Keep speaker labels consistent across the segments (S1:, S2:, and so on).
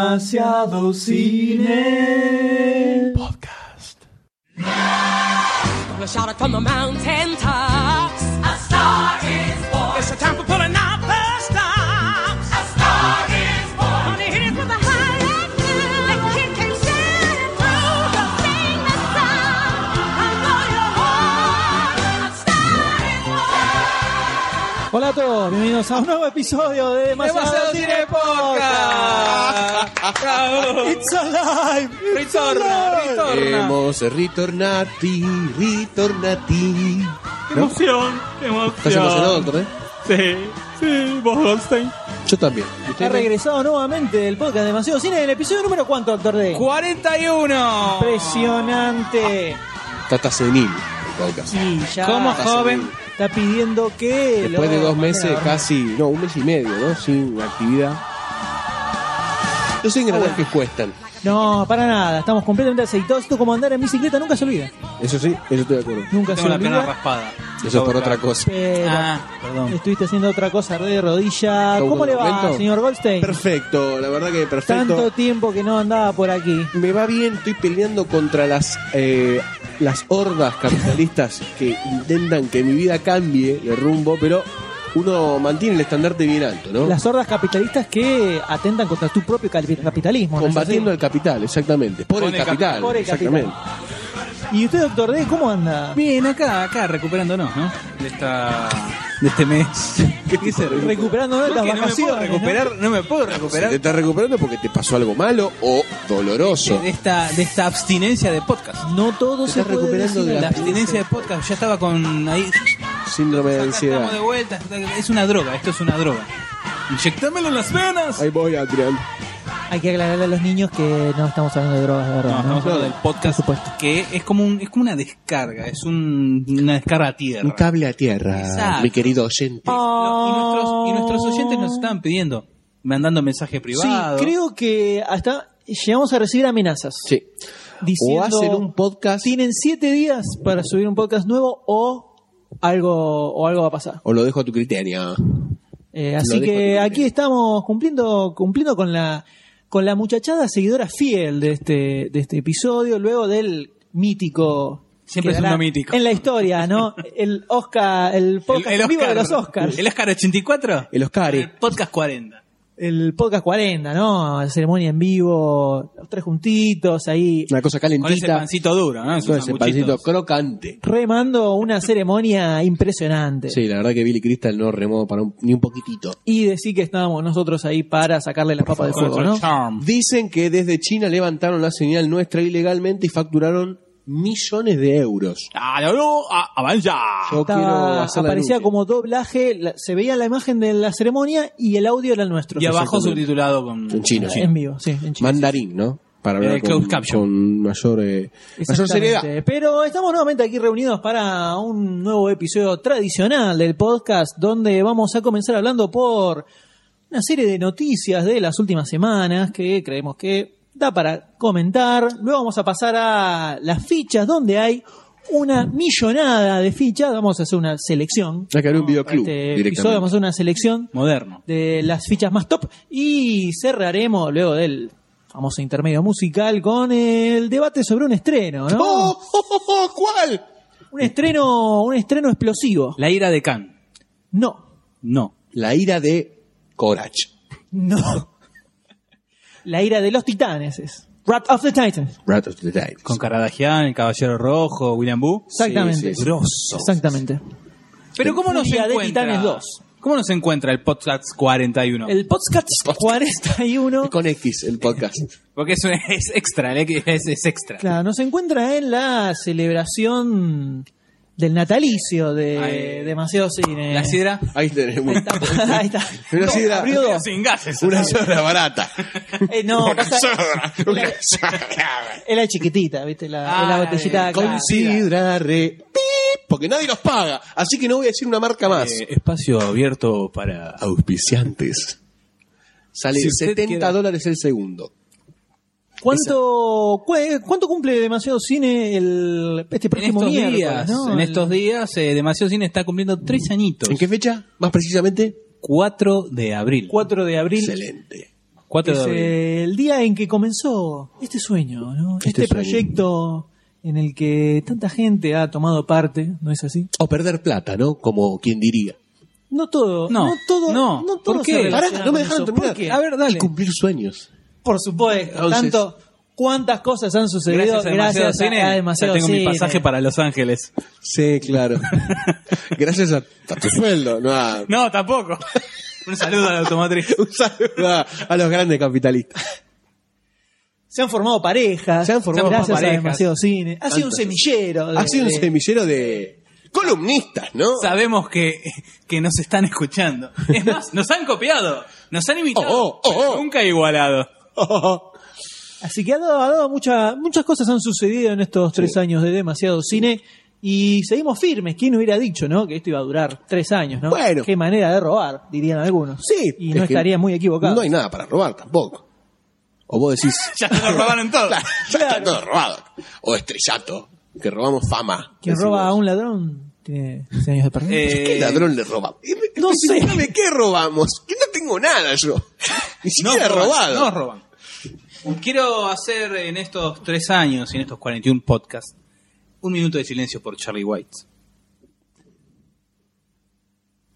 S1: Demasiado cine.
S2: Podcast.
S3: Gonna shout it from the mountain tops. A star is born. It's a time for pulling out the stops. A star is born. Gonna hit it with a high and low. The kid can shine through. So sing the song. I blow your horn. A star is born.
S1: Hola a todos, bienvenidos a un nuevo episodio de Demasiado,
S4: Demasiado
S1: Cine,
S4: Cine
S1: Podcast.
S4: Podcast. Bravo.
S1: It's alive. It's
S4: Ritorna,
S1: alive.
S4: ritorna.
S2: Hemos ritornati, ritornati.
S4: Qué emoción, qué
S2: ¿Estás emocionado,
S4: emoción.
S2: doctor? D?
S4: Sí, sí, vos Goldstein.
S2: ¿eh? Yo también. ¿Y
S1: Ha
S2: usted?
S1: regresado nuevamente el podcast Demasiado Cine, el episodio número cuánto, Doctor D.
S4: 41.
S1: Impresionante.
S4: Ah,
S2: Está hasta senil el podcast.
S1: Y ya
S4: Como
S2: Está
S4: joven,
S2: senil.
S1: está pidiendo que
S2: Después
S1: lo-
S2: de dos meses,
S1: Bueno,
S2: casi, no, un mes y medio, ¿no? Sin actividad. Los engranajes cuestan.
S1: No, para nada, estamos completamente aceitados. Esto como andar en bicicleta nunca se olvida.
S2: Eso sí, eso estoy de acuerdo.
S1: Nunca se
S4: tengo la pierna
S1: olvida.
S4: raspada.
S2: Eso es por otra cosa.
S1: Pero
S4: Ah, perdón.
S1: Este, estuviste haciendo otra cosa, de rodilla.
S2: ¿Estamos
S1: ¿Cómo le va,
S2: contentos?
S1: señor Goldstein?
S2: Perfecto, la verdad que
S1: Tanto
S2: perfecto.
S1: tiempo que no andaba por aquí.
S2: Me va bien, estoy peleando contra las eh, las hordas capitalistas que intentan que mi vida cambie de rumbo, pero uno mantiene el estandarte bien alto, ¿no?
S1: Las hordas capitalistas que atentan contra tu propio capi- capitalismo. ¿no es
S2: Combatiendo
S1: así?
S2: el capital, exactamente. Por
S4: Con
S2: el
S4: el capi-
S2: capital,
S1: por el capital.
S2: exactamente.
S1: ¿Y usted, doctor D, cómo anda?
S4: Bien, acá, acá, recuperándonos, ¿no? De esta. de este mes. ¿Qué dice?
S1: Recuperando las
S4: Creo que no me puedo
S1: vacaciones. ¿no?
S4: recuperar, no me puedo
S2: Se te
S4: recuperar
S2: está recuperando porque te pasó algo malo o doloroso.
S4: de esta, de esta abstinencia de podcast.
S1: No todo
S2: Te
S1: se
S2: estás
S1: puede
S2: recuperando
S1: decir.
S2: de
S4: La
S2: la-
S4: abstinencia de podcast, ya estaba con ahí.
S2: Síndrome de
S4: Acá
S2: ansiedad.
S4: estamos de vuelta. Es una droga, esto es una droga. Inyectámelo en las venas.
S2: Ahí voy, Adrián.
S1: Hay que aclararle a los niños que no estamos hablando de drogas, de verdad.
S4: No,
S1: ¿no?
S4: estamos hablando del podcast
S1: Por supuesto.
S4: que es como un, es como una descarga, es un- una descarga a tierra.
S2: Un cable a tierra,
S4: Exacto.
S2: mi querido oyente.
S4: Y nuestros, y nuestros oyentes nos estaban pidiendo, mandando mensajes privados.
S1: Sí, creo que hasta llegamos a recibir amenazas.
S2: Sí.
S1: Diciendo,
S2: o hacen un podcast
S1: Tienen siete días para subir un podcast nuevo o algo, o algo va a pasar.
S2: o lo dejo a tu criterio.
S1: Eh, así
S2: dejo
S1: que
S2: libre.
S1: aquí estamos cumpliendo, cumpliendo con la con la muchachada seguidora fiel de este, de este episodio, luego del mítico
S4: Siempre es
S1: quedará
S4: uno mítico.
S1: en la historia, ¿no? El Oscar, el
S4: El,
S1: podcast
S4: el
S1: en vivo
S4: Oscar,
S1: de los Oscars,
S4: ¿El Oscar 84?
S2: El Oscar.
S4: El podcast 40.
S1: el podcast 40, ¿no? La ceremonia en vivo, los tres juntitos ahí
S2: Una cosa
S4: Con ese
S2: calentita.
S4: pancito duro, ¿no? Esos
S2: Con ese
S4: sanguchitos.
S2: pancito crocante.
S1: remando una ceremonia impresionante.
S2: Sí, la verdad que Billy Crystal no remó para un- ni un poquitito.
S1: Y decir que estábamos nosotros ahí para sacarle las papas de
S4: Con
S1: fuego,
S4: nuestro
S1: ¿no?
S4: charm.
S2: Dicen que desde China levantaron la señal nuestra ilegalmente y facturaron millones de euros.
S4: Ah, no, no, ah, avanza.
S2: Yo quiero
S1: Estaba-
S2: hacer la
S1: aparecía
S2: denuncia.
S1: como doblaje, la- se veía la imagen de la ceremonia y el audio era el nuestro.
S4: Y abajo
S2: exactamente.
S4: subtitulado con...
S2: En chino, sí.
S1: en vivo, sí, en chino.
S2: mandarín, ¿no? Para
S4: Eh,
S2: hablar con,
S4: closed caption.
S2: con mayor, eh, mayor seriedad.
S1: Exactamente. Pero estamos nuevamente aquí reunidos para un nuevo episodio tradicional del podcast donde vamos a comenzar hablando por una serie de noticias de las últimas semanas que creemos que da para comentar. Luego vamos a pasar a las fichas donde hay una millonada de fichas. Vamos a hacer una selección.
S2: Hay que abrir un videoclub
S1: Este episodio
S2: directamente.
S1: vamos a hacer una selección
S4: Moderno.
S1: de las fichas más top y cerraremos luego del famoso intermedio musical con el debate sobre un estreno, ¿no?
S2: ¡Oh, oh, oh, oh! ¿Cuál?
S1: Un estreno, un estreno explosivo.
S4: La ira de Khan.
S1: No,
S4: No.
S2: La ira de Corach.
S1: no. La ira de los titanes es. Wrath of the Titans.
S2: Wrath of the Titans.
S4: Con Caradagian, El Caballero Rojo, William Boo.
S1: Exactamente.
S2: Sí, sí, sí.
S4: Grosso.
S1: Exactamente.
S4: Pero ¿cómo nos
S1: Furia de
S4: encuentra?
S1: Titanes 2.
S4: ¿Cómo nos encuentra el podcast 41?
S1: El podcast 41
S2: Es Con X, el podcast.
S4: Porque es, un- es extra, el X es, es extra.
S1: claro, nos encuentra en la celebración del natalicio de
S4: Ay.
S1: Demasiado Cine.
S4: La sidra
S2: Ahí tenemos.
S1: Ahí está. Ahí está.
S2: Una
S1: No,
S2: sidra.
S1: abrió dos.
S4: sin gases.
S2: Una sobra barata.
S1: Eh, no,
S2: Una
S1: pasa-
S2: sobra, una sobra.
S1: es la chiquitita, ¿viste? La,
S4: Ah,
S1: es la botellita.
S4: eh,
S1: clara.
S2: Con sidra re... ¡Pip! Porque nadie los paga. Así que no voy a decir una marca más.
S4: Eh, espacio abierto para...
S2: Auspiciantes. Sale
S4: Si usted
S2: 70
S4: quiere-
S2: dólares el segundo.
S1: ¿Cuánto, cu- eh, ¿Cuánto cumple demasiado cine el, este
S4: En
S1: próximo
S4: estos
S1: miércoles,
S4: días,
S1: no?
S4: en
S1: El-
S4: estos días, eh, Demasiado Cine está cumpliendo tres añitos.
S2: ¿En qué fecha? Más precisamente.
S4: 4 de abril.
S1: 4 de abril.
S2: Excelente.
S4: 4 de
S1: es
S4: abril.
S1: el día en que comenzó este sueño, ¿no? este,
S2: Este sueño.
S1: proyecto en el que tanta gente ha tomado parte, ¿no es así?
S2: O perder plata, ¿no? Como quien diría.
S1: No todo, no,
S4: No,
S1: todo,
S4: no.
S1: no todo
S4: ¿Por
S1: se
S4: qué?
S1: relaciona
S2: Pará, no me
S1: con
S2: dejaron
S1: eso.
S2: terminar.
S1: ¿Por qué?
S4: A ver, dale.
S2: Y cumplir sueños.
S1: Por supuesto,
S2: Entonces-
S1: tanto cuántas cosas han sucedido
S4: Gracias a demasiado
S1: gracias
S4: cine.
S1: a, a
S4: ya
S1: demasiado
S4: tengo mi
S1: Cine.
S4: pasaje para Los Ángeles.
S2: Sí, claro. Gracias a, a tu sueldo. No, a-
S4: No, tampoco. Un saludo a la automotriz.
S2: un saludo a, a los grandes capitalistas.
S1: Se han formado parejas.
S2: Se han formado
S1: gracias
S4: parejas.
S1: a demasiado cine. Ha sido un
S2: Tantas.
S1: semillero. de-
S2: Ha sido un
S1: de-
S2: semillero de columnistas, ¿no?
S4: Sabemos que, que nos están escuchando. Es más, nos han copiado. Nos han imitado.
S2: Oh, oh, oh, oh.
S4: Nunca igualado.
S1: Así que ha dado, ha dado mucha- muchas cosas han sucedido en estos tres años de demasiado cine y seguimos firmes. ¿Quién hubiera dicho, no? Que esto iba a durar tres años, ¿no?
S2: Bueno.
S1: Qué manera de robar, dirían algunos.
S2: Sí.
S1: Y no
S2: es que
S1: estaría muy equivocado.
S2: No hay nada para robar tampoco. O vos decís,
S4: Ya nos robaron todo.
S2: "Claro, ya está todo robado. O estrellato, que robamos fama.
S1: Quien
S2: Decimos,
S1: roba a un ladrón tiene seis años de perdón.
S4: Eh,
S2: ¿Qué ladrón le roba?
S1: no sé.
S2: Dígame, ¿qué robamos? Que no tengo nada yo. Ni
S4: No
S2: siquiera
S4: roban,
S2: robado.
S4: no roban. Quiero hacer en estos tres años y en estos 41 podcasts un minuto de silencio por Charlie White.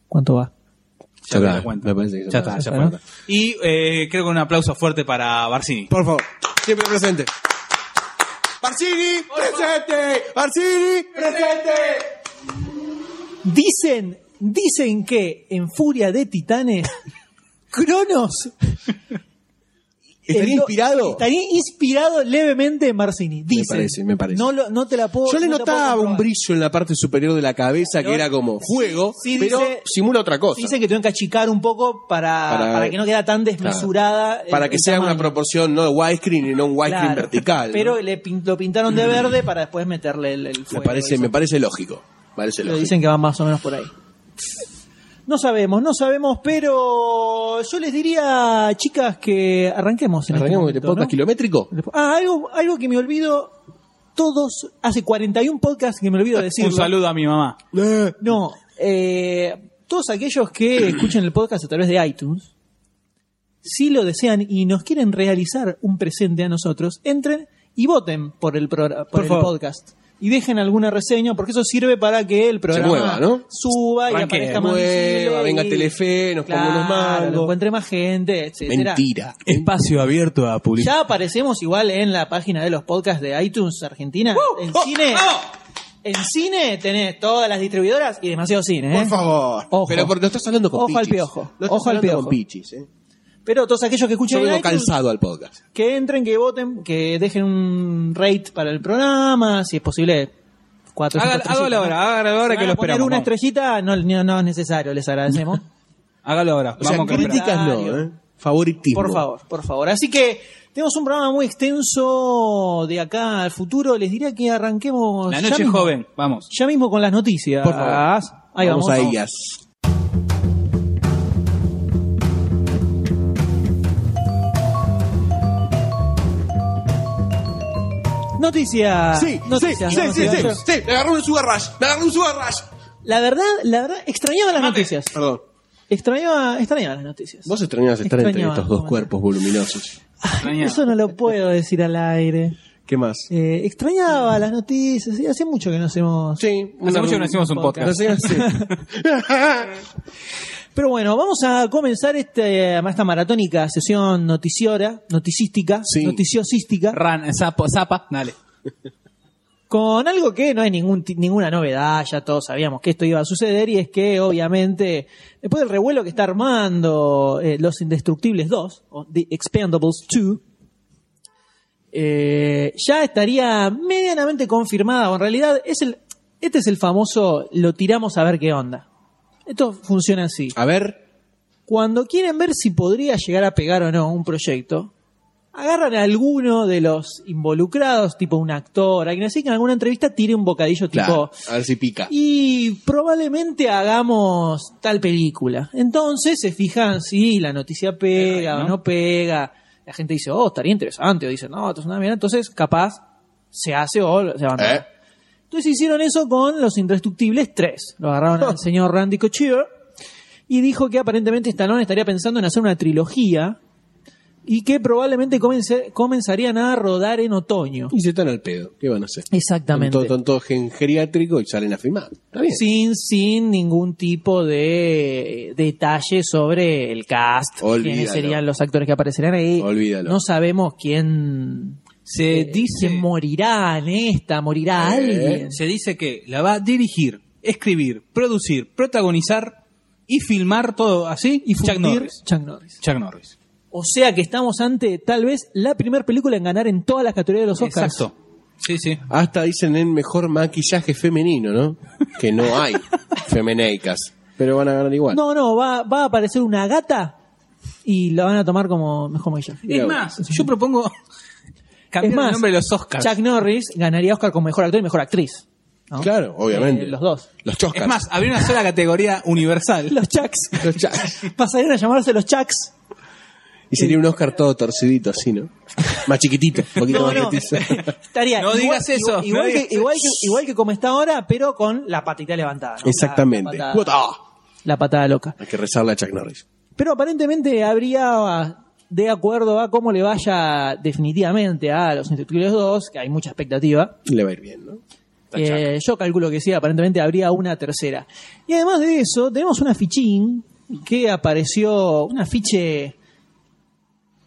S1: ¿Cuánto va?
S4: Ya
S2: Ya
S4: te
S2: está,
S4: la cuento.
S2: me parece que ya
S4: ya
S2: está,
S4: está,
S1: ya
S4: ya
S1: está,
S4: está. Y eh, creo que un aplauso fuerte para Barcini.
S2: Por favor, siempre presente. Barcini, presente. Barcini, presente.
S1: Dicen, dicen que en Furia de Titanes, Cronos
S2: ¿Estaría
S1: el-
S2: inspirado?
S1: Estaría inspirado levemente en Marcini. Dicen.
S2: parece, me parece.
S1: No, lo- no te la puedo
S2: Yo le
S1: no te puedo
S2: notaba un
S1: comprobar.
S2: brillo en la parte superior de la cabeza que
S1: Pero-
S2: era como fuego,
S1: sí,
S2: pero
S1: dice-
S2: simula otra cosa.
S1: Dicen que tuvieron que achicar un poco para, para,
S2: Para-
S1: que no quede tan desmesurada. el-
S2: para que
S1: Eh, el
S2: sea una
S1: tamaño.
S2: proporción no de widescreen y no un widescreen
S1: Claro.
S2: vertical. ¿no?
S1: Pero le pin- lo pintaron de verde para después meterle el, el
S2: me
S1: fuego.
S2: parece,
S1: Eso.
S2: me parece lógico. Parece
S1: Pero
S2: lógico.
S1: dicen que va más o menos por ahí. No sabemos, no sabemos, pero yo les diría, chicas, que arranquemos. En este
S2: Arranquemos este
S1: momento,
S2: podcast
S1: ¿no?
S2: kilométrico.
S1: Ah, algo, algo que me olvido todos, hace 41 podcasts que me olvido decir.
S4: Un saludo a mi mamá.
S2: Eh,
S1: No, eh, todos aquellos que escuchen el podcast a través de iTunes, si lo desean y nos quieren realizar un presente a nosotros, entren y voten por el, progra- por
S4: Por
S1: el
S4: favor.
S1: podcast. Y dejen alguna reseña, porque eso sirve para que el programa
S2: mueva, ¿no?
S1: suba y
S4: Ranquee.
S1: aparezca más
S2: Mueva,
S1: visible
S2: venga
S1: y-
S2: Telefe, nos
S1: Claro,
S2: ponga unos mangos.
S1: lo encuentre más gente, etcétera.
S2: Mentira.
S4: Espacio abierto a publicidad.
S1: Ya aparecemos igual en la página de los podcasts de iTunes Argentina. en
S2: ¡Oh!
S1: cine,
S4: ¡Vamos!
S1: en cine tenés todas las distribuidoras y demasiado cine, ¿eh?
S2: Por favor.
S1: Ojo.
S2: Pero porque lo estás hablando con
S1: Ojo
S2: pichis.
S1: al piojo.
S2: Lo estás
S1: Ojo al
S2: hablando
S1: piojo.
S2: con pichis, eh.
S1: Pero todos aquellos que escuchen
S2: Yo vengo
S1: en iTunes,
S2: calzado al podcast.
S1: que entren, que voten, que dejen un rate para el programa, si es posible. Cuatro,
S4: Haga-
S1: cinco
S4: hágalo
S1: estrellitas,
S4: ahora,
S1: ¿no?
S4: hágalo ahora
S1: Si
S4: que
S1: van a
S4: lo
S1: poner
S4: esperamos,
S1: una
S4: vamos.
S1: estrellita, no, no, no es necesario, les agradecemos.
S4: Hágalo ahora.
S2: O sea,
S4: Vamos con
S2: críticas no, eh. Favoritismo.
S1: por favor, por favor. Así que tenemos un programa muy extenso de acá al futuro. Les diría que arranquemos
S4: La
S1: ya
S4: noche
S1: mismo,
S4: joven. Vamos.
S1: ya mismo con las noticias.
S2: Por favor.
S1: Ahí vamos.
S2: vamos, a ellas.
S1: Noticias.
S2: Sí,
S1: noticias,
S2: sí,
S1: Ah, ¿no?
S2: sí, sí, sí,
S1: Noticias.
S2: sí. Me agarró un sugar rush. Me agarró un sugar rush.
S1: La verdad, la verdad, extrañaba las noticias.
S2: Perdón.
S1: Extrañaba, extrañaba las noticias.
S2: Vos extrañabas estar entre
S1: Extrañaba,
S2: estos dos
S1: bueno.
S2: cuerpos voluminosos.
S4: Extrañaba.
S1: Eso no lo puedo decir al aire.
S2: ¿Qué más?
S1: Eh, extrañaba las noticias, sí, hace mucho que no hacemos.
S2: Sí.
S4: Hace mucho que no hacemos un podcast.
S2: No sé, sí.
S1: Pero bueno, vamos a comenzar este, esta maratónica sesión noticiora, noticística,
S2: Sí.
S1: noticiosística,
S4: Ran, zapo- zapa, dale.
S1: con algo que no es ningún, ti- ninguna novedad, ya todos sabíamos que esto iba a suceder, y es que obviamente, después del revuelo que está armando eh, Los Indestructibles 2, o The Expendables 2, eh, ya estaría medianamente confirmada, o en realidad es el, este es el famoso lo tiramos a ver qué onda. Esto funciona así.
S2: A ver.
S1: Cuando quieren ver si podría llegar a pegar o no un proyecto, agarran a alguno de los involucrados, tipo un actor, alguien así que en alguna entrevista tire un bocadillo
S2: Claro.
S1: tipo
S2: A ver si pica.
S1: y probablemente hagamos tal película. Entonces se fijan si la noticia pega
S4: Ay,
S1: o
S4: ¿no?
S1: no pega. La gente dice, oh, estaría interesante. O dice, no, esto es una mierda. Entonces, capaz, se hace o se abandona.
S2: ¿Eh?
S1: Entonces hicieron eso con Los Indestructibles 3. Lo agarraron al señor Randy Couture y dijo que aparentemente Stallone estaría pensando en hacer una trilogía y que probablemente comence- comenzarían a rodar en otoño.
S2: Y se están al pedo. ¿Qué van a hacer?
S1: Exactamente.
S2: Están todos gen geriátrico y salen a filmar. Está bien.
S1: Sin, sin ningún tipo de eh, detalle sobre el cast, quiénes
S2: Olvídalo.
S1: serían los actores que aparecerán ahí.
S2: Olvídalo.
S1: No sabemos quién,
S4: Se
S1: eh,
S4: dice-
S1: quién morirá en esta, morirá
S2: Eh.
S1: alguien.
S4: Se dice que la va a dirigir, escribir, producir, protagonizar y filmar todo así
S1: Y
S4: Chuck
S1: fundir-
S4: Norris.
S1: Chuck Norris.
S4: Chuck Norris.
S1: O sea que estamos ante tal vez la primera película en ganar en todas las categorías de los Oscars.
S4: Exacto. Sí, sí.
S2: Hasta dicen en mejor maquillaje femenino, ¿no? Que no hay femeneicas. Pero van a ganar igual.
S1: No, no, va, va a aparecer una gata y la van a tomar como mejor maquillaje.
S2: Mirá
S4: Es
S2: vos.
S4: más, yo propongo cambiar
S1: Es más,
S4: el nombre de los Oscars.
S1: Chuck Norris ganaría Oscar como mejor actor y mejor actriz. ¿no?
S2: Claro, obviamente.
S1: Eh, los dos.
S2: Los choscas.
S4: Es más, habría una sola categoría universal.
S1: Los Chucks.
S2: Los chas.
S1: Pasarían a llamarse los Chucks.
S2: Y sería un Oscar todo torcidito así, ¿no? Más chiquitito, un poquito más petizo.
S1: Estaría
S4: No
S1: igual-
S4: digas
S1: igual-
S4: eso, no
S1: Igual,
S4: digas
S1: que, igual, que, igual que como está ahora, pero con la patita levantada. ¿no?
S2: Exactamente.
S1: La, la
S2: What
S1: patada,
S2: the-
S1: la patada loca.
S2: Hay que rezarle a Chuck Norris.
S1: Pero aparentemente habría, de acuerdo a cómo le vaya definitivamente a Los Instructores 2, que hay mucha expectativa,
S2: Le va a ir bien, ¿no?
S1: eh, yo calculo que sí, aparentemente habría una tercera. Y además de eso, tenemos una fichín que apareció, un afiche,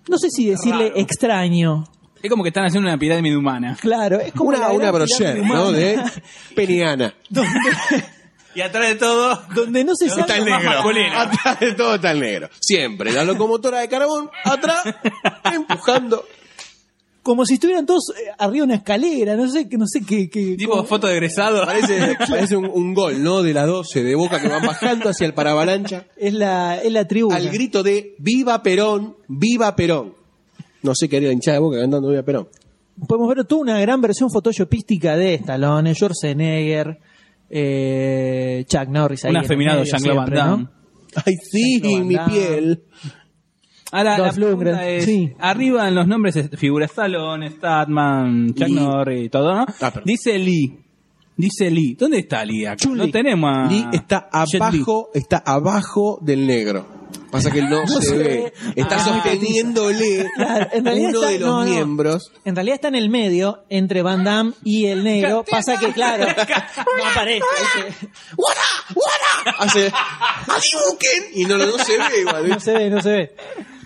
S1: no sé si decirle
S4: Raro.
S1: extraño.
S4: Es como que están haciendo una pirámide humana.
S1: Claro, es como
S2: Una,
S1: la
S2: una
S1: gran
S2: brochure,
S1: pirámide
S2: ¿no?
S1: humana,
S2: De Peniana.
S4: Y atrás de todo,
S1: Donde no se
S2: Está
S1: sabe...
S2: el
S4: más
S2: negro.
S4: masculino.
S2: Atrás de todo está el negro. Siempre. La locomotora de carbón, atrás, empujando.
S1: Como si estuvieran todos eh, arriba de una escalera, no sé, no sé qué... qué-
S4: tipo
S1: cómo-
S4: foto de egresado.
S2: Parece, parece un, un gol, ¿no? De las 12 de boca que van bajando hacia el paravalancha.
S1: es la, es la tribuna.
S2: Al grito de ¡Viva Perón! ¡Viva Perón! No sé qué haría la hinchada de boca cantando Viva Perón.
S1: podemos ver toda una gran versión photoshopística de Stallone, Schwarzenegger, eh, Chuck Norris. ahí
S4: Un
S1: en el
S4: afeminado
S1: medio
S4: Jean-Claude Van
S1: siempre,
S4: Damme.
S1: ¿no?
S2: Ay, sí,
S1: Lo
S2: mi
S1: mandaba.
S2: piel.
S4: Ahora, la
S1: Dolph Lundgren,
S4: pregunta es,
S1: sí.
S4: arriba en los nombres es- figura Stallone, Statman, Chuck
S2: Lee.
S4: Norris y todo,
S1: Ah,
S4: ¿no?
S2: perdón.
S4: Dice Lee. Dice Lee. ¿Dónde está Lee acá?
S1: Chun
S4: No
S1: Lee.
S4: tenemos a...
S1: Ah.
S2: Lee está
S4: Jet Li.
S2: abajo, está abajo del negro. Pasa que no, se,
S1: se
S2: ve.
S1: ve.
S2: Está
S1: Ah.
S2: sosteniéndole
S1: Claro, en realidad
S2: uno
S1: está-
S2: de los
S1: no, no.
S2: miembros.
S1: En realidad está en el medio entre Van Damme y el negro. Pasa que, claro, no aparece. ¿viste?
S2: ¡Guara! ¡Guara! Hace "Adiuken", y no, no, no se ve igual.
S1: No se ve, no se ve.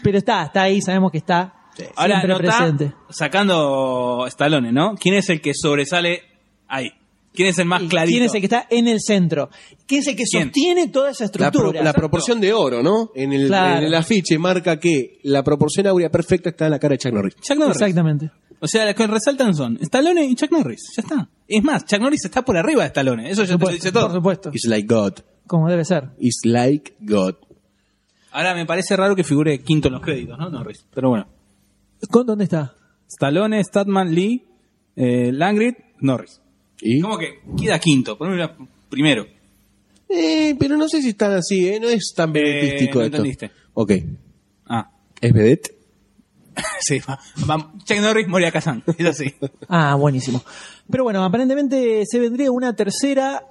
S1: Pero está, está ahí, sabemos que está
S2: Sí.
S4: Ahora,
S1: siempre
S4: notá,
S1: presente.
S4: sacando Stallone, ¿no? ¿Quién es el que sobresale ahí? ¿Quién es el más
S1: Y
S4: clarito?
S1: ¿Quién es el que está en el centro? ¿Quién es el que
S4: ¿Quién?
S1: sostiene toda esa
S2: La, pro-
S1: estructura?
S2: la proporción de oro, ¿no? En el,
S1: Claro.
S2: en el afiche marca que la proporción áurea perfecta está en la cara de Chuck Norris.
S4: Chuck Norris.
S1: Exactamente.
S4: O sea, los que resaltan son Stallone y Chuck Norris. Ya está. Es más, Chuck Norris está por arriba de Stallone. Eso ya te lo dice
S1: por
S4: todo.
S1: supuesto.
S2: It's like God.
S1: Como debe ser.
S2: It's like God.
S4: Ahora, me parece raro que figure quinto en los créditos, ¿no? Norris. Pero bueno.
S1: ¿Con dónde está?
S4: Stallone, Statman, Lee, eh, Langrid, Norris.
S2: ¿Y?
S4: ¿Cómo que queda quinto? Ponme primero.
S2: Eh, pero no sé si están así, ¿eh? No es tan vedetístico
S4: no
S2: esto.
S4: entendiste.
S2: Ok.
S4: Ah,
S2: ¿Es vedette?
S4: sí. va- va- Chuck Norris, Moria Kazan. Es así.
S1: Ah, buenísimo. Pero bueno, aparentemente se vendría una tercera.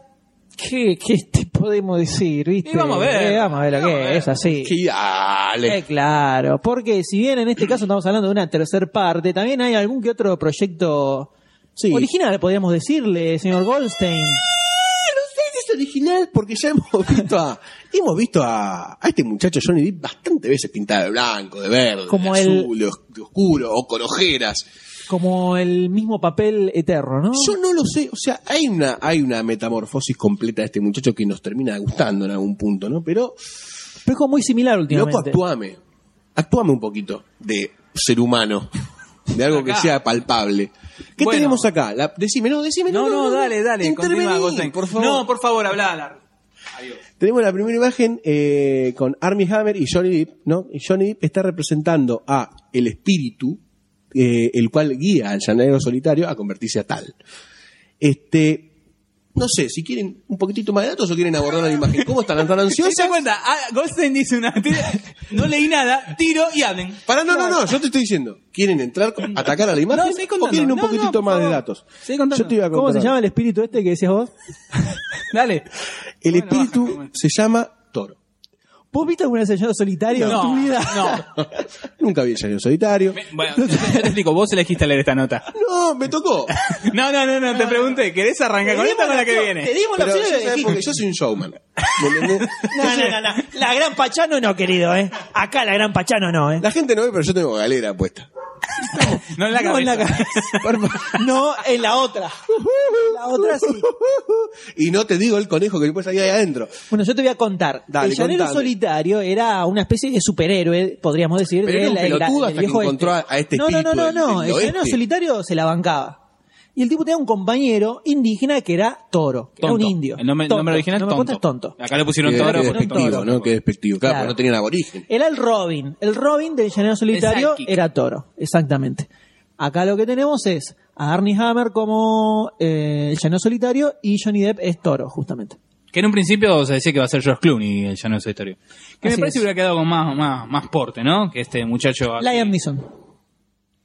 S1: ¿Qué, qué te podemos decir? ¿viste?
S4: Y vamos a ver.
S1: Eh, vamos a ver lo
S4: Vamos
S1: que
S4: a ver.
S1: es, así.
S2: Que dale.
S1: Eh, claro, porque si bien en este caso estamos hablando de una tercer parte, también hay algún que otro proyecto
S2: Sí.
S1: original, podríamos decirle, señor Goldstein.
S2: es original porque ya hemos visto a hemos visto a, a este muchacho Johnny Depp bastante veces pintado de blanco, de verde,
S1: Como
S2: de
S1: el-
S2: azul, de os- de oscuro o con ojeras.
S1: Como el mismo papel eterno, ¿no?
S2: Yo no lo sé, o sea, hay una hay una metamorfosis completa de este muchacho que nos termina gustando en algún punto, ¿no? Pero
S1: Pero es como muy similar
S2: loco,
S1: últimamente.
S2: actuame. Actuame un poquito de ser humano, de algo que
S4: Acá.
S2: sea palpable. ¿Qué
S4: Bueno.
S2: tenemos acá? La- decime, no, decime.
S4: No, no, dale, dale.
S2: intervení,
S4: Continúa, Goldstein.
S2: por favor.
S4: No, por favor, hablá, Larry. Adiós.
S2: Tenemos la primera imagen eh, con Armie Hammer y Johnny Depp, ¿no? Y Johnny Depp está representando a el espíritu, eh, el cual guía al llanero solitario a convertirse a tal. Este, no sé, si quieren un poquitito más de datos o quieren abordar la imagen. ¿Cómo están? ¿Están
S4: ¿Te das
S2: ansiosas?
S4: cuenta? Ah, Goldstein dice una... No leí nada, tiro y hablen.
S2: Pará, no, no, no, yo te estoy diciendo. ¿Quieren entrar, atacar a la imagen
S4: No, seguí
S2: o
S4: contando.
S2: quieren un
S4: No, no,
S2: poquitito
S4: por
S2: más de
S4: favor.
S2: datos?
S4: Seguí contando.
S2: Yo te iba a
S1: ¿Cómo se
S2: contar.
S1: llama el espíritu este que decías vos?
S4: Dale.
S2: El
S4: Bueno,
S2: espíritu
S4: baja, bueno.
S2: se llama Toro.
S1: ¿Vos viste alguna vez el Llanero solitario
S4: No,
S1: en tu vida?
S4: no.
S2: Nunca vi el llanero solitario.
S4: Me- bueno, yo te explico, vos elegiste leer esta nota.
S2: No, me tocó.
S4: No, no, no, no, te pregunté, ¿querés arrancar con esta o con la que
S1: Te
S4: viene?
S1: dimos Ah, la
S2: Pero
S1: opción
S2: yo,
S1: de
S2: ¿sabes
S1: elegir.
S2: por qué? yo soy un showman. ¿Me entendés?
S1: No, no, no, no. La gran Pachano no, querido, ¿eh? Acá la gran Pachano no, ¿eh?
S2: La gente no ve, pero yo tengo galera puesta.
S4: No en la
S1: no en la
S4: cabeza.
S1: cabeza. no en la otra. La otra sí.
S2: Y no te digo el conejo que después ahí adentro.
S1: Bueno, yo te voy a contar.
S2: Dale,
S1: el llanero
S2: contame.
S1: solitario era una especie de superhéroe, podríamos decir,
S2: Pero era
S1: de
S2: un
S1: la, de la-
S2: pelotudo
S1: del
S2: hasta que
S1: viejo
S2: encontró
S1: oeste.
S2: a- a este
S1: No, no, no,
S2: espíritu
S1: no,
S2: del-
S1: no.
S2: del
S1: El llanero
S2: oeste.
S1: solitario se la bancaba. Y el tipo tenía un compañero indígena que era Toro, que era un
S4: Tonto.
S1: indio.
S4: El nombre, el
S1: Tonto.
S4: nombre original
S1: No
S4: es
S1: me
S4: tonto.
S1: cuentas tonto.
S4: Acá le pusieron
S2: Qué-
S4: todo
S2: qué
S1: Toro, porque
S2: despectivo,
S1: Toro.
S2: ¿no? Qué despectivo. Claro,
S1: Claro.
S2: porque no tenían aborigen.
S1: Era el Robin. El Robin del Llanero Solitario
S4: Sidekick.
S1: era Toro, exactamente. Acá lo que tenemos es a Arnie Hammer como eh, el Llanero Solitario y Johnny Depp es Toro, justamente.
S4: Que en un principio se decía que va a ser George Clooney el llanero solitario. Que
S1: Así
S4: me parece
S1: es.
S4: que hubiera quedado con más, más, más porte, ¿no? Que este muchacho. aquí.
S1: Liam Neeson.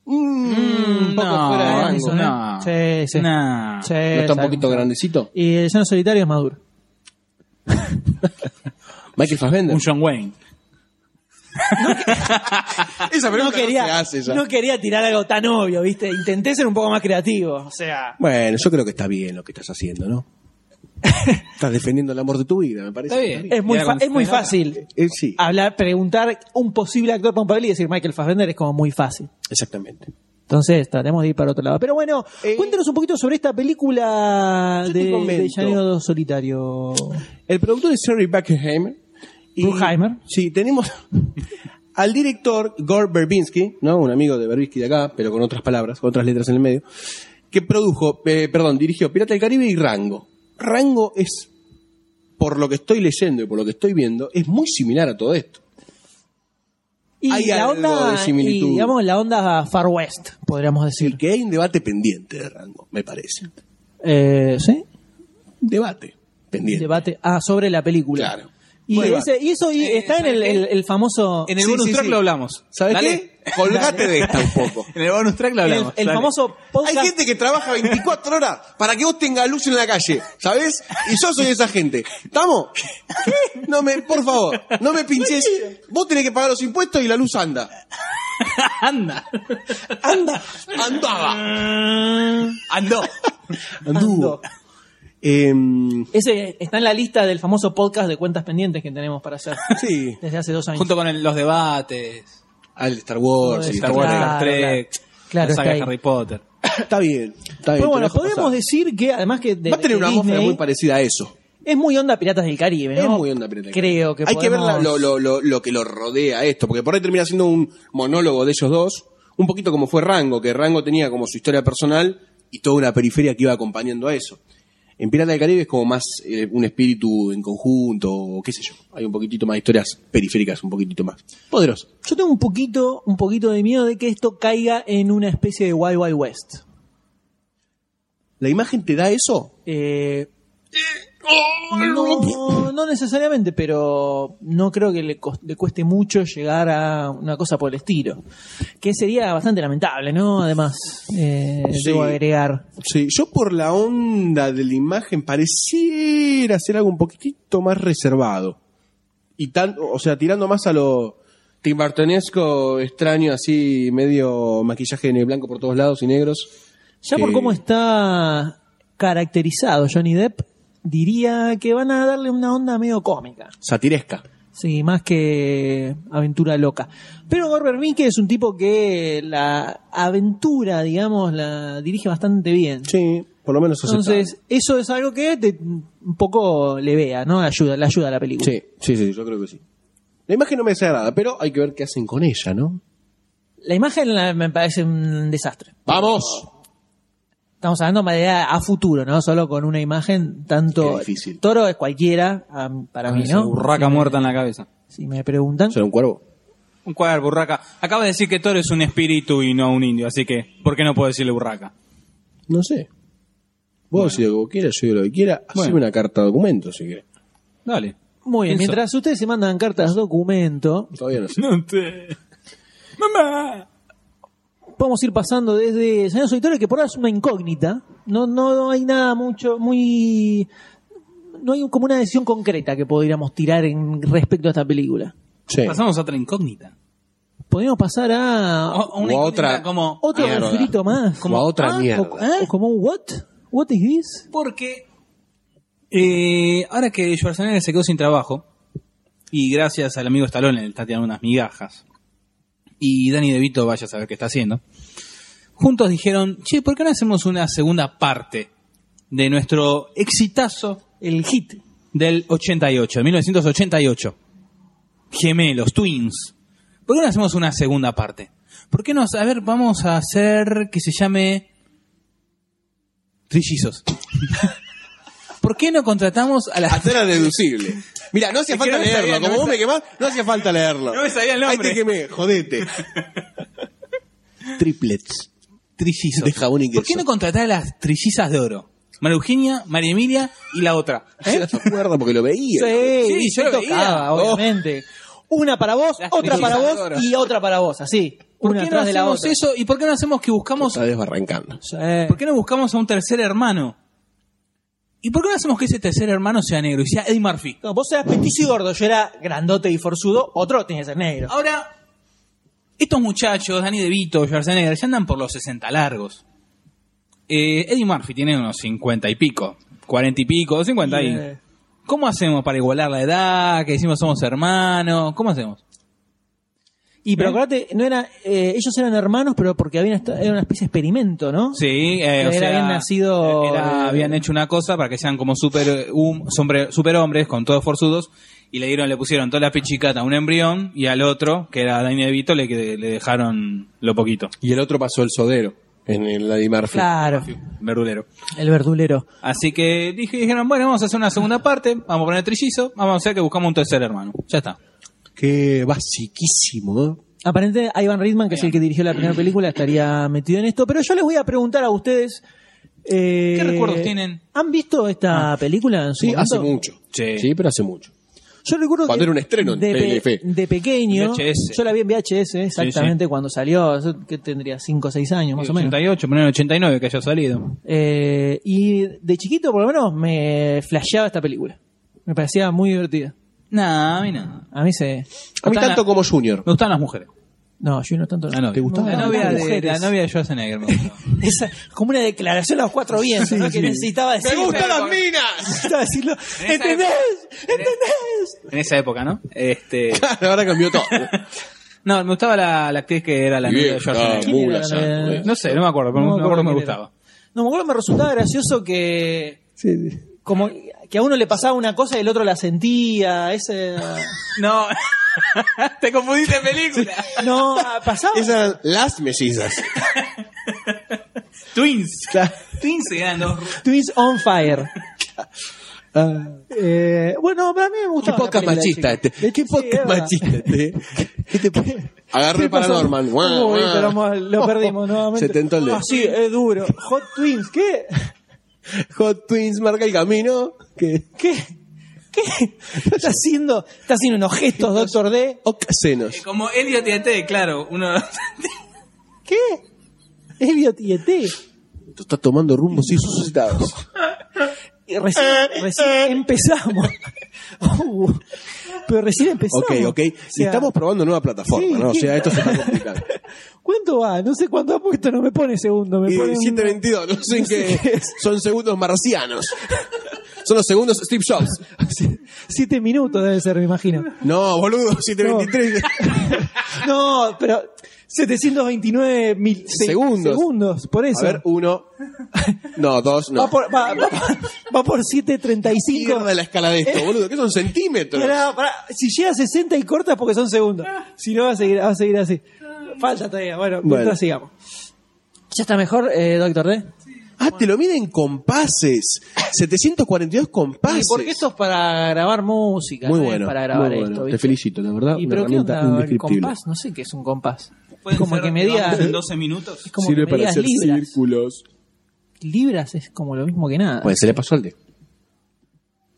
S2: Mm, un poco
S4: Ah, no,
S2: fuera de
S1: Liam
S2: rango.
S1: Neeson, ¿eh?
S4: no.
S1: Sí, sí.
S4: No.
S1: Sí,
S2: ¿No está un
S1: sabe.
S2: poquito grandecito?
S1: Y el Llano Solitario es Maduro.
S2: Michael Fassbender.
S4: Un John Wayne.
S2: Esa
S1: No
S2: pregunta
S1: quería,
S2: se hace ya.
S1: no quería tirar algo tan obvio, ¿viste? Intenté ser un poco más creativo. O sea,
S2: Bueno, yo creo que está bien lo que estás haciendo, ¿no? estás defendiendo el amor de tu vida, me parece.
S4: Está Ah. bien.
S1: es muy,
S4: Mira,
S1: fa-
S4: cuando
S1: es muy
S4: se nota.
S1: fácil
S2: Eh, sí,
S1: hablar, preguntar un posible actor para un papel y decir Michael Fassbender es como muy fácil.
S2: exactamente.
S1: Entonces, tratemos de ir para otro lado. Pero bueno,
S2: Eh,
S1: cuéntanos un poquito sobre esta película
S2: yo te
S1: de, de
S2: comento.
S1: Llanero Solitario.
S2: El productor es Jerry Bruckheimer. y-
S1: Bruckheimer.
S2: Sí, tenemos al director Gore Verbinski, ¿no? Un amigo de Verbinski de acá, pero con otras palabras, con otras letras en el medio, que produjo, eh, perdón, dirigió Pirata del Caribe y Rango. Rango es, por lo que estoy leyendo y por lo que estoy viendo, es muy similar a todo esto.
S1: Y
S2: Hay
S1: la
S2: algo
S1: onda,
S2: de similitud.
S1: y, digamos, la onda Far West, podríamos decir.
S2: Y que hay un debate pendiente de Rango, me parece.
S1: Eh, ¿Sí?
S2: Debate pendiente.
S1: Debate. Ah, sobre la película.
S2: Claro.
S1: Y,
S2: Bueno,
S1: ese- y eso y
S4: Eh,
S1: está en
S4: ¿sabes
S1: el,
S4: qué?
S1: el- el famoso.
S4: En el
S2: Sí,
S4: bonus
S2: sí,
S4: track
S2: sí.
S4: lo hablamos.
S2: ¿Sabes
S4: Dale.
S2: qué? Colgate de esta un poco.
S4: En el bonus track lo
S1: el-
S4: hablamos.
S1: el
S4: dale.
S1: famoso podcast.
S2: Hay gente que trabaja 24 horas para que vos tengas luz en la calle, ¿sabes? Y yo soy esa gente. ¿Estamos? No me, por favor, no me pinches. Vos tenés que pagar los impuestos y la luz anda.
S4: Anda.
S2: Anda. Andaba.
S1: Ah.
S4: Andó.
S1: Ando.
S2: Anduvo. Em,
S1: Ese está en la lista del famoso podcast de cuentas pendientes que tenemos para hacer.
S2: sí.
S1: Desde hace dos años.
S4: Junto con el- los debates.
S2: Al Star Wars.
S1: Sí,
S2: y
S4: Star
S2: todo
S4: Wars,
S1: claro,
S4: Star Trek.
S1: claro. Claro,
S4: la saga
S1: está ahí.
S4: de Harry Potter.
S2: eso. Está bien. Está bien.
S1: Pero bueno,
S2: te lo dejo
S1: podríamos
S2: pasar.
S1: decir que además que de,
S2: Va a tener
S1: de
S2: una atmósfera
S1: Disney,
S2: muy parecida a eso.
S1: es muy onda Piratas del Caribe, ¿no?
S2: Es muy onda Pirata del
S1: Creo que
S2: Caribe. Hay que ver la-
S1: podemos-
S2: lo, lo- lo- lo que lo rodea a esto, porque por ahí termina siendo un monólogo de ellos dos, un poquito como fue Rango, que Rango tenía como su historia personal y toda una periferia que iba acompañando a eso. En Pirata del Caribe es como más eh, un espíritu en conjunto, o qué sé yo. Hay un poquitito más de historias periféricas, un poquitito más. Poderoso.
S1: Yo tengo un poquito, un poquito de miedo de que esto caiga en una especie de Wild Wild West.
S2: ¿La imagen te da eso?
S1: Eh, no, no necesariamente, pero no creo que le, cos- le cueste mucho llegar a una cosa por el estilo. Que sería bastante lamentable, ¿no? Además, eh,
S2: Sí.
S1: debo agregar.
S2: Sí, yo por la onda de la imagen pareciera ser algo un poquitito más reservado. Y tan, o sea, tirando más a lo timbartonesco, extraño, así, medio maquillaje en blanco por todos lados y negros.
S1: Ya por
S2: Eh,
S1: cómo está caracterizado Johnny Depp, diría que van a darle una onda medio cómica.
S2: Satiresca.
S1: Sí, más que aventura loca. Pero Gorber Minke es un tipo que la aventura, digamos, la dirige bastante bien.
S2: Sí, por lo menos aceptable.
S1: Entonces, eso es algo que te- un poco le vea, ¿no? Ayuda, le ayuda a la película.
S2: Sí, sí, sí, yo creo que sí. La imagen no me desagrada, pero hay que ver qué hacen con ella, ¿no?
S1: La imagen la- me parece un desastre.
S2: ¡Vamos!
S1: Estamos hablando de manera a futuro, ¿no? Solo con una imagen tanto...
S2: Qué difícil.
S1: Toro es cualquiera, a- para mí,
S4: Esa
S1: ¿no?
S4: Burraca muerta en la cabeza.
S1: Si me preguntan.
S2: ¿Será un cuervo?
S4: Un cuadro, burraca. Acaba de decir que Toro es un espíritu y no un indio, así que, ¿por qué no puedo decirle burraca?
S2: No sé. Vos decís lo que quieras, yo digo lo que quiera. Haceme
S4: Bueno.
S2: una carta de documento, si querés.
S4: Dale.
S1: Muy bien,
S4: Pienso.
S1: mientras ustedes se mandan cartas documento,
S2: Todavía no sé.
S4: No te... ¡Mamá!
S1: podemos ir pasando desde Señor Solitario, que por ahora es una incógnita. No, no hay nada mucho, muy un- no hay un- como una decisión concreta que podríamos tirar en respecto a esta película.
S2: Sí.
S4: Pasamos a otra incógnita.
S1: Podríamos pasar a
S4: O- una
S2: O a
S4: incógnita
S2: otra-
S4: como
S1: otro
S2: mierda.
S1: refrito más.
S2: Como a otra
S1: ah,
S2: mierda.
S1: o- ¿eh? O como un what? What is this?
S4: Porque eh, ahora que Schwarzenegger se quedó sin trabajo, y gracias al amigo Stallone le está tirando unas migajas, y Danny DeVito vaya a saber qué está haciendo, juntos dijeron, che, ¿por qué no hacemos una segunda parte de nuestro exitazo, el hit del 88, de 1988? Gemelos, Twins. ¿Por qué no hacemos una segunda parte? ¿Por qué no? A ver, vamos a hacer que se llame... Trillizos. ¿Por qué no contratamos a las...
S2: Hasta era deducible. Mira, no hacía
S4: Es que
S2: falta
S4: no me
S2: leerlo.
S4: sabía, no
S2: Como
S4: me
S2: vos me quemás, no hacía falta leerlo.
S4: No me sabía el nombre.
S2: Ahí te quemé, jodete. Triplets.
S4: Trillizos.
S2: De jabón y
S4: ¿Por
S2: queso.
S4: qué no contratar a las trillizas de oro? María Eugenia, María Emilia y la otra.
S2: Yo no me acuerdo porque lo veía.
S4: Sí,
S1: se
S4: yo lo
S1: tocaba,
S4: veía. Oh.
S1: obviamente. Una para vos,
S4: Las
S1: otra para
S4: triquisadoras.
S1: vos y otra para vos, así.
S4: ¿Por
S1: Una
S4: qué no
S1: atrás de la
S4: hacemos
S1: otra.
S4: eso? ¿Y por qué no hacemos que buscamos...
S2: Está desbarrancando.
S1: Sí.
S4: ¿Por qué no buscamos a un tercer hermano? ¿Y por qué no hacemos que ese tercer hermano sea negro y sea Eddie Murphy?
S1: No, vos eras petizo y gordo, yo era grandote y forzudo, otro tiene que ser negro.
S4: Ahora, estos muchachos, Danny DeVito, Schwarzenegger, ya andan por los 60 largos. Eh, Eddie Murphy tiene unos 50 y pico, 40 y pico, 50 y...
S1: Eh,
S4: ¿Cómo hacemos para igualar la edad? Que decimos somos hermanos. ¿Cómo hacemos?
S1: Y pero
S4: ¿Eh?
S1: acordate, no era, eh, ellos eran hermanos, pero porque habían esta- era una especie de experimento, ¿no?
S4: Sí, eh, o
S1: Era-
S4: sea,
S1: habían nacido-
S4: era- habían hecho una cosa para que sean como super, eh, hum- sombre- superhombres con todos forzudos y le dieron, le pusieron toda la pichicata a un embrión y al otro, que era Danny DeVito, le, que- le dejaron lo poquito.
S2: Y el otro pasó el sodero en el Eddie Murphy.
S1: Claro,
S4: Verdulero.
S1: el verdulero.
S4: Así que dije, dijeron, bueno, vamos a hacer una segunda parte, vamos a poner trillizo, vamos a hacer que buscamos un tercer hermano. Ya está.
S2: Qué basiquísimo. ¿eh?
S1: Aparente, Ivan Reitman, que es el que dirigió la primera película, estaría metido en esto. Pero yo les voy a preguntar a ustedes. eh,
S4: ¿Qué recuerdos tienen? Ah.
S1: ¿Han visto esta película en su
S2: Sí, hace
S1: momento?
S2: mucho.
S4: Sí.
S2: pero hace mucho.
S1: Yo recuerdo
S2: Cuando
S1: que
S2: era un estreno en
S1: de, pe-
S2: TLF.
S1: de pequeño,
S4: VHS.
S1: yo la vi en VHS, exactamente cuando salió, yo que tendría 5 o 6 años más o menos.
S4: 88, poner 89 que haya salido.
S1: Eh, y de chiquito, por lo menos, me flasheaba esta película. Me parecía muy divertida.
S4: Nah, a mí nada.
S1: A mí se.
S2: A mí
S4: Está
S2: tanto
S4: la-
S2: como Junior.
S4: Me gustan las mujeres.
S1: No, yo no tanto. no.
S4: La novia.
S2: ¿Te gustaba?
S4: La novia,
S1: Las
S4: de,
S1: mujeres.
S4: la novia de Schwarzenegger me gustaba.
S1: Esa- como una declaración a los cuatro vientos, ¿no? Que necesitaba decirlo.
S2: minas!
S1: Necesitaba decirlo.
S4: En esa
S1: ¿Entendés?
S4: época- en e-
S1: ¿Entendés?
S4: En esa época, ¿no? Este,
S2: Claro, ahora cambió todo.
S4: no, me gustaba la, la actriz que era la novia
S2: Bien,
S4: de Schwarzenegger.
S1: ¿Quién
S2: mula,
S1: era
S2: ya,
S1: la-
S2: no es.
S4: No sé, no me acuerdo, pero
S1: No
S4: me, acuerdo que me
S1: quién era.
S4: gustaba.
S1: No, me acuerdo que me resultaba gracioso que. Como que a uno le pasaba una cosa y el otro la sentía. Ese.
S4: No, te confundiste en película.
S1: No, pasaba.
S2: Esas eran las mellizas.
S4: Twins.
S2: Claro.
S4: Twins eran dos.
S1: Twins on fire.
S2: Ah.
S1: Eh, bueno, pero a mí me
S2: Qué
S1: gustaba. la
S2: podcast
S1: película de
S2: machista
S1: chico.
S2: este. Qué
S1: Sí, es
S2: podcast
S1: verdad.
S2: machista este. Este- Agarré
S1: ¿Qué pasó?
S2: Paranorman. Guau,
S1: Uy,
S2: guau.
S1: pero mo- lo perdimos nuevamente.
S2: Se tentó el dedo.
S1: Ah, sí, es duro. Hot Twins, ¿qué?
S2: Hot Twins marca el camino. Que...
S1: ¿Qué? ¿Qué? Está haciendo, está haciendo unos gestos, Doctor D.
S2: Ocasenos.
S4: Como Elliot y ET, claro. Uno,
S1: ¿Qué? Es E Biotieté.
S2: Esto está tomando rumbos insuscitados.
S1: Y Recién,
S2: Eh,
S1: recién empezamos. Uh, pero recién empezamos.
S2: Ok, ok.
S1: O
S2: Y
S1: sea,
S2: estamos probando nueva plataforma,
S1: Sí,
S2: ¿no? O
S1: ¿qué?
S2: sea, esto se está complicando.
S1: ¿Cuánto va? No sé cuánto ha puesto, no me pone segundo. Me
S2: Y
S1: pone un-
S2: 722, no sé en qué. Son segundos marcianos. Son los segundos Steve Jobs.
S1: Siete minutos debe ser, me imagino.
S2: No, boludo, 723.
S1: No, pero 729 mil se-
S2: Segundos.
S1: segundos, por eso.
S2: A ver, uno. No, dos, no.
S1: Va por, va, va por- va por
S2: Mierda
S1: 735.
S2: la escala de esto, boludo. ¿Qué son centímetros?
S1: Pará, pará. Si llega a 60 y cortas porque son segundos. Si no, va a seguir, va a seguir así. Falta todavía. Bueno,
S2: Bueno.
S1: mientras sigamos. ¿Ya está mejor, eh, Doctor D?
S2: Ah, te lo miden con pases. 742
S1: Sí,
S2: compases.
S1: porque esto es para grabar música.
S2: muy
S1: no es
S2: bueno.
S1: para grabar
S2: muy bueno.
S1: esto.
S2: Te
S1: ¿viste?
S2: felicito, la verdad.
S1: ¿Y
S2: una
S1: pero qué
S2: herramienta
S1: onda el
S2: indescriptible.
S1: compás? No sé qué es un compás.
S4: pueden
S1: Como
S4: ser
S1: que
S4: activados
S1: medía,
S4: en 12 minutos.
S1: es como
S2: Sirve
S1: que
S2: para
S1: medía
S2: hacer
S1: libras.
S2: círculos.
S1: Libras es como lo mismo que nada.
S2: Bueno, Pues se le pasó al de.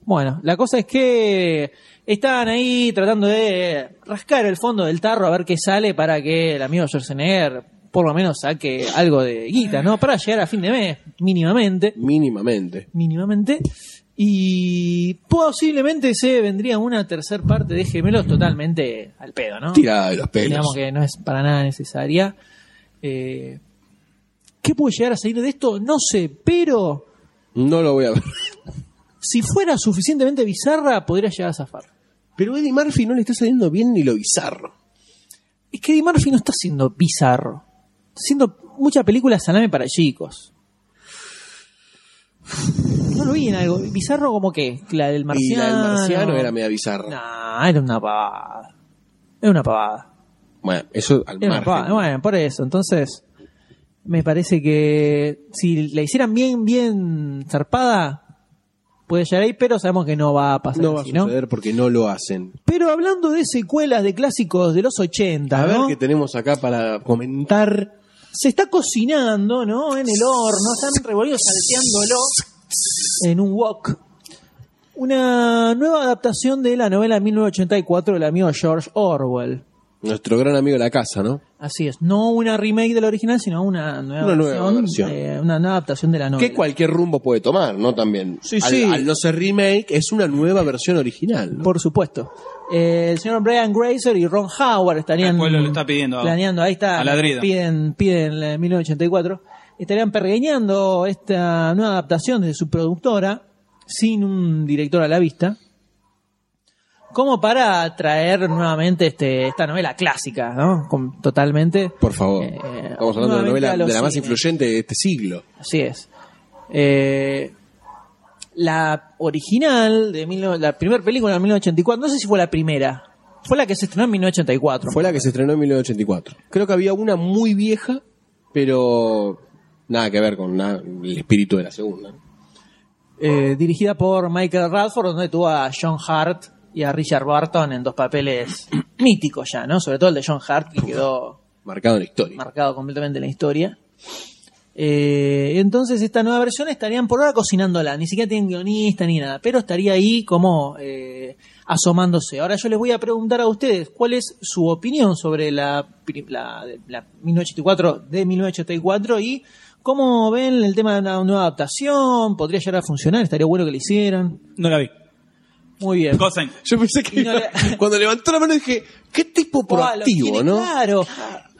S1: Bueno, la cosa es que estaban ahí tratando de rascar el fondo del tarro a ver qué sale para que el amigo Schwarzenegger por lo menos saque algo de guita, ¿no? Para llegar a fin de mes, mínimamente.
S2: Mínimamente.
S1: Mínimamente. Y posiblemente se vendría una tercer parte de Gemelos totalmente al pedo, ¿no?
S2: Tirada de los pelos.
S1: Digamos que no es para nada necesaria. Eh, ¿Qué puede llegar a salir de esto? No sé, pero
S2: No lo voy a ver.
S1: si fuera suficientemente bizarra, podría llegar a zafar.
S2: Pero Eddie Murphy no le está saliendo bien ni lo bizarro.
S1: Es que Eddie Murphy no está siendo bizarro. Está haciendo mucha película salame para chicos. No lo vi en algo. Bizarro como que la del marciano.
S2: Y la del marciano era media bizarra.
S1: Nah, era una pavada. Era una pavada.
S2: Bueno, eso al
S1: Era una
S2: margen.
S1: pavada. Bueno, por eso. Entonces, me parece que si la hicieran bien, bien zarpada, puede llegar ahí, pero sabemos que no va a pasar
S2: no va a
S1: así,
S2: suceder porque no lo hacen.
S1: Pero hablando de secuelas de clásicos de los 80,
S2: A ver
S1: ¿no?
S2: qué tenemos acá para comentar.
S1: se está cocinando, ¿no? En el horno, están revolvidos salteándolo en un wok. Una nueva adaptación de la novela 1984 del amigo George Orwell.
S2: Nuestro gran amigo de la casa, ¿no?
S1: Así es, no una remake del original, sino una nueva
S2: Una nueva
S1: versión,
S2: versión.
S1: eh, una nueva adaptación de la novela.
S2: Que cualquier rumbo puede tomar, ¿no? También.
S1: eh. Sí,
S2: al,
S1: sí.
S2: al no ser remake, es una nueva versión original. ¿no?
S1: Por supuesto. Eh, el señor Brian Grazer y Ron Howard estarían
S4: El pueblo lo está pidiendo ahora.
S1: planeando, ahí está,
S4: A ladrido.
S1: piden, piden la de 1984, estarían pergeñando esta nueva adaptación de su productora, sin un director a la vista, como para traer nuevamente este, esta novela clásica, ¿no? Con- totalmente.
S2: Por favor.
S1: Eh,
S2: Estamos hablando de una
S1: nuevamente
S2: novela
S1: a
S2: de la
S1: los
S2: más
S1: cines.
S2: influyente de este siglo.
S1: Así es. Eh, la original, de mil no- la primera película de 1984, no sé si fue la primera. Fue la que se estrenó en 1984.
S2: Fue la que se estrenó en 1984. Creo que había una muy vieja, pero nada que ver con nada- el espíritu de la segunda. ¿no?
S1: Eh, dirigida por Michael Radford, donde tuvo a John Hart y a Richard Barton en dos papeles míticos ya, ¿no? Sobre todo el de John Hart, que quedó
S2: Marcado en la historia.
S1: marcado completamente en la historia. Eh, entonces esta nueva versión estarían por ahora cocinándola, ni siquiera tienen guionista ni nada, pero estaría ahí como eh, asomándose. Ahora yo les voy a preguntar a ustedes cuál es su opinión sobre la, pri- la, la 1984 de 1984 y cómo ven el tema de una nueva adaptación, podría llegar a funcionar, estaría bueno que la hicieran.
S4: No la vi.
S1: Muy bien.
S4: Cosen.
S2: Yo pensé que
S1: Y no
S2: iba-
S1: le-
S2: cuando levantó la mano dije, qué tipo proactivo,
S1: Ah, lo tiene
S2: ¿no?
S1: Claro.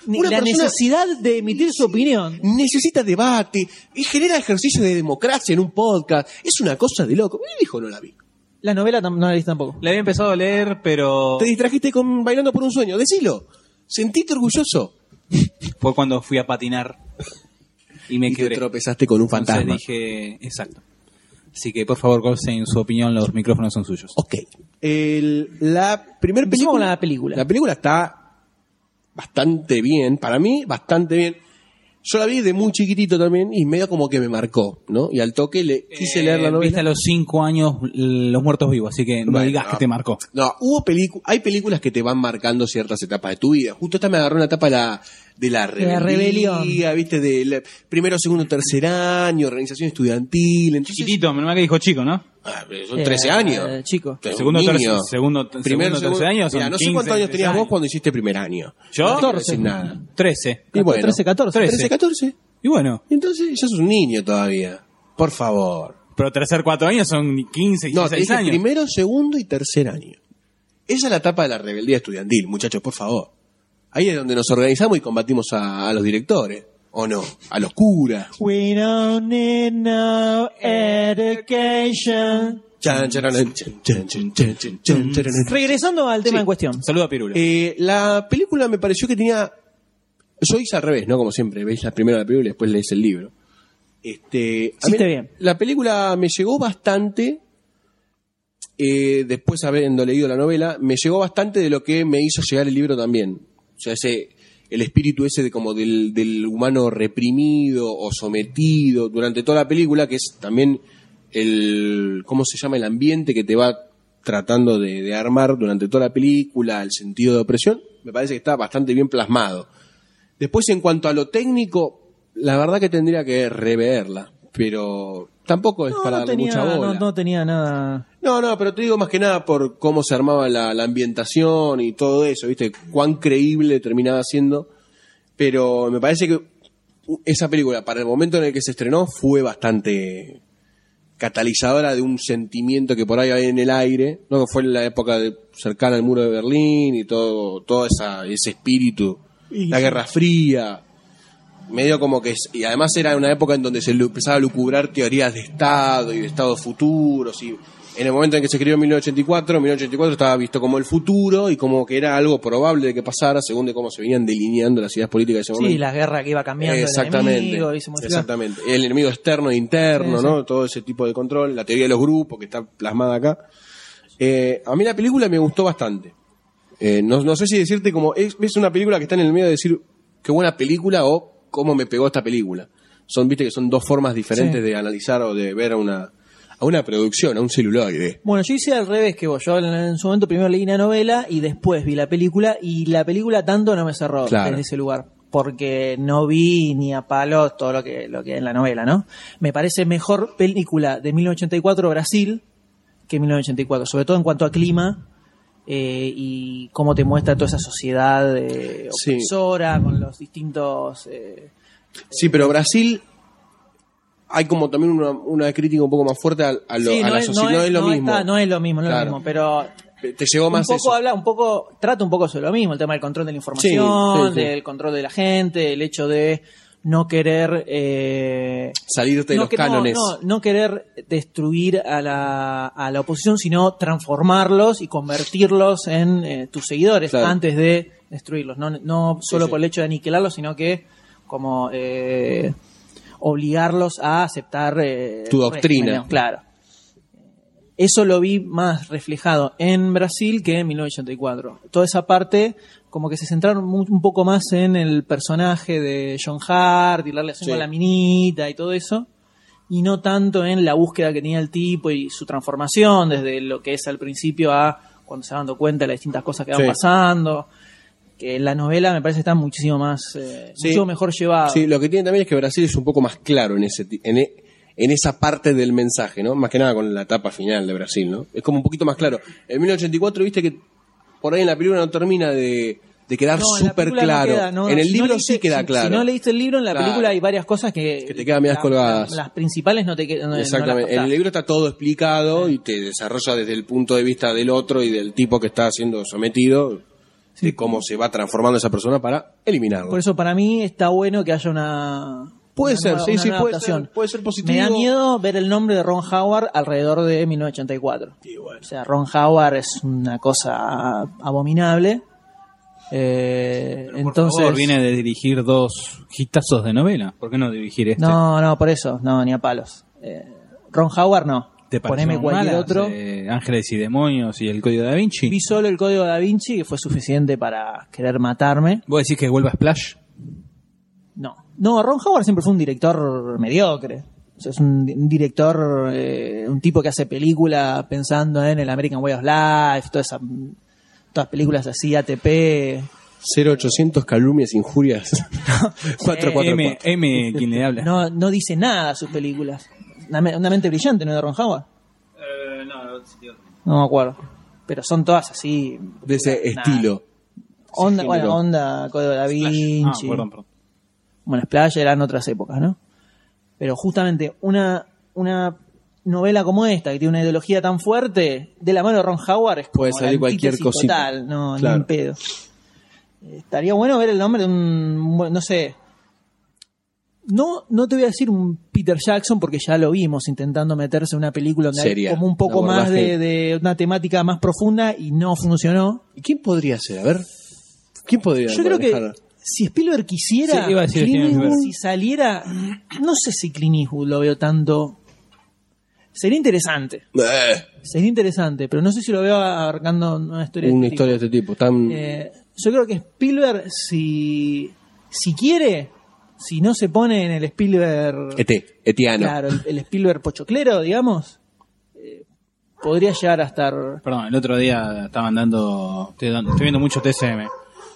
S1: Ni-
S2: Una
S1: la
S2: persona-
S1: necesidad de emitir su opinión.
S2: Necesita debate y genera ejercicio de democracia en un podcast. Es una cosa de loco. Y dijo, no la vi.
S1: La novela tam- no la vi tampoco.
S4: La había empezado a leer, pero
S2: Te distrajiste con bailando por un sueño. Decilo. Sentite orgulloso.
S4: fue cuando fui a patinar y me
S2: Y te
S4: quebré.
S2: tropezaste con un
S4: Entonces
S2: fantasma.
S4: dije, exacto. Así que por favor, Colsen, su opinión, los micrófonos son suyos.
S2: Ok. El- la primera
S1: Empecemos
S2: película.
S1: con la película.
S2: La película está bastante bien. Para mí, bastante bien. Yo la vi de muy chiquitito también y medio como que me marcó, ¿no? Y al toque le quise
S4: Eh,
S2: leer la novela.
S4: Viste a los cinco años l- Los Muertos Vivos, así que no
S2: Bueno,
S4: digas que te marcó.
S2: No, hubo pelicu- hay películas que te van marcando ciertas etapas de tu vida. Justo esta me agarró una etapa de la, de la
S1: la
S2: rebeldía,
S1: rebelión.
S2: ¿viste? Del primero, segundo, tercer año, organización estudiantil. Entonces,
S4: Chiquitito, menos mal que dijo chico, ¿no?
S2: Ah, pero son
S1: Eh,
S2: 13 años.
S1: eh, chico.
S2: Pero
S4: Segundo,
S2: un niño.
S4: tercer- segundo, t- segundo, tercer
S2: segundo-
S4: año son
S2: Mira, no sé
S4: 15,
S2: cuántos años
S4: 16
S2: tenías vos
S4: años.
S2: cuando hiciste primer año. No
S4: ¿Yo?
S2: te quiero
S1: 14.
S2: decir nada.
S4: Trece.
S2: Y bueno,
S1: 13, 14.
S2: 13, 14.
S4: Y bueno,
S2: Entonces ya sos un niño todavía. Por favor.
S4: pero tercer, cuatro años son ni 15,
S2: No, te
S4: 16
S2: dije
S4: años.
S2: primero, segundo y tercer año. Esa es la etapa de la rebeldía estudiantil, muchachos, por favor. Ahí es donde nos organizamos y combatimos a, a los directores. ¿O no? A los curas.
S1: We don't need no education.
S2: Chan, chararan, chan, chan, chan, chan, chan, chan, chararan.
S1: Regresando al tema en cuestión.
S4: Saluda a Pirulo.
S2: Eh, la película me pareció que tenía. Yo hice al revés, ¿no? Como siempre, veis la primera la película y después lees el libro. Este, a
S1: Hiciste bien.
S2: La película me llegó bastante. eh, después habiendo leído la novela, me llegó bastante de lo que me hizo llegar el libro también. O sea, ese, el espíritu ese de como del, del humano reprimido o sometido durante toda la película, que es también el, ¿cómo se llama? El ambiente que te va tratando de, de armar durante toda la película, el sentido de opresión, me parece que está bastante bien plasmado. Después, en cuanto a lo técnico, la verdad que tendría que reverla, pero tampoco es
S1: No,
S2: para
S1: no
S2: darle
S1: tenía,
S2: mucha bola.
S1: no, no tenía nada.
S2: No, no, pero te digo más que nada por cómo se armaba la, la ambientación y todo eso, ¿viste? Cuán creíble terminaba siendo. Pero me parece que esa película, para el momento en el que se estrenó, fue bastante catalizadora de un sentimiento que por ahí hay en el aire, ¿no? que fue en la época de- cercana al muro de Berlín y todo, todo esa, ese espíritu,
S1: Y-
S2: la Guerra Fría, medio como que, es- y además era una época en donde se lu- empezaba a lucubrar teorías de Estado y de Estados futuros, y en el momento en que se escribió 1984, 1984 estaba visto como el futuro y como que era algo probable de que pasara según de cómo se venían delineando las ideas políticas de ese momento.
S1: Sí, la guerra que iba cambiando.
S2: Exactamente.
S1: El enemigo, y se modificaba.
S2: exactamente. El enemigo externo e interno,
S1: Sí,
S2: ¿no? Todo ese tipo de control, la teoría de los grupos que está plasmada acá. Eh, a mí la película me gustó bastante. Eh, no, no sé si decirte como es, es una película que está en el medio de decir qué buena película o cómo me pegó esta película. Son, viste que son dos formas diferentes
S1: Sí.
S2: de analizar o de ver a una, a una producción, a un celuloide.
S1: Bueno, yo hice al revés que vos. Yo en, en su momento primero leí la novela y después vi la película y la película tanto no me cerró
S2: Claro.
S1: desde ese lugar. Porque no vi ni a palos todo lo que, lo que hay en la novela, ¿no? Me parece mejor película de 1984 Brasil que 1984, sobre todo en cuanto a clima eh, y cómo te muestra toda esa sociedad eh,
S2: Sí.
S1: opresora con los distintos... eh,
S2: Sí, pero Brasil hay como también una, una crítica un poco más fuerte a, a lo-
S1: Sí,
S2: a la sociedad. No es lo
S1: no
S2: mismo.
S1: está- no es lo mismo, no es
S2: Claro.
S1: lo mismo, pero
S2: Te llegó
S1: un
S2: más
S1: poco
S2: eso.
S1: habla un poco trata un poco sobre lo mismo el tema del control de la
S2: Sí,
S1: información
S2: sí, sí.
S1: del control de la gente el hecho de no querer eh,
S2: salirte de
S1: no
S2: los
S1: que- no,
S2: cánones.
S1: no, no querer destruir a la, a la oposición sino transformarlos y convertirlos en eh, tus seguidores
S2: Claro.
S1: antes de destruirlos no, no solo
S2: sí.
S1: por el hecho de aniquilarlos sino que como eh, obligarlos a aceptar eh,
S2: Tu doctrina.
S1: régimen, claro eso lo vi más reflejado en Brasil que en 1984. Toda esa parte, como que se centraron mu- un poco más en el personaje de John Hart y la relación
S2: Sí.
S1: con la minita y todo eso, y no tanto en la búsqueda que tenía el tipo y su transformación desde lo que es al principio a cuando se va dando cuenta de las distintas cosas que van
S2: Sí.
S1: pasando. Que en la novela me parece que está muchísimo más, eh,
S2: Sí.
S1: mucho mejor llevado.
S2: Sí, lo que tiene también es que Brasil es un poco más claro en ese ti- en, e- en esa parte del mensaje, ¿no? Más que nada con la etapa final de Brasil, ¿no? Es como un poquito más claro. En 1984 viste que por ahí en la película no termina de, de quedar
S1: No, en la
S2: súper
S1: película no
S2: claro.
S1: queda, no.
S2: en el
S1: Si no
S2: libro
S1: leíste-
S2: sí queda
S1: si-
S2: claro.
S1: Si no leíste el libro, en la
S2: Claro.
S1: película hay varias cosas que.
S2: Que te quedan medias
S1: la-
S2: colgadas.
S1: la- las principales no te quedan. no- no las
S2: Exactamente. en
S1: captás.
S2: el libro está todo explicado y te desarrolla desde el punto de vista del otro y del tipo que está siendo sometido de cómo se va transformando esa persona para eliminarlo.
S1: Por eso, para mí, está bueno que haya una.
S2: Puede
S1: una
S2: ser,
S1: nueva-
S2: sí,
S1: una
S2: sí,
S1: nueva
S2: puede ser,
S1: adaptación.
S2: puede ser positivo.
S1: Me da miedo ver el nombre de Ron Howard alrededor de 1984. O sea, Ron Howard es una cosa abominable. Eh,
S4: Pero, por
S1: entonces.
S4: favor, viene de dirigir dos hitazos de novela. ¿Por qué no dirigir este?
S1: No, no, por eso, no, ni a palos. Eh, Ron Howard no.
S4: ¿Te pareció
S1: Poneme cualquier
S4: malas,
S1: otro.
S4: eh, Ángeles y Demonios y El Código da Vinci.
S1: Vi solo el código da Vinci, que fue suficiente para querer matarme.
S4: ¿Vos decís que vuelva Splash?
S1: No. No, Ron Howard siempre fue un director mediocre. O sea, es un, un director, eh, un tipo que hace películas pensando en el American Way of Life, toda esa- todas películas así, ATP.
S2: 0800 calumnias, injurias. 444.
S4: M, M quien le habla.
S1: Eh, No, no dice nada a sus películas. Una, me- una mente brillante, ¿no? De Ron Howard. Eh, No me acuerdo. Pero son todas así.
S2: de ese
S1: Nah.
S2: estilo.
S1: Onda,
S2: Sí,
S1: bueno,
S2: género.
S1: onda, Código da Vinci.
S4: Ah, perdón, perdón.
S1: bueno, Splash eran otras épocas, ¿no? Pero justamente una, una novela como esta, que tiene una ideología tan fuerte, de la mano de Ron Howard es como
S2: Puede
S1: la
S2: salir cualquier
S1: antítesis
S2: cosita.
S1: Total, no,
S2: Claro.
S1: ni un pedo. Eh, Estaría bueno ver el nombre de un, bueno, no sé. No, no te voy a decir un Peter Jackson porque ya lo vimos intentando meterse en una película donde
S2: Seria,
S1: hay como un poco
S2: un
S1: más
S2: abordaje.
S1: de, de una temática más profunda y no funcionó.
S2: ¿Y quién podría ser? A ver. ¿Quién podría
S1: Yo creo que
S2: manejar?
S1: si Spielberg quisiera,
S4: Sí, iba a decir
S1: Clint
S4: Steven
S1: Eastwood,
S4: Spielberg.
S1: si saliera, no sé si Clint Eastwood lo veo tanto. Sería interesante,
S2: Eh,
S1: sería interesante, pero no sé si lo veo abarcando una historia. de
S2: una
S1: este tipo.
S2: historia de este tipo. Tan...
S1: Eh, yo creo que Spielberg, si, si quiere, si no se pone en el Spielberg,
S2: Ete, E etiano.
S1: claro, el, el Spielberg pochoclero, digamos, eh, podría llegar a estar.
S4: Perdón, el otro día estaban dando. Estoy, dando- estoy viendo mucho TCM.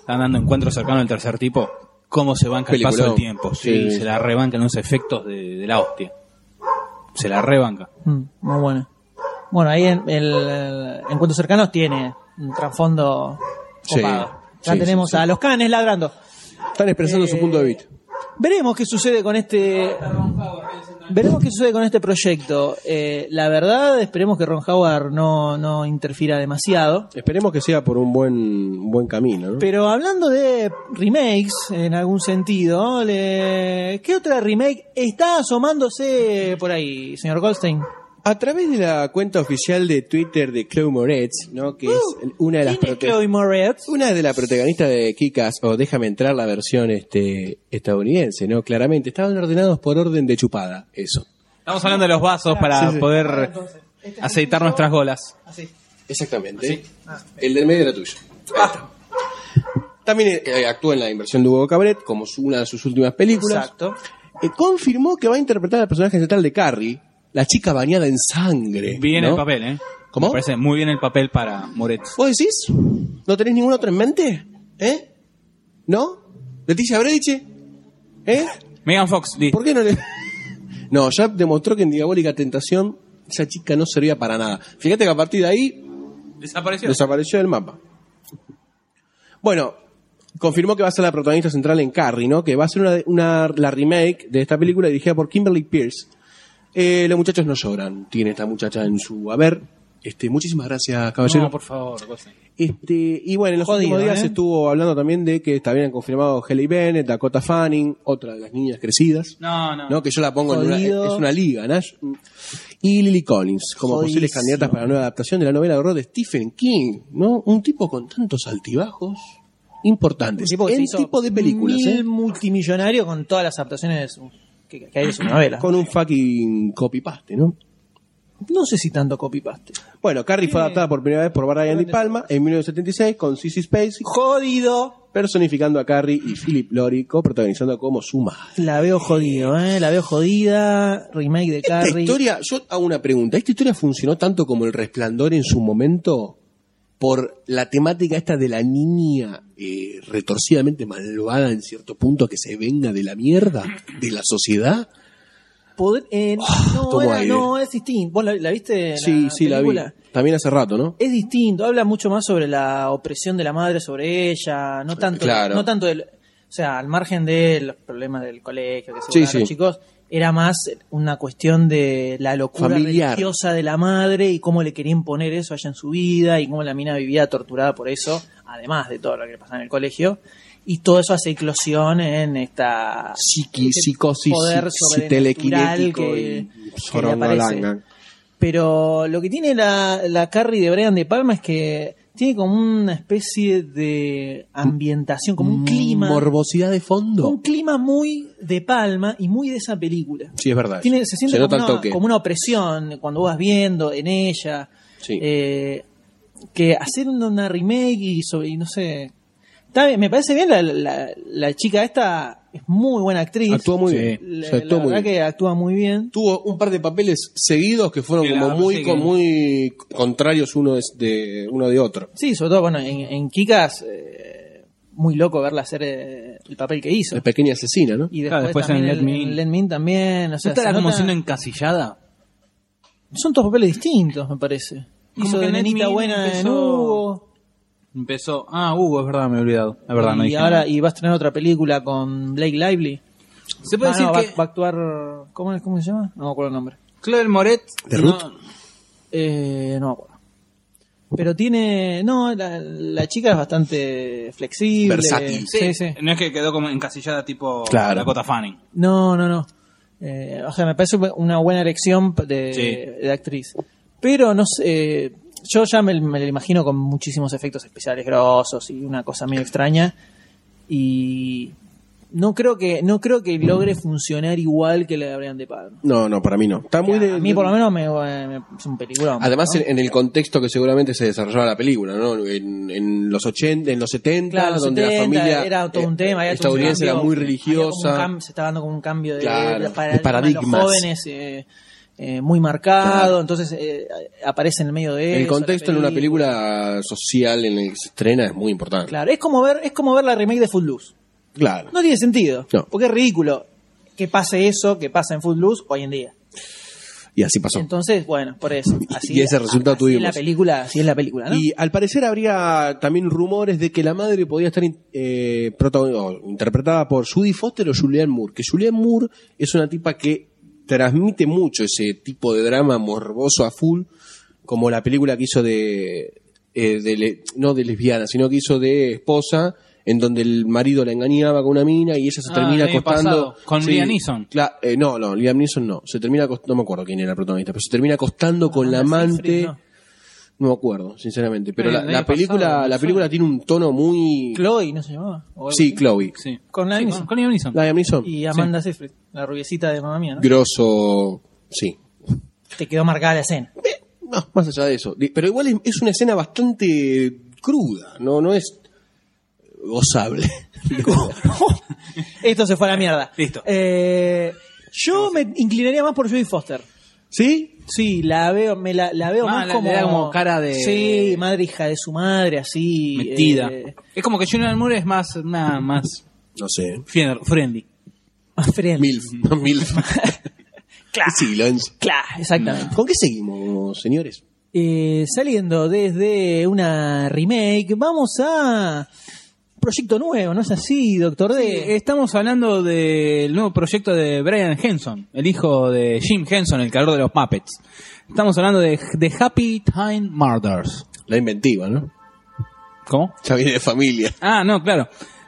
S4: Estaban dando encuentros cercanos al tercer tipo. ¿Cómo se banca el paso
S2: Peliculón.
S4: del tiempo?
S2: Sí.
S4: Sí, se la rebancan los efectos de, de la hostia. Se la rebanca.
S1: Mm, muy buena. Bueno, ahí en el, el Encuentros Cercanos tiene un trasfondo
S2: Sí,
S1: copado. Ya
S2: sí,
S1: tenemos
S2: sí, sí.
S1: a los canes ladrando.
S2: Eh, Están expresando su punto de vista.
S1: Veremos qué sucede con este. Veremos qué sucede con este proyecto. Eh, la verdad, esperemos que Ron Howard no, no interfiera demasiado.
S2: Esperemos que sea por un buen, un buen camino, ¿no?
S1: Pero hablando de remakes, en algún sentido, le- ¿qué otra remake está asomándose por ahí, señor Goldstein?
S2: A través de la cuenta oficial de Twitter de Chloe Moretz, ¿no? Que es una de las
S1: Uh, ¿Quién es
S2: prote-
S1: Chloe Moretz?
S2: Una de las protagonistas de Kikas, o déjame entrar la versión este estadounidense, ¿no? Claramente, estaban ordenados por orden de chupada, eso.
S4: Estamos hablando de los vasos para
S2: Sí, sí.
S4: poder aceitar nuestras golas. ¿Ah,
S2: Exactamente. El del medio era tuyo. Ahí está. También eh, actúa en la inversión de Hugo Cabret, como su- una de sus últimas películas.
S1: Exacto.
S2: Eh, confirmó que va a interpretar al personaje central de Carrie, la chica bañada en sangre.
S4: Bien
S2: ¿no?
S4: el papel, ¿eh?
S2: ¿Cómo?
S4: Me parece muy bien el papel para Moretz.
S2: ¿Vos decís? ¿No tenés ningún otro en mente? ¿Eh? ¿No? ¿Leticia Brediche? ¿Eh?
S4: Megan Fox, di.
S2: ¿Por qué no le.? No, ya demostró que en Diabólica Tentación esa chica no servía para nada. Fíjate que a partir de ahí
S4: desapareció.
S2: desapareció del mapa. Bueno, confirmó que va a ser la protagonista central en Carrie, ¿no? Que va a ser una, una- la remake de esta película dirigida por Kimberly Pierce. Eh, los muchachos no lloran, tiene esta muchacha en su haber. Este, muchísimas gracias, caballero.
S4: No, por favor, Goldstein.
S2: Este, y bueno, en los
S1: Jodido,
S2: últimos días
S1: ¿eh?
S2: se estuvo hablando también de que habían confirmado Haley Bennett, Dakota Fanning, otra de las niñas crecidas.
S4: No, no.
S2: ¿no? Que yo la pongo en una,
S1: Jodido.
S2: es una liga, ¿no? Y Lily Collins, como
S1: Jodidísimo.
S2: posibles candidatas para la nueva adaptación de la novela de horror de Stephen King, ¿no? Un tipo con tantos altibajos importantes.
S1: que se
S2: en
S1: hizo
S2: tipo de películas,
S1: Mil
S2: ¿eh?
S1: multimillonario con todas las adaptaciones que, que hay de su novela.
S2: Con un fucking copypaste, ¿no?
S1: No sé si tanto copypaste.
S2: Bueno, Carrie fue adaptada por primera vez por Brian De Palma en 1976 con Sissy Spacek,
S1: Jodido.
S2: personificando a Carrie y Philip Lorico, protagonizando como su madre.
S1: La veo jodido, ¿eh? La veo jodida. Remake de
S2: Esta
S1: Carrie.
S2: historia, yo hago una pregunta. ¿Esta historia funcionó tanto como El Resplandor en su momento por la temática esta de la niña eh, retorcidamente malvada en cierto punto que se venga de la mierda de la sociedad?
S1: Pod- eh, no,
S2: tomo
S1: era-
S2: aire.
S1: no, es distinto. ¿Vos la, la viste?
S2: sí, sí,
S1: película?
S2: la vi. También hace rato, ¿no?
S1: Es distinto. Habla mucho más sobre la opresión de la madre sobre ella. No tanto,
S2: Claro.
S1: no tanto del. O sea, al margen de los problemas del colegio, que se
S2: Sí,
S1: burlan los
S2: sí.
S1: chicos, era más una cuestión de la locura
S2: Familiar.
S1: religiosa de la madre y cómo le quería imponer eso allá en su vida y cómo la mina vivía torturada por eso, además de todo lo que le pasaba en el colegio. Y todo eso hace eclosión en esta
S2: Psiqui,
S1: este
S2: psicosis,
S1: poder
S2: si- si-
S1: sobrenatural
S2: telequinético
S1: que,
S2: y
S1: que le aparece.
S2: zorongalanga.
S1: Pero lo que tiene la, la Carrie de Brian De Palma es que tiene como una especie de ambientación, como
S2: Mm,
S1: un clima.
S2: Morbosidad de
S1: Un
S2: fondo.
S1: clima muy de Palma y muy de esa película.
S2: Sí, es verdad.
S1: Tiene- se siente
S2: nota
S1: como
S2: el
S1: una,
S2: toque.
S1: como una opresión cuando vas viendo en ella.
S2: Sí.
S1: Eh, que hacer una remake y, sobre- y no sé. Está bien, me parece bien, la, la- la chica esta es muy buena actriz.
S2: Actuó muy
S4: Sí.
S2: bien.
S1: La-
S2: Se actuó
S1: la
S2: muy
S1: verdad
S2: bien.
S1: que actúa muy bien.
S2: tuvo un par de papeles seguidos que fueron
S4: Que la
S2: como muy,
S4: persiguen.
S2: con- muy contrarios uno es de uno de otro.
S1: Sí, sobre todo, bueno, en, en Kikas, eh, muy loco verla hacer eh, el papel que hizo.
S2: La pequeña asesina, ¿no?
S1: Y después,
S4: Claro, después
S1: también
S4: en Let
S1: el-
S4: Me
S1: en
S4: In.
S1: Let Me In también. O sea,
S4: ¿Esta
S1: se
S4: era como
S1: nota-
S4: siendo encasillada?
S1: Son todos papeles distintos, me parece.
S4: Como
S1: hizo
S4: que
S1: de
S4: Let Me
S1: nenita
S4: In
S1: buena en
S4: empezó-
S1: Hugo.
S4: Empezó. Ah, Hugo, es verdad, me he olvidado. Es verdad,
S1: y
S4: no dije
S1: ahora
S4: nada.
S1: y va a estrenar otra película con Blake Lively.
S4: Se puede
S1: Ah,
S4: decir
S1: no, va,
S4: que
S1: va a actuar. ¿cómo, es- ¿Cómo se llama? No me acuerdo el nombre.
S4: Chloe Moret.
S2: ¿De
S4: no-
S2: Ruth?
S1: Eh, no me acuerdo. Pero tiene. No, la, la chica es bastante flexible.
S2: Versátil.
S1: Sí, sí.
S4: No es que quedó como encasillada tipo
S2: Claro.
S4: Dakota Fanning.
S1: No, no, no. Eh, o sea, me parece una buena elección de,
S4: Sí.
S1: de actriz. Pero no sé. eh, yo ya me, me la imagino con muchísimos efectos especiales grosos y una cosa medio extraña. Y no creo que no creo que logre funcionar igual que la de Brian De Palma.
S2: No, no, para mí no. Está muy de,
S1: a mí por lo menos me, eh, me- es un peliculón.
S2: Además,
S1: ¿no?
S2: en, en el contexto que seguramente se desarrollaba la película, ¿no? En, en los 80, en los 70,
S1: Claro, los
S2: donde
S1: 70,
S2: la familia
S1: era todo un
S2: eh,
S1: tema, había todo un
S2: estadounidense era
S1: cambio,
S2: muy
S1: había como un
S2: religiosa.
S1: cam- se estaba dando como un cambio de,
S2: Claro,
S1: de
S2: de paradigmas.
S1: de los jóvenes eh, eh, muy marcado,
S2: Claro.
S1: entonces eh, aparece en el medio de
S2: el
S1: eso, la
S2: contexto en una película social en el que se estrena es muy importante.
S1: Claro, es como ver es como ver la remake de Footloose.
S2: Claro.
S1: No tiene sentido,
S2: No.
S1: porque es ridículo que pase eso que pasa en Footloose hoy en día.
S2: Y así pasó.
S1: Entonces, bueno, por eso. Así,
S2: y ese resultado
S1: así es
S2: tuvimos.
S1: la película, así es la película, ¿no?
S2: Y al parecer habría también rumores de que la madre podía estar in- eh, protagon- o interpretada por Judy Foster o Julianne Moore. Que Julianne Moore es una tipa que transmite mucho ese tipo de drama morboso a full, como la película que hizo de, eh, de le- no de lesbiana, sino que hizo de esposa, en donde el marido la engañaba con una mina y ella se
S4: Ah,
S2: termina
S4: el año
S2: acostando.
S4: pasado, con Liam Neeson.
S2: Cla- eh, no, no, Liam Neeson no. Se termina acost- no me acuerdo quién era el protagonista, pero se termina acostando
S4: Ah,
S2: con la
S1: Amanda
S2: amante.
S1: Seyfried,
S2: no.
S1: no.
S2: me acuerdo, sinceramente. Pero
S4: Eh,
S2: la,
S4: el
S2: la
S4: año pasado,
S2: película,
S4: no
S2: la
S4: sé.
S2: película tiene un tono muy.
S1: Chloe, ¿no se llamaba? O algo
S2: sí,
S1: así.
S2: Chloe.
S4: Sí.
S1: Con Liam
S4: Sí,
S1: Neeson.
S4: Con Liam Neeson.
S2: Liam Neeson.
S1: Y Amanda Seyfried, la rubiecita de mamá mía, ¿no?
S2: Grosso. Sí.
S1: Te quedó marcada la escena.
S2: Eh, No, más allá de eso. Di- Pero igual es, es una escena bastante cruda, no, no es gozable.
S1: Esto se fue a la mierda.
S4: Listo.
S1: Eh, yo me inclinaría más por Jodie Foster.
S2: ¿Sí?
S1: Sí, la veo, me la, la veo
S4: Ah,
S1: más
S4: le- le
S1: como...
S4: da como cara de-
S1: Sí, madre hija de su madre, así...
S4: Metida.
S1: eh,
S4: Es como que Junior Moore es más, nada más
S2: No sé.
S4: fien- friendly.
S1: más friendly.
S2: Milf. Milf.
S1: Claro.
S2: Sí, Lorenzo.
S1: Claro, exactamente.
S2: ¿Con qué seguimos, señores?
S1: Eh, saliendo desde una remake, vamos a un proyecto nuevo, ¿no es así, Doctor D?
S4: Eh, Estamos hablando del nuevo proyecto de Brian Henson, el hijo de Jim Henson, el calor de los Muppets. Estamos hablando de, de Happy Time Murders.
S2: La inventiva, ¿no?
S4: ¿Cómo?
S2: Ya viene de familia.
S4: Ah, no, claro.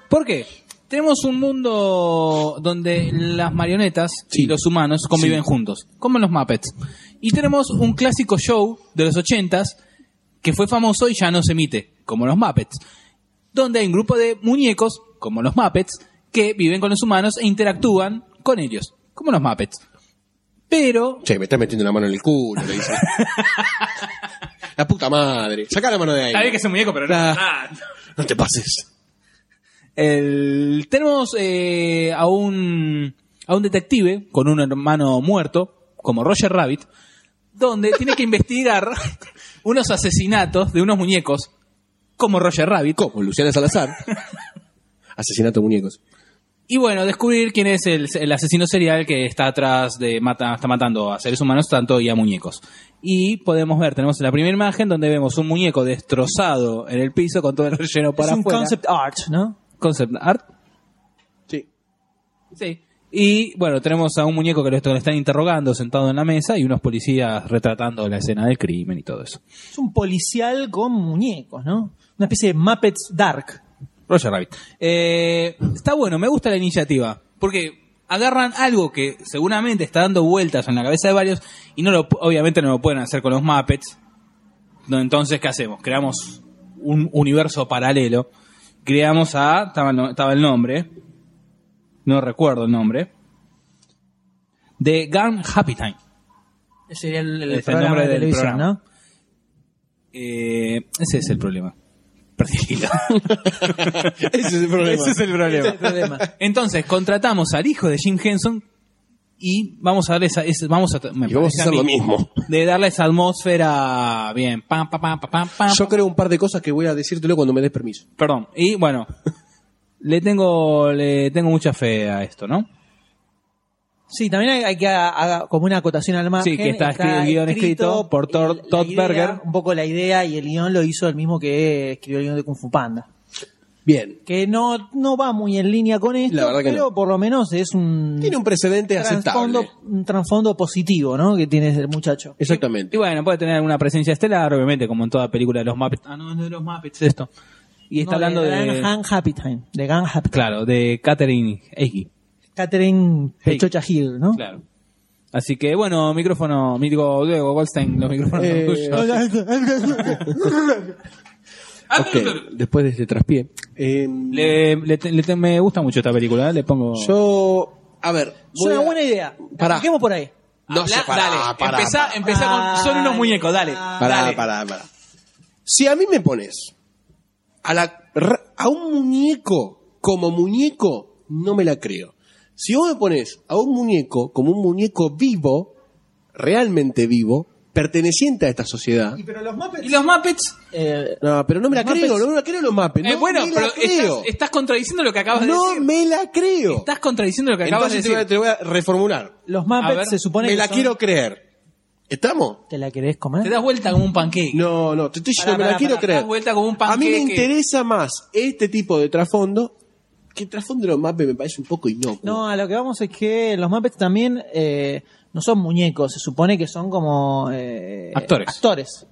S4: ¿Por qué? Tenemos un mundo donde las marionetas
S2: Sí.
S4: y los humanos conviven
S2: Sí.
S4: juntos, como en los Muppets. Y tenemos un clásico show de los ochentas que fue famoso y ya no se emite, como los Muppets. Donde hay un grupo de muñecos, como los Muppets, que viven con los humanos e interactúan con ellos, como los Muppets. Pero
S2: Che, me estás metiendo la mano en el culo, le dice. la puta madre. Saca la mano de ahí.
S4: Está bien que es un muñeco, pero no.
S2: Claro.
S4: Ah.
S2: No te pases.
S4: El- tenemos eh, a, un, a un detective con un hermano muerto, como Roger Rabbit, donde tiene que investigar unos asesinatos de unos muñecos, como Roger Rabbit,
S2: ¿Cómo? Luciana Salazar. Asesinato de muñecos.
S4: y bueno, descubrir quién es el, el asesino serial que está atrás de mata, está matando a seres humanos tanto y a muñecos. Y podemos ver, tenemos la primera imagen donde vemos un muñeco destrozado en el piso con todo el relleno para
S1: es un
S4: afuera.
S1: concept art, ¿no?
S4: concept art.
S2: Sí.
S4: Sí. Y bueno, tenemos a un muñeco que lo, lo están interrogando sentado en la mesa y unos policías retratando la escena del crimen y todo eso.
S1: Es un policial con muñecos, ¿no? Una especie de Muppets Dark.
S4: Roger Rabbit. Eh, está bueno, me gusta la iniciativa. Porque agarran algo que seguramente está dando vueltas en la cabeza de varios y no lo, obviamente no lo pueden hacer con los Muppets. No, Entonces, ¿qué hacemos? Creamos un universo paralelo. Creamos a... Estaba, el no- estaba el nombre. No recuerdo el nombre. De Gun Happy Time.
S1: Ese sería el, el
S4: Es el
S1: programa
S4: nombre
S1: de
S4: del
S1: televisión,
S4: programa.
S1: ¿no?
S4: Eh, ese es el problema. Perdí el hilo.
S2: Ese es el problema.
S4: Ese es el problema.
S1: Ese es el problema.
S4: Entonces, contratamos al hijo de Jim Henson y vamos a darle esa, ese- vamos a, me
S2: Y vamos
S4: parece
S2: a hacer
S4: mí,
S2: lo mismo.
S4: De darle esa atmósfera bien, pam, pam, pam, pam, pam, pam.
S2: Yo creo un par de cosas que voy a decírtelo cuando me des permiso.
S4: Perdón. Y bueno, le tengo, le tengo mucha fe a esto, ¿no?
S1: Sí, también hay, hay que haga como una acotación al margen.
S4: Sí, que está escri- guión escrito por Tor-
S1: la
S4: Todd
S1: idea,
S4: Berger.
S1: Un poco la idea y el guión lo hizo el mismo que escribió el guión de Kung Fu Panda.
S2: Bien.
S1: Que no, no va muy en línea con esto,
S2: La verdad que
S1: pero
S2: no.
S1: por lo menos es un...
S2: Tiene un precedente
S1: Mm. trasfondo,
S2: aceptable.
S1: un trasfondo positivo, ¿no? Que tiene el muchacho.
S2: Exactamente.
S4: Y bueno, puede tener alguna presencia estelar, obviamente, como en toda película de los Muppets. Ah, no, es de los Muppets esto. Y está
S1: No,
S4: hablando de,
S1: Grand Han Happy Time, de Grand Happy Time.
S4: claro, de Catherine Eggy.
S1: Catherine
S4: Hey.
S1: Pechocha Hill, ¿no?
S4: Claro. Así que bueno, micrófono, mi- digo, Diego Goldstein, los micrófonos
S2: Eh,
S4: son tuyos.
S2: Ok, Después de este traspié. eh,
S4: Le, le te- le te- me gusta mucho esta película, ¿eh? le pongo.
S2: yo. A ver.
S1: Es una
S2: voy a-
S1: buena idea.
S2: Pará.
S1: Arranquemos por ahí.
S2: No
S4: Habla-
S2: sé, pará,
S4: dale,
S2: pará,
S4: empezá,
S2: pará.
S4: empezá
S2: Ah,
S4: con. Son unos
S1: Ay,
S4: muñecos, dale.
S2: Pará,
S4: dale.
S2: pará, pará. Si a mí me pones a, la, a un muñeco como muñeco, no me la creo. Si vos me pones a un muñeco como un muñeco vivo, realmente vivo, perteneciente a esta sociedad.
S1: pero los Muppets...
S4: ¿Y los Muppets?
S1: Eh,
S2: No, pero no me la
S1: Los
S2: creo,
S1: Muppets-
S2: no me la creo los mapes.
S4: Eh,
S2: no
S4: bueno,
S2: me
S4: pero
S2: la creo.
S4: estás, estás contradiciendo lo que acabas de
S2: no
S4: decir.
S2: me la creo.
S4: Estás contradiciendo lo que acabas
S2: Entonces
S4: de
S2: te voy, a,
S4: decir.
S2: te voy a reformular.
S1: los
S4: A ver,
S1: Muppets se supone
S2: Me
S1: que
S2: la
S1: son-
S2: quiero creer. ¿Estamos?
S1: ¿Te la querés
S4: Te
S1: comer?
S4: das vuelta como un pancake.
S2: No, no, te estoy diciendo,
S1: Pará,
S2: me la
S1: pará,
S2: quiero
S1: pará,
S2: creer.
S4: das vuelta como un
S2: a mí me
S4: panqueque.
S2: interesa más este tipo de trasfondo que el trasfondo de los Muppets me parece un poco inocuo.
S1: No, a lo que vamos es que los Muppets también eh, no son muñecos, se supone que son como... eh,
S4: Actores.
S1: Actores.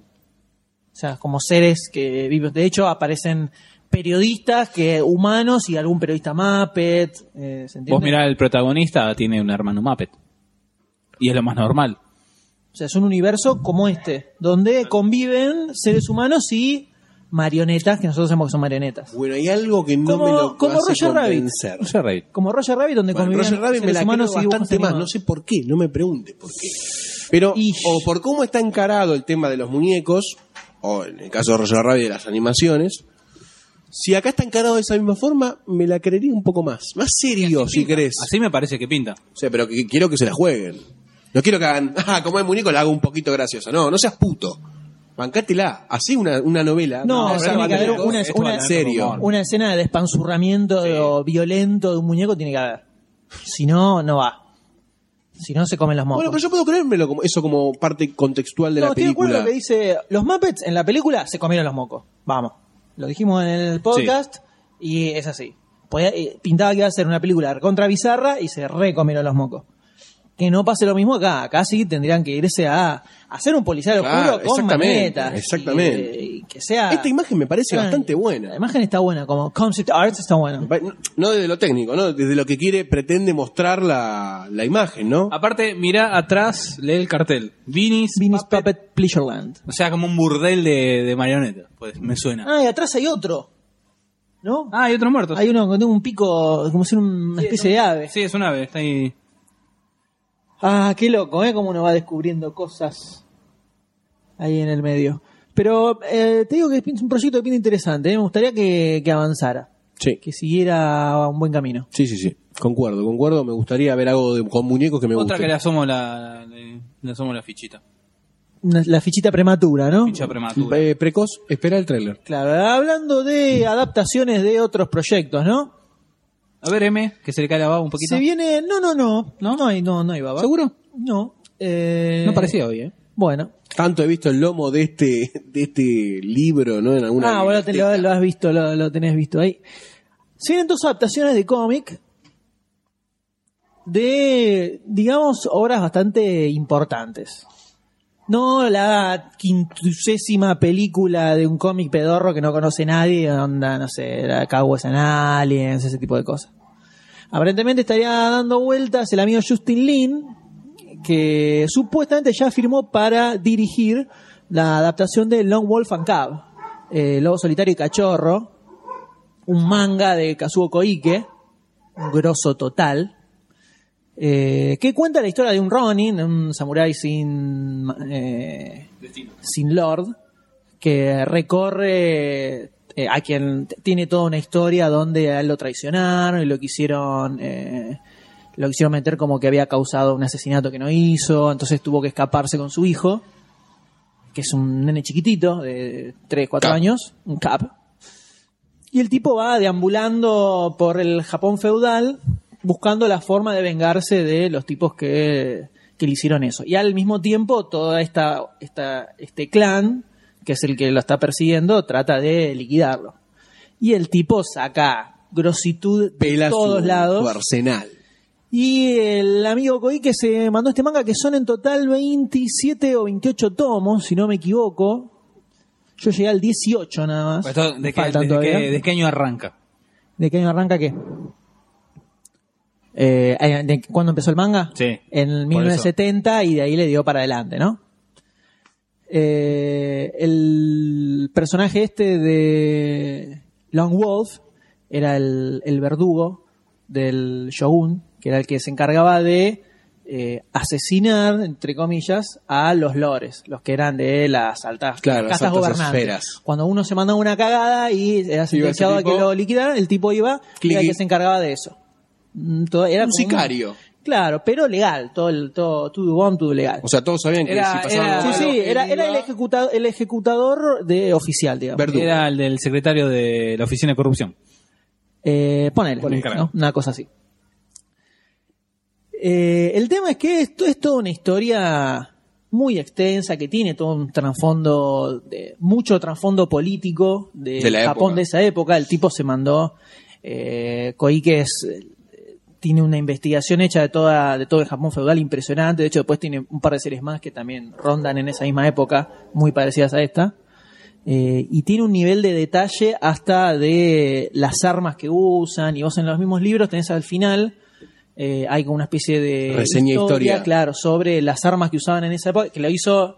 S1: O sea, como seres que viven. De hecho, aparecen periodistas que humanos y algún periodista Muppet. eh, ¿se entiende?
S4: Vos mirá, el protagonista tiene un hermano Muppet. Y es lo más normal.
S1: O sea, es un universo como este, donde conviven seres humanos y marionetas, que nosotros sabemos que son marionetas.
S2: Bueno, hay algo que no
S1: Como-
S2: me lo
S1: como
S2: hace
S1: Roger Rabbit.
S2: convencer.
S4: No se reí.
S1: Como Roger Rabbit, donde
S2: Bueno,
S1: conviven
S2: Roger Rabbit me
S1: seres
S2: la creo
S1: humanos y dibujos
S2: bastante más,
S1: animados.
S2: no sé por qué, no me pregunte por qué. Pero,
S1: Y-
S2: o por cómo está encarado el tema de los muñecos, o en el caso de Roger Rabbit de las animaciones, si acá está encarado de esa misma forma, me la creería un poco más. Más serio, si querés.
S4: Así me parece que pinta.
S2: O sea, pero que- quiero que se la jueguen. No quiero que hagan, ah, como es muñeco, la hago un poquito graciosa. No, no seas puto. Bancátela. Así una, una novela.
S1: No,
S2: Una
S1: pero
S2: saga
S1: tiene que haber
S2: muñecos.
S1: una-
S2: Esto
S1: una-
S2: en serio.
S1: Una escena de despanzurramiento o violento de un muñeco tiene que haber. Si no, no va. Si no, se comen los mocos.
S2: Bueno, pero yo puedo creérmelo como, eso como parte contextual de
S1: no,
S2: la
S1: estoy de acuerdo
S2: película.
S1: con lo que dice. Los Muppets en la película se comieron los mocos. Vamos. Lo dijimos en el podcast y es así. Podía- eh, pintaba que iba a ser una película contra bizarra y se recomieron los mocos. Que no pase lo mismo acá. Acá sí tendrían que irse a hacer un policial
S2: Claro,
S1: oscuro con
S2: exactamente,
S1: manetas.
S2: exactamente.
S1: Y, eh, que sea.
S2: Esta imagen me parece
S1: Ah,
S2: bastante
S1: La
S2: buena.
S1: imagen está buena, como concept art está bueno.
S2: No- No desde lo técnico, ¿no? Desde lo que quiere, pretende mostrar la, la imagen, ¿no?
S1: Ah,
S4: Aparte, mirá atrás, lee el cartel. Vinis,
S1: Vinny's
S4: Puppet.
S1: Puppet Pleasureland.
S4: O sea, como un burdel de, de marionetas. Pues me suena.
S1: Ah, y atrás hay otro. ¿No?
S4: Ah, hay otro muerto.
S1: hay uno con un pico, como si fuera una especie de ave.
S4: Sí, es un ave. Está ahí.
S1: Ah, qué loco, ¿eh? Cómo uno va descubriendo cosas ahí en el medio. Pero eh, te digo que es un proyecto bien interesante, ¿eh? me gustaría que, que avanzara,
S2: Sí.
S1: que siguiera un buen camino.
S2: Sí, sí, sí. Concuerdo, concuerdo. Me gustaría ver algo de- con muñecos que me Eh,
S4: Otra
S2: gusten.
S4: que le asomo la, le, le asomo la fichita.
S1: Una- La fichita prematura, ¿no?
S4: Ficha prematura.
S2: Eh, precoz, espera el tráiler.
S1: Claro, hablando de adaptaciones de otros proyectos, ¿no?
S4: A ver, M, que se le cae la baba un poquito.
S1: Se viene, no, no, no, no, no hay, no, no hay baba.
S4: ¿Seguro?
S1: No. eh,
S4: No parecía hoy, ¿eh?
S1: Bueno.
S2: Tanto he visto el lomo de este, de este libro, ¿no? En alguna este
S1: ah, bueno, te lo,
S2: biblioteca.
S1: lo has visto, lo, lo tenés visto ahí. Se vienen dos adaptaciones de cómic de, digamos, obras bastante importantes. No la quintucésima película de un cómic pedorro que no conoce nadie, onda, no sé, la Cowboys and Aliens, ese tipo de cosas. Aparentemente estaría dando vueltas el amigo Justin Lin, que supuestamente ya firmó para dirigir la adaptación de Long Wolf and Cub, eh, Lobo Solitario y Cachorro, un manga de Kazuo Koike, un grosso total, eh, que cuenta la historia de un Ronin, un samurái sin, eh, sin lord, que recorre eh, a quien t- tiene toda una historia donde a él lo traicionaron y lo quisieron eh, lo quisieron meter como que había causado un asesinato que no hizo, entonces tuvo que escaparse con su hijo, que es un nene chiquitito de 3, 4
S2: Cap.
S1: años, un cap. Y el tipo va deambulando por el Japón feudal buscando la forma de vengarse de los tipos que, que le hicieron eso. Y al mismo tiempo, toda esta, esta, este clan, que es el que lo está persiguiendo, trata de liquidarlo. Y el tipo saca grositud de
S2: Pela su-
S1: todos
S2: su
S1: lados.
S2: arsenal.
S1: Y el amigo Koi que se mandó este manga, que son en total 27 o 28 tomos, si no me equivoco. Yo llegué al 18 nada más.
S4: Pues esto, ¿de, qué,
S1: Faltan
S4: de- de
S1: todavía.
S4: qué- de qué año arranca?
S1: ¿De qué año arranca qué? Eh, eh, ¿de ¿Cuándo empezó el manga?
S4: Sí,
S1: En el 1970 y de ahí le dio para adelante, ¿no? Eh, el personaje este de Long Wolf era el, el verdugo del Shogun, que era el que se encargaba de eh, asesinar, entre comillas, a los lores, los que eran de las altas
S2: Claro, las
S1: casas
S2: altas
S1: gobernantes.
S2: esferas.
S1: Cuando uno se mandaba una cagada y era sentenciado a que
S2: tipo-
S1: lo liquidaran, el tipo iba y era el
S2: Cliqui.
S1: que se encargaba de eso. Mm, todo- era
S2: Un
S1: como
S2: sicario.
S1: Claro, pero legal, todo el, todo, todo bom, todo legal.
S2: O sea, todos sabían que
S4: Era-
S2: si pasaba
S4: era-
S2: algo
S1: sí,
S2: malo,
S1: sí, era,
S2: él
S1: era el
S2: iba-
S1: ejecutador, el ejecutador de oficial, digamos.
S2: Verdugo.
S4: Era el del secretario de la Oficina de Corrupción.
S1: Eh, ponele,
S4: Ponele,
S1: ¿no?
S4: claro.
S1: una cosa así. Eh, el tema es que esto es toda una historia muy extensa que tiene todo un trasfondo, de- mucho trasfondo político de,
S2: De la
S1: Japón
S2: época.
S1: de esa época. El tipo se mandó Eh, Koike es, eh, tiene una investigación hecha de, toda, de todo el Japón feudal impresionante. De hecho, después tiene un par de series más que también rondan en esa misma época, muy parecidas a esta. Eh, y tiene un nivel de detalle hasta de las armas que usan. Y vos en los mismos libros tenés al final, eh, hay como una especie de
S2: Reseña historia.
S1: claro, sobre las armas que usaban en esa época, que lo hizo,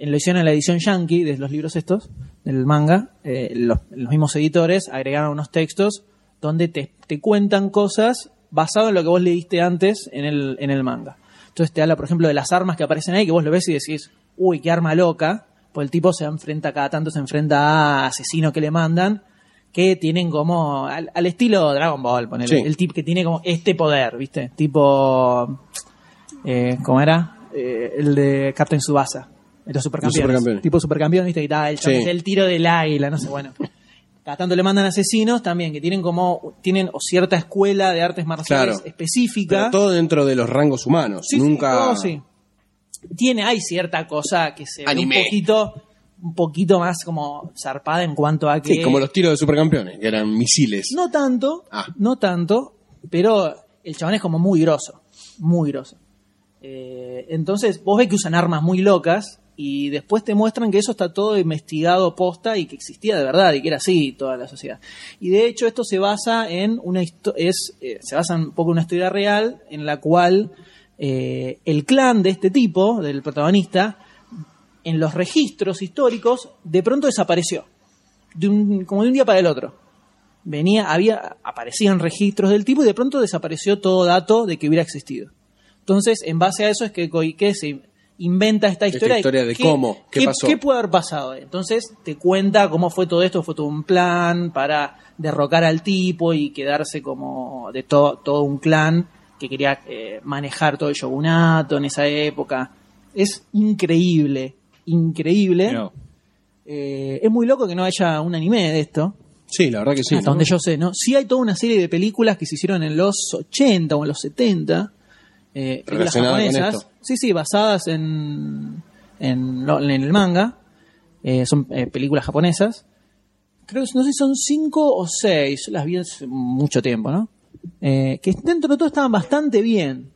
S1: lo hicieron en la edición yankee de los libros estos, del manga. Eh, los, los mismos editores agregaron unos textos donde te, te cuentan cosas basado en lo que vos leíste antes en el, en el manga. Entonces te habla, por ejemplo, de las armas que aparecen ahí, que vos lo ves y decís, uy, qué arma loca. Pues el tipo se enfrenta cada tanto, se enfrenta a asesinos que le mandan, que tienen como, al, al estilo Dragon Ball, ponele,
S2: Sí.
S1: el tipo que tiene como este poder, ¿viste? Tipo, eh, ¿cómo era? Eh, el de Captain Subasa, los supercampeones.
S2: supercampeones.
S1: Tipo supercampeón, ¿viste? Y tal, el,
S2: Sí.
S1: el tiro del águila, no sé, bueno. Cada tanto le mandan asesinos también, que tienen como, tienen o cierta escuela de artes marciales
S2: Claro.
S1: específica.
S2: Pero todo dentro de los rangos humanos.
S1: Sí, sí,
S2: Nunca.
S1: todo sí. Tiene, hay cierta cosa que se ve
S2: Anime.
S1: un poquito, un poquito más como zarpada en cuanto a que.
S2: Sí, como los tiros de supercampeones, que eran misiles.
S1: Eh, No tanto,
S2: Ah.
S1: no tanto, pero el chabón es como muy grosso, muy grosso. Eh, entonces, vos ves que usan armas muy locas y después te muestran que eso está todo investigado posta y que existía de verdad y que era así toda la sociedad. Y de hecho esto se basa en una histo- es eh, se basa un poco en una historia real en la cual eh, el clan de este tipo, del protagonista, en los registros históricos de pronto desapareció, de un- como de un día para el otro venía, había, aparecían registros del tipo y de pronto desapareció todo dato de que hubiera existido. Entonces, en base a eso es que Koike se inventa esta
S2: Esta
S1: historia,
S2: historia de cómo, qué pasó.
S1: puede haber pasado. Entonces, te cuenta cómo fue todo esto, fue todo un plan para derrocar al tipo y quedarse como de to- todo un clan que quería eh, manejar todo el shogunato en esa época. Es increíble, increíble.
S4: Pero,
S1: Eh, es muy loco que no haya un anime de esto.
S2: Sí, la verdad que sí.
S1: Hasta donde yo sé, ¿no? Sí hay toda una serie de películas que se hicieron en los 80 o en los 70. Eh, películas
S2: Relacionadas con
S1: japonesas.
S2: esto.
S1: Sí, sí, basadas en, en, lo- en el manga. Eh, son eh, películas japonesas. Creo que no sé si son cinco o seis. Yo Las vi hace mucho tiempo, ¿no? Eh, que dentro de todo estaban bastante bien.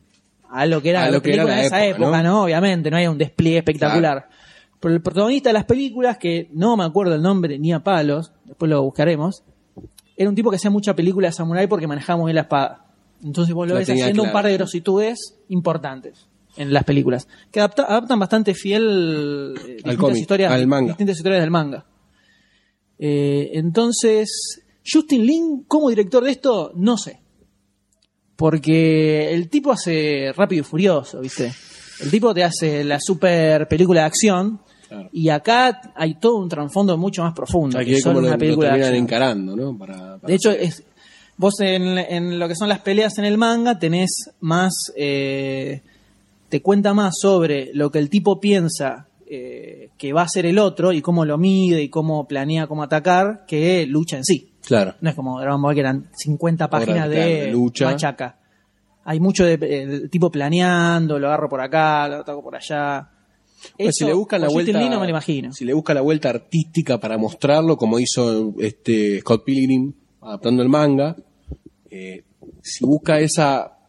S1: A lo que era,
S2: A
S1: la
S2: lo que era
S1: película
S2: la
S1: de esa
S2: época,
S1: época,
S2: ¿no?
S1: ¿no? Obviamente, no hay un despliegue espectacular. Pero el protagonista de las películas, que no me acuerdo el nombre ni a palos, después lo buscaremos, era un tipo que hacía mucha película de samurái porque manejaba muy bien la espada. Entonces vos lo
S2: La
S1: ves
S2: tenía
S1: haciendo un
S2: clara.
S1: par de grositudes importantes en las películas. Que adapta- adaptan bastante fiel eh, distintas
S2: cómic,
S1: historias,
S2: al manga.
S1: distintas historias del manga. Eh, entonces, Justin Lin como director de esto, no sé. Porque el tipo hace rápido y furioso, ¿viste? El tipo te hace la super película de acción.
S2: Claro.
S1: Y acá hay todo un trasfondo mucho más profundo.
S2: Hay que
S1: que
S2: ver
S1: solo
S2: cómo lo,
S1: una
S2: lo
S1: película de
S2: terminan
S1: acción.
S2: encarando, ¿no? Para, para-
S1: De hecho, es, vos en, en lo que son las peleas en el manga tenés más, eh, te cuenta más sobre lo que el tipo piensa eh, que va a ser el otro y cómo lo mide y cómo planea cómo atacar que lucha en sí.
S2: Claro.
S1: No es como Dragon Ball que eran 50 páginas
S2: Ahora,
S1: de,
S2: claro, de lucha.
S1: machaca. Hay mucho de eh, el tipo planeando, lo agarro por acá, lo ataco por allá.
S2: Bueno,
S1: Eso,
S2: Pues si le buscan la
S1: con Justin
S2: vuelta,
S1: Lin no me lo imagino.
S2: si le busca la vuelta artística para mostrarlo, como hizo este Scott Pilgrim adaptando el manga, eh, si busca esa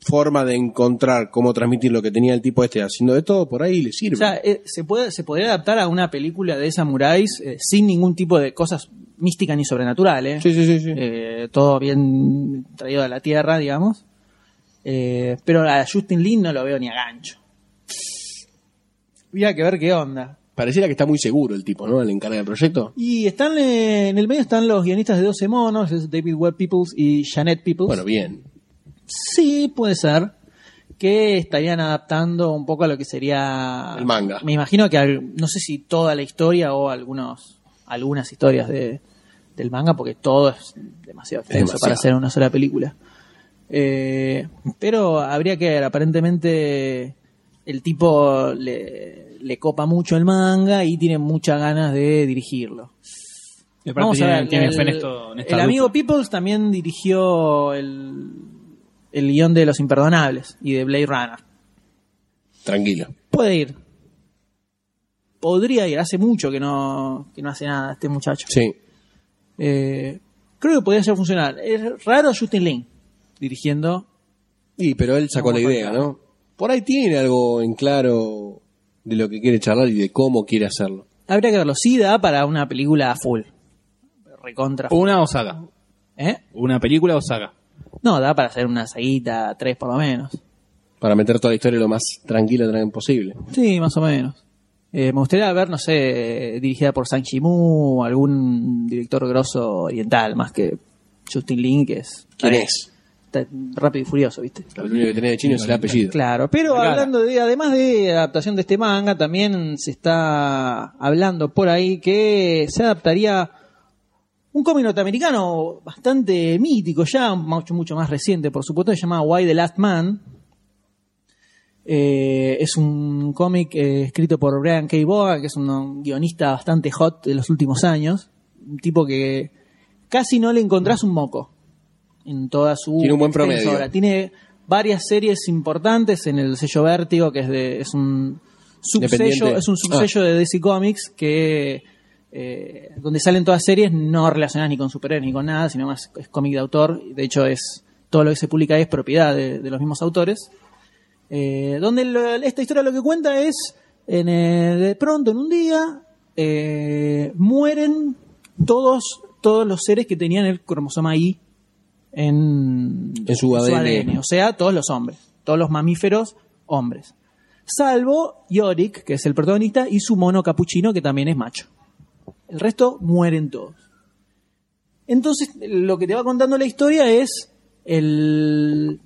S2: forma de encontrar cómo transmitir lo que tenía el tipo este haciendo de todo, por ahí le sirve.
S1: O sea, eh, se, puede, se podría adaptar a una película de samuráis eh, sin ningún tipo de cosas místicas ni sobrenaturales. ¿eh?
S2: sí, sí, sí, sí.
S1: Eh, todo bien traído a la tierra, digamos. Eh, pero a Justin Lin no lo veo ni a gancho. Había que ver qué onda.
S2: Pareciera que está muy seguro el tipo, ¿no? El encarga del proyecto.
S1: Y están eh, en el medio están los guionistas de 12 monos, es David Webb Peoples y Janet Peoples.
S2: Bueno, bien.
S1: Sí, puede ser. Que estarían adaptando un poco a lo que sería.
S2: El manga.
S1: Me imagino que al- no sé si toda la historia o algunos, algunas historias de, del manga, porque todo es demasiado extenso
S2: Demasiado.
S1: para hacer una sola película. Eh, pero habría que ver, aparentemente el tipo le, le copa mucho el manga y tiene muchas ganas de dirigirlo.
S4: y aparte
S1: Vamos a
S4: tiene,
S1: ver,
S4: tiene
S1: el,
S4: fe en esto. en esta
S1: el
S4: lucha.
S1: amigo Peoples también dirigió el, el guión de Los Imperdonables y de Blade Runner.
S2: Tranquilo.
S1: Puede ir. Podría ir. Hace mucho que no, que no hace nada este muchacho.
S2: Sí.
S1: Eh, creo que podría ser funcional. Es raro Justin Lin dirigiendo.
S2: Y, pero él sacó la idea, ¿no? Por ahí tiene algo en claro de lo que quiere charlar y de cómo quiere hacerlo.
S1: Habría que verlo. Sí da para una película full. Recontra. full.
S4: Una o saga.
S1: ¿Eh?
S4: Una película o saga.
S1: No, da para hacer una saguita, tres por lo menos.
S2: Para meter toda la historia lo más tranquila tran- posible.
S1: Sí, más o menos. Eh, me gustaría ver, no sé, dirigida por Sang Mu, algún director grosso oriental, más que Justin Lin, que es.
S2: ¿Quién
S1: eh,
S2: es?
S1: está Rápido y furioso, ¿viste?
S2: Lo único que tenés de chino es el apellido.
S1: Claro, pero
S4: Claro.
S1: hablando de, además de adaptación de este manga, también se está hablando por ahí que se adaptaría un cómic norteamericano bastante mítico, ya mucho, mucho más reciente, por supuesto, se llama Why the Last Man. Eh, es un cómic eh, escrito por Brian K. Vaughan, que es un guionista bastante hot de los últimos años. Un tipo que casi no le encontrás un moco en toda su
S2: Tiene un buen
S1: extensa
S2: promedio.
S1: obra. Tiene varias series importantes en el sello Vértigo, que es, de- es un subsello,
S2: Independiente. Ah.
S1: es un subsello de DC Comics que eh, donde salen todas series no relacionadas ni con superhéroes ni con nada, sino más es cómic de autor. De hecho, es todo lo que se publica es propiedad de, de los mismos autores. Eh, donde lo- esta historia lo que cuenta es en, eh, de pronto en un día eh, mueren todos todos los seres que tenían el cromosoma I en,
S2: En su ADN.
S1: o sea, todos los hombres, todos los mamíferos hombres. Salvo Yorick, que es el protagonista, y su mono capuchino, que también es macho. El resto mueren todos. Entonces, lo que te va contando la historia es el,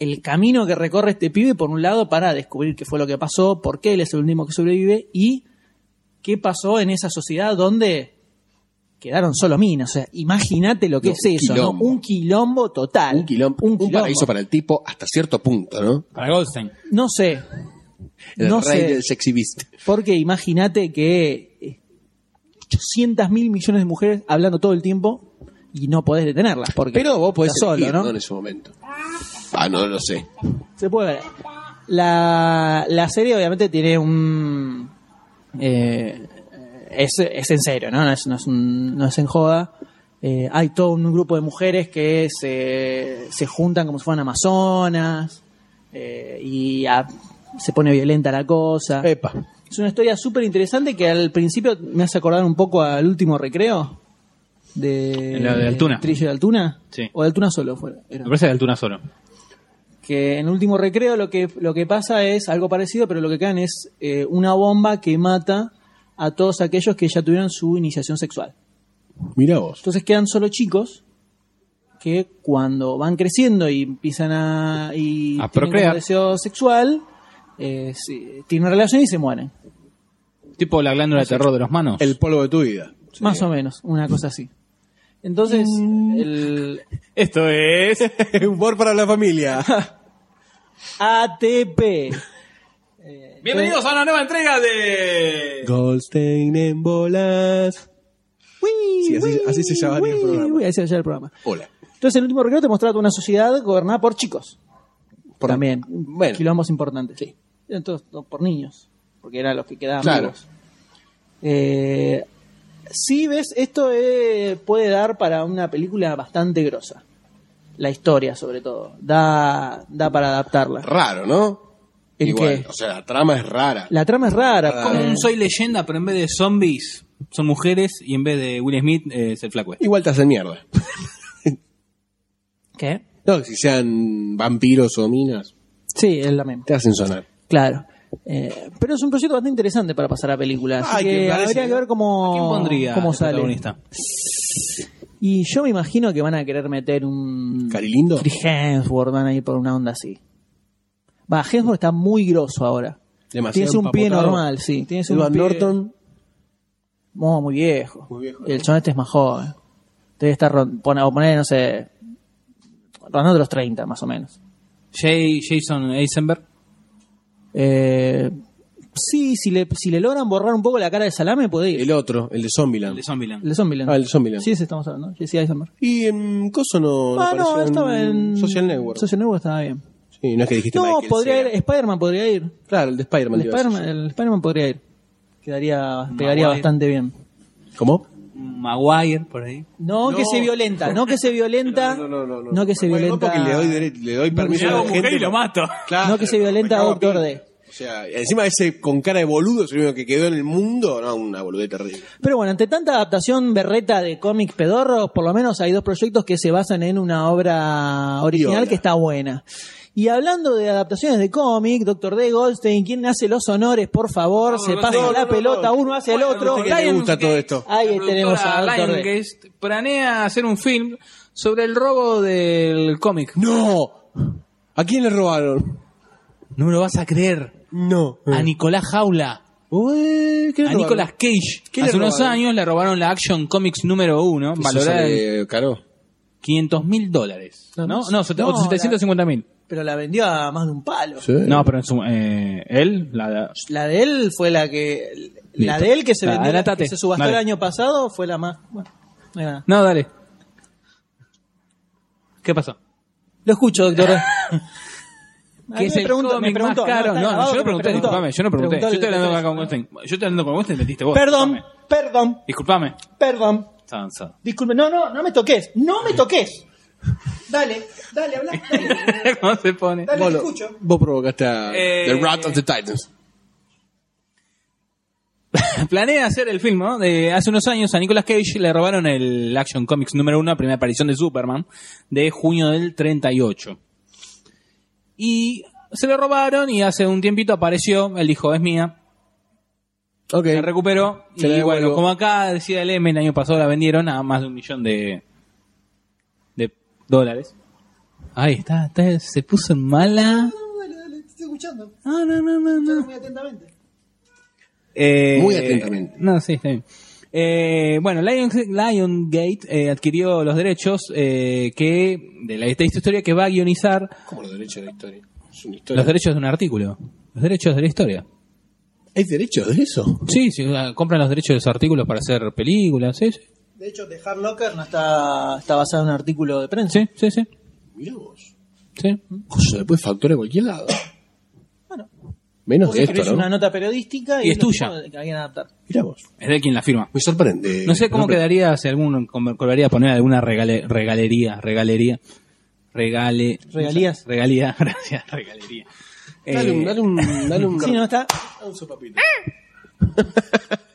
S1: el camino que recorre este pibe, por un lado, para descubrir qué fue lo que pasó, por qué él es el último que sobrevive y qué pasó en esa sociedad donde quedaron solo minas. O sea, imagínate lo que
S2: No,
S1: es
S2: un
S1: eso, ¿no?
S2: quilombo.
S1: Un quilombo total.
S2: Un quilombo. Un, paraíso para el tipo hasta cierto punto, ¿no?
S4: Para Goldstein.
S1: No sé.
S2: El
S1: no
S2: rey
S1: sé.
S2: del sexy beast.
S1: Porque imagínate que 800 mil millones de mujeres hablando todo el tiempo y no podés detenerlas. Porque
S2: Pero vos podés
S1: estás
S2: elegir,
S1: solo,
S2: ¿no?
S1: ¿no?
S2: En ese momento. Ah, no lo sé.
S1: Se puede ver. La, la serie obviamente tiene un... eh, es, es en serio, ¿no? No es, no es, un- no es en joda. Eh, hay todo un grupo de mujeres que se, se juntan como si fueran amazonas eh, y ah, se pone violenta la cosa.
S2: Epa.
S1: Es una historia súper interesante que al principio me hace acordar un poco al último recreo. De,
S4: La de Altuna.
S1: Trillo de Altuna.
S4: Sí.
S1: O de Altuna solo fue.
S4: Me
S1: era.
S4: parece de altura solo.
S1: Que en último recreo lo que, lo que pasa es algo parecido, pero lo que caen es eh, una bomba que mata a todos aquellos que ya tuvieron su iniciación sexual.
S2: Mira vos.
S1: Entonces quedan solo chicos que cuando van creciendo y empiezan a, y
S4: A
S1: tienen como
S4: procrear.
S1: deseo sexual, eh, se- tienen una relación y se mueren.
S4: Tipo la glándula de terror de los manos.
S2: El polvo de tu vida.
S1: Más o menos, una cosa así. Entonces, el
S4: Esto es.
S2: un bor para la familia.
S1: ATP. Eh,
S4: Bienvenidos a una nueva entrega de.
S2: Goldstein en bolas.
S1: Uy,
S2: Sí, así-
S1: uy,
S2: así se llama el
S1: uy,
S2: programa.
S1: uy, así se llama el programa.
S2: Hola.
S1: Entonces, en el último recreo te mostraba una sociedad gobernada por chicos.
S2: Por-
S1: también.
S2: Bueno.
S1: Quilombos importantes. Entonces, no, por niños. Porque eran los que quedaban
S2: Claro.
S1: vivos. Eh, sí, ves, esto eh, puede dar para una película bastante grosa. La historia, sobre todo. Da, da para adaptarla.
S2: Raro, ¿no?
S1: ¿El
S2: Igual.
S1: qué?
S2: O sea, la trama es rara.
S1: La trama es rara.
S4: Como
S1: eh,
S4: un soy leyenda, pero en vez de zombies, son mujeres y en vez de Will Smith eh, es el flaco. este.
S2: Igual te hacen mierda.
S1: ¿Qué?
S2: No, si sean vampiros o minas,
S1: Sí, es la misma.
S2: te hacen sonar.
S1: Claro. Eh, pero es un proyecto bastante interesante para pasar a película. Así
S2: Ay,
S1: que
S2: que parece-
S1: habría que ver cómo,
S4: ¿Quién pondría
S1: cómo
S4: de
S1: sale.
S4: protagonista?
S1: Y yo me imagino que van a querer meter un.
S2: Cari lindo.
S1: Chris Hemsworth van a ir por una onda así. Va, Hemsworth está muy grosso ahora.
S2: Demasiado
S1: Tienes un pie
S2: empapotado.
S1: normal, sí. Tienes un
S2: Edward
S1: pie...
S2: Norton.
S1: No, muy viejo.
S2: Muy viejo.
S1: El chabón este es más joven. Debe estar, ron- pone- o poner, no sé, rondando los 30 más o menos.
S4: Jay- Jason Eisenberg.
S1: Eh, sí, si le, si le logran borrar un poco la cara de salame, puede ir.
S2: El otro, el de Zombieland.
S4: El de Zombieland.
S1: El de Zombieland.
S2: Ah, el de Zombieland.
S1: Sí, ese estamos hablando, ¿no? Jesse Eisenberg.
S2: Y en Coso no, no
S1: ah, no,
S2: apareció
S1: estaba en...
S2: Social Network.
S1: Social Network estaba bien.
S2: Sí, no es que dijiste
S1: No,
S2: Michael
S1: podría
S2: Cera.
S1: ir, Spider-Man podría ir.
S2: Claro, el de Spider-Man.
S1: El
S2: te iba a decir.
S1: Spider-Man, el Spider-Man podría ir. Quedaría, pegaría
S4: Maguire.
S1: bastante bien.
S2: ¿Cómo?
S4: Maguire por ahí.
S1: No, que
S2: No.
S1: se violenta, no que se violenta, no, que se
S2: Bueno,
S1: violenta.
S2: No porque le doy, dere- le doy permiso
S4: me
S2: a
S4: hago
S2: la
S4: mujer
S2: gente.
S4: y lo mato.
S2: Claro,
S1: No que se violenta
S2: me cago
S1: a Doctor
S2: a
S1: D.
S2: O sea, encima ese con cara de boludo es el único que quedó en el mundo. No, una boludez terrible.
S1: Pero bueno, ante tanta adaptación berreta de cómic pedorro, por lo menos hay dos proyectos que se basan en una obra original
S2: Piola.
S1: que está buena. Y hablando de adaptaciones de cómic, Doctor D. Goldstein, ¿quién hace los honores, por favor?
S4: No,
S1: se
S4: no,
S1: pasa
S4: no,
S1: la
S2: no,
S1: pelota,
S2: no.
S1: uno hace al
S4: Bueno,
S1: otro.
S2: no sé qué le
S1: Lion-
S2: gusta todo esto.
S1: Ahí
S4: La
S1: tenemos a
S4: productora
S1: Doctor D.
S4: Lionsgate planea hacer un film sobre el robo del cómic.
S2: ¡No! ¿A quién le robaron?
S4: No me lo vas a creer.
S2: No.
S1: Eh.
S4: A Nicolás Jaula.
S2: Uy, ¿qué le
S4: A
S2: robaron?
S4: Nicolas Cage.
S2: ¿Qué le
S4: Hace unos
S2: robaron?
S4: años le robaron la Action Comics número uno,
S2: Eso
S4: valorada en
S2: sale caro.
S4: 500 mil dólares. ¿No?
S1: No,
S4: No,
S1: no,
S4: no, set-
S1: no,
S4: o 750 mil.
S1: Pero la vendió a más de un palo.
S4: No, pero en su, eh, él, la,
S1: La de él fue la que. La
S4: Listo.
S1: de él que se
S4: Ah,
S1: vendió. la
S4: adelantate.
S1: que se subastó
S4: Dale.
S1: el año pasado fue la más. Bueno, no hay nada.
S4: No, dale. ¿Qué pasó?
S1: Lo escucho, doctor.
S4: ¿Qué es el cómic más caro? No, no, yo no pregunté, disculpame, yo no pregunté. Yo estoy hablando con
S1: usted.
S4: Goldstein. Yo estoy hablando con Goldstein, metiste vos.
S1: Perdón, perdón,
S4: Disculpame.
S1: perdón.
S4: Sansa.
S1: Disculpe, no, no, no me toques, no me toques. Dale, dale, habla. Dale,
S4: ¿Cómo se pone?
S1: dale,
S2: Vos,
S1: te
S2: lo-
S1: escucho.
S2: vos provocaste a
S4: Eh.
S2: The Wrath of the Titans.
S4: Planea hacer el film, ¿no? De hace unos años a Nicolas Cage le robaron el Action Comics número uno, la primera aparición de Superman, de junio del 38. Y se lo robaron y hace un tiempito apareció, él dijo, es mía,
S2: Ok.
S4: La recuperó.
S2: Se la
S4: y
S2: devuelvo.
S4: bueno, como acá decía el M, el año pasado la vendieron a más de un millón de, de dólares. Ahí está, está- se puso en mala.
S1: Dale, dale, te estoy escuchando.
S4: Ah, no, no, no, no.
S1: Muy atentamente.
S4: Eh,
S2: Muy atentamente.
S4: No, sí, está bien. Eh, bueno, Lion, Liongate eh, adquirió los derechos eh, que de, la, de esta historia que va a guionizar
S2: ¿Cómo los derechos de la historia? Es una historia.
S4: los derechos de un artículo. Los derechos de la historia.
S2: ¿Hay derechos de eso?
S4: Sí, sí, ah, compran los derechos de los artículos para hacer películas. Sí, sí,
S1: De hecho, The Hard Locker no está, está basado en un artículo de prensa.
S4: sí, sí. sí,
S2: Mirá vos.
S4: sí.
S2: Cosa, después factura de cualquier lado. Menos de
S1: Pero es
S2: esto,
S1: una
S2: ¿no?
S1: nota periodística y,
S4: Y es
S1: lo
S4: tuya.
S1: mismo que alguien adaptar.
S2: Mirá vos.
S4: Es de quien la firma.
S2: Me sorprende.
S4: No sé cómo
S2: Pero-
S4: quedaría si algún como- volvería a poner alguna regale- regalería, regalería, regale,
S1: Regalías.
S4: regalía, gracias, regalería.
S2: Dale un,
S4: Eh,
S2: dale un, dale un,
S1: Sí, no está.
S2: un sopapito.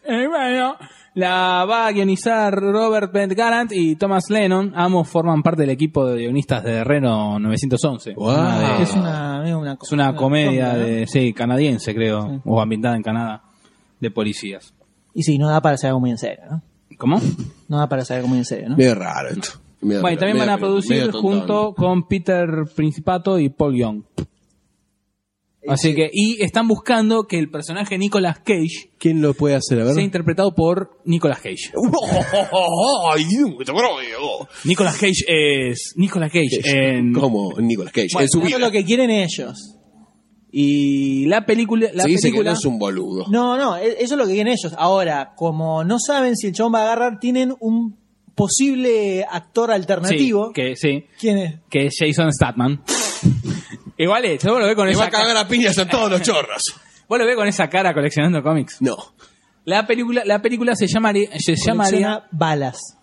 S4: eh, bueno, la va a guionizar Robert Bent Garant y Thomas Lennon. Ambos forman parte del equipo de guionistas de Reno 911.
S2: Guau.
S4: Una de-
S1: Es una, es una,
S4: Ah. es una comedia
S1: ¿no?
S4: de, sí, canadiense creo,
S1: Sí.
S4: o ambientada en Canadá, de policías.
S1: Y sí, no da para hacer algo muy en serio, ¿no?
S4: ¿Cómo?
S1: No da para hacer algo muy en serio, ¿no?
S2: Medio raro esto. Medio
S4: Bueno, y
S2: raro,
S4: también van
S2: medio-
S4: a producir
S2: medio tontón.
S4: junto con Peter Principato y Paul Young. Así que, y están buscando que el personaje Nicolas Cage
S2: ¿Quién lo puede hacer? A ver.
S4: sea interpretado por Nicolas Cage.
S2: ¡Ay, te
S4: Nicolas Cage es. Nicolas Cage en.
S2: Como Nicolas Cage.
S4: Bueno,
S2: en su
S1: Eso
S2: vida.
S1: es lo que quieren ellos.
S4: Y la película. La
S2: Se dice que no
S4: película
S2: es un boludo.
S1: No, no, e- eso es lo que quieren ellos. Ahora, como no saben si el chabón va a agarrar, tienen un posible actor
S4: sí,
S1: alternativo.
S4: que, sí,
S1: ¿Quién es?
S4: que es Jason Statman. Igual es, vos lo ves con
S2: Le va
S4: esa
S2: a cagar
S4: cara.
S2: a piñas a todos los chorros.
S4: Vos lo ves con esa cara coleccionando cómics.
S2: No.
S4: La película, la película se llamaría, se llamaría
S1: Colecciona balas.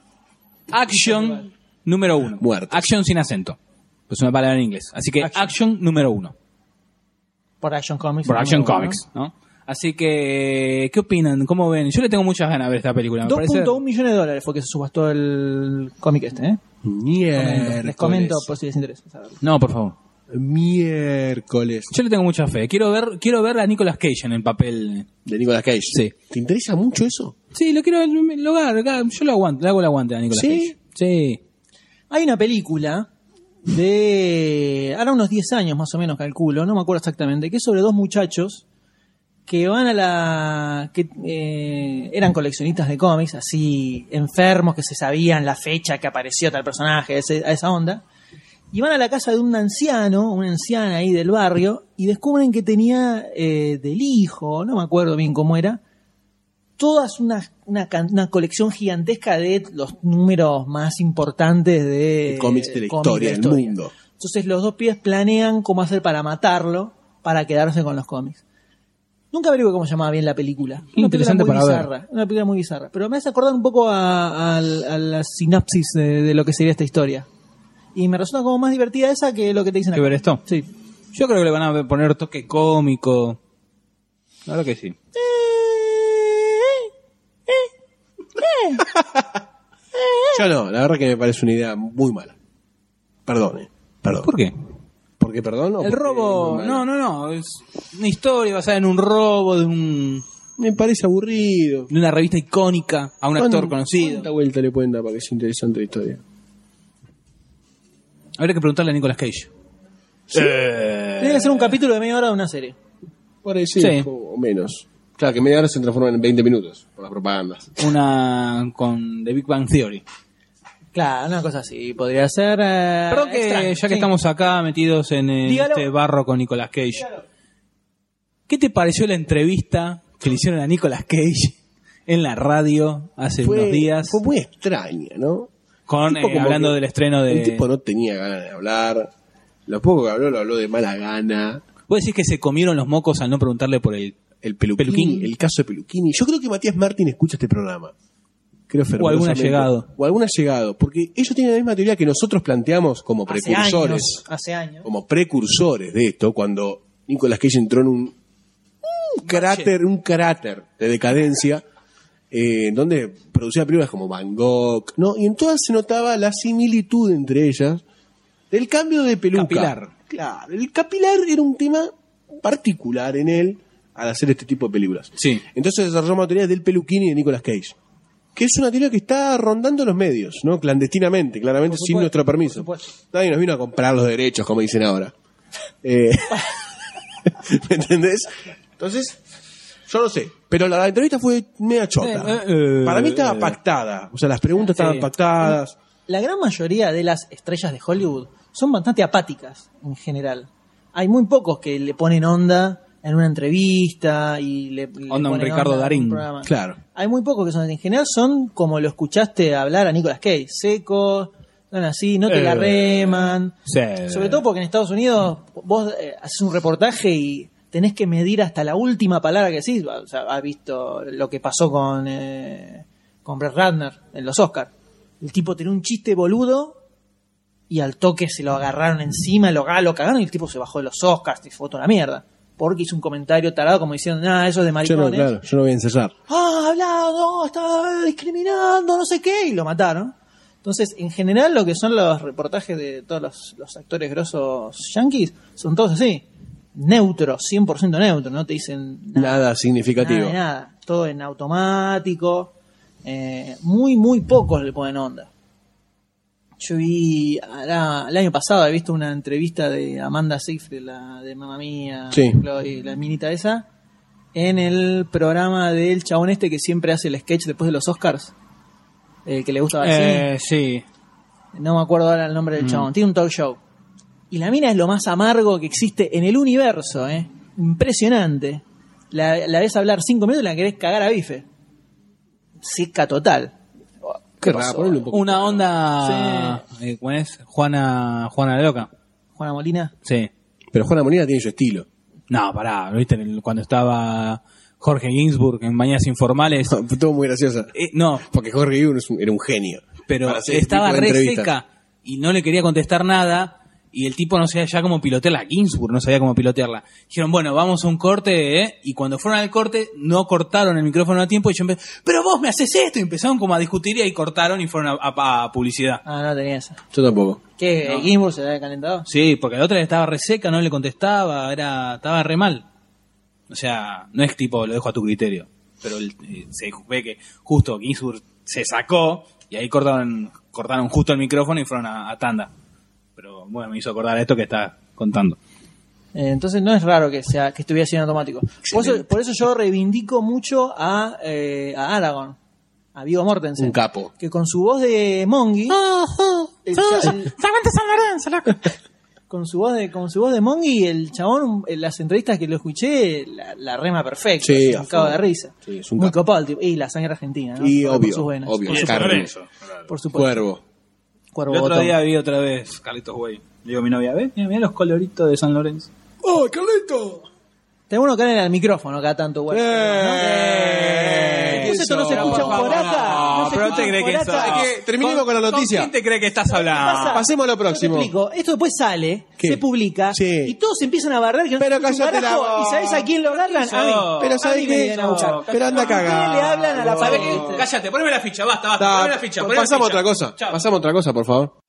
S4: Action número uno.
S2: Muertos.
S4: Action sin acento. Es una palabra en inglés. Así que action,
S1: Action.
S4: número uno.
S1: Por Action Comics.
S4: Por Action
S1: número uno.
S4: Comics, ¿no? Así que, ¿qué opinan? ¿Cómo ven? Yo le tengo muchas ganas de ver esta película. Me parece...
S1: 2.1 millones de dólares fue que se subastó el cómic este, ¿eh?
S2: Miércoles.
S1: Les comento por si les interesa saberlo.
S4: No, por favor.
S2: Miércoles.
S4: Yo le tengo mucha fe. Quiero ver, quiero ver a Nicolas Cage en el papel.
S2: De Nicolas Cage.
S4: Sí.
S2: ¿Te interesa mucho eso?
S4: Sí, lo quiero lo agar- agar- Yo lo aguanto, le hago el aguante a Nicolas
S2: ¿Sí?
S4: Cage. Sí.
S1: Hay una película de ahora unos 10 años más o menos calculo, no me acuerdo exactamente, que es sobre dos muchachos que van a la que eh, eran coleccionistas de cómics, así enfermos que se sabían la fecha que apareció tal personaje, ese- a esa onda. Y van a la casa de un anciano, una anciana ahí del barrio, y descubren que tenía eh, del hijo, no me acuerdo bien cómo era, todas unas- una, can- una, colección gigantesca de los números más importantes de
S4: eh,
S2: De cómics de la historia, del mundo.
S1: Entonces los dos pies planean cómo hacer para matarlo, para quedarse con los cómics. Nunca averigué cómo se llamaba bien la película. Una
S4: Interesante
S1: película muy
S4: para ver.
S1: bizarra, Una película muy bizarra. Pero me hace acordar un poco a, a- a la sinapsis de, de lo que sería esta historia. Y me resulta como más divertida esa que lo que te dicen
S4: Que
S1: acá.
S4: ver esto.
S1: Sí.
S4: Yo creo que le van a poner toque cómico. La verdad que sí.
S2: Yo no, la verdad que me parece una idea muy mala. Perdone, perdón.
S4: ¿Por qué?
S2: ¿Por qué perdón? o porque
S4: El
S2: es
S4: robo.
S2: muy
S4: No,
S2: mala?
S4: no, no. Es una historia basada en un robo de, un,
S2: Me parece aburrido.
S4: de una revista icónica a un actor
S2: ¿Cuán-
S4: conocido.
S2: ¿Cuánta vuelta le pueden dar para que sea interesante la historia?
S4: Habría que preguntarle a Nicolas Cage.
S1: Tiene que ser un capítulo de media hora de una serie.
S2: Eh, Por ahí sí,
S4: Sí.
S2: o menos. Claro, que media hora se transforma en 20 minutos por las propagandas.
S4: Una con The Big Bang Theory.
S1: Claro, una cosa así. Podría ser. eh,
S2: Ah,
S4: Perdón que
S1: extraño,
S4: ya
S1: sí.
S4: que estamos acá metidos en eh,
S1: Dígalo.
S4: este barro con Nicolas Cage. ¿Qué te pareció la entrevista que le hicieron a Nicolas Cage en la radio hace unos días?
S2: fue muy extraña, ¿no?
S4: con,
S2: tipo
S4: eh,
S2: como
S4: hablando
S2: que-
S4: del estreno de...
S2: El tipo no tenía ganas de hablar. Lo poco que habló, lo habló de mala gana.
S4: ¿Vos decís que se comieron los mocos al no preguntarle por el...
S2: El Peluquini,
S4: Peluquini.
S2: el caso de Peluquini. Yo creo que Matías Martín escucha este programa. Creo
S4: O algún
S2: fervorosamente.
S4: allegado.
S2: O algún allegado. Porque ellos tienen la misma teoría que nosotros planteamos como
S1: Hace
S2: precursores.
S1: años, hace años.
S2: Como precursores de esto, cuando Nicolas Cage entró en un, un cráter, un cráter de decadencia, eh, en donde producía películas como Van Gogh, ¿no? Y en todas se notaba la similitud entre ellas del cambio de peluca.
S4: Capilar.
S2: Claro, el capilar era un tema particular en él al hacer este tipo de películas.
S4: Sí.
S2: Entonces desarrolló una teoría del peluquini de Nicolas Cage, que es una teoría que está rondando los medios, ¿no? Clandestinamente, claramente, sin nuestro permiso. Nadie nos vino a comprar los derechos, como dicen ahora. Eh, ¿Me entendés? Entonces, yo no sé. Pero la, la entrevista fue media chota.
S4: Eh, eh, eh,
S2: Para mí estaba
S4: eh.
S2: pactada. O sea, las preguntas estaban
S4: Sí. ¿Mm?
S2: pactadas.
S1: La gran mayoría de las estrellas de Hollywood son bastante apáticas en general. Hay muy pocos que le ponen onda en una entrevista y le, le
S4: Onda un
S1: ponen
S4: Ricardo
S1: en un
S4: Darín.
S1: programa.
S2: Claro.
S1: Hay muy pocos que son en general son como lo escuchaste hablar a Nicolas Cage, seco, son así, no te la
S4: Eh,
S1: reman.
S4: sí.
S1: Sobre todo porque en Estados Unidos vos eh, haces un reportaje y tenés que medir hasta la última palabra que decís. O sea, has visto lo que pasó con, eh, con Brett Ratner en los Oscars. El tipo tenía un chiste boludo y al toque se lo agarraron encima, lo, ga- lo cagaron y el tipo se bajó de los Oscars y fue toda la mierda. Porque hizo un comentario tarado como diciendo, nada, eso es de
S2: Yo
S1: maricones.
S2: no, claro, yo no voy a ensayar.
S1: ah, hablado, estaba discriminando, no sé qué, y lo mataron. Entonces, en general, lo que son los reportajes de todos los, los actores grosos yankees son todos así, neutros, 100% neutros, no te dicen nada,
S2: Nada significativo.
S1: nada de nada, todo en automático, eh, muy, muy pocos le ponen onda. Yo vi, ahora, el año pasado he visto una entrevista de Amanda Seyfried, la de Mamma Mía,
S2: Sí.
S1: Chloe, la minita esa, en el programa del chabón este que siempre hace el sketch después de los Oscars, el que le gusta así.
S4: Eh, sí.
S1: No me acuerdo ahora el nombre del chabón. Tiene un talk show. Y la mina es lo más amargo que existe en el universo, ¿eh? Impresionante. La, la ves hablar cinco minutos y la querés cagar a bife. Seca total.
S2: Qué
S1: pasó?
S2: raro, ponele un poco.
S4: Una onda... eh, ¿Cuál es? Juana, Juana la Loca.
S1: Juana Molina.
S4: Sí.
S2: Pero Juana Molina tiene su estilo.
S4: No, pará, ¿lo viste en el- cuando estaba Jorge Ginsburg en Mañanas Informales?
S2: Todo muy graciosa.
S4: Eh, no,
S2: Porque Jorge Guión era un genio.
S4: pero
S2: Para hacer este
S4: estaba
S2: tipo de
S4: re
S2: entrevistas.
S4: seca y no le quería contestar nada y el tipo no sabía ya cómo pilotearla, Ginsburg no sabía cómo pilotearla. Dijeron, bueno, vamos a un corte, ¿eh? y cuando fueron al corte no cortaron el micrófono a tiempo y yo empecé, pero vos me haces esto, y empezaron como a discutir y ahí cortaron y fueron a, a- a publicidad.
S1: Ah, no tenía esa.
S2: Yo tampoco.
S1: ¿Qué? ¿Gimbur se le había calentado?
S4: Sí, porque la otra estaba re seca, no le contestaba, era estaba re mal. O sea, no es tipo, lo dejo a tu criterio. Pero el- eh, se ve que justo Ginsburg se sacó y ahí cortaron, cortaron justo el micrófono y fueron a, a tanda. Pero bueno, me hizo acordar esto que está contando.
S1: Eh, entonces no es raro que sea que estuviera así en automático. Por eso, por eso yo reivindico mucho a, eh, a Aragorn, a Vigo Mortensen.
S2: Un capo.
S1: Que con su voz de Mongi. el cha- el- con su voz de con su voz de Mongi el chabón en las entrevistas que lo escuché la, la rema perfecta
S2: Sí,
S1: es
S2: a
S1: un cago
S2: full.
S1: de risa
S2: Sí, es un
S1: muy
S2: capo.
S1: copado el tipo y la sangre argentina ¿no?
S2: Y
S1: Por- por
S2: obvio,
S1: sus venas.
S2: obvio.
S1: por, su-
S2: carne.
S1: por supuesto
S2: Cuervo.
S1: Cuervo
S4: El otro
S1: Botón.
S4: día vi otra vez Carlitos Güey. Le digo a mi novia, ¿ves? Mira, mira los coloritos de San Lorenzo.
S2: ¡Oh, Carlito!
S1: Tenemos uno que habla en el micrófono acá tanto, güey.
S2: ¡Eh!
S1: Pues esto no se
S2: Pero
S1: escucha un
S2: por favor,
S1: coraza. No, se
S4: pero
S1: escucha
S4: te
S1: un
S4: crees que
S1: coraza.
S4: sos-
S2: Hay que- terminemos con la noticia.
S4: ¿Quién te cree que estás hablando?
S1: pasa?
S2: Pasemos a lo próximo.
S1: Yo te explico. Esto después sale,
S2: ¿Qué?
S1: se publica,
S2: Sí.
S1: y todos empiezan a barrer que no
S2: Pero
S1: se escucha un
S2: cállate la
S1: carajo,
S2: boca.
S1: ¿Y sabés a quién lo agarran? A mí.
S4: Yo.
S2: Pero
S1: A
S2: ¿sabes
S1: mí me
S2: qué?
S1: vienen a buscar.
S2: Yo. Pero anda a cagar.
S1: Ustedes le hablan a la
S4: ¿Sabés
S1: pared.
S4: qué? Cállate, poneme la ficha, basta, basta.
S2: Da,
S4: poneme la ficha. poneme la
S2: Oh. pasamos a
S4: ficha.
S2: otra cosa.
S4: Chao.
S2: Pasamos a otra cosa, por favor.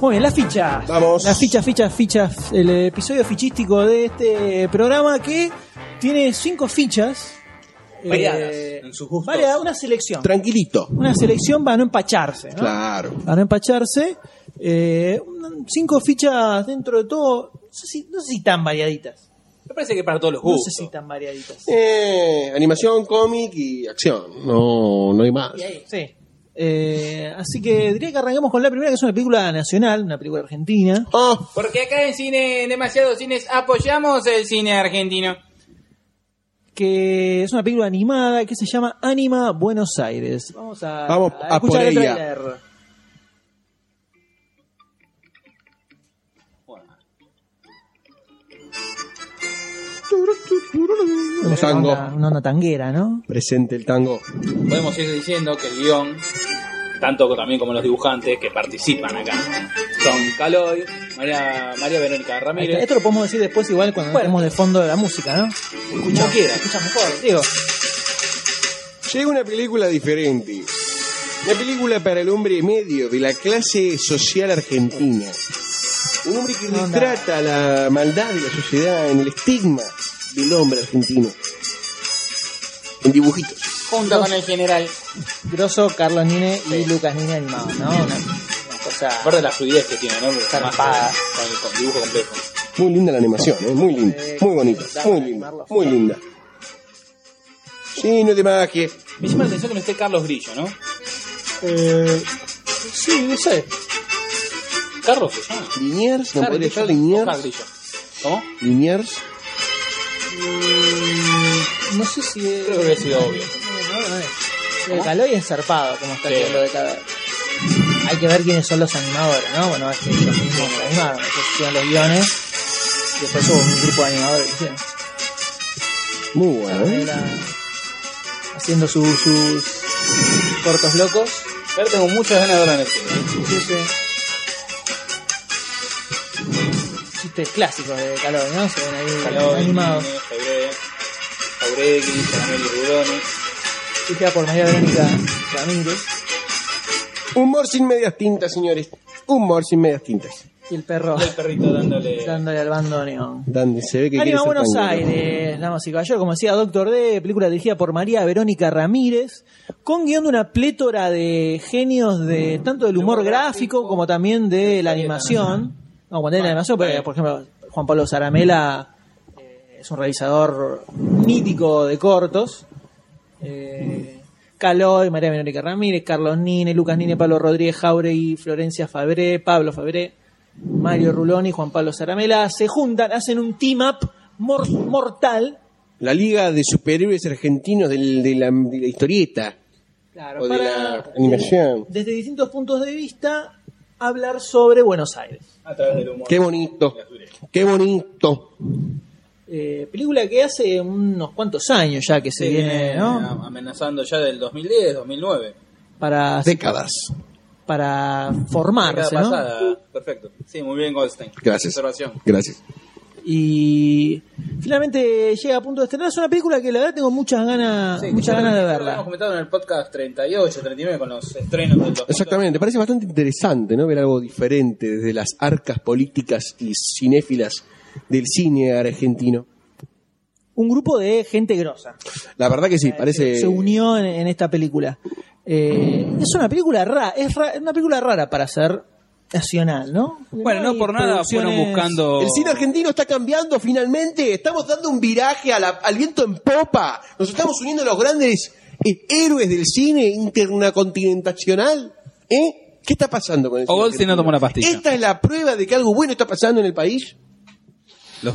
S1: Muy bien, la ficha.
S2: Vamos.
S1: La ficha, ficha, ficha. El episodio fichístico de este programa que tiene cinco fichas.
S4: Variadas,
S1: eh,
S4: en sus gustos.
S1: variadas, una selección.
S2: Tranquilito.
S1: una selección para no empacharse. ¿no?
S2: Claro.
S1: para no empacharse. eh, un- cinco fichas dentro de todo, no sé si, no sé si tan variaditas.
S4: Me parece que para todos los
S2: Uh.
S1: No
S4: gustos.
S1: sé si tan variaditas.
S2: Eh, animación, cómic y acción. No, no hay más.
S1: Sí. Eh, así que diría que arranquemos con la primera, que es una película nacional, una película argentina.
S2: Oh,
S4: Porque acá en cine, en demasiados cines, apoyamos el cine argentino.
S1: que es una película animada que se llama Anima Buenos Aires. Vamos a,
S2: Vamos a
S1: escuchar
S2: por
S1: el
S2: ella.
S1: tráiler.
S2: Un tango.
S1: Una, una onda tanguera, ¿no?
S2: presente el tango.
S4: Podemos ir diciendo que el guión, tanto también como los dibujantes que participan acá, son Caloy, María, María Verónica
S1: Ahí está.
S4: Ramírez,
S1: Esto lo podemos decir después igual cuando
S4: Bueno.
S1: estemos de fondo de la música, ¿no?
S4: como quiera.
S1: Escucha mejor, digo.
S2: Llega una película diferente. La película para el hombre medio de la clase social argentina. Un hombre que
S1: No, no.
S2: retrata la maldad de la sociedad en el estigma del hombre argentino. En dibujitos.
S5: junto con el general.
S1: Grosso, Carlos Nine y Lucas Nine animados, ¿no? Una, una cosa.
S4: Aparte de la fluidez que tiene, ¿no? Porque
S1: Zarpada.
S4: más Con el con dibujo complejo.
S2: Muy linda la animación, ¿eh? muy linda, muy bonita, muy linda, muy linda. Sí, no te majes.
S4: Me llama la atención que no esté Carlos Grillo, ¿no?
S1: Eh, sí, no sé.
S4: Carlos se llama.
S2: Liniers, no
S4: Carlos
S2: podría estar
S4: Grillo. O Carlos
S2: Liniers.
S4: Grillo. ¿Cómo?
S2: Liniers.
S1: Mm, No sé si es.
S4: Creo que hubiera sido obvio.
S1: No, no es. El
S4: ¿Cómo?
S1: Caloy es zarpado, como está
S4: Sí.
S1: haciendo de cada. Hay que ver quiénes son los animadores, ¿no? Bueno, es que ellos mismos lo animaron, ellos hicieron los guiones. y Después hubo un grupo de animadores que hicieron.
S2: Muy bueno, ¿eh?
S1: Era haciendo su- sus cortos locos.
S4: Pero tengo muchas ganas de verla en el cine. ¿eh?
S1: Chistes clásicos de Caloy, ¿no? Se ven ahí
S4: Caloy,
S1: animados.
S4: Jiménez, Jauregui, Jauregui, Caramelo y Rudoni.
S1: Dirigida por María Verónica Ramírez.
S2: Humor sin medias tintas, señores. Humor sin medias tintas.
S1: Y el perro
S4: Y el perrito dándole...
S1: dándole al bandoneón.
S2: Dande, se ve que quiere
S1: Anima
S2: ser
S1: Buenos
S2: tanguero.
S1: Aires, damas y caballeros, como decía Doctor D, película dirigida por María Verónica Ramírez, con guión de una plétora de genios de tanto del humor gráfico como también de la animación. No, cuando es la animación, pero, por ejemplo, Juan Pablo Zaramela eh, es un realizador mítico de cortos. Eh, Caloy, María Verónica Ramírez, Carlos Nine, Lucas Nine, Pablo Rodríguez Jauregui, Florencia Fabré, Pablo Fabré, Mario Rulón y Juan Pablo Zaramela se juntan, hacen un team up mor- mortal
S2: La Liga de Superhéroes Argentinos del- de, la, de la historieta. o de
S1: para,
S2: la animación.
S1: desde distintos puntos de vista, hablar sobre Buenos Aires.
S4: A través del humor.
S2: Qué bonito. Qué bonito.
S1: Eh, película que hace unos cuantos años ya que se
S4: Se
S1: viene,
S4: viene
S1: ¿no?
S4: am- amenazando ya del 2010, 2009.
S1: Para,
S2: Décadas.
S1: para
S4: Década
S1: formarse, Ah, ¿no?
S4: pasada. Perfecto. Sí, muy bien, Goldstein.
S2: Gracias.
S4: Observación.
S2: Gracias.
S1: Y finalmente llega a punto de estrenar. Es una película que la verdad tengo muchas ganas,
S4: Sí,
S1: muchas
S4: ya
S1: ganas de
S4: lo habíamos
S1: verla.
S4: comentado en el podcast 38, 39 con los estrenos del 2000.
S2: Exactamente. Parece bastante interesante, ¿no? Ver algo diferente desde las arcas políticas y cinéfilas del cine argentino.
S1: Un grupo de gente grosa.
S2: La verdad que sí, parece.
S1: se unió en, en esta película. Eh, es una película rara, es ra- es una película rara para ser nacional, ¿no?
S4: Bueno, no
S1: hay
S4: por nada fueron
S1: producciones-
S4: buscando...
S2: El cine argentino está cambiando finalmente. Estamos dando un viraje a la- al viento en popa. Nos estamos uniendo a los grandes eh, héroes del cine internacontinentacional. ¿Eh? ¿Qué está pasando con el
S4: O
S2: cine
S4: Goldstein
S2: argentino?
S4: no tomó la pastilla.
S2: ¿Esta es la prueba de que algo bueno está pasando en el país?
S4: Los,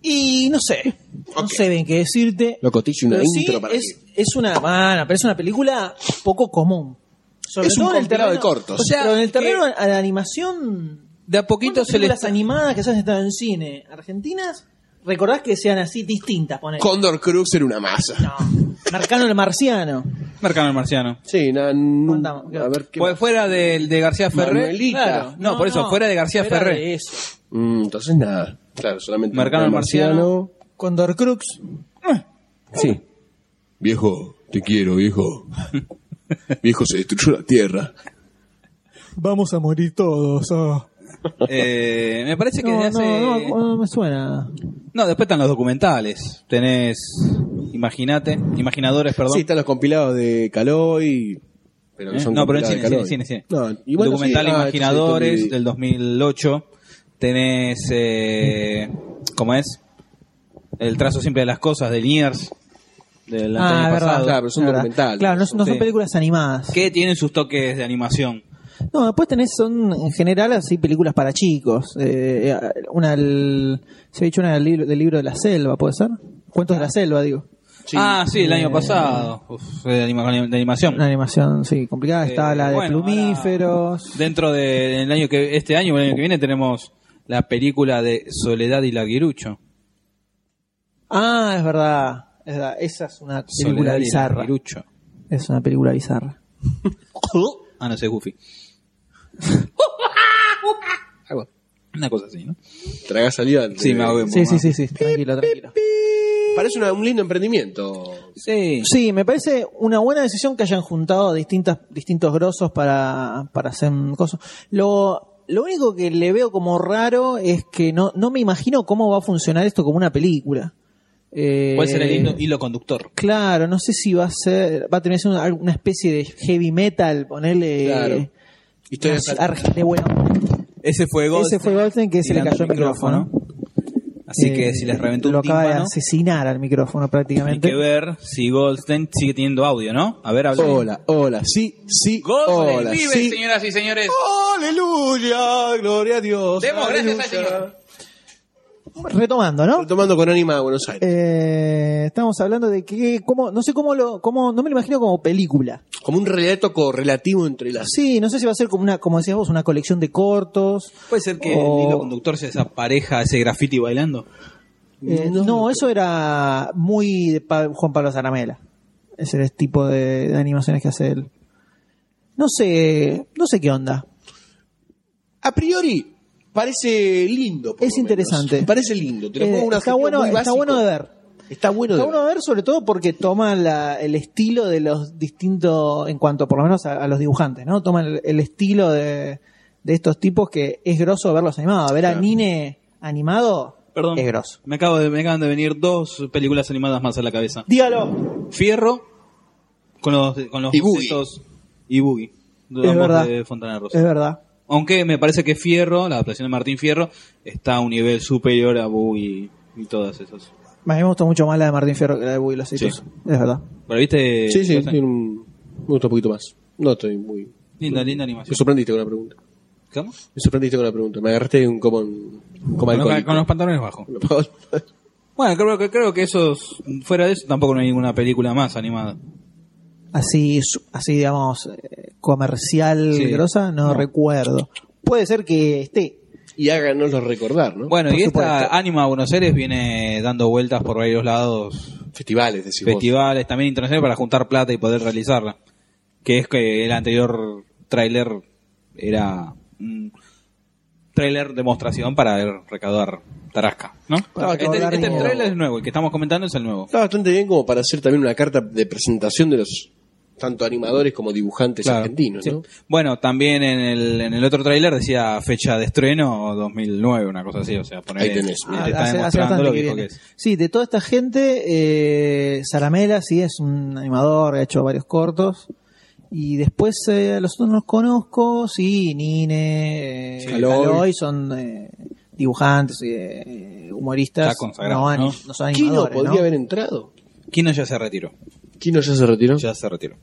S1: Y no sé, no sé bien qué decirte.
S2: Lo cotillo una
S1: Pero sí,
S2: intro para
S1: es, es una mana, pero es una película poco común. Sobre
S2: Es un
S1: todo en el
S2: compilado
S1: terreno-
S2: de cortos.
S1: O sea,
S4: O sea,
S1: pero en el
S4: que-
S1: terreno a la animación.
S4: De a poquito
S1: ¿Cuántas
S4: se le
S1: películas
S4: está-
S1: animadas que se han estado en cine argentinas? ¿Recordás que sean así distintas? Poner.
S2: Condor Crux era una masa.
S1: No. Marcano el marciano.
S4: Marcano el marciano.
S2: Sí, na- n-
S1: Contamos.
S2: a ver qué.
S4: Fue fuera del de García Ferré.
S2: Manuelita.
S4: Claro. No, por eso, fuera de García
S1: fuera
S4: Ferré.
S1: de eso.
S2: Mm, entonces nada. Claro, solamente.
S4: Marcano el marciano.
S1: Condor Crux.
S2: Sí. Viejo, te quiero, viejo. viejo, se destruyó la tierra.
S1: Vamos a morir todos.
S4: Eh, me parece que
S1: No, no,
S4: desde hace.
S1: no,
S4: No,
S1: no me suena.
S4: después están los documentales. Tenés. Imaginate. Imaginadores, perdón.
S2: Sí, están los compilados de Caloy. Pero que
S4: ¿Eh?
S2: son
S4: No, pero en
S2: compilados de
S4: cine, cine,
S2: Caloi.
S4: cine, cine.
S2: No, y bueno,
S4: Documental
S2: sí, ah,
S4: Imaginadores
S2: entonces,
S4: del 2008. Tenés. Eh, ¿Cómo es? El trazo simple de las cosas de Niers. Del
S1: Ah,
S4: año
S1: verdad.
S4: pasado.
S2: Claro, pero son
S1: Verdad.
S2: documentales.
S1: Claro, no, son- no son
S4: Sí.
S1: películas animadas.
S4: Que tienen sus toques de animación.
S1: No, después tenés, son en general así películas para chicos. Eh, una del- se ha dicho una del libro, del libro de la selva, ¿puede ser? Cuentos de la selva, digo.
S4: Ah, sí, el año
S1: Eh,
S4: pasado. Uf, de, anima- de animación.
S1: Una animación, sí, complicada. Está
S4: Eh,
S1: la de
S4: bueno,
S1: plumíferos.
S4: ahora, dentro de- del año que este año o el año que viene tenemos la película de Soledad y la Guirucho.
S1: Ah, es verdad. Es verdad. Esa es una película
S4: Soledad y
S1: bizarra.
S4: Laguirucho.
S1: Es una película bizarra.
S4: Ah, no sé, Goofy. Algo- Una cosa así, ¿no?
S2: Traga salida.
S4: Sí, me ahogué.
S1: Sí, sí, sí, sí. Tranquilo, tranquilo.
S2: eh. Parece una- un lindo emprendimiento.
S4: Sí.
S1: Sí, me parece una buena decisión que hayan juntado distintas, distintos grosos para, para hacer un coso. Lo, lo único que le veo como raro es que no, no me imagino cómo va a funcionar esto como una película. Eh,
S4: ¿Cuál será el hilo, hilo conductor?
S1: Claro, no sé si va a ser, va a tener una, alguna especie de heavy metal, ponerle
S2: Claro. Historia
S1: de bueno.
S4: Ese fue
S1: Ese fue Goldstein que se le
S4: tirando
S1: cayó el micrófono.
S4: Así
S1: Eh,
S4: que si les reventó
S1: Lo
S4: un
S1: acaba de
S4: tímpano,
S1: asesinar al micrófono
S4: hay
S1: prácticamente.
S4: que ver si Goldstein sigue teniendo audio, ¿no? A ver, habla.
S2: Hola, hola, sí, sí,
S4: Goldstein
S2: hola,
S4: vive,
S2: sí.
S4: señoras y señores.
S2: Aleluya, gloria a Dios.
S4: Demos gracias al
S2: aleluya.
S4: Señor.
S1: Retomando, ¿no?
S2: Retomando con ánima de Buenos Aires.
S1: Eh, estamos hablando de que, cómo, no sé cómo lo, cómo, no me lo imagino como película.
S2: Como un relato correlativo entre las.
S1: Sí, no sé si va a ser como una, como decías vos, una colección de cortos.
S4: Puede ser que
S1: O-
S4: el hilo conductor sea esa pareja, ese graffiti bailando.
S1: Eh, no, eso era muy de Pa- Juan Pablo Zaramela. Ese era el tipo de, de animaciones que hace él. No sé, no sé qué onda.
S2: A priori, parece lindo. por
S1: Es
S2: lo menos.
S1: interesante.
S2: Parece lindo. Te lo
S1: Eh,
S2: pongo un
S1: está
S2: adjetivo
S1: bueno,
S2: muy
S1: está
S2: básico.
S1: bueno de ver.
S2: Está bueno
S1: Está
S2: de
S1: bueno
S2: ver.
S1: de ver sobre todo porque toma la- el estilo de los distintos, en cuanto por lo menos a, a los dibujantes, ¿no? Toma el, el estilo de, de estos tipos que es grosso verlos animados. Ver a
S2: Claro.
S1: Nine animado
S4: Perdón.
S1: es grosso.
S4: Me, acabo de, me acaban de venir dos películas animadas más a la cabeza.
S1: Dígalo.
S4: Fierro con los, con los
S2: Y Boogie.
S4: bocetos y Boogie.
S1: Es
S4: ambos
S1: verdad.
S4: de Fontana Rosa.
S1: Es verdad.
S4: Aunque me parece que Fierro, la adaptación de Martín Fierro, está a un nivel superior a Boogie y todas esas.
S1: A mí me gustó mucho más la de Martín Fierro que la de Bui los
S4: Sí.
S1: Aceitosos. Es verdad.
S4: ¿Pero viste?
S2: Sí, sí,
S4: Cosa?
S2: tiene un... me gusta un poquito más. No estoy muy.
S4: Linda, linda
S2: Me
S4: animación.
S2: sorprendiste con la pregunta.
S4: ¿Cómo?
S2: Me sorprendiste con la pregunta. Me agarraste un coma, un coma
S4: Con los,
S2: alcohólico.
S4: con los pantalones bajos. Bueno, creo que, creo que esos, fuera de eso, tampoco no hay ninguna película más animada.
S1: Así, su- así digamos, eh, comercial
S4: Sí.
S1: grosa, no,
S4: No.
S1: recuerdo. Puede ser que esté.
S2: y háganoslo recordar, ¿no?
S4: Bueno,
S1: Por
S4: y
S1: supuesto.
S4: esta Anima Buenos Aires viene dando vueltas por varios lados
S2: Festivales, decimos.
S4: festivales también internacionales para juntar plata y poder realizarla. Que es que el anterior tráiler era un tráiler demostración para recaudar tarasca, ¿no?
S1: Para
S4: este
S1: recaudar
S4: este
S1: dinero.
S4: tráiler es nuevo, el que estamos comentando es el nuevo.
S2: Está bastante bien como para hacer también una carta de presentación de los tanto animadores como dibujantes
S4: Claro,
S2: argentinos,
S4: sí.
S2: ¿no?
S4: Bueno, también en el, en el otro tráiler decía fecha de estreno 2009, una cosa así, o sea, poner
S2: Ahí tenés,
S4: te
S2: mira.
S4: está
S1: Ah, Hace- hace
S4: demostrando
S1: bastante
S4: Este, lo
S1: que
S4: viejo que
S1: viene.
S4: es.
S1: Sí, de toda esta gente, eh, Saramela sí es un animador, ha hecho varios cortos. Y después eh, a los otros no los conozco, sí, Nine, eh,
S4: Sí,
S1: Aloy,
S2: Aloy.
S1: son eh, dibujantes, eh, humoristas.
S4: Ya consagrados,
S1: no, ani-
S4: ¿no?
S1: no son
S2: Kino
S1: animadores.
S2: podría
S1: ¿no?
S2: haber entrado.
S4: Kino ya se retiró,
S2: Kino ya se retiró.
S4: ya se retiró.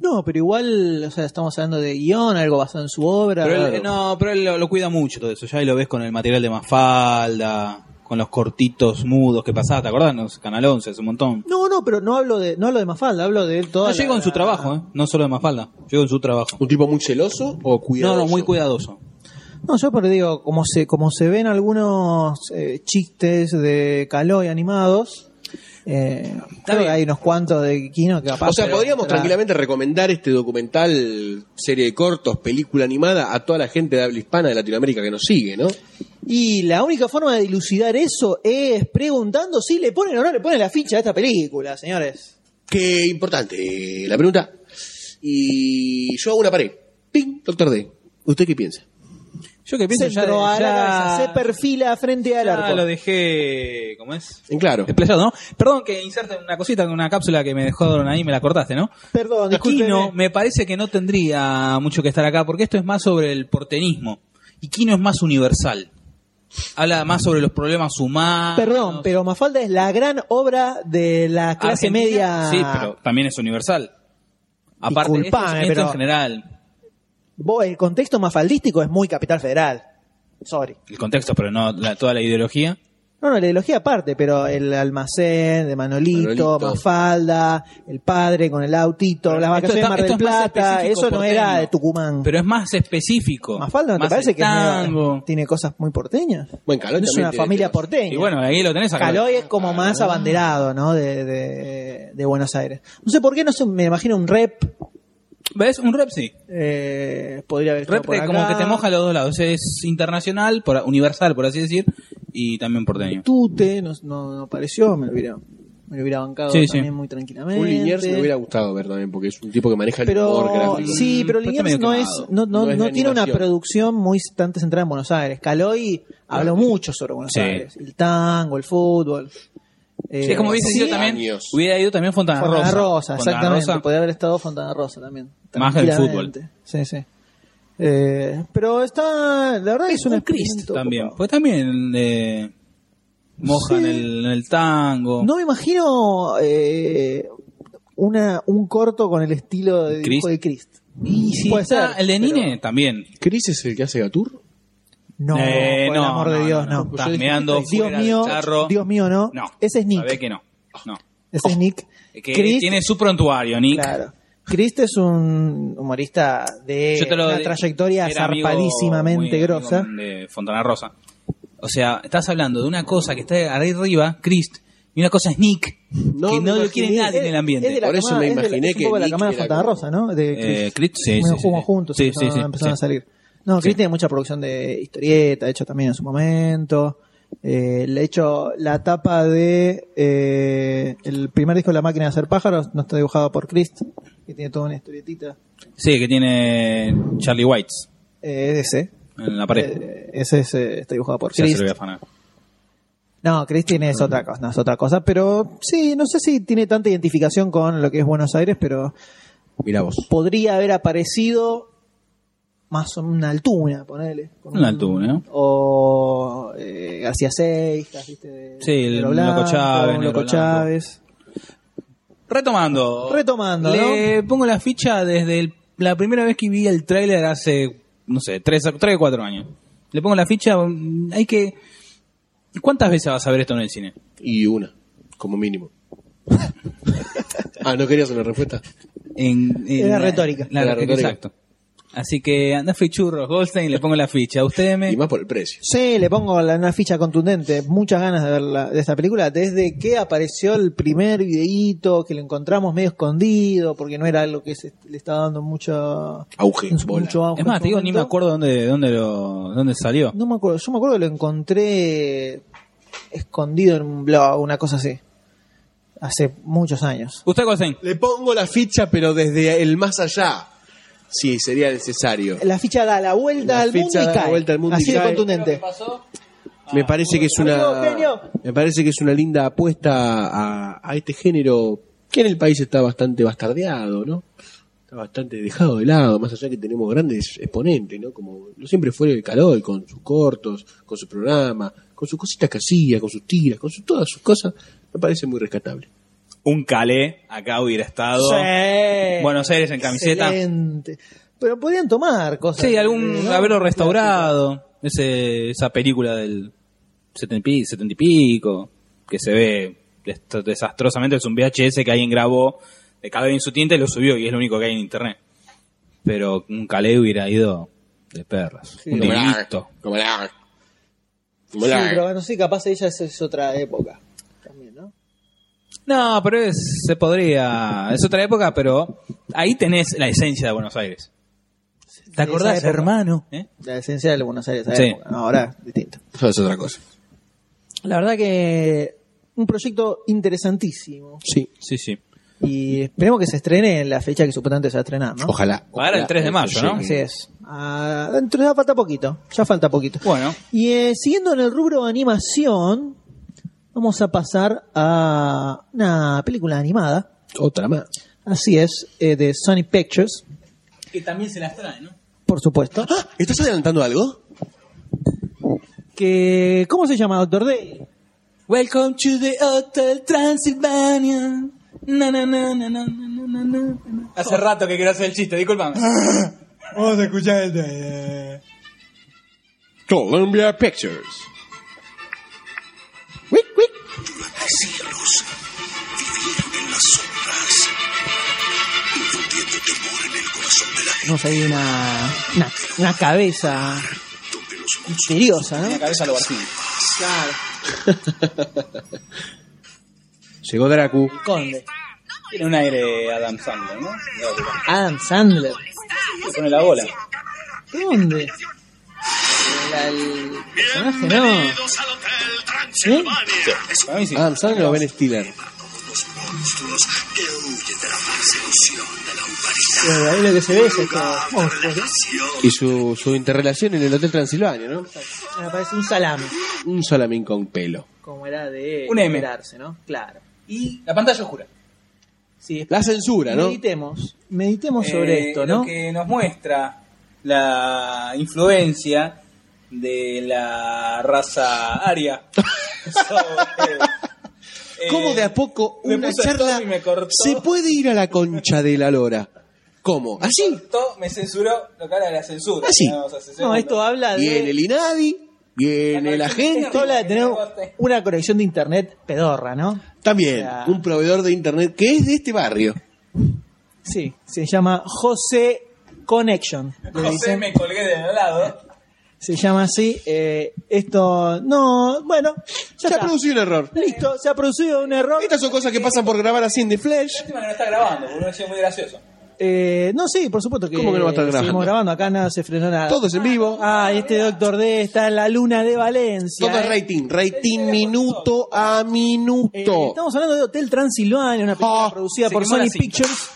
S1: No, pero igual, o sea, estamos hablando de guión, algo basado en su obra.
S4: Pero él, eh, no, pero él lo, lo cuida mucho todo eso. Ya ahí lo ves con el material de Mafalda, con los cortitos mudos que pasaba, ¿te acordás? No sé, Canal 11, hace un montón.
S1: No, no, pero no hablo de, no hablo de Mafalda, hablo de él toda
S4: No
S1: la-
S4: llego en su
S1: la-
S4: trabajo, ¿eh? No solo de Mafalda, llego en su trabajo.
S2: ¿Un tipo muy celoso
S1: Oh,
S2: o cuidado?
S4: No, no, muy cuidadoso.
S1: No, yo pero digo, como se, como se ven algunos eh, chistes de Caloi animados, eh, creo que
S4: bien.
S1: hay unos cuantos de Kino que capaz.
S2: O sea,
S1: pero-
S2: podríamos
S1: pero-
S2: tranquilamente recomendar este documental, serie de cortos, película animada a toda la gente de habla hispana de Latinoamérica que nos sigue, ¿no?
S1: Y la única forma de dilucidar eso es preguntando si le ponen o no le ponen la ficha a esta película, señores.
S2: Qué importante eh, la pregunta. Y yo hago una pared. Ping, doctor D. ¿Usted qué piensa?
S4: Yo que pienso ya,
S1: Centro a la
S4: ya-
S1: cabeza, se perfila frente al
S4: ya
S1: arco.
S4: lo dejé, ¿cómo es?
S2: En claro.
S4: Desplayado, ¿no? Perdón que inserte una cosita, una cápsula que me dejaron ahí, me la cortaste, ¿no?
S1: Perdón, disculpe.
S4: Quino me parece que no tendría mucho que estar acá porque esto es más sobre el porteñismo y Quino es más universal. Habla más sobre los problemas humanos.
S1: Perdón, pero Mafalda es la gran obra de la clase
S4: Argentina,
S1: media.
S4: Sí, pero también es universal. Aparte, esto es-
S1: Disculpame,
S4: esto
S1: pero-
S4: en general,
S1: Vos, el contexto mafaldístico es muy Capital Federal. Sorry.
S4: el contexto, pero no la- toda la ideología.
S1: No, no, la ideología aparte, pero el almacén de Manolito,
S2: Manolito.
S1: Mafalda, el padre con el autito, las
S4: Esto
S1: vacaciones
S4: está-
S1: de Mar del
S4: esto es más
S1: Plata,
S4: específico
S1: eso no era
S4: porteño.
S1: de Tucumán.
S4: Pero es más específico.
S1: Mafalda, ¿no te
S4: Más
S1: parece
S4: el
S1: que es medio-
S4: tango.
S1: tiene cosas muy porteñas?
S2: Bueno, Caloi
S1: No es
S2: también
S1: una
S2: tiene
S1: familia
S2: temas.
S1: porteña.
S4: Y bueno, ahí lo tenés acá.
S1: Caloy es
S4: Ah.
S1: como más abanderado, ¿no? De, de- de Buenos Aires. No sé por qué, no sé, me imagino un rep.
S4: ¿Ves? Un rep sí.
S1: eh, podría haber estado
S4: Rep
S1: por
S4: te- como
S1: acá.
S4: que te moja los dos lados. Es internacional, por, universal, por así decir, y también porteño.
S1: Tute, no, no, no apareció, me lo hubiera, me lo hubiera bancado
S4: Sí, sí.
S1: también muy tranquilamente.
S2: Un Liniers me hubiera gustado ver también, porque es un tipo que maneja el humor
S1: pero
S2: gráfico.
S1: sí, pero
S4: Mm, pero está
S1: Liniers
S4: medio
S1: no es,
S4: quemado.
S1: no, no,
S2: No es
S1: no
S2: de
S1: tiene una
S2: animación.
S1: producción muy tan centrada en Buenos Aires. Caloy habló mucho sobre Buenos
S4: Sí.
S1: Aires, el tango, el fútbol. Eh,
S4: Sí, es como hubiese
S1: sí,
S4: ido también,
S2: Años.
S4: hubiera ido también Fontana,
S1: Fontana Rosa,
S4: Rosa. Fontana
S1: exactamente.
S4: Rosa.
S1: Podría haber estado Fontana Rosa también.
S4: Más que el fútbol.
S1: tranquilamente. Sí, sí. Eh, pero está, la verdad que es, un
S4: un Crist
S1: experimento
S4: también.
S1: copado.
S4: Pues también eh, mojan
S1: Sí.
S4: el, el tango.
S1: No me imagino eh, una, un corto con el estilo de dibujo de
S4: Crist.
S1: Crist.
S4: y si
S1: puede
S4: está
S1: ser,
S4: el de
S1: pero-
S4: Nine también.
S2: ¿Chris es el que hace Gatur?
S1: No,
S4: Eh,
S1: por el amor de Dios, no.
S4: Estás meando
S1: Dios
S4: fuera del
S1: mío,
S4: charro.
S1: Dios mío, no.
S4: No.
S1: Ese es
S4: Sabés
S1: Nick.
S4: que no. No.
S1: Ese es Nick.
S4: Que
S1: Crist,
S4: tiene su prontuario, Nick.
S1: claro. Crist es un humorista de
S4: Yo te lo-
S1: una trayectoria
S4: era amigo
S1: zarpadísimamente
S4: muy amigo
S1: grosa.
S4: De Fontana Rosa. O sea, estás hablando de una cosa que está ahí arriba, Crist, y una cosa es Nick,
S2: No,
S4: que
S2: me
S4: no lo
S2: imagino.
S4: quiere nadie en el ambiente.
S1: es de la
S2: Por eso
S1: camada-
S2: me
S1: es de la-
S2: imaginé
S1: es un poco
S2: que
S1: de la
S2: Nick
S1: cámara
S2: era
S1: Fontana
S2: como-
S1: Rosa, ¿no? De Crist.
S4: Eh, Crist, sí,
S1: Medio
S4: sí, sí,
S1: jugos
S4: sí.
S1: juntos,
S4: Sí,
S1: empezaron,
S4: sí, sí,
S1: empezaron
S4: sí.
S1: a salir. No, Crist
S4: Sí.
S1: tiene mucha producción de historieta, hecho también en su momento. Eh, le he hecho la tapa de eh, el primer disco de la máquina de hacer pájaros, no está dibujado por Crist, que tiene toda una historietita.
S4: Sí, que tiene Charlie Whites
S1: Eh, es ese.
S4: en la pared.
S1: Eh, ese es, eh, está dibujado por
S4: Ya se
S1: Crist.
S4: lo voy a afanar.
S1: No, Cristina es otra cosa, no, es otra cosa, pero sí, no sé si tiene tanta identificación con lo que es Buenos Aires, pero
S2: Mirá vos.
S1: podría haber aparecido más o- una altura, ponele. con
S4: Una
S1: un-
S4: altura, ¿no?
S1: O eh, García Seijas, ¿viste? De-
S4: Sí,
S1: de
S4: el
S1: Nero
S4: Loco Chávez,
S1: un
S4: Nero
S1: Loco
S4: Blanco.
S1: Chávez.
S4: Retomando.
S1: Retomando,
S4: Le pongo la ficha desde el- la primera vez que vi el tráiler hace, no sé, tres, tres o cuatro años. Le pongo la ficha, mm, hay que... ¿Cuántas veces vas a ver esto en el cine?
S2: Y una, como mínimo. ah, ¿no querías una respuesta?
S4: En, en
S1: Era retórica.
S4: la-
S2: Era retórica.
S4: Exacto. Así que anda fichurros, Goldstein, le pongo la ficha. Ustedes me...
S2: Y más por el precio.
S1: Sí, le pongo la- una ficha contundente, muchas ganas de ver la- de esta película, desde que apareció el primer videíto, que lo encontramos medio escondido, porque no era algo que se le estaba dando mucho...
S2: Auge, bola.
S1: mucho auge
S4: Es más,
S1: en su
S4: te digo, ni me
S1: momento.
S4: acuerdo dónde, dónde, lo, dónde salió.
S1: No me acuerdo, yo me acuerdo que lo encontré escondido en un blog, una cosa así. Hace muchos años.
S4: Usted, Goldstein.
S2: Le pongo la ficha, pero desde el más allá. Sí, sería necesario.
S1: La ficha da la vuelta
S2: La
S1: al
S2: ficha
S1: mundo y
S2: da la
S1: cae.
S2: vuelta al mundo y
S1: así de
S2: cae.
S1: contundente.
S2: Me parece que es
S1: Amigo, genio.
S2: una me parece que es una linda apuesta a, a este género que en el país está bastante bastardeado, ¿no? Está bastante dejado de lado, más allá que tenemos grandes exponentes, ¿no? Como no siempre fue el Calol con sus cortos, con su programa, con sus cositas que hacía, con sus tiras, con sus- todas sus cosas, me parece muy rescatable.
S4: Un Calé, acá hubiera estado.
S1: Sí.
S4: Buenos Aires en camiseta.
S1: Excelente. Pero podían tomar cosas.
S4: Sí, algún
S1: ¿no?
S4: haberlo restaurado. Ese, esa película del, 70 y, 70 y pico, que se ve dest- desastrosamente. Es un VHS que alguien grabó de cada en su tinta y lo subió, y es lo único que hay en internet. Pero un Calais hubiera ido de perlas. un
S2: como la-
S4: listo.
S2: Como la- como
S1: Sí,
S2: la-
S1: pero no sé, capaz ella es, es otra época. También, ¿no?
S4: No, pero es- se podría. Es otra época, pero ahí tenés la esencia de Buenos Aires. ¿Te acordás,
S1: época.
S4: hermano? ¿Eh?
S1: La esencia de Buenos Aires. esa
S4: Sí.
S1: época. Ahora, distinto.
S2: Eso es otra cosa.
S1: La verdad que un proyecto interesantísimo.
S2: Sí.
S4: Sí, sí.
S1: Y esperemos que se estrene en la fecha que supuestamente se va a estrenar, ¿no?
S2: Ojalá.
S4: Para el 3 de mayo, ¿no?
S1: Así es. Ah, dentro ya falta poquito. Ya falta poquito.
S4: Bueno.
S1: Y eh, siguiendo en el rubro animación, vamos a pasar a una película animada.
S2: Otra más.
S1: Así es, eh, de Sony Pictures,
S4: Que también se las trae, ¿no?
S1: por supuesto.
S2: ¿Estás adelantando algo?
S1: Que, ¿Cómo se llama, Doctor D?
S4: Welcome to the Hotel Transylvania. Na, na, na, na, na, na, na, na, na. Hace rato que quiero hacer el chiste, discúlpame. Vamos a escuchar el de...
S2: Columbia Pictures.
S5: Cielos vivieron en las sombras, infundiendo temor en el corazón de la gente
S1: Vamos ahí una, una, una cabeza
S5: donde los
S1: misteriosa, ¿no?
S4: cabeza lo vacío.
S2: Llegó Dracu.
S1: Conde.
S4: Tiene un aire Adam Sandler, ¿no? Le
S1: Adam Sandler.
S4: pone la bola.
S1: ¿Dónde? El, el personaje, no.
S5: monstruos al Hotel Transilvania.
S4: Para mí sí.
S2: Adam Sandler o Ben Stiller.
S5: Los monstruos que huyen de la persecución de la humanidad.
S1: Eh, ahí lo que se ve es esto. monstruos, ¿no?
S5: Relación
S2: Y su, su interrelación en el Hotel Transilvania, ¿no?
S1: Ah, Parece un salame,
S2: Un salamín con pelo.
S1: como era de
S4: Un M.
S1: esperarse, ¿no? Claro.
S4: Y la pantalla oscura.
S1: Sí,
S2: La censura, ¿no?
S1: meditemos, meditemos sobre
S4: Eh,
S1: esto, ¿no?
S4: Lo que nos muestra la influencia de la raza aria. sobre, eh,
S2: ¿Cómo de a poco
S4: me
S2: una
S4: puso
S2: charla
S4: stop y me cortó.
S2: se puede ir a la concha de la lora? ¿Cómo? ¿Así?
S4: Todo me censuró lo que habla de la censura.
S2: Ah, sí.
S4: Digamos, hace
S1: No,
S4: segundos.
S1: esto habla de...
S2: Viene el INADI, viene la gente.
S1: Esto habla de tener una conexión de internet pedorra, ¿no?
S2: También, un proveedor de internet que es de este barrio.
S1: Sí, se llama José Connection. le
S4: José
S1: dicen.
S4: me colgué de al lado.
S1: Se llama así. eh, esto, no, bueno, ya
S2: Se ha
S1: está.
S2: producido un error.
S1: Listo, se ha producido un error.
S2: Estas son cosas que pasan por grabar así en The Flash.
S4: Lástima que no está grabando, porque hubiera sido muy gracioso.
S1: Eh, no, sí, por supuesto que,
S2: ¿Cómo que no va a estar grabando?
S1: seguimos grabando. Acá nada se frenó nada.
S2: Todo es en vivo.
S1: Ah, este Doctor D está en la luna de Valencia.
S2: Todo es
S1: eh.
S2: rating, rating minuto a minuto.
S1: Eh, estamos hablando de Hotel Transilvania, una película
S2: Ah,
S1: producida
S4: se
S1: por
S4: quemó la
S1: Sony
S4: cinta.
S1: Pictures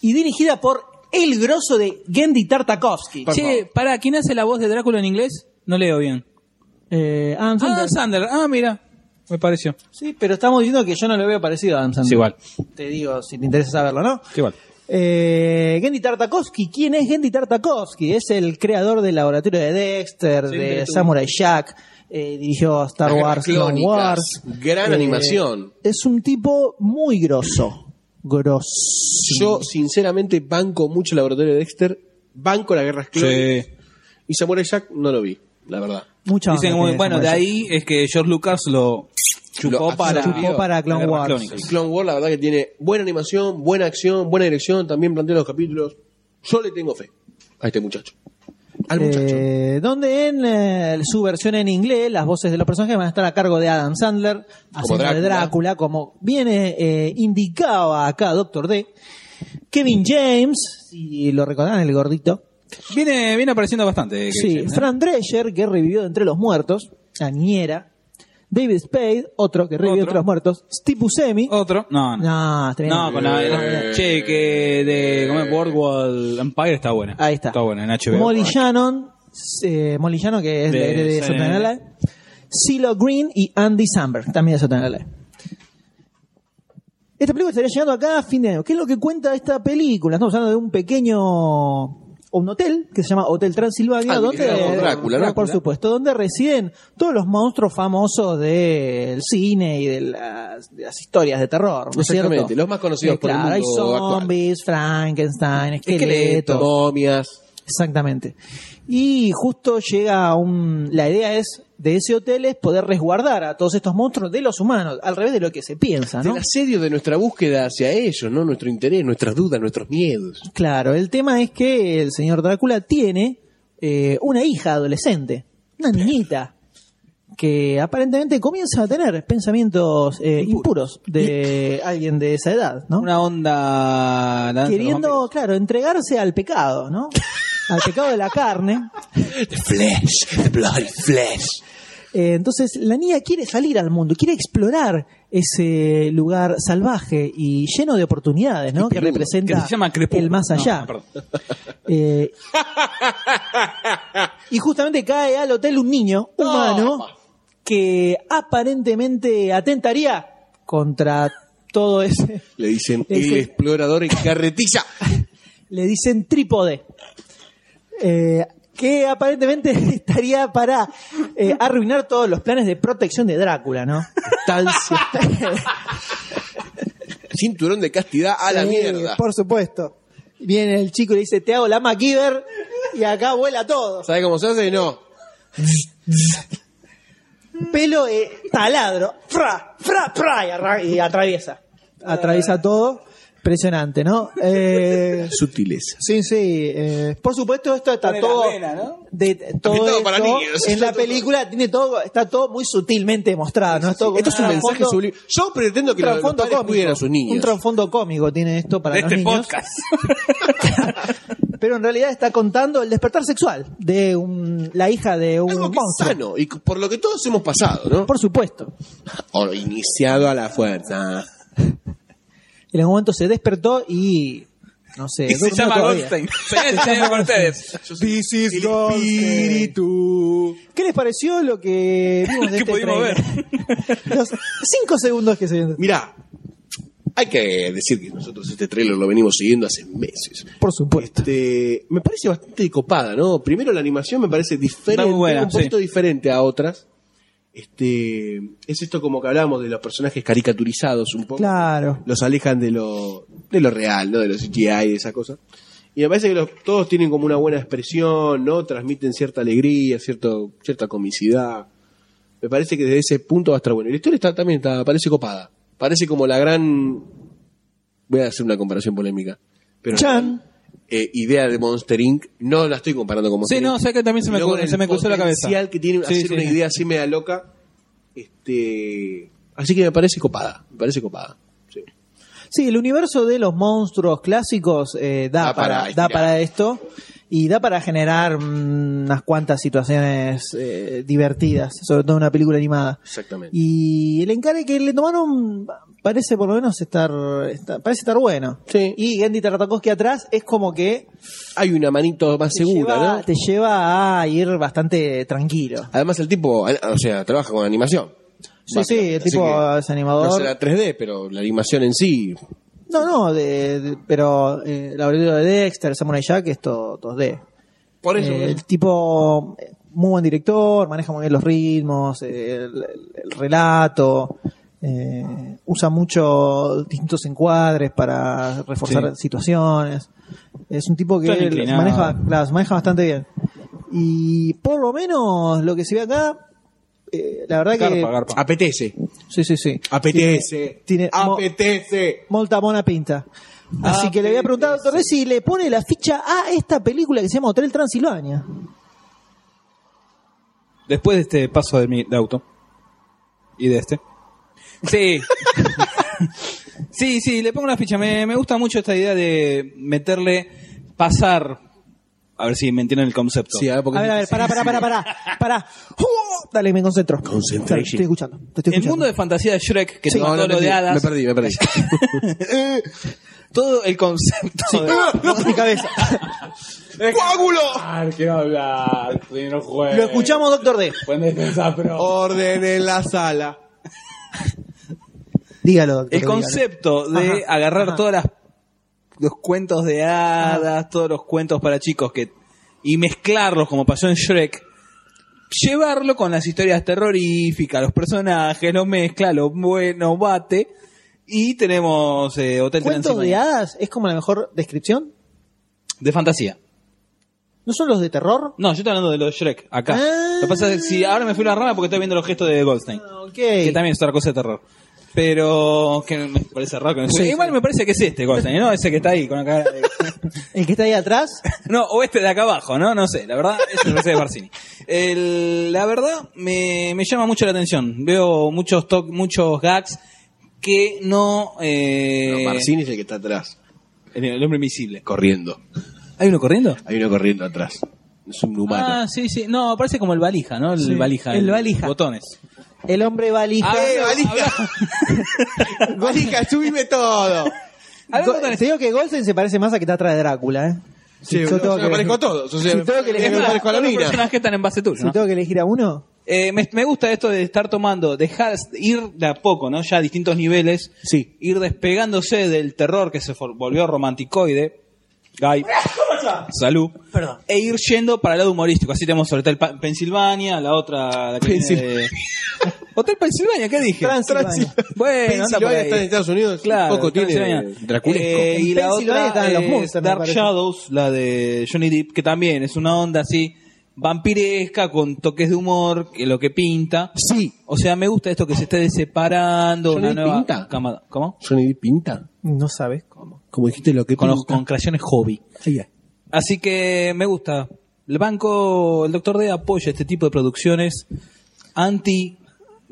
S1: y dirigida por el grosso de Gendy Tartakovsky.
S2: Por
S4: Che,
S2: favor.
S4: para, ¿quién hace la voz de Drácula en inglés? No leo bien.
S1: Eh, Adam Sandler.
S4: Ah, Sander. Ah, mira. Me pareció.
S1: Sí, pero estamos diciendo que yo no lo veo parecido a Adam Sandler.
S4: Es igual.
S1: Te digo, si te interesa saberlo, ¿no?
S4: igual.
S1: Eh, Gendy Tartakovsky, ¿quién es Gendy Tartakovsky? Es el creador del laboratorio de Dexter,
S4: Siempre
S1: de
S4: tú.
S1: Samurai Jack, eh, dirigió Star
S2: Las
S1: Wars,
S2: Clónicas,
S1: Clone Wars. Eh,
S2: gran animación.
S1: Es un tipo muy grosso. Grosso.
S2: Yo, sinceramente, banco mucho el laboratorio de Dexter, banco las guerras clónicas. Y Samurai Jack no lo vi, la verdad.
S1: Mucha
S4: Dicen,
S1: onda tiene
S4: bueno, bueno, de
S1: Samurai Jack.
S4: ahí es que George Lucas lo chupó
S2: Lo
S4: para,
S2: chupó
S1: para Clone
S4: la guerra
S1: Wars.
S4: clónica.
S2: Clone Wars, la verdad que tiene buena animación, buena acción, buena dirección, también plantea los capítulos. Yo le tengo fe a este muchacho. Al muchacho.
S1: Eh, donde en eh, su versión en inglés las voces de los personajes van a estar a cargo de Adam Sandler, haciendo de
S2: Drácula.
S1: Drácula, como bien eh, eh, indicaba acá Doctor D. Kevin James, si lo recordarán, el gordito.
S4: Viene, viene apareciendo bastante. eh,
S1: Sí,
S4: Gretchen, ¿eh?
S1: Fran Drescher, que revivió de entre los muertos, la niñera. David Spade, otro que revivió
S4: Otro.
S1: entre los muertos. Steve Buscemi.
S4: Otro. No, no.
S1: No, Eh, tremendo.
S4: No, con la,
S2: Eh.
S4: la- che, que de ¿cómo es? Boardwalk Empire está buena.
S1: Ahí está.
S4: Está buena en HBO.
S1: Molly Shannon, eh, Molly Shannon, que es de,
S4: De
S1: de, de
S4: CNN.
S1: Saturday Night Live. CeeLo Green y Andy Samberg, también de Saturday Night Live. Esta película estaría llegando acá a fin de año. ¿Qué es lo que cuenta esta película? Estamos hablando de un pequeño un hotel que se llama Hotel Transilvania,
S2: Ah,
S1: donde
S2: mira, con Drácula,
S1: Ah, por
S2: Drácula.
S1: supuesto, donde residen todos los monstruos famosos del cine y de las, de las historias de terror. ¿no es cierto? Eh,
S2: Exactamente, los más conocidos por el
S1: claro,
S2: mundo
S1: hay zombies, Frankenstein,
S2: Esqueletos,
S1: esqueletos.
S2: momias.
S1: Exactamente. Y justo llega un. La idea es de ese hotel es poder resguardar a todos estos monstruos de los humanos, al revés de lo que se piensa, Ah, ¿no?
S2: Del asedio de nuestra búsqueda hacia ellos, ¿no? Nuestro interés, nuestras dudas, nuestros miedos.
S1: Claro, el tema es que el señor Drácula tiene eh, una hija adolescente, una niñita, que aparentemente comienza a tener pensamientos eh, impuros de alguien de esa edad, ¿no?
S4: Una onda... la danza de los
S1: Queriendo,
S4: vampiros.
S1: claro, entregarse al pecado, ¿no? Al pecado de la carne.
S2: The flesh, the bloody flesh.
S1: Eh, entonces, la niña quiere salir al mundo, quiere explorar ese lugar salvaje y lleno de oportunidades, ¿no? Que
S2: Crepúsculo,
S1: representa
S4: Que se llama Crepúsculo.
S1: el más
S4: No,
S1: allá.
S4: no, perdón.
S1: Eh, y justamente cae al hotel un niño humano que aparentemente atentaría contra todo ese.
S2: Le dicen el
S1: Ese-
S2: explorador en carretilla.
S1: Le dicen trípode. Eh, que aparentemente estaría para eh, arruinar todos los planes de protección de Drácula, ¿no? Tal
S2: Cinturón de castidad a la
S1: Sí,
S2: mierda.
S1: Por supuesto. Viene el chico y le dice, te hago la MacGyver y acá vuela todo.
S2: ¿Sabe cómo se hace? No.
S1: pelo eh, taladro. Fra, fra, fra, y, arra- y atraviesa. Atraviesa todo. Impresionante, ¿no? Eh,
S2: Sutileza.
S1: sí, sí. eh, por supuesto, esto está
S4: Pone la
S1: todo.
S4: vena, ¿no?
S1: de- todo
S2: Pintado para
S1: esto
S2: niños.
S1: en la película tiene todo, está todo muy sutilmente mostrado. ¿no? Es todo con
S2: Esto es un mensaje
S1: trasfondo-
S2: sublime. Yo pretendo
S1: un
S2: que los, los
S1: trasfondo
S2: padres cuiden
S1: cómico.
S2: a sus
S1: Un
S2: niños.
S1: trasfondo cómico tiene esto para
S4: De
S1: los
S4: este
S1: niños.
S4: podcast.
S1: Pero en realidad está contando el despertar sexual de un- la hija de un
S2: Algo que es
S1: monstruo.
S2: sano y por lo que todos hemos pasado, ¿no?
S1: Por supuesto.
S2: O iniciado a la fuerza.
S1: En algún momento se despertó y. No sé.
S4: Y se
S1: durmió
S4: llama
S1: todavía.
S4: Goldstein. Señores, señores, con ustedes.
S2: This is
S1: El espíritu. ¿Qué les pareció lo que vimos de
S4: Lo que
S1: este
S4: pudimos
S1: trailer? Los cinco segundos que se vieron.
S2: Mirá, hay que decir que nosotros este trailer lo venimos siguiendo hace meses.
S1: Por supuesto.
S2: Este, me parece bastante copada, ¿no? Primero la animación me parece diferente,
S4: Está muy buena,
S2: un poquito diferente a otras. Este, es esto como que hablamos de los personajes caricaturizados un poco.
S1: Claro.
S2: Los alejan de lo, de lo real, ¿no? De los CGI y de esa cosa. Y me parece que los- todos tienen como una buena expresión, ¿no? Transmiten cierta alegría, cierto, cierta comicidad. Me parece que desde ese punto va a estar bueno. Y la historia está, también está, parece copada. Parece como la gran. Voy a hacer una comparación polémica. Pero
S1: Chan.
S2: eh, idea de Monster Inc. No la estoy comparando con Monster
S4: Sí, no,
S2: Inc.
S4: sé que también se me,
S2: Luego
S4: ocurre-
S2: el
S4: se me cruzó la cabeza.
S2: potencial que tiene
S4: Sí,
S2: hacer
S4: sí.
S2: una idea así media loca. Este, así que me parece copada. Me parece copada. Sí.
S1: Sí, el universo de los monstruos clásicos eh, da,
S2: Da para
S1: para, da
S2: estirar.
S1: para esto y da para generar mm, unas cuantas situaciones eh, divertidas, sobre todo en una película animada.
S2: Exactamente.
S1: Y el encare que le tomaron parece por lo menos estar, está- parece estar bueno.
S2: Sí.
S1: Y Gendy Tartakovsky atrás es como que
S2: Hay una manito más
S1: te
S2: segura,
S1: lleva-
S2: ¿no?
S1: te lleva a ir bastante tranquilo.
S2: Además el tipo, o sea, trabaja con animación.
S1: Sí, sí, el
S2: Básicamente. Así
S1: tipo
S2: que
S1: es animador.
S2: No será 3D, pero la animación en sí.
S1: No, no, de- de- pero eh, la aventura de Dexter, Samurai Jack es todo 2D.
S2: Por eso.
S1: Eh, el tipo, eh, muy buen director, maneja muy bien los ritmos, eh, el, el- el relato, eh, usa mucho distintos encuadres para reforzar situaciones. Es un tipo que
S4: Plan
S1: él
S4: inclinado.
S1: maneja, claro, se maneja bastante bien. Y por lo menos lo que se ve acá, eh, la verdad que...
S4: Garpa, garpa.
S2: Apetece.
S1: Sí, sí, sí.
S2: Apetece.
S1: Tiene-
S2: apetece.
S1: Molta buena pinta. Así
S4: Ah,
S1: que le voy a preguntar al doctor D si le pone la ficha a esta película que se llama Hotel Transilvania.
S4: Después de este paso de mi de auto. Y de este. Sí. sí, sí, le pongo una ficha. Me, me gusta mucho esta idea de meterle, pasar. A ver si me entienden el concepto.
S2: Sí, ah, porque
S1: a ver, a ver, pará, pará, pará, pará, pará. ¡Uh! Dale, me concentro.
S2: Concentration.
S1: Dale, Estoy escuchando, te estoy
S4: el
S1: escuchando.
S4: mundo de fantasía de Shrek, que
S2: No,
S4: se todo
S2: no,
S4: lo de
S2: entendí.
S4: hadas,
S2: Me perdí, me perdí.
S4: todo el concepto. de-
S2: ¡Ah!
S1: ¡Ah! mi cabeza.
S2: ¡Coágulo!
S6: quiero hablar. Si no juegues.
S1: Lo escuchamos, doctor D.
S6: Ponete esa pro.
S2: Orden en la sala.
S1: Dígalo, doctor.
S4: El
S1: dígalo.
S4: concepto de
S1: Ajá,
S4: agarrar
S1: ajá.
S4: todas las los cuentos de hadas, todos los cuentos para chicos que y mezclarlos como pasó en Shrek, llevarlo con las historias terroríficas, los personajes, lo mezcla, lo bueno bate y tenemos eh, Hotel
S1: ¿Cuentos de
S4: Transilvania.
S1: hadas es como la mejor descripción?
S4: de fantasía.
S1: ¿No son los de terror?
S4: No, yo estoy hablando de los Shrek, acá.
S1: Ah.
S4: Lo que pasa es que si ahora me fui a la rama porque estoy viendo los gestos de Goldstein.
S1: Ah, Ok.
S4: Que también es otra cosa de terror. Pero que me parece raro que no
S1: Sí,
S4: Igual
S1: sí.
S4: me parece que es este Goldstein, ¿no? Ese que está ahí con la cara de-
S1: El que está ahí atrás.
S4: No, o este de acá abajo, ¿no? No sé, la verdad, es el de Barcini. El- la verdad, me, me llama mucho la atención. Veo muchos toc- muchos gags que no... Eh,
S2: No, Barcini es el que está atrás,
S4: el, el hombre invisible.
S2: corriendo.
S4: ¿Hay uno corriendo?
S2: Hay uno corriendo atrás. Es un humano.
S4: Ah, sí, sí. No, parece como el valija, ¿no? El
S1: Sí,
S4: valija.
S1: el valija.
S4: Botones.
S1: El hombre valija.
S4: Ah,
S2: ¡Eh, valija!
S4: habla-
S2: ¡Valija, Ah, subime todo!
S4: Hablando
S1: Go-
S4: con-
S1: Te digo que Goldstein se parece más a que está atrás de Drácula, ¿eh?
S2: Sí,
S1: Yo
S2: boludo,
S1: tengo que
S2: yo me parezco
S1: elegir-
S2: a todos. O sea,
S1: Si tengo que
S2: me
S1: elegir-
S2: me parezco a la
S4: Los
S2: mina.
S4: personajes que están en base tuyo,
S1: Si
S4: ¿no?
S1: tengo que elegir a uno,
S4: Eh, me, me gusta esto de estar tomando, dejar ir de a poco, ¿no? Ya a distintos niveles.
S2: Sí.
S4: Ir despegándose del terror que se for- volvió romanticoide. Guy. Salud. E ir yendo para el lado humorístico. Así tenemos Hotel Pa- Pensilvania, la otra, la que viene
S2: Pensil-
S4: de- Hotel Pensilvania, ¿qué dije?
S1: Transilvania.
S4: Bueno, anda por
S2: Pensilvania
S4: ahí.
S2: está en Estados Unidos,
S4: Claro,
S2: poco tiene
S4: Pensilvania.
S2: draculesco.
S4: Eh, y
S1: En
S4: la
S1: Pensilvania
S4: otra
S1: estaban los
S4: es
S1: monsters, me
S4: Dark
S1: parece.
S4: Shadows, la de Johnny Depp, que también es una onda así vampiresca con toques de humor, que lo que pinta.
S2: Sí.
S4: O sea, me gusta esto que se esté separando
S2: Johnny
S4: una
S2: Depp
S4: nueva
S2: pinta.
S4: camada. ¿Cómo?
S2: Johnny Depp pinta.
S1: no sabes cómo.
S2: Como dijiste lo que
S4: Con, los,
S2: pinta.
S4: con creaciones hobby.
S2: Ahí va.
S4: Así que me gusta. El banco, el doctor D apoya este tipo de producciones anti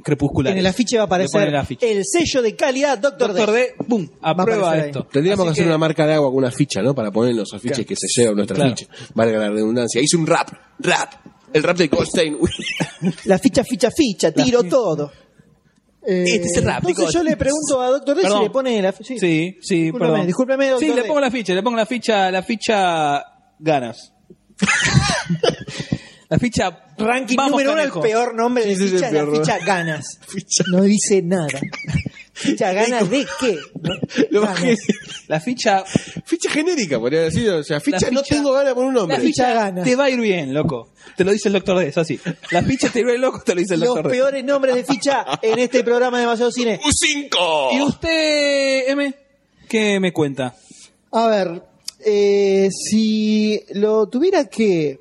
S4: crepusculares.
S1: En el afiche va a aparecer
S4: el
S1: el, sello de calidad Doctor,
S4: Doctor
S1: D.
S4: D, ¡pum!
S1: a
S4: Aprueba
S1: aparecer ahí.
S4: esto.
S2: Tendríamos
S4: Así
S2: que hacer una marca de agua con una ficha, ¿no? Para poner en los afiches que se llevan nuestras
S4: Claro.
S2: fichas. Valga la redundancia. Hice un rap, rap. El rap de Goldstein. Uy.
S1: La ficha, ficha, ficha, tiro todo. Eh,
S4: Este es el rap,
S1: entonces
S4: digo.
S1: yo le pregunto a Doctor D
S4: Perdón.
S1: si le pone la ficha.
S4: Sí, sí,
S1: discúlpame,
S4: perdón.
S1: discúlpeme,
S4: Sí,
S1: doctor
S4: le
S1: D.
S4: pongo la ficha, le pongo la ficha, la ficha ganas. la ficha
S1: Ranking
S4: vamos,
S1: número uno, el
S4: Canejo.
S1: peor nombre de
S2: Sí, sí, sí,
S1: ficha, la
S2: peor.
S1: ficha ganas. No dice nada. ¿Ficha ganas de qué?
S2: Lo
S1: Ganas.
S2: bajé.
S4: La ficha,
S2: Ficha genérica, podría decir. O sea, ficha,
S4: La
S2: no
S4: ficha-
S2: tengo ganas por un
S4: la
S2: nombre.
S4: ficha
S1: ganas.
S4: te va a ir bien, loco. Te lo dice el doctor D, es así. La ficha te va a ir loco, te lo dice el
S1: Los
S4: doctor D.
S1: peores nombres de ficha en este programa de Demasiado Cine.
S5: ¡Un 5!
S4: Y usted, M, ¿qué me cuenta?
S1: A ver, eh, si lo tuviera que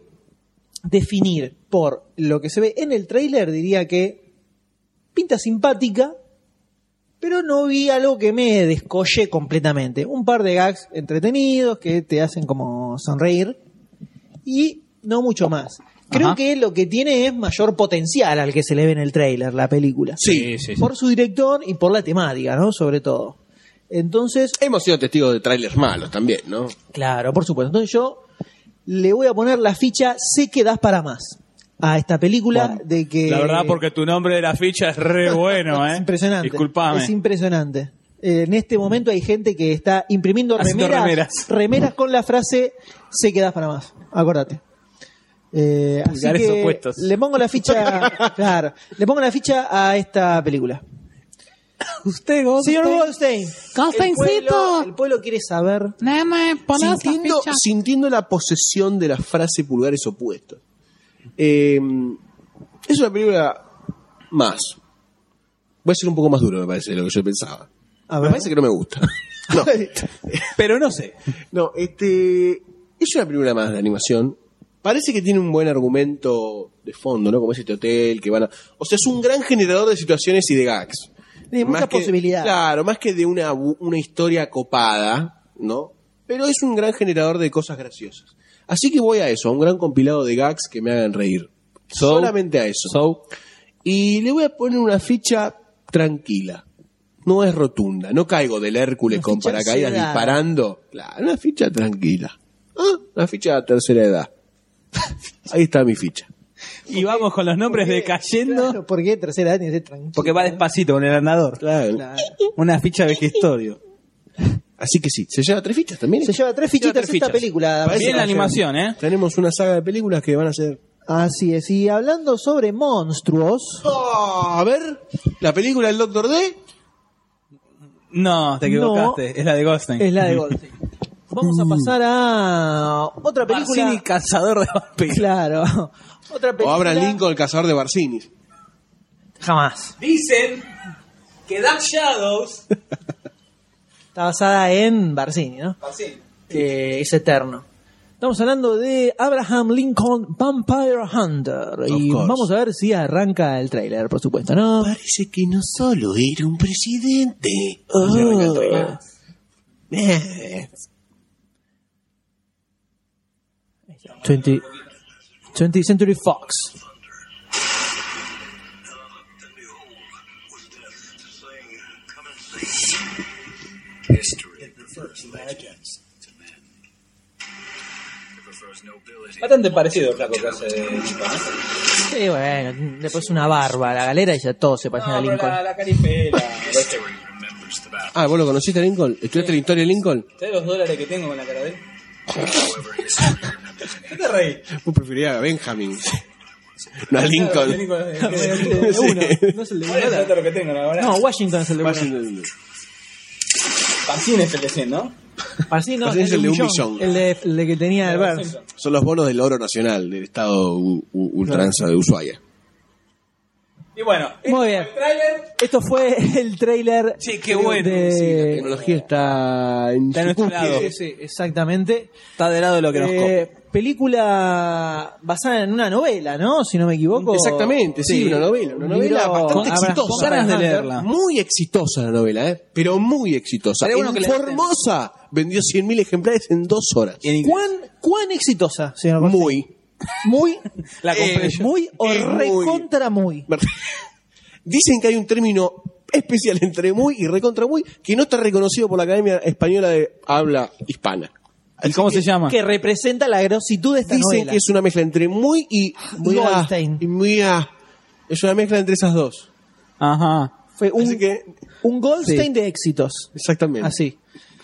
S1: definir por lo que se ve en el tráiler, diría que pinta simpática, pero no vi algo que me descolle completamente. Un par de gags entretenidos que te hacen como sonreír y no mucho más. Creo
S4: Ajá.
S1: que lo que tiene es mayor potencial al que se le ve en el tráiler, la película.
S2: Sí.
S1: Por su director y por la temática, ¿no? Sobre todo. Entonces,
S2: Hemos sido testigos de trailers malos también, ¿no?
S1: Claro, por supuesto. Entonces yo le voy a poner la ficha Sé que das para más a esta película de que...
S4: La verdad, porque tu nombre de la ficha es re bueno, ¿eh?
S1: Es impresionante.
S4: Disculpame.
S1: Es impresionante. Eh, En este momento hay gente que está imprimiendo
S4: Haciendo
S1: remeras,
S4: remeras.
S1: remeras con la frase Sé que das para más. Acuérdate. Eh, así
S4: Pulgares
S1: que
S4: opuestos.
S1: le pongo la ficha claro, le pongo la ficha a esta película
S4: usted,
S1: señor Goldstein el pueblo,
S7: Goldsteincito.
S1: el pueblo quiere saber
S7: Neme, pon esa
S2: sintiendo,
S7: ficha.
S2: sintiendo la posesión de la frase pulgares opuestos. Eh, es una película más. Voy a ser un poco más duro, me parece, de lo que yo pensaba.
S1: a
S2: Me
S1: ver
S2: parece que no me gusta. No,
S4: Pero no sé.
S2: no, este. Es una película más de animación. Parece que tiene un buen argumento de fondo, ¿no? Como es este hotel que van a. O sea, es un gran generador de situaciones y de gags.
S1: Tiene
S2: Más
S1: muchas
S2: que-
S1: posibilidades
S2: Claro, más que de una, bu- una historia copada, ¿no? Pero es un gran generador de cosas graciosas. Así que voy a eso, a un gran compilado de gags que me hagan reír.
S4: So-
S2: Solamente a eso.
S4: So,
S2: Y le voy a poner una ficha tranquila. No es rotunda. No caigo del Hércules
S1: Una
S2: con
S1: ficha
S2: paracaídas
S1: sedada.
S2: disparando. Claro, una ficha tranquila. Ah, una ficha de tercera edad. Ahí está mi ficha.
S4: y vamos con los nombres de cayendo.
S1: Claro, ¿Por qué tercera edad tiene que ser tranquila?
S4: Porque va despacito con el andador.
S2: Claro.
S1: Claro.
S4: Una ficha de gestorio.
S2: Así que sí, se lleva tres fichas también. ¿eh?
S1: Se lleva tres fichitas
S4: Lleva tres
S1: esta
S4: fichas.
S1: película. Así
S2: Parece
S4: Bien la
S1: es.
S4: animación, ¿eh?
S2: Tenemos una saga de películas que van a ser
S1: Así es. Y hablando sobre monstruos,
S2: Oh, a ver, la película del Doctor D.
S4: No, te equivocaste. es la de Goldstein.
S1: es la de Goldstein. Vamos a pasar a otra película.
S4: Barcini, cazador de vampiros.
S1: Claro. Otra
S2: O
S1: película.
S2: Abraham Lincoln, el cazador de Barcinis.
S1: Jamás.
S4: Dicen que Dark Shadows.
S1: Está basada en Barcini, ¿no? Eh, es eterno. Estamos hablando de Abraham Lincoln Vampire Hunter. y
S2: course.
S1: vamos a ver si arranca el tráiler, por supuesto, ¿no?
S2: Parece que no solo era un presidente. Ah.
S1: Oh.
S2: Eh,
S1: 20, 20th Century Fox.
S5: History prefers legends to men. It prefers nobility.
S4: Bastante parecido el flaco que hace de Lincoln, ¿eh?
S1: Sí, bueno, le pones una barba a la galera y ya todo se parece a
S4: No, pero
S1: Lincoln.
S4: la, la caripela.
S5: History remembers the battle.
S2: Ah, ¿vos lo conociste a Lincoln? ¿Estudiaste la historia de Lincoln?
S4: ¿Sabes los dólares que tengo con la cara de él?
S5: However, history remembers
S4: ¿Qué te reí?
S2: Vos preferirías a Benjamin. No a Lincoln.
S4: Claro, Lincoln es
S1: Es
S4: el
S1: el
S4: que-
S1: de
S2: Sí.
S1: uno, no es el de
S4: Ahora es
S1: uno.
S4: otro que tengo, la verdad.
S1: No, Washington es el de uno.
S2: Washington.
S4: Pancín es el de 100, ¿no?
S1: Así no,
S2: Así es el de un millón.
S1: El, de, el de que tenía el Bert.
S4: Simpson.
S2: Son los bonos del oro nacional del estado u- u- ultranza de Ushuaia.
S4: Y bueno, este
S1: Muy
S4: fue
S1: bien.
S4: el tráiler.
S1: Esto fue el trailer.
S4: Sí, qué bueno.
S1: De...
S2: Sí, la tecnología Eh. está en
S4: Está en nuestro
S2: su
S4: lado.
S2: pie.
S1: Sí, sí, exactamente.
S4: Está de lado de lo que nos
S1: Eh,
S4: copa.
S1: película basada en una novela, ¿no? Si no me equivoco.
S2: Exactamente, sí, una novela, una
S1: Un
S2: novela
S1: libro-
S2: bastante
S1: Abraham-
S2: exitosa.
S1: con ganas de
S4: leer.
S1: leerla.
S4: leerla.
S2: Muy exitosa la novela, ¿eh? pero muy exitosa.
S4: Estaría
S2: En
S4: bueno que la-
S2: Formosa vendió 100.000 ejemplares en dos horas.
S4: Y en inglés.
S1: ¿Cuán, cuán exitosa, señor Cortés?
S2: Muy.
S1: Muy.
S4: La compré
S1: eh,
S4: yo.
S1: Muy o
S2: Es muy.
S1: recontra muy.
S2: Dicen que hay un término especial entre muy y recontra muy que no está reconocido por la Academia Española de Habla Hispana.
S4: ¿Y cómo se llama?
S1: Que representa la grositud de esta
S2: Dicen
S1: novela.
S2: que es una mezcla entre muy y muy
S1: Goldstein.
S2: y muy a. Es una mezcla entre esas dos.
S4: Ajá.
S1: Fue un, Ah,
S2: Así que,
S1: un Goldstein
S4: Sí.
S1: de éxitos.
S2: exactamente.
S1: Así.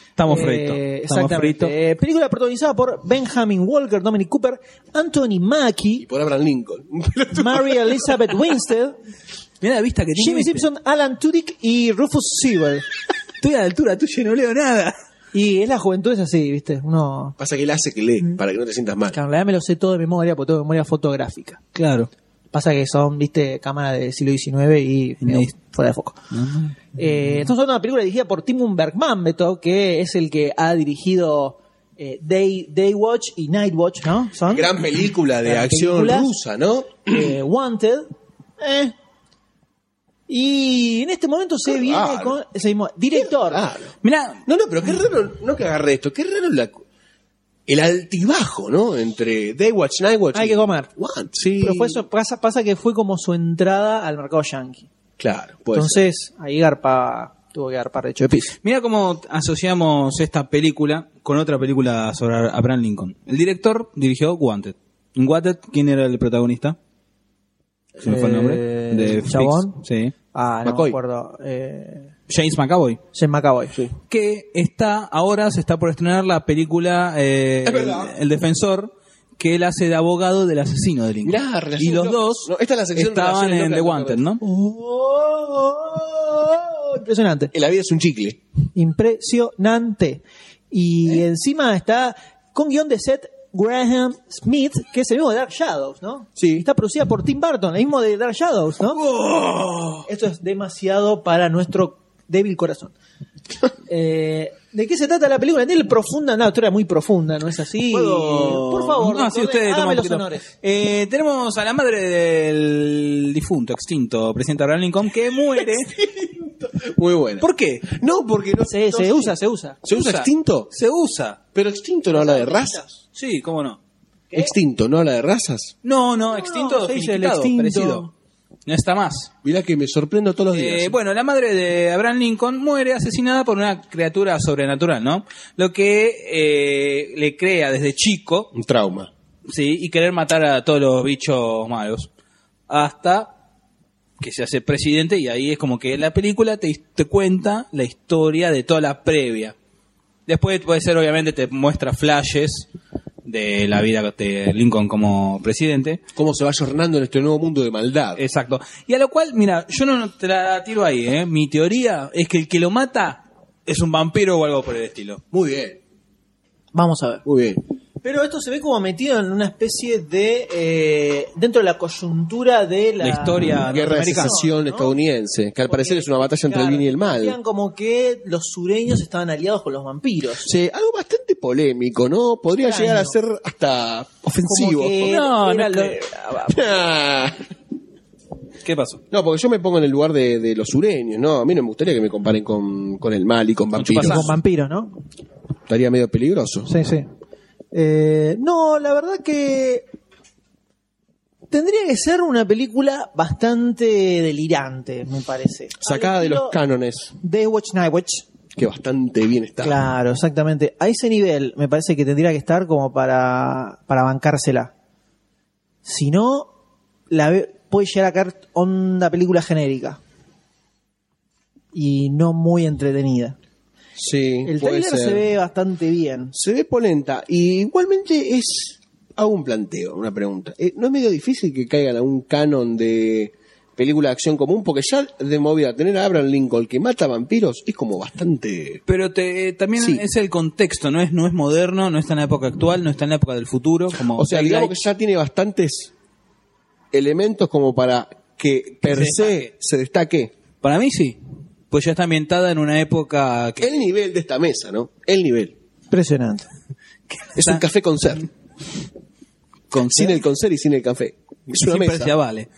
S4: Estamos
S1: Eh,
S4: fritos. Estamos
S1: exactamente.
S4: fritos.
S1: Eh, película protagonizada por Benjamin Walker, Dominic Cooper, Anthony
S2: Y
S1: Mackie,
S2: por Abraham Lincoln.
S1: Mary Elizabeth Winstead,
S4: Mira la vista que tiene.
S1: Jimmy Simpson, Alan Tudyk y Rufus Sewell.
S4: Estoy a la altura tuya y no leo nada.
S1: Y es la juventud, es así, ¿viste? Uno.
S2: Pasa que él hace que lee, para que no te sientas mal.
S1: Claro, en realidad me lo sé todo de memoria, porque tengo memoria fotográfica.
S4: Claro.
S1: Pasa que son, viste, cámaras del siglo XIX y medio
S4: Listo.
S1: fuera de foco. Eh, estamos hablando de una película dirigida por Tim Bergman, Beto, que es el que ha dirigido eh, Day, Day Watch y Night Watch, ¿no? Son
S2: Gran película de
S1: Gran
S2: acción
S1: película.
S2: rusa, ¿no?
S1: eh, Wanted. eh. Y en este momento se
S2: Qué
S1: viene
S2: raro.
S1: con. se- director.
S2: Claro.
S4: Mira,
S2: No, no, pero qué raro, no que agarre esto, qué raro la, el altibajo, ¿no? Entre Daywatch, Nightwatch.
S1: Hay
S2: y-
S1: que comer.
S2: What? Sí.
S1: Pero fue eso- pasa, pasa que fue como su entrada al mercado yankee.
S2: Claro, pues.
S1: Entonces, ahí Garpa tuvo que garpar de hecho de piso.
S4: mira cómo asociamos esta película con otra película sobre Abraham Lincoln. El director dirigió Wanted. En Wanted, ¿quién era el protagonista? Se me fue el nombre.
S1: Eh,
S4: De
S1: Chabón.
S4: Flix. Sí.
S1: Ah, no
S2: McCoy.
S1: me acuerdo. Eh,
S4: James McAvoy.
S1: James McAvoy. Sí.
S4: que está ahora se está por estrenar la película eh, el, El defensor que él hace de abogado del asesino de Lincoln
S2: Mirá, relación
S4: y los
S2: loca.
S4: dos
S2: No, esta es la sección
S4: estaban
S2: relación
S4: en
S2: loca
S4: The
S2: de
S4: Wanted ¿no?
S1: Oh, Impresionante.
S2: La vida es un chicle.
S1: Impresionante. Y
S4: ¿Eh?
S1: encima está con guión de Seth Graham Smith, que es el mismo de Dark Shadows, ¿no?
S2: Sí.
S1: Está producida por Tim Burton, el mismo de Dark Shadows, ¿no?
S4: Oh.
S1: Esto es demasiado para nuestro débil corazón. Eh, ¿De qué se trata la película? Tiene profunda, una historia muy profunda, ¿no es así?
S4: ¿Puedo?
S1: Por favor,
S4: no, si
S1: Nicolás,
S4: usted toma
S1: hágame
S4: un
S1: los
S4: poquito.
S1: honores.
S4: Eh, tenemos a la madre del difunto extinto presidente Abraham Lincoln que muere
S2: Muy buena.
S4: ¿por qué?
S2: No, porque no
S1: Se,
S2: no
S1: se
S2: sé.
S1: usa, se usa.
S2: ¿Se usa extinto?
S4: se usa
S2: Pero extinto no habla de razas.
S4: sí cómo no
S2: Extinto no habla de razas.
S4: no no extinto
S1: se dice el
S4: finiquitado,
S1: extinto.
S4: perecido. no está más
S2: Mirá que me sorprendo todos los
S4: Eh,
S2: días.
S4: bueno, la madre de Abraham Lincoln muere asesinada por una criatura sobrenatural, ¿no? Lo que eh, le crea desde chico,
S2: Un trauma.
S4: ¿sí? Y querer matar a todos los bichos malos. Hasta que se hace presidente y ahí es como que la película te, te cuenta la historia de toda la previa. Después puede ser, obviamente, te muestra flashes de la vida de Lincoln como presidente.
S2: Cómo se va jornando en este nuevo mundo de maldad.
S4: Exacto. Y a lo cual, mira, yo no te la tiro ahí, ¿eh? Mi teoría es que el que lo mata es un vampiro o algo por el estilo.
S2: Muy bien,
S1: Vamos a ver.
S2: muy bien.
S1: Pero esto se ve como metido en una especie de. eh, dentro de la coyuntura de la.
S4: La historia
S2: Guerra de
S4: norteamericana.
S2: secesión
S1: Ah, ¿no?
S2: estadounidense, que al
S1: Porque,
S2: parecer es una batalla entre
S1: claro,
S2: el bien y el mal.
S1: decían como que los sureños estaban aliados con los vampiros.
S2: Sí, algo bastante polémico, ¿no? Podría
S1: Extraño.
S2: llegar a ser hasta ofensivo.
S1: Como que
S4: No,
S1: era
S4: no
S1: lo-
S4: creo. ¿Qué pasó?
S2: No, porque yo me pongo en el lugar de, de los sureños, ¿no? A mí no me gustaría que me comparen con, con el mal y con vampiros.
S4: chupasazos.
S1: Con vampiros, ¿no?
S2: Estaría medio peligroso.
S1: Sí, sí. Eh, no, la verdad que tendría que ser una película bastante delirante, me parece.
S2: Sacada
S1: Al
S2: de los
S1: estilo
S2: cánones,
S1: Day Watch, Night Watch.
S2: que bastante bien está.
S1: Claro, exactamente. A ese nivel me parece que tendría que estar como para, para bancársela. Si no, la ve- puede llegar a caer onda película genérica. Y no muy entretenida.
S2: Sí,
S1: El
S2: puede
S1: trailer
S2: ser.
S1: se ve bastante bien.
S2: Se ve polenta. Y igualmente es. Hago un planteo, una pregunta. Eh, ¿No es medio difícil que caigan a un canon de película de acción común? Porque ya de movida tener a Abraham Lincoln que mata vampiros es como bastante.
S4: Pero te, eh, también
S2: Sí.
S4: es el contexto, no es no es moderno, no está en la época actual, no está en la época del futuro. Como
S2: O sea, digamos que ya tiene bastantes elementos como para que per
S4: se
S2: se
S4: destaque.
S2: se destaque.
S4: Para mí sí, pues ya está ambientada en una época que
S2: El nivel de esta mesa, ¿no? El nivel.
S1: Impresionante.
S2: Es un café concert.
S4: con
S2: Sin el concert y sin el café. Es una
S4: siempre
S2: mesa.
S4: ya vale.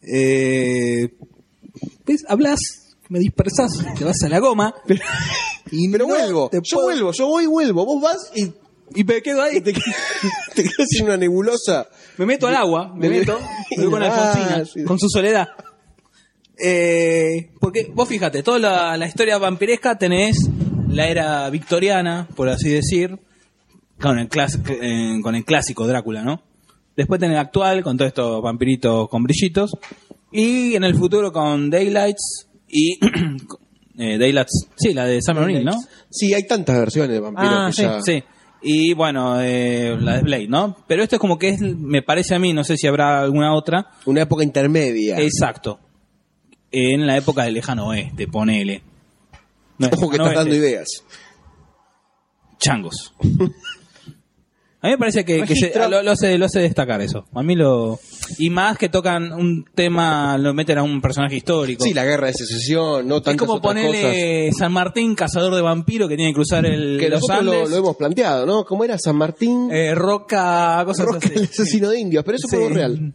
S4: Eh, ¿Ves? Hablas, me dispersas, te vas a la goma
S2: Y pero
S4: no
S2: vuelvo,
S4: te
S2: yo
S4: puedo-
S2: vuelvo, yo voy y vuelvo. Vos vas y
S4: y me quedo ahí.
S2: te, te quedas en una nebulosa.
S4: Me meto al agua, me
S2: Me-
S4: meto, me voy con
S2: Ah,
S4: Alfonsina,
S2: sí.
S4: con su soledad. Eh, porque vos fíjate, toda la, la historia vampiresca tenés la era victoriana, por así decir, con el, clas- eh, con el clásico Drácula, ¿no? Después tenés la actual, con todos estos vampiritos con brillitos, y en el futuro con Daylights y... eh, Daylights, sí, la de Sam O'Neill, ¿no?
S2: Sí, hay tantas versiones de vampiros
S4: Ah,
S2: que
S4: sí,
S2: ya.
S4: sí. Y bueno, eh, la de Blade, ¿no? Pero esto es como que es, me parece a mí, no sé si habrá alguna otra.
S2: Una época intermedia.
S4: Exacto. En la época del lejano oeste, ponele. No,
S2: Ojo que
S4: lejano
S2: estás dando
S4: oeste,
S2: ideas.
S4: Changos. A mí me parece que, que se-
S2: Registro.
S4: lo, lo hace, lo hace destacar eso. A mí lo. Y más que tocan un tema, lo meten a un personaje histórico.
S2: Sí, la guerra de secesión, no
S4: es
S2: tantas
S4: como
S2: otras cosas.
S4: ponerle San Martín, cazador de vampiro, que tiene que cruzar el,
S2: Que
S4: los
S2: nosotros lo,
S4: Andes.
S2: lo hemos planteado, ¿no? Como era San Martín,
S4: eh, roca, cosas
S2: Roca,
S4: así.
S2: el asesino de indios, pero eso fue
S4: Sí.
S2: algo real.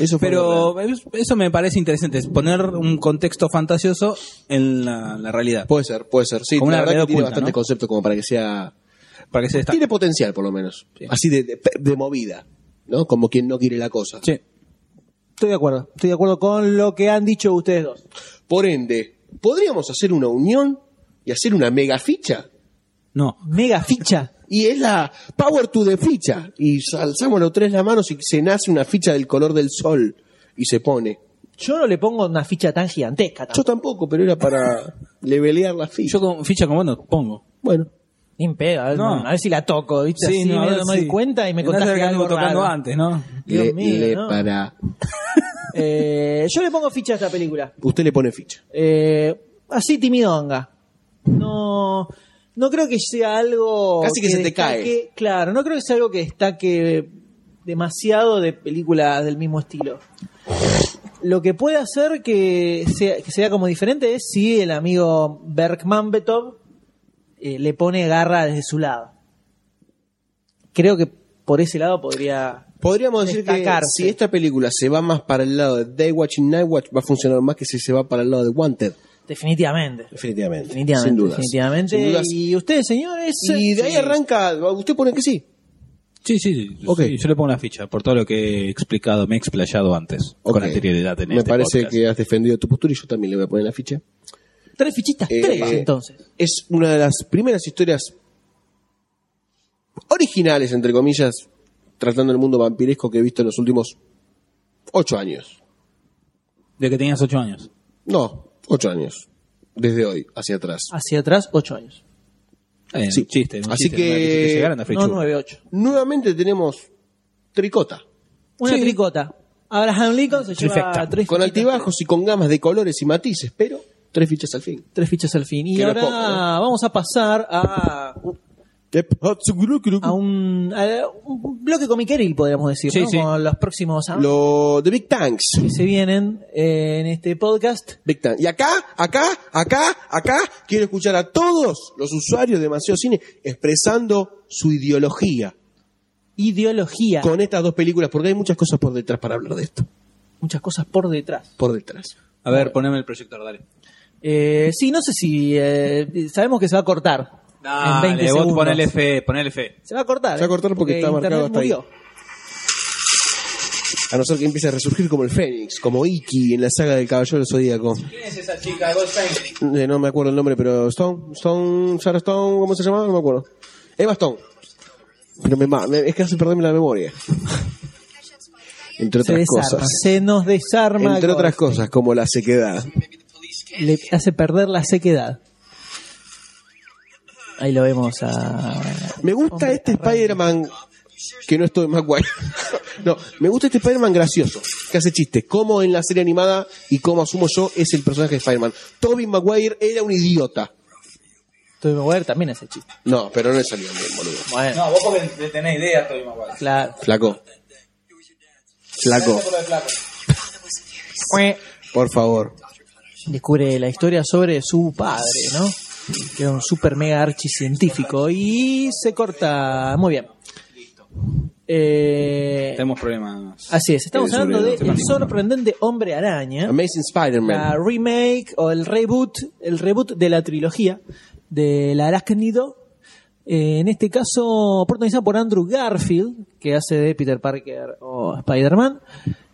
S2: Eso fue algo real.
S4: Pero es- eso me parece interesante, es poner un contexto fantasioso en la, la realidad.
S2: Puede ser, puede ser. Sí,
S4: Como
S2: la
S4: una
S2: verdad
S4: realidad
S2: que tiene
S4: oculta,
S2: bastante
S4: ¿no?
S2: concepto como para que sea.
S4: Para que se destaque.
S2: Tiene potencial, por lo menos. Así de, de- de movida, ¿no? Como quien no quiere la cosa.
S4: Sí.
S1: Estoy de acuerdo. Estoy de acuerdo con lo que han dicho ustedes dos.
S2: Por ende, podríamos hacer una unión y hacer una mega ficha.
S4: No.
S1: Mega ficha.
S2: Y es la Power to the ficha. Y alzamos los tres las manos y se nace una ficha del color del sol. Y se pone.
S1: Yo no le pongo una ficha tan gigantesca.
S2: Yo
S1: tampoco.
S2: tampoco, pero era para levelear la ficha.
S4: Yo con ficha como no pongo.
S2: bueno,
S1: Ni en pedo, a ver,
S4: No.
S1: a ver si la toco, ¿viste? Así
S4: no,
S1: me
S4: ahora
S1: doy
S4: sí.
S1: cuenta y me
S4: Andá a
S1: contaste
S4: ver que
S1: algo
S4: anduvo tocando
S1: raro.
S4: antes, ¿no?
S1: Dios
S2: le,
S1: mío,
S2: le
S1: ¿no?
S2: para.
S1: Eh, yo le pongo ficha a esta película.
S2: Usted le pone ficha.
S1: Eh, así timidonga. No, no creo que sea algo.
S2: Casi que se te
S1: destaque- Claro, no creo que sea algo que destaque demasiado de películas del mismo estilo. Lo que puede hacer que sea, que sea como diferente es si el amigo Bergman Betov le pone garra desde su lado. Creo que por ese lado podría.
S2: Podríamos decir que
S1: Destacarse.
S2: si esta película se va más para el lado de Day Watch y Night Watch, va a funcionar más que si se va para el lado de Wanted.
S1: Definitivamente.
S2: Definitivamente.
S1: Definitivamente.
S2: Sin dudas.
S1: definitivamente.
S2: Sin dudas.
S1: Y ustedes, señores.
S2: Y de ahí
S1: sí.
S2: arranca, usted pone que sí.
S4: Sí, sí, sí,
S2: Ok.
S4: sí, Yo le pongo la ficha por todo lo que he explicado, me he explayado antes. Con
S2: Ok.
S4: anterioridad en
S2: Me
S4: este
S2: parece
S4: podcast.
S2: que has defendido tu postura y yo también le voy a poner la ficha.
S1: Tres fichitas,
S2: Eh,
S1: tres entonces.
S2: Es una de las primeras historias originales, entre comillas, tratando el mundo vampiresco que he visto en los últimos ocho años.
S4: De que tenías ocho años.
S2: No, ocho años. Desde hoy hacia atrás.
S1: Hacia atrás, ocho años.
S4: Eh,
S2: Sí.
S4: un chiste, un
S2: Así
S4: chiste,
S2: que-
S4: no era que llegaran a
S1: No, eh,
S4: Frichu.
S1: nueve, ocho.
S2: Nuevamente tenemos Tricota.
S1: Una
S4: Sí.
S1: tricota. Abraham Lincoln se lleva
S4: Trifecta.
S1: tres
S2: Con
S1: fichitas.
S2: altibajos y con gamas de colores y matices, pero tres fichas al fin.
S1: Tres fichas al fin. Y
S2: Que no
S1: ahora
S2: es poco, ¿eh?
S1: vamos a pasar a uh, a un, a un bloque comiqueril, podríamos decir,
S4: Sí,
S1: ¿no?
S4: sí.
S1: Con los próximos avances
S2: Lo de Big Tanks.
S1: que se vienen eh, en este podcast.
S2: Big Tank. Y acá, acá, acá, acá, quiero escuchar a todos los usuarios de Demasiado Cine expresando su ideología
S1: Ideología.
S2: con estas dos películas, porque hay muchas cosas por detrás para hablar de esto.
S1: muchas cosas por detrás.
S2: Por detrás.
S4: A ver, poneme el proyector, dale.
S1: Eh, sí, no sé si... eh, sabemos que se va a cortar.
S4: Dale,
S1: en 20
S4: vos
S1: segundos.
S4: ponele fe, ponele fe.
S1: Se va a cortar.
S2: Se va a
S1: eh,
S2: cortar porque está
S1: Internet
S2: marcado hasta ahí.
S1: murió.
S2: A no ser que empiece a resurgir como el Fénix, como Iki en la saga del Caballero Zodíaco.
S4: ¿Quién es esa chica, Goldstein?
S2: Eh, no me acuerdo el nombre, pero Stone, Stone, Sarah Stone, ¿cómo se llamaba? No me acuerdo. Eva Stone. Pero me, ma- me- es que hace perderme la memoria. Entre
S1: Se
S2: otras
S1: desarma.
S2: cosas.
S1: Se nos desarma.
S2: Entre otras cosas, como la sequedad.
S1: Le hace perder la sequedad. Ahí lo vemos a...
S2: Me gusta
S1: Hombre,
S2: este
S1: arranca.
S2: Spider-Man que no es todo Maguire. no, me gusta este Spider-Man gracioso, que hace chistes, como en la serie animada y como asumo yo es el personaje de Spider-Man. Toby Maguire era un idiota.
S1: Tobey Maguire también hace chiste.
S2: No, pero no le salió bien, boludo.
S1: Bueno,
S4: No, vos porque le tenés idea, Toby Maguire.
S1: claro.
S2: Flaco. Flaco, por favor.
S1: Descubre la historia sobre su padre, ¿no? Que era un super mega archicientífico. Y se corta. Muy bien. Eh,
S4: Tenemos problemas.
S1: así es, estamos
S2: Eh,
S1: hablando
S2: sobre-
S1: de El sorprendente hombre araña.
S2: Amazing
S1: La
S2: Spider-Man.
S1: remake o el reboot, el reboot de la trilogía del arácnido. Eh, en este caso, protagonizada por Andrew Garfield, que hace de Peter Parker o Spider-Man.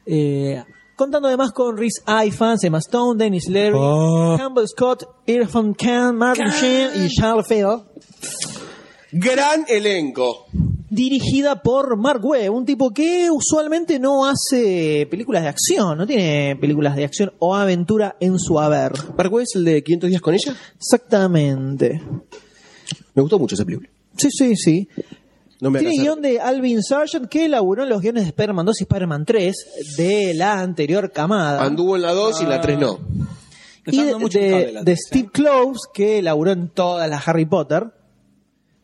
S1: Eh, contando además con Rhys Ifans, Emma Stone, Dennis Leary, Campbell Scott, Irfan Khan, Martin Sheen y Charles Fell.
S2: Gran elenco.
S1: Dirigida por Mark Webb, un tipo que usualmente no hace películas de acción, no tiene películas de acción o aventura en su haber.
S2: ¿Parkway es el de 500 días con ella?
S1: Exactamente.
S2: Me gustó mucho esa película.
S1: Sí, sí, sí.
S2: No me
S1: Tiene
S2: alcanza-
S1: guión de Alvin Sargent que elaboró los guiones de Spider-Man 2 y Spider-Man 3 de la anterior camada.
S2: Anduvo en la 2 y en la 3 no.
S1: Ah, y de, de- de Steve Close que elaboró en todas las Harry Potter,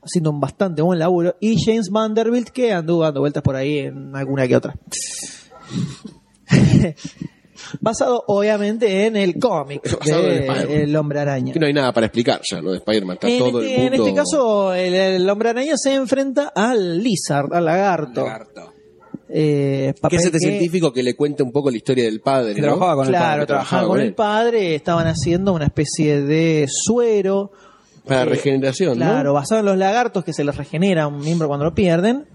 S1: haciendo un bastante buen laburo. Y James Vanderbilt que anduvo dando vueltas por ahí en alguna que otra. Basado obviamente en el cómic
S2: Basado en
S1: de
S2: Spider-Man.
S1: El Hombre Araña.
S2: Que no hay nada para explicar ya, ¿no? De Spider-Man está
S1: En
S2: todo
S1: este,
S2: el
S1: en
S2: mundo.
S1: este caso, el, el hombre araña se enfrenta al lizard, al lagarto.
S4: Lagarto.
S1: Eh,
S2: que
S1: papel
S2: es este
S1: que-
S2: científico que le cuenta un poco la historia del padre. Ah,
S4: Que
S2: ¿no?
S4: trabajaba con el
S1: claro,
S4: padre, que
S1: trabajaba con, el padre, estaban haciendo una especie de suero.
S2: Para
S1: eh,
S2: regeneración,
S1: Claro,
S2: ¿no?
S1: basado en los lagartos que se les regenera un miembro cuando lo pierden.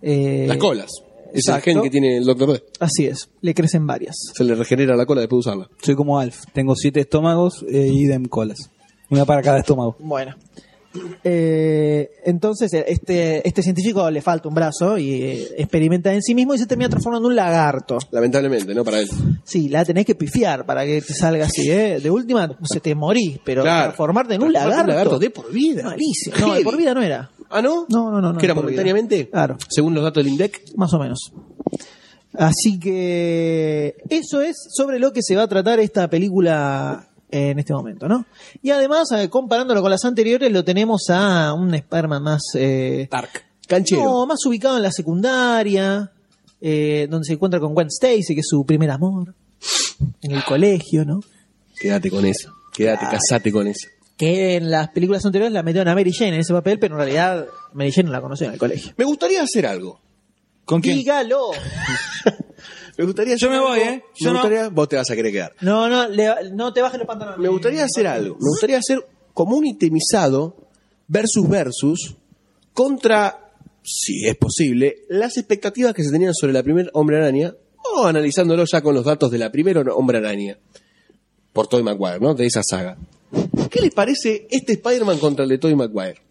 S1: Eh,
S2: Las colas. Es el
S1: exacto.
S2: gen que tiene el Doctor D.
S1: Así es, le crecen varias.
S2: Se le regenera la cola después de usarla.
S4: Soy como Alf, tengo siete estómagos eh, y dem colas. Una para cada estómago.
S1: Bueno. Eh, entonces, este, este científico le falta un brazo y eh, experimenta en sí mismo y se termina transformando en un lagarto.
S2: Lamentablemente, ¿no? Para él.
S1: Sí, la tenés que pifiar para que te salga así, ¿eh? De última se te morís, pero
S2: Claro.
S1: transformarte en un lagarto.
S2: Transformarte en lagarto de por vida.
S1: Malísimo. No, de
S2: Heavy.
S1: por vida no era.
S2: ¿Ah, no?
S1: No, no, no, no,
S2: ¿Que era
S1: por vida.
S2: momentáneamente?
S1: Claro.
S2: Según los datos del INDEC.
S1: Más o menos. Así que eso es sobre lo que se va a tratar esta película en este momento, ¿no? Y además, eh, comparándolo con las anteriores, lo tenemos a un Spider-Man más... eh,
S4: Tark.
S2: Canchero.
S1: no, más ubicado en la secundaria, eh, donde se encuentra con Gwen Stacy, que es su primer amor, en el colegio, ¿no?
S2: Quédate con eso. Quédate, casate con eso.
S1: que en las películas anteriores la metieron a Mary Jane en ese papel, pero en realidad Mary Jane no la conoció en el colegio.
S2: Me gustaría hacer algo.
S4: ¿Con quién?
S1: Dígalo.
S2: Me gustaría
S4: Yo
S2: hacer
S4: me voy,
S2: algo.
S4: ¿eh? Yo
S2: me
S4: no.
S2: gustaría... Vos te vas a querer quedar.
S1: No, no, le- no te bajes los pantalones.
S2: Me gustaría hacer algo. Me gustaría hacer como un itemizado versus versus contra, si es posible, las expectativas que se tenían sobre la primera Hombre Araña o analizándolo ya con los datos de la primera Hombre Araña por Tobey Maguire, ¿no? De esa saga. ¿Qué les parece este Spider-Man contra el de Tobey Maguire?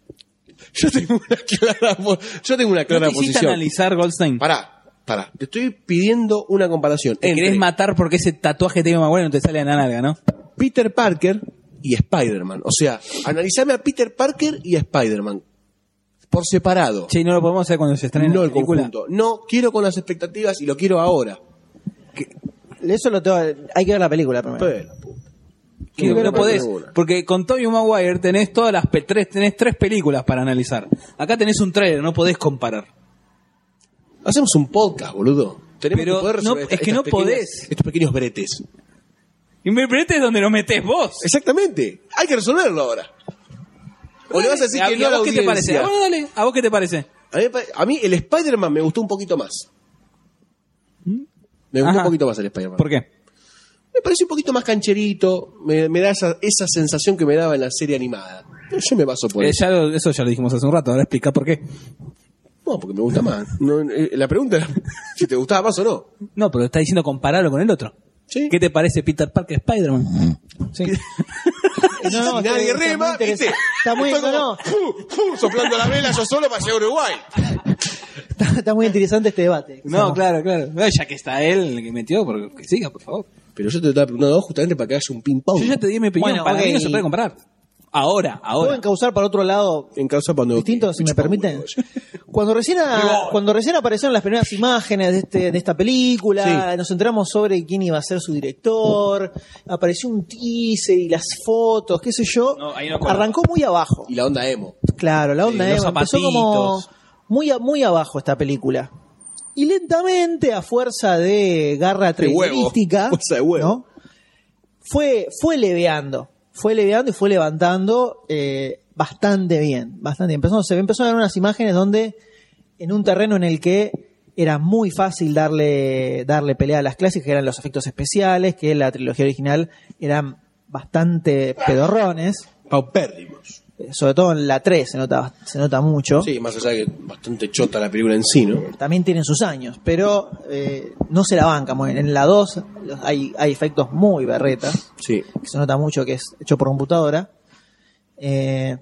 S2: Yo tengo una clara, po- yo tengo una clara
S4: ¿No quisiste
S2: posición.
S4: analizar, Goldstein?
S2: Pará, pará. Te estoy pidiendo una comparación
S4: Te querés
S2: entre
S4: matar porque ese tatuaje de Toby Maguire no te sale a la nalga, ¿no?
S2: Peter Parker y Spider-Man. O sea, analizame a Peter Parker y a Spider-Man. Por separado.
S4: Che, ¿y no lo podemos hacer cuando se estrene
S2: no
S4: la
S2: el
S4: película?
S2: conjunto. No, quiero con las expectativas y lo quiero ahora. Pues,
S1: Eso lo tengo, hay que ver la película primero.
S2: Pero,
S4: que
S2: No,
S4: no
S2: no
S4: podés.
S2: perdí una.
S4: Porque con Tobey Maguire tenés todas las pe- tres, tenés tres películas para analizar. Acá tenés un trailer, no podés comparar.
S2: Hacemos un podcast, boludo. Tenemos
S4: Pero
S2: que poder
S4: no-
S2: resolver
S4: es
S2: estas
S4: que no
S2: pequeñas-
S4: podés.
S2: Estos pequeños bretes.
S4: Y me es donde lo metés vos.
S2: Exactamente. Hay que resolverlo ahora. O le vas a decir
S4: ¿A-
S2: que
S4: y
S2: no
S4: a
S2: a la
S4: vos qué te parece?
S2: audiencia.
S4: Ah, bueno, dale, ¿a vos qué te parece?
S2: A mí, me pare- a mí el Spider-Man me gustó un poquito más. Me gustó
S4: ¿Mm? Ajá.
S2: un poquito más el Spider-Man.
S4: ¿Por qué?
S2: Me parece un poquito más cancherito. Me, me da esa, esa sensación que me daba en la serie animada. Pero yo me baso por
S4: Eh,
S2: eso.
S4: ya lo- eso ya lo dijimos hace un rato, ahora explica por qué.
S2: No, porque me gusta más. No, eh, la pregunta era si te gustaba más o no.
S4: No, pero está diciendo compararlo con el otro.
S2: Sí.
S4: ¿Qué te parece Peter Parker Spider-Man? Sí.
S2: No,
S1: no, está
S2: nadie
S1: bien, está muy
S2: rema,
S1: interes-
S2: ¿viste?
S1: está muy-
S2: Estoy como,
S1: no, no.
S2: ¡fu, fu! soplando la vela yo solo para llegar a Uruguay.
S1: Está, está muy interesante este debate.
S4: No, claro, claro. No, ya que está él el que metió, porque que siga, por favor.
S2: Pero yo te estaba preguntando justamente para que hagas un ping-pong.
S4: Yo ya te di mi opinión,
S1: Bueno,
S4: para
S1: ok.
S4: mí no se puede comparar. Ahora,
S1: ¿Puedo
S4: ahora.
S1: encauzar para otro lado
S2: En causa cuando...
S1: distinto, si me
S2: Chupa
S1: permiten?
S2: huevo, yo.
S1: Cuando recién, a- cuando recién aparecieron las primeras imágenes de, este, de esta película,
S2: Sí.
S1: nos enteramos sobre quién iba a ser su director, apareció un teaser y las fotos, qué sé yo,
S4: No, ahí no cuela.
S1: arrancó muy abajo.
S2: Y la onda emo.
S1: Claro, la onda
S4: Sí,
S1: eh,
S4: los
S1: empezó como
S4: zapatitos.
S1: muy, a- muy abajo esta película. Y lentamente, a fuerza de garra
S2: De huevo.
S1: trailerística,
S2: Fuerza de huevo.
S1: ¿no? fue, fue leveando, fue leveando y fue levantando eh, bastante bien, bastante bien. Empezó, se ve- empezó a ver unas imágenes donde, en un terreno en el que era muy fácil darle, darle pelea a las clásicas, que eran los efectos especiales, que en la trilogía original eran bastante pedorrones,
S2: Paupérrimos.
S1: eh, sobre todo en la 3 se nota, se nota mucho.
S2: Sí, más allá de que bastante chota la película en sí, ¿no?
S1: también tienen sus años, pero eh, no se la banca. muy bien. En la 2 los- hay, hay efectos muy berretas,
S2: Sí.
S1: que se nota mucho que es hecho por computadora. Eh,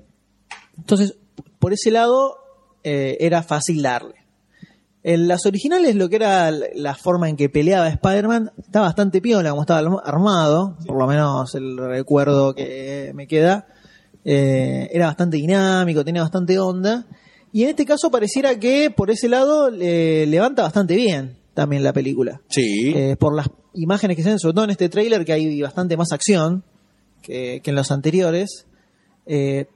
S1: entonces, por ese lado, eh, era fácil darle. En las originales, lo que era l- la forma en que peleaba Spider-Man, está bastante piola como estaba alm- armado, por lo menos el recuerdo que me queda. Eh, era bastante dinámico, tenía bastante onda. Y en este caso pareciera que por ese lado le- levanta bastante bien también la película.
S2: Sí.
S1: Eh, por las imágenes que se ven, sobre todo en este tráiler que hay bastante más acción que, que en los anteriores. Eh,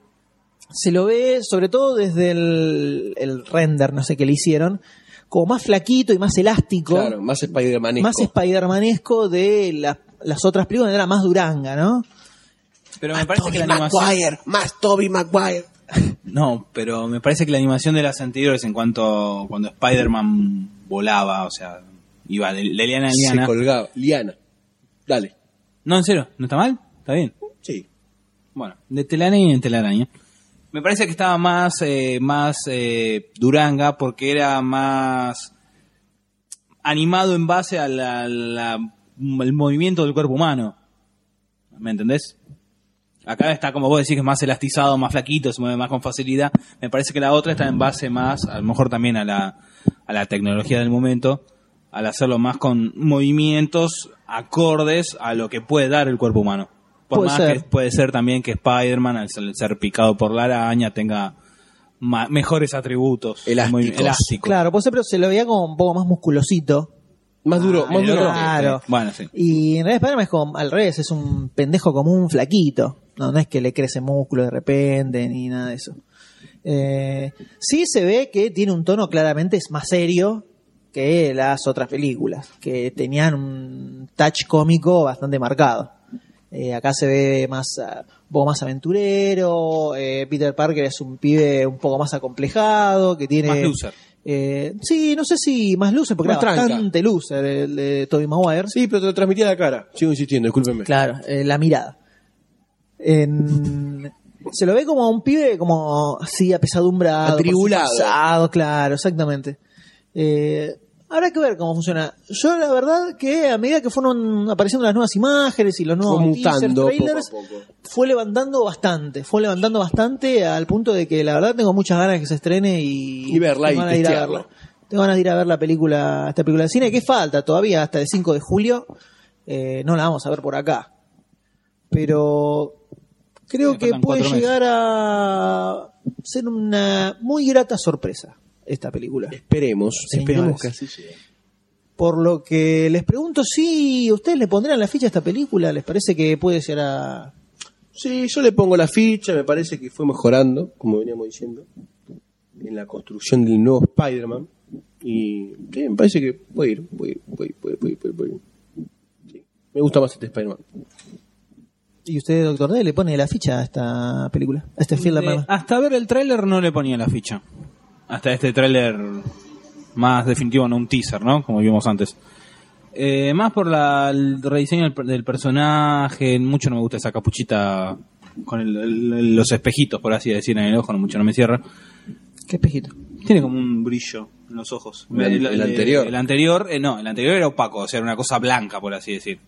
S1: se lo ve, sobre todo desde el, el render, no sé qué le hicieron, como más flaquito y más elástico,
S2: claro, más Spider-Man.
S1: más Spider-Manesco de la- las otras películas, era más Duranga, ¿no?
S4: Pero me parece que la animación.
S2: más Toby Maguire.
S4: No, pero me parece que la animación de las anteriores en cuanto cuando Spider-Man volaba, o sea, iba de, de liana a
S2: Se
S4: liana.
S2: colgaba. Liana. Dale.
S4: No, en serio, ¿no está mal? ¿Está bien?
S2: Sí.
S4: Bueno, de telaraña en telaraña. Me parece que estaba más, eh, más eh, Duranga porque era más animado en base al movimiento del cuerpo humano. ¿Me entendés? Acá está, como vos decís, que es más elastizado, más flaquito, se mueve más con facilidad. Me parece que la otra está en base más, a lo mejor también a la, a la tecnología del momento, al hacerlo más con movimientos acordes a lo que puede dar el cuerpo humano. Por
S1: Puede
S4: más
S1: ser.
S4: que puede ser también que Spider-Man, al ser- ser picado por la araña, tenga ma- mejores atributos.
S2: Elásticos.
S4: Muy- elásticos.
S1: Claro, pues pero se lo veía como un poco más musculosito.
S2: Más duro,
S4: Ah,
S2: más
S4: el
S2: duro.
S4: otro.
S1: Claro.
S4: Bueno, sí.
S1: Y en realidad Spider-Man es como al revés, es un pendejo como un flaquito. No, no es que le crece músculo de repente ni nada de eso. Eh, sí se ve que tiene un tono claramente es más serio que las otras películas, que tenían un touch cómico bastante marcado. Eh, acá se ve más, ah, un poco más aventurero, eh, Peter Parker es un pibe un poco más acomplejado, que tiene...
S4: Más loser.
S1: Eh, sí, no sé si más luces, porque
S2: Más
S1: era
S2: tranca.
S1: bastante luces el de Toby Maguire.
S2: Sí, pero te lo transmitía la cara. Sigo insistiendo, discúlpeme.
S1: Claro, eh, la mirada. En- se lo ve como a un pibe como así apesadumbrado.
S2: Atribulado.
S1: por su pasado, claro, exactamente. Eh, habrá que ver cómo funciona. Yo la verdad que a medida que fueron apareciendo las nuevas imágenes y los nuevos
S2: Fue
S1: teasers,
S2: mutando poco a
S1: trailers,
S2: poco.
S1: fue levantando bastante, fue levantando bastante al punto de que la verdad tengo muchas ganas de que se estrene y,
S2: Y verla
S1: tengo
S2: y
S1: ganas de ir a
S2: testearla.
S1: verla. Tengo ganas de ir a ver la película, esta película de cine, que falta todavía hasta el 5 de julio. Eh, no la vamos a ver por acá. Pero creo
S4: Sí,
S1: que
S4: faltan
S1: puede
S4: cuatro meses.
S1: llegar a ser una muy grata sorpresa esta película.
S2: Esperemos.
S1: Señores.
S2: Esperemos que así sea.
S1: Por lo que les pregunto si ustedes le pondrían la ficha a esta película. ¿Les parece que puede ser a...
S2: Sí, yo le pongo la ficha, me parece que fue mejorando, como veníamos diciendo, en la construcción del nuevo Spider-Man. Y sí, me parece que puede ir, puede ir, puede ir, puede ir, puede ir, puede ir, puede ir. Sí, Me gusta más este Spider-Man.
S1: ¿Y usted, doctor D, le pone la ficha a esta película? A este film,
S4: Eh, hasta ver el tráiler no le ponía la ficha. Hasta este tráiler más definitivo, no un teaser, ¿no? Como vimos antes. Eh, más por la, el rediseño del, per- del personaje, mucho no me gusta esa capuchita con el- el- los espejitos, por así decir, en el ojo, no mucho no me cierra.
S1: ah, ¿Qué espejito?
S4: Tiene como un brillo en los ojos.
S2: El- el anterior.
S4: El anterior, eh, no, el anterior era opaco, o sea, era una cosa blanca, por así decir.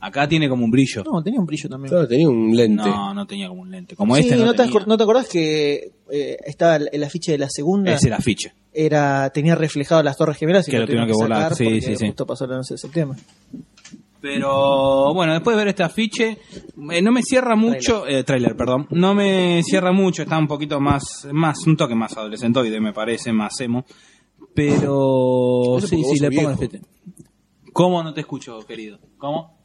S4: Acá tiene como un brillo.
S1: No, tenía un brillo también.
S2: Claro, tenía un lente.
S4: No, no tenía como un lente. Como
S1: sí,
S4: este no,
S1: no, te
S4: tenía.
S1: acor- no te acordás que eh, estaba el, el afiche de la segunda?
S4: Ese era afiche.
S1: era tenía reflejado las Torres Gemelas y
S4: Que lo tuvieron que volar,
S1: sacar
S4: sí,
S1: porque
S4: sí, sí.
S1: justo pasó el 11 de septiembre.
S4: Pero bueno, después de ver este afiche, eh, no me cierra mucho. eh, trailer, perdón. No me cierra mucho, está un poquito más, más un toque más adolescentoide, me parece, más emo. Pero
S2: Eso porque
S4: sí,
S2: vos
S4: sí, le
S2: sos
S4: pongo el
S2: viejo.
S4: afiche. ¿Cómo no te escucho, querido? ¿Cómo?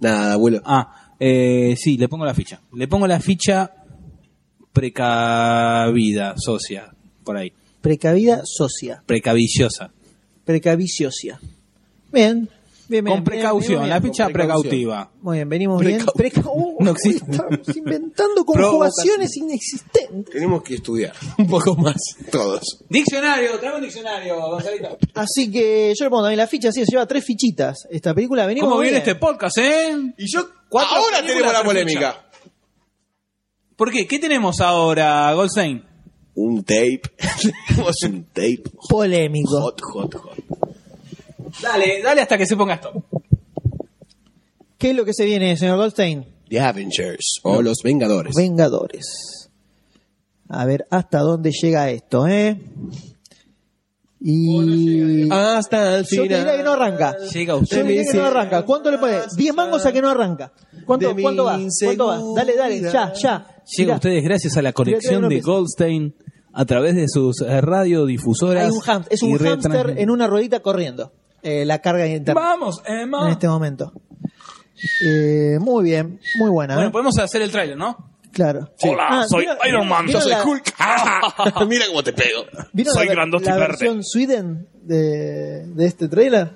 S2: Nada, abuelo.
S4: Ah, eh, sí, le pongo la ficha. Le pongo la ficha precavida, socia, por ahí.
S1: Precavida socia,
S4: Precaviciosa.
S1: precaviciosia. Bien, bien, bien. bien,
S4: Con precaución,
S1: bien,
S4: la
S1: bien.
S4: ficha
S2: con precaución.
S4: precautiva.
S1: Muy bien, venimos
S2: Precau-
S1: bien. Preca- Uh,
S4: No existe.
S1: Estamos inventando conjugaciones inexistentes.
S2: Tenemos que estudiar un poco más todos.
S4: Diccionario, trae un diccionario, Gonzalito.
S1: Así que yo le pongo también la ficha, así se lleva tres fichitas. Esta película venimos
S4: ¿Cómo viene
S1: bien.
S4: este podcast, eh?
S2: Y yo,
S4: Cuatro
S2: ahora tenemos
S4: películas
S2: la
S4: tres fichas.
S2: polémica.
S4: ¿Por qué? ¿Qué tenemos ahora, Goldstein?
S2: Un tape. tenemos un tape.
S1: polémico.
S2: Hot, hot, hot.
S4: Dale, dale hasta que se ponga esto.
S1: ¿Qué es lo que se viene, señor Goldstein?
S2: The Avengers o Los Vengadores.
S1: Vengadores. A ver hasta dónde llega esto, ¿eh? Y
S2: Hasta el
S1: yo te diría que no arranca.
S4: Llega
S1: Yo te
S4: usted.
S1: diría que no arranca. ¿Cuánto le pones? 10 mangos a que no arranca. ¿Cuánto,
S2: De mi
S1: cuánto va? ¿Cuánto va? Dale, dale, ya, ya.
S4: Llega a
S1: Mirá,
S4: ustedes gracias a la
S1: Tirá,
S4: conexión
S1: tirá,
S4: de
S1: no pienses.
S4: Goldstein a través de sus eh, radiodifusoras.
S1: Hay un ham- es un
S4: y
S1: hámster
S4: retransmis-
S1: en una ruedita corriendo. Eh, la carga interna
S4: Vamos,
S1: en
S4: Emma.
S1: este momento. Eh, muy bien, muy buena.
S4: Bueno,
S1: ¿eh?
S4: podemos hacer el tráiler, ¿no?
S1: Claro. Ah, Hola, soy Iron Man, yo soy Hulk.
S2: Mira cómo te pego.
S1: Soy la, la versión Sweden de, de este trailer?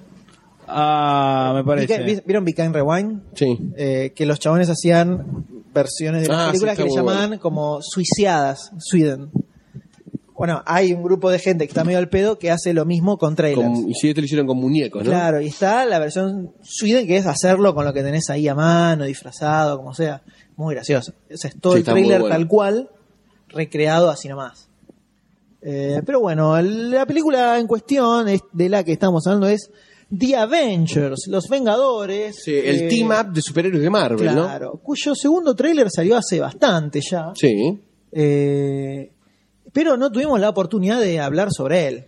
S4: Ah, me
S1: Beca- vi-
S4: parece.
S1: ¿Vieron Behind Rewind?
S2: Sí.
S1: Eh, que los chabones hacían versiones de las
S2: Ah, sí,
S1: películas
S2: está
S1: que le
S2: muy
S1: llamaban como suiciadas, Sweden. Bueno, hay un grupo de gente que está medio al pedo que hace lo mismo con trailers.
S2: Con- y si este lo hicieron con muñecos, ¿no?
S1: Claro, y está la versión Sweden que es hacerlo con lo que tenés ahí a mano, disfrazado, como sea. Muy gracioso. Ese es todo
S2: Sí,
S1: el
S2: está muy
S1: trailer
S2: bueno.
S1: tal cual, recreado así nomás. Eh, pero bueno, el- la película en cuestión es, de la que estamos hablando es The Avengers, Los Vengadores.
S2: Sí, el
S1: eh,
S2: team up de superhéroes de Marvel, ¿no?
S1: Claro, cuyo segundo tráiler salió hace bastante ya.
S2: Sí.
S1: Eh, pero no tuvimos la oportunidad de hablar sobre él.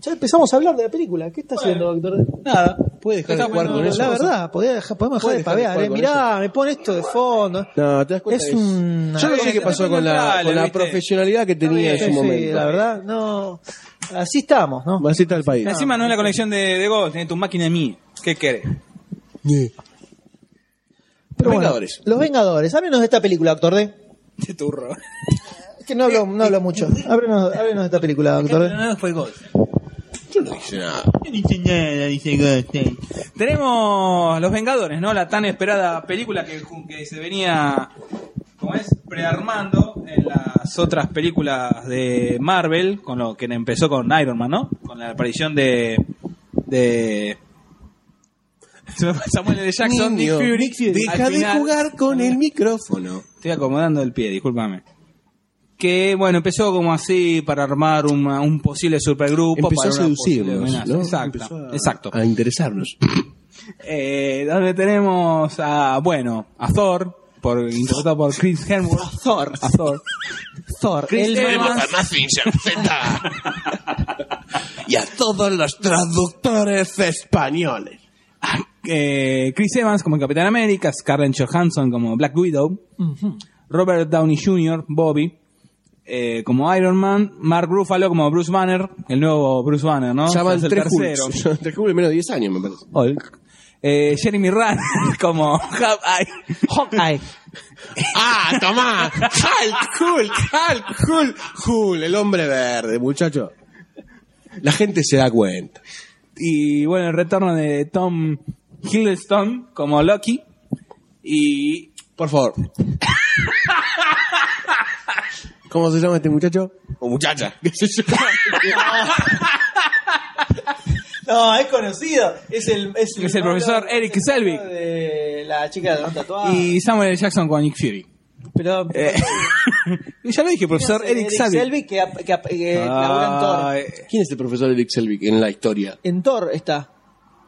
S1: Ya empezamos a hablar de la película. ¿Qué está haciendo, doctor?
S4: Nada.
S2: Puede dejar de
S4: Está
S2: jugar
S4: bueno,
S2: con
S1: la
S2: eso.
S1: verdad, podía dejar- podemos dejar
S2: Puede
S1: de
S2: dejar de
S1: pavear.
S2: jugar
S1: eh.
S2: con
S1: Mirá, me pone esto de fondo.
S2: No, te das cuenta.
S1: Es
S2: que
S1: un-
S2: Yo no sé
S4: Está
S2: qué pasó con la,
S4: bien,
S2: con la
S4: ¿viste?
S2: profesionalidad que tenía en
S1: Sí,
S2: su
S1: sí,
S2: momento.
S1: la verdad, no. Así estamos, ¿no?
S2: Así está el país.
S4: Encima no es la conexión de, de Gold, tiene tu máquina de mí. ¿Qué querés?
S1: Pero bueno,
S2: Vengadores.
S1: Los Vengadores. Háblenos de esta película, doctor D.
S4: Te turro.
S1: Es que no hablo, no hablo mucho. Háblenos, háblenos de esta película, doctor ¿eh? D.
S4: No fue Gold.
S2: Yo no dije nada.
S4: Tenemos Los Vengadores, ¿no? La tan esperada película que, que se venía, como es, prearmando en las otras películas de Marvel, con lo que empezó con Iron Man, ¿no? Con la aparición de... de se me fue Samuel L. Jackson,
S2: Niño,
S4: Nick Fury.
S2: Deja
S4: Al
S2: de
S4: final-
S2: jugar con el micrófono.
S4: Estoy acomodando el pie, discúlpame. Que bueno, empezó como así para armar una- un posible supergrupo.
S2: Empezó
S4: para
S2: a
S4: una posible
S2: seducirnos.
S4: amenaza.
S2: ¿no?
S4: Exacto,
S2: Empezó a-
S4: exacto.
S2: A interesarnos.
S4: Eh, donde tenemos a, bueno, a Thor, por, interpretado por Chris Hemsworth. A Thor. A Thor.
S1: Thor,
S4: Chris
S1: el
S4: Evans.
S5: Tenemos a Mazinger Z.
S2: y a todos los traductores españoles.
S4: Eh, Chris Evans como Capitán América, Scarlett Johansson como Black Widow, Robert Downey Jr., Bobby, eh, como Iron Man, Mark Ruffalo como Bruce Banner, el nuevo Bruce Banner, ¿no?
S2: Ya van
S4: Es el
S2: tres
S4: tercero.
S2: Hulks. tres Hulks en menos de 10 años, me parece.
S4: Hulk. Eh, Jeremy Renner como Hawkeye.
S1: Hawkeye.
S2: ¡Ah, tomá! ¡Hulk, Hulk, Hulk, Hulk, Hulk! El hombre verde, muchacho. La gente se da cuenta.
S4: y bueno, el retorno de Tom Hiddleston como Loki. Y
S2: Por favor. ¿Cómo se llama este muchacho? O muchacha. ¿Qué sé yo?
S1: No, es conocido. Es el, es
S4: Es el profesor Eric
S1: es el
S4: Selvig.
S1: De la chica de la tatuada.
S4: Y Samuel L. Jackson con Nick Fury.
S1: Pero,
S4: Eh, ya lo dije, profesor
S1: es el
S4: Eric eh, Saville.
S1: Selvig que, ap- que, ap- que
S4: Ah.
S1: labura en Thor.
S4: Ay.
S2: ¿Quién es el profesor Eric Selvig en la historia?
S1: En Thor está.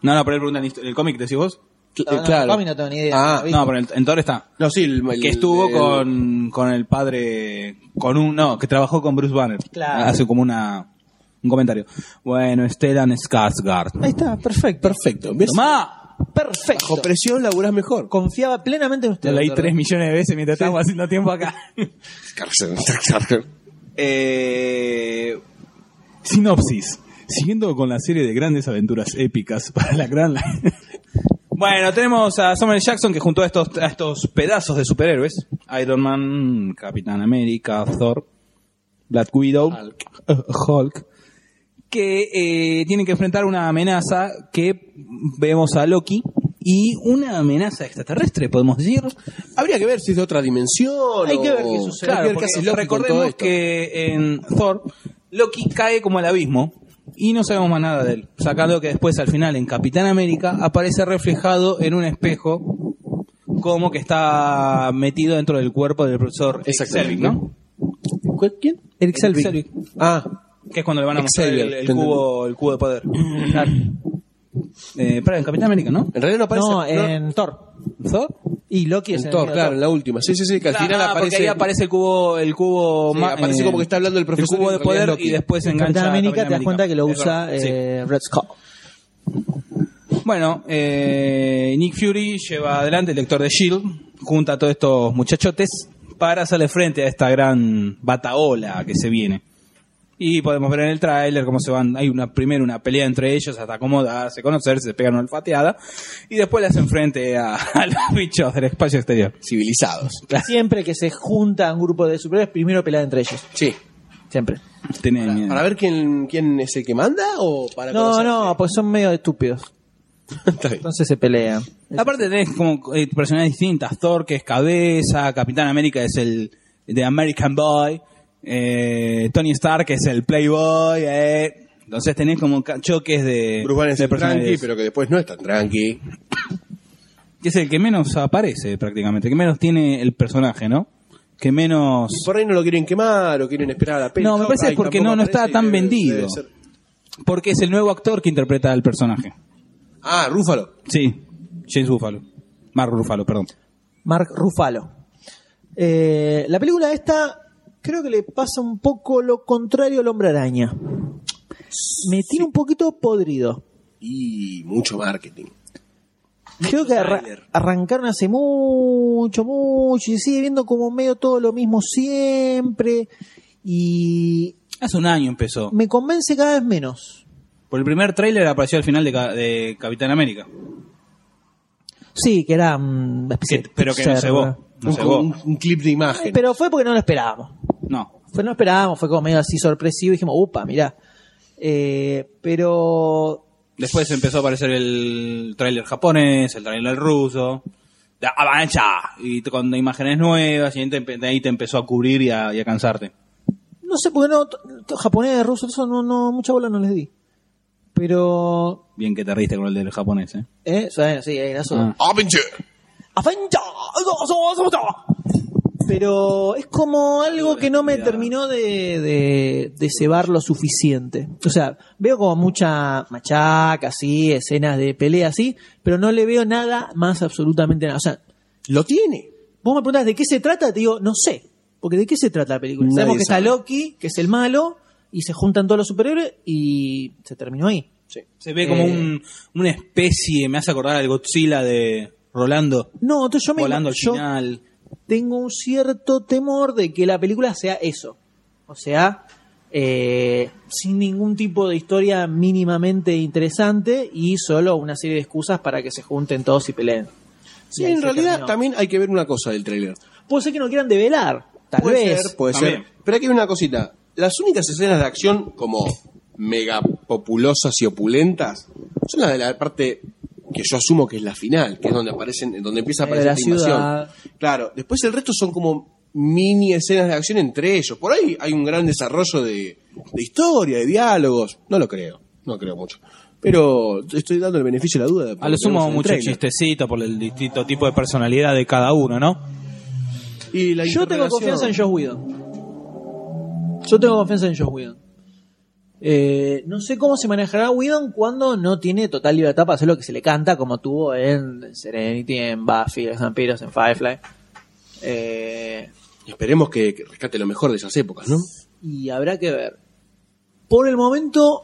S4: No, no, pero él pregunta en histo- el cómic, decís vos.
S2: Cl-
S1: No, no,
S2: eh, claro.
S1: Tommy no tengo ni idea.
S2: Ah,
S1: ¿viste?
S4: No, pero en- en Thor está.
S2: no, sí, el, el-
S4: Que estuvo
S2: el-
S4: con, con el padre, con un, no, que trabajó con Bruce Banner.
S1: Claro.
S4: Hace como una, un comentario. Bueno, Stellan Skarsgård.
S1: Ahí está, perfecto.
S2: Perfecto. ¿Ves?
S4: Tomá.
S1: Perfecto.
S2: Bajo presión laburás mejor.
S1: Confiaba plenamente en usted.
S4: Lo leí
S1: doctor.
S4: tres millones de veces mientras estábamos haciendo tiempo acá. Eh, sinopsis. Siguiendo con la serie de grandes aventuras épicas para la gran... bueno, tenemos a Samuel Jackson que juntó a estos, a estos pedazos de superhéroes. Iron Man, Capitán América, Thor, Black Widow, Hulk, que eh, tienen que enfrentar una amenaza que vemos a Loki y una amenaza extraterrestre, podemos decir.
S2: Habría que ver si es de otra dimensión.
S1: Hay que ver
S2: o-
S1: qué sucede.
S2: Hay que ver
S4: Claro,
S2: qué
S4: porque
S2: hace Loki con todo
S4: recordemos
S2: esto.
S4: que en Thor, Loki cae como al abismo y no sabemos más nada de él. Sacando que después, al final, en Capitán América, aparece reflejado en un espejo como que está metido dentro del cuerpo del profesor
S2: Exactamente.
S4: Xavier, ¿no?
S2: ¿Cuál- ¿Quién?
S4: Eric Selvig.
S2: Ah,
S4: Que es cuando le van a mostrar el,
S2: Xavier,
S4: el
S2: entendí.
S4: cubo, el cubo de poder. Claro. Eh, pará, en Capitán América, ¿no?
S2: en realidad no aparece.
S1: No, en Thor.
S4: ¿Thor?
S1: Y Loki es
S2: en
S1: el
S2: Thor,
S1: enemigo de
S2: claro, en la última. Sí, sí, sí, que al
S4: Claro,
S2: final
S4: ah, porque
S2: aparece.
S4: ahí aparece el cubo, el cubo
S2: Sí,
S4: ma-
S2: aparece como que está hablando el profesor
S4: cubo
S2: y
S4: de
S2: en realidad
S4: poder
S2: es Loki.
S4: y después se engancha.
S1: Capitán
S4: a
S1: América te das
S4: Capitán
S1: cuenta que lo
S4: Es
S1: usa
S4: verdad, sí.
S1: eh, Red Skull.
S4: Bueno, eh, Nick Fury lleva adelante el lector de Shield, E junta a todos estos muchachotes para hacerle frente a esta gran bataola que se viene. Y podemos ver en el tráiler cómo se van, hay una primero una pelea entre ellos hasta acomodarse, conocerse, se pegan una olfateada y después le hacen frente a, a los bichos del espacio exterior.
S2: Civilizados.
S1: Siempre que se junta un grupo de superhéroes, primero pelea entre ellos.
S2: Sí.
S1: Siempre.
S4: Tenés
S2: Para,
S4: miedo.
S2: para ver quién, quién es el que manda o para
S1: No, no, pues son medio estúpidos.
S2: no. Está bien.
S1: Entonces se pelean.
S4: Aparte tenés como eh, personalidades distintas, Thor que es cabeza, Capitán América es el de American Boy, eh, Tony Stark que es el Playboy, eh. entonces tenés como ca- choques de,
S2: Bruce Banner es
S4: de
S2: el tranqui,
S4: personalidades.
S2: pero que después no es tan tranqui.
S4: Que es el que menos aparece prácticamente, que menos tiene el personaje, ¿no? Que menos...
S2: Por ahí no lo quieren quemar o quieren esperar a la peli.
S4: No, me parece
S2: Hawkeye
S4: porque
S2: tampoco
S4: no- no está
S2: aparece y
S4: tan
S2: debe-
S4: vendido.
S2: debe ser-
S4: Porque es el nuevo actor que interpreta al personaje.
S2: Ah, Rúfalo.
S4: Sí, James Ruffalo. Mark Ruffalo, perdón.
S1: Mark Ruffalo. Eh, la película esta creo que le pasa un poco lo contrario al Hombre Araña. Me tiene un poquito podrido.
S2: Y mucho marketing.
S1: Creo que arra-
S2: tráiler.
S1: arrancaron hace mucho, mucho y se sigue viendo como medio todo lo mismo siempre y
S4: Hace un año empezó.
S1: me convence cada vez menos.
S4: Por el primer tráiler apareció al final de, Ca- de Capitán América.
S1: Sí, que era mm, una especie
S4: Que-
S1: de
S4: pero que no
S1: pixel,
S4: cebó.
S1: ¿verdad?
S4: No
S2: un,
S4: cebó.
S2: un- un clip de imagen.
S1: Pero fue porque no lo esperábamos.
S4: No.
S1: Fue, no lo esperábamos, fue como medio así sorpresivo y dijimos, upa, mirá. Eh, pero
S4: Después empezó a aparecer el tráiler japonés, el tráiler ruso, la avalancha, y t- con imágenes nuevas, y ahí te, empe- de ahí te empezó a cubrir y a, y a cansarte.
S1: No sé, porque no, t- t- japonés, ruso, eso no, no, mucha bola no les di. Pero,
S4: Bien que te riste con el del japonés, ¿eh?
S1: eh, bueno, sí, eh, eso.
S4: Ah.
S2: Avenger.
S1: ¡Afancha! Pero es como algo que no me terminó de, de, de cebar lo suficiente. O sea, veo como mucha machaca, así, escenas de pelea, así, pero no le veo nada más absolutamente nada. O sea,
S2: Lo tiene.
S1: Vos me preguntás de qué se trata, te digo, no sé. Porque de qué se trata la película.
S2: Nadie
S1: Sabemos que
S2: sabe.
S1: está Loki, que es el malo, y se juntan todos los superhéroes y se terminó ahí.
S4: Se ve como
S1: Eh.
S4: un- una especie, me hace acordar al Godzilla de Rolando,
S1: No, entonces yo me
S4: volando al
S1: yo
S4: final.
S1: tengo un cierto temor de que la película sea eso. O sea, eh, sin ningún tipo de historia mínimamente interesante y solo una serie de excusas para que se junten todos y peleen.
S2: Sí,
S1: Y ahí
S2: en
S1: se
S2: realidad
S1: terminó.
S2: también hay que ver una cosa del tráiler.
S1: Puede ser que no quieran develar, tal
S2: puede
S1: vez.
S2: ser, puede
S4: También.
S2: ser. Pero hay que ver una cosita. Las únicas escenas de acción como mega populosas y opulentas son las de la parte que yo asumo que es la final, que es donde aparecen, donde empieza a
S1: La de
S2: aparecer
S1: Eh, la
S2: la, invasión.
S1: ciudad.
S2: Claro, después el resto son como mini escenas de acción entre ellos. Por ahí hay un gran desarrollo de, de historia, de diálogos. No lo creo, no creo mucho. Pero estoy dando el beneficio de la duda. de-
S4: A lo sumo
S2: tenemos el
S4: mucho
S2: trailer.
S4: chistecito por el distinto tipo de personalidad de cada uno, ¿no?
S2: Y la
S1: Yo tengo
S2: interrelación.
S1: confianza en Josh Whedon. Yo tengo confianza en Josh Whedon. Eh, no sé cómo se manejará Whedon cuando no tiene total libertad para hacer lo que se le canta, como tuvo en Serenity, en Buffy, en Vampiros, en Firefly. Eh,
S2: Esperemos que, que rescate lo mejor de esas épocas, ¿no?
S1: y habrá que ver. Por el momento,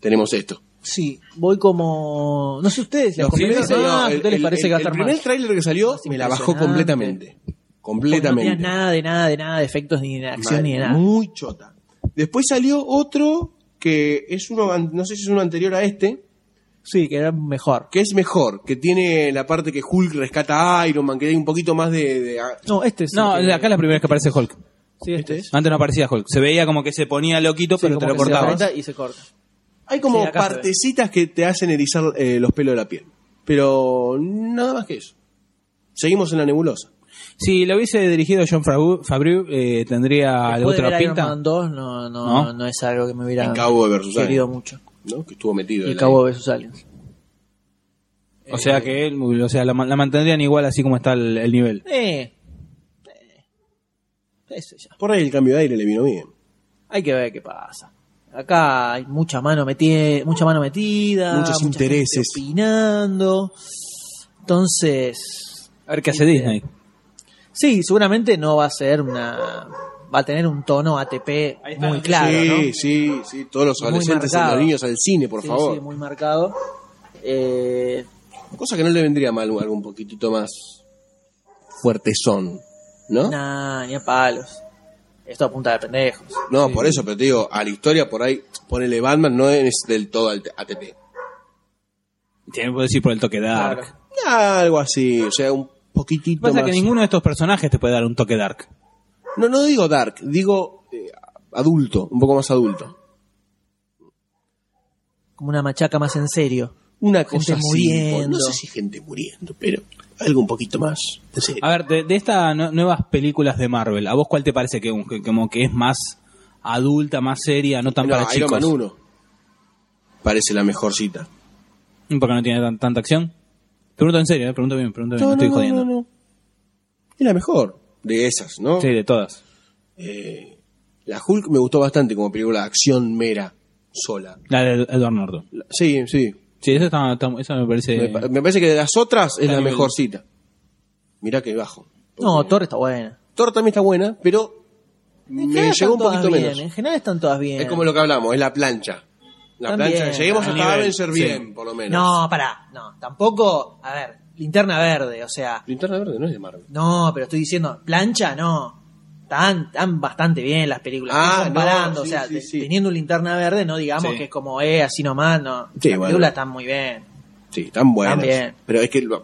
S2: Tenemos esto.
S1: sí, voy como. No sé ustedes, las
S2: Los primeros-
S1: conferencias
S2: no,
S1: más,
S2: el-
S1: ustedes les
S2: el-
S1: parece que
S2: el-
S1: va a estar
S2: El primer
S1: más.
S2: tráiler que salió
S1: Más
S2: me la bajó
S1: impresionante.
S2: completamente.
S1: Porque No
S2: Completamente.
S1: tenía nada de nada, de nada de efectos, ni de acción,
S2: Mal,
S1: ni de nada.
S2: Muy chota. Después salió otro que es uno, an- no sé si es uno anterior a este,
S1: Sí, que era mejor.
S2: que es mejor, que tiene la parte que Hulk rescata a Iron Man, que hay un poquito más de... de- ah,
S1: No, este es.
S4: No,
S1: el que-
S4: acá es la primera vez que aparece Hulk.
S1: Sí, este es.
S4: Antes no aparecía Hulk. Se veía como que se ponía loquito,
S1: Sí,
S4: pero te
S1: como que
S4: lo
S1: se
S4: cortabas.
S1: aprieta Y se corta.
S2: hay como
S1: Sí, acá se ve.
S2: partecitas que te hacen erizar eh, los pelos de la piel. Pero nada más que eso. Seguimos en la nebulosa.
S4: Si lo hubiese dirigido John Favreau, Favreau, eh, tendría
S1: Después de
S4: otra
S1: ver Iron
S4: pinta.
S1: Man 2 no, no,
S4: ¿No?
S1: no, no es algo que me hubiera
S2: Y Cowboy versus
S1: querido
S2: Alien.
S1: mucho.
S2: ¿no? Que estuvo metido.
S1: Y
S2: él
S1: Cowboy vs Aliens.
S4: O sea que él, o sea, la, ma- la mantendrían igual así como está el, el nivel.
S1: Eh. eh. Eso ya.
S2: ahí. Por ahí el cambio de aire le vino bien.
S1: Hay que ver qué pasa. Acá hay mucha mano metida, mucha mano metida,
S2: Muchos
S1: mucha gente
S2: intereses.
S1: opinando. Entonces,
S4: A ver qué hace Disney.
S1: sí, seguramente no va a ser una va a tener un tono ATP muy claro,
S2: sí,
S1: ¿no?
S2: sí, sí. Todos los
S1: Muy
S2: adolescentes y los
S1: marcado.
S2: niños al cine, por
S1: Sí,
S2: favor.
S1: sí, muy marcado. Eh,
S2: Cosa que no le vendría mal algo un poquitito más fuertezón, ¿no?
S1: Nah, ni a palos. Esto apunta de pendejos.
S2: No, por eso, pero te digo, a la historia por ahí, ponele Batman, no es del todo al- ATP.
S4: Tiene puedo decir por el toque dark.
S1: Claro.
S2: Algo así, o sea, un
S4: Lo
S2: poquitito
S4: que pasa es
S2: más.
S4: que ninguno de estos personajes te puede dar un toque dark.
S2: No, no digo dark, digo eh, adulto, un poco más adulto.
S1: Como una machaca más en serio.
S2: Una
S1: Gente
S2: cosa así,
S1: muriendo.
S2: no sé si gente muriendo, pero algo un poquito más, en serio.
S4: A
S1: Ah,
S4: ver, de, de estas nu- nuevas películas de Marvel, ¿a vos cuál te parece que, que- como que es más adulta, más seria, no tan
S2: No,
S4: para
S2: Iron
S4: chicos?
S2: Man 1 parece la mejor cita.
S4: Porque no tiene tan- tanta acción. Pregunto en serio, eh, pregunto bien, pregunto bien, no, estoy jodiendo.
S2: no. Es la mejor de esas, ¿no?
S4: Sí, de todas.
S2: Eh, la Hulk me gustó bastante como película de acción mera, sola.
S4: La de Edward Norton.
S2: La- Sí, sí.
S4: Sí, esa, está- está- esa me parece...
S2: Me, pa- me parece que de las otras es
S4: Está
S2: la
S4: bien.
S2: mejor cita. Mirá que bajo.
S1: No, Thor está buena.
S2: Thor también está buena, pero
S1: En general
S2: me
S1: están
S2: llegó un
S1: todas
S2: poquito
S1: bien,
S2: menos.
S1: En general están todas bien.
S2: Es como lo que hablamos, es la plancha. La
S1: También.
S2: plancha, lleguemos
S1: Al
S2: hasta
S4: nivel,
S2: Avenger
S4: sí.
S2: bien, por lo menos.
S1: No, pará. No, tampoco. A ver, linterna verde, o sea.
S2: Linterna Verde no es de Marvel.
S1: No, pero estoy diciendo, plancha, no. Están, tan bastante bien las películas.
S2: Ah,
S1: Estoy comparando,
S2: no,
S1: o
S2: sí,
S1: sea,
S2: sí,
S1: te-
S2: sí.
S1: teniendo un linterna verde, no digamos
S4: Sí.
S1: que es como, eh, así nomás, no. las
S2: Sí,
S1: películas
S2: bueno.
S1: están muy bien.
S2: Sí, están buenas.
S1: También.
S2: Pero es que lo-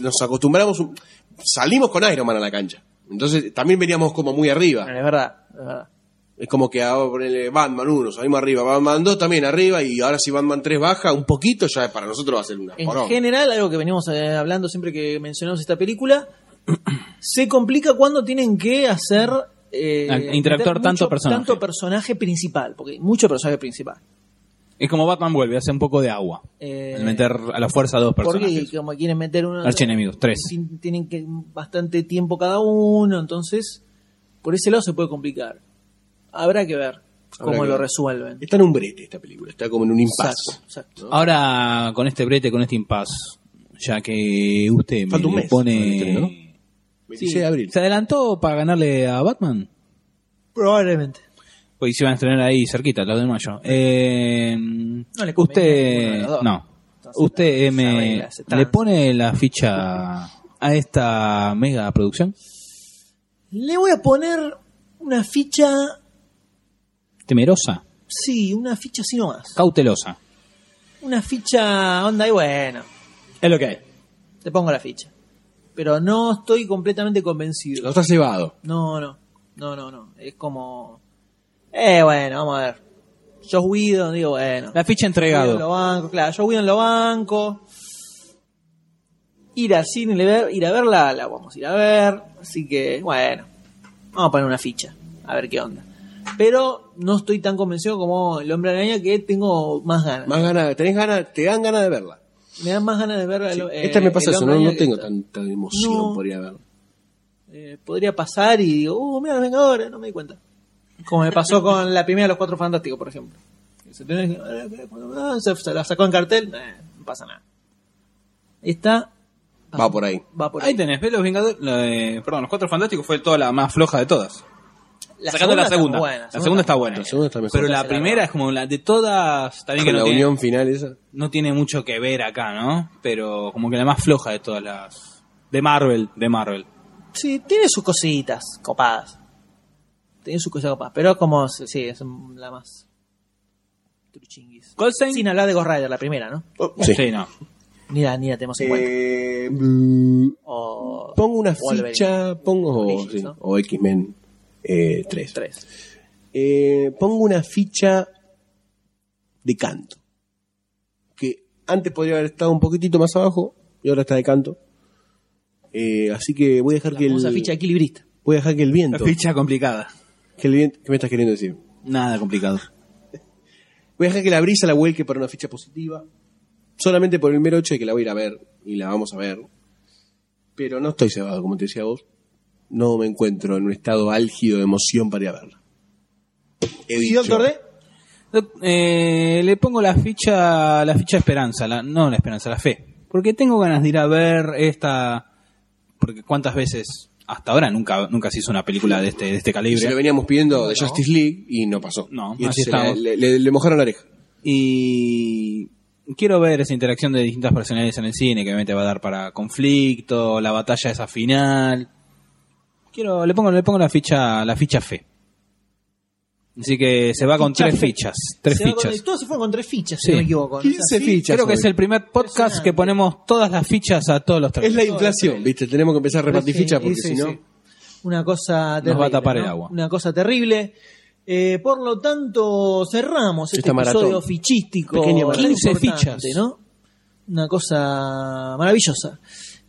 S2: nos acostumbramos, un- salimos con Iron Man a la cancha. Entonces también veníamos como muy arriba.
S1: Es verdad, es verdad.
S2: Es como que ahora ponele Batman 1, salimos arriba, Batman 2 también arriba, y ahora si Batman 3 baja un poquito, ya para nosotros va a ser una
S1: En
S2: poronga.
S1: general, algo que venimos eh, hablando siempre que mencionamos esta película, se complica cuando tienen que hacer... eh,
S4: Ah, interactuar
S1: meter
S4: tanto
S1: mucho-
S4: personaje.
S1: tanto personaje principal, porque hay mucho personaje principal.
S4: Es como Batman vuelve, hace un poco de agua.
S1: Eh,
S4: al meter a la fuerza a dos personajes.
S1: Porque como quieren meter uno...
S4: Archienemigos, tres.
S1: Tien- Tienen que bastante tiempo cada uno, entonces por ese lado se puede complicar. Habrá que ver cómo
S2: que
S1: lo
S2: ver.
S1: resuelven.
S2: Está en un brete esta película, está como en un impasse.
S1: Exacto, exacto.
S4: Ahora, con este brete, con este impasse, ya que usted me
S2: Falta un mes para el estreno, ¿no?
S4: pone...
S2: 26 de abril.
S4: ¿Se adelantó para ganarle a Batman?
S1: Probablemente.
S4: Pues se van a estrenar ahí cerquita, los de mayo. Eh,
S1: le conviene a ninguno de
S4: usted,
S1: los dos.
S4: no.
S1: Entonces,
S4: Usted
S1: se
S4: eh, me-
S1: arregla, se
S4: le
S1: transa.
S4: pone la ficha a esta mega producción.
S1: Le voy a poner una ficha
S4: temerosa,
S1: Sí, una ficha así nomás.
S4: cautelosa.
S1: Una ficha onda y bueno,
S4: Es lo que hay.
S1: te pongo la ficha. Pero no estoy completamente convencido.
S2: Lo estás llevado.
S1: No, no, no, no, no. Es como... Eh, bueno, vamos a ver. Yo Whedon, digo, bueno.
S4: La ficha
S1: Whedon lo
S4: entregado.
S1: banco, claro, yo Whedon lo banco. Ir al cine, le ver, ir a verla, la vamos a ir a ver. Así que, bueno, vamos a poner una ficha, a ver qué onda. Pero no estoy tan convencido como el hombre araña que tengo más ganas.
S2: Más ganas, tenés ganas, te dan ganas de verla.
S1: Me dan más ganas de ver. el- eh,
S2: Esta este me pasa
S1: el
S2: eso,
S1: hombre
S2: no, no
S1: araña que
S2: tengo
S1: está-
S2: tanta emoción
S1: No.
S2: por ir a verla.
S1: eh, podría pasar y digo, uh, mira los Vengadores, no me di cuenta. Como me pasó con la primera de los Cuatro Fantásticos, por ejemplo. Se, tenía que- ah, se- se la sacó en cartel, eh, no pasa nada. Esta Ah.
S2: Va por ahí.
S1: va por
S4: Ahí tenés, ¿ves? Los Vengadores, la de- perdón, los Cuatro Fantásticos fue toda la más floja de todas. Sacando la segunda. la segunda está buena.
S2: La segunda está mejor.
S4: Pero
S2: Se
S4: la
S1: la
S4: primera es como la de todas. Está bien que
S2: Con
S4: no
S2: la
S4: tiene,
S2: unión final esa.
S4: no tiene mucho que ver acá, ¿no? Pero como que la más floja de todas las. De Marvel, de Marvel.
S1: Sí, tiene sus cositas copadas. Tiene sus cositas copadas, pero como, sí, es la más. Truchinguis.
S4: Goldstein.
S1: Sin hablar de Ghost Rider, la primera, ¿no?
S2: Sí.
S4: Sí, no.
S1: Ni la, ni la tenemos en cuenta.
S2: Eh, mm,
S1: O-
S2: pongo una
S1: Wolverine.
S2: ficha, pongo
S1: Origins,
S2: sí,
S1: ¿no?
S2: o X-Men eh, 3.
S1: Tres.
S2: Eh, pongo una ficha de canto. Que antes podría haber estado un poquitito más abajo y ahora está de canto. Eh, así que voy a dejar
S1: La
S2: que el
S1: famosa ficha equilibrista.
S2: voy a dejar que el
S4: La
S2: viento,
S4: ficha complicada.
S2: que el viento- ¿qué me estás queriendo decir?
S4: Nada complicado.
S2: Voy a dejar que la brisa la vuelque para una ficha positiva. Solamente por el mero hecho de que la voy a ir a ver. Y la vamos a ver. Pero no estoy cebado, como te decía vos. No me encuentro en un estado álgido de emoción para ir a verla. He
S1: ¿Y
S2: dicho-
S1: Doctor D?
S4: Eh, le pongo la ficha, la ficha esperanza, la, no la esperanza, la fe. Porque tengo ganas de ir a ver esta, porque cuántas veces hasta ahora nunca, nunca se hizo una película de este, de
S2: Se
S4: este
S2: lo
S4: calibre.
S2: veníamos pidiendo de Justice League y no pasó.
S4: No,
S2: Y
S4: así
S2: se la-
S4: estamos.
S2: le, le- le mojaron la oreja.
S4: Y quiero ver esa interacción de distintas personalidades en el cine, que obviamente va a dar para conflicto, la batalla esa final. Quiero, le pongo, le pongo la ficha, la ficha fe. Así que se va con
S1: Ficha
S4: tres
S1: fe.
S4: fichas, tres
S1: Se va con-
S4: fichas.
S1: todos se fueron con tres fichas, si
S4: Sí.
S1: no me equivoco. ¿no?
S2: 15
S1: Sí,
S2: fichas.
S4: Creo que
S2: hoy.
S4: es el primer podcast que ponemos todas las fichas a todos los tres.
S2: Es la inflación, ¿viste? Tenemos que empezar a repartir
S1: Sí,
S2: fichas porque
S1: sí,
S2: si no.
S1: sí. Una cosa terrible.
S4: va a tapar
S1: ¿no?
S4: el agua.
S1: Una cosa terrible. Eh, por lo tanto, cerramos este
S2: Esta maratón.
S1: episodio fichístico.
S2: Pequeña
S1: tan
S2: maratón.
S4: 15
S1: importante,
S4: fichas.
S1: ¿no? Una cosa maravillosa.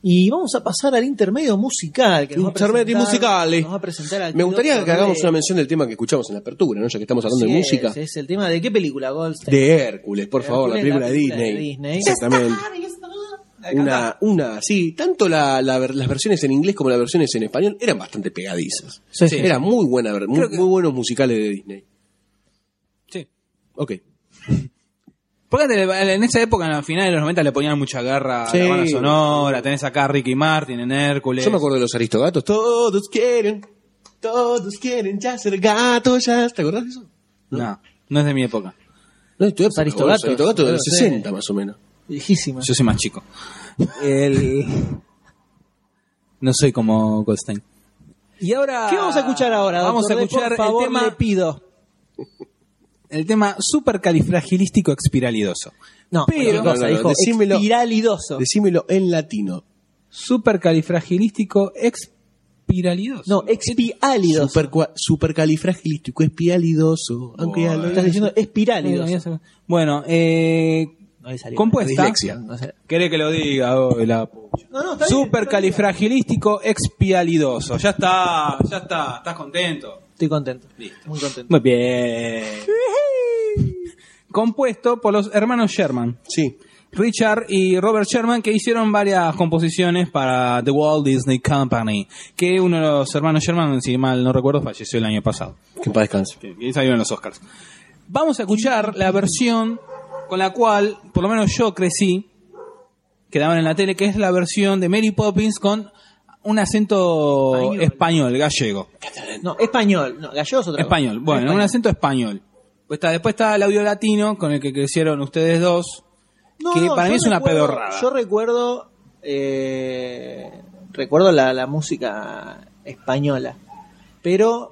S1: Y vamos a pasar al intermedio musical. Que nos va a
S2: Intermedi
S1: presentar-
S4: eh.
S2: musicale.
S1: nos va a presentar al
S2: Me gustaría
S1: doctor
S2: que hagamos
S1: D.
S2: una mención del tema que escuchamos en la apertura, ¿no? Ya que estamos hablando
S1: Así
S2: de
S1: es,
S2: música.
S1: Es el tema de qué película, Goldstein.
S2: De Hércules, por favor,
S1: Hércules,
S2: la película de Disney.
S1: Disney.
S2: Exactamente. Una, una, sí, tanto la- la ver- las versiones en inglés como las versiones en español eran bastante pegadizas.
S1: Sí, sí.
S2: Eran muy buena, ver- muy, muy buenos musicales de Disney.
S4: Sí.
S2: Ok.
S4: Porque antes le- en esa época, en la final de los 90, le ponían mucha garra a
S2: Sí.
S4: la banda sonora. Tenés acá a Ricky Martin en Hércules.
S2: Yo me acuerdo de los Aristogatos. Todos quieren, todos quieren ya ser gatos, ya. ¿Te acordás de eso?
S4: No, no es de mi época.
S2: No, estoy los
S1: Aristogatos.
S2: Aristogatos. Aristogatos de los
S1: Sí.
S2: 60 más o menos.
S1: Viejísima.
S4: Yo soy más chico. El- No soy como Goldstein. Y ahora.
S1: ¿Qué vamos a escuchar ahora?
S4: Vamos a
S1: doctor D?
S4: escuchar
S1: por favor,
S4: el tema.
S1: le pido.
S4: El tema supercalifragilístico expiralidoso.
S1: No,
S4: Pero-
S1: pero cosa,
S2: no, no,
S1: dijo
S2: decímelo.
S1: espiralidoso.
S2: Decímelo en latino.
S4: Supercalifragilístico expiralidoso.
S1: No, expiálidos.
S2: Supercua- Supercalifragilístico, espialidoso. Aunque ya lo-
S1: Estás diciendo espirálidos.
S4: Bueno, eh.
S1: No le salió.
S4: Compuesta.
S2: Dislexia.
S1: No sé.
S4: ¿Querés que lo diga? Oh, la pucha.
S1: No, no, está bien,
S4: Supercalifragilístico expialidoso. Ya está, ya está. ¿Estás contento?
S1: Estoy contento.
S4: Listo.
S1: Muy contento.
S4: Muy bien. Compuesto por los hermanos Sherman.
S2: Sí.
S4: Richard y Robert Sherman que hicieron varias composiciones para The Walt Disney Company, que uno de los hermanos Sherman, si mal no recuerdo, falleció el año pasado,
S2: Que en paz descanse.
S4: que, que salió en los Oscars. Vamos a escuchar la versión con la cual, por lo menos yo crecí, que daban en la tele, que es la versión de Mary Poppins con un acento
S1: Español.
S4: español gallego.
S1: No, español. No, gallego es otra cosa.
S4: Español, bueno, un acento español. Pues está- después está el audio latino con el que crecieron ustedes dos.
S1: No,
S4: que
S1: no,
S4: para
S1: yo
S4: mí es una
S1: recuerdo-
S4: pedorrada.
S1: Yo recuerdo. eh, recuerdo la, la música española. Pero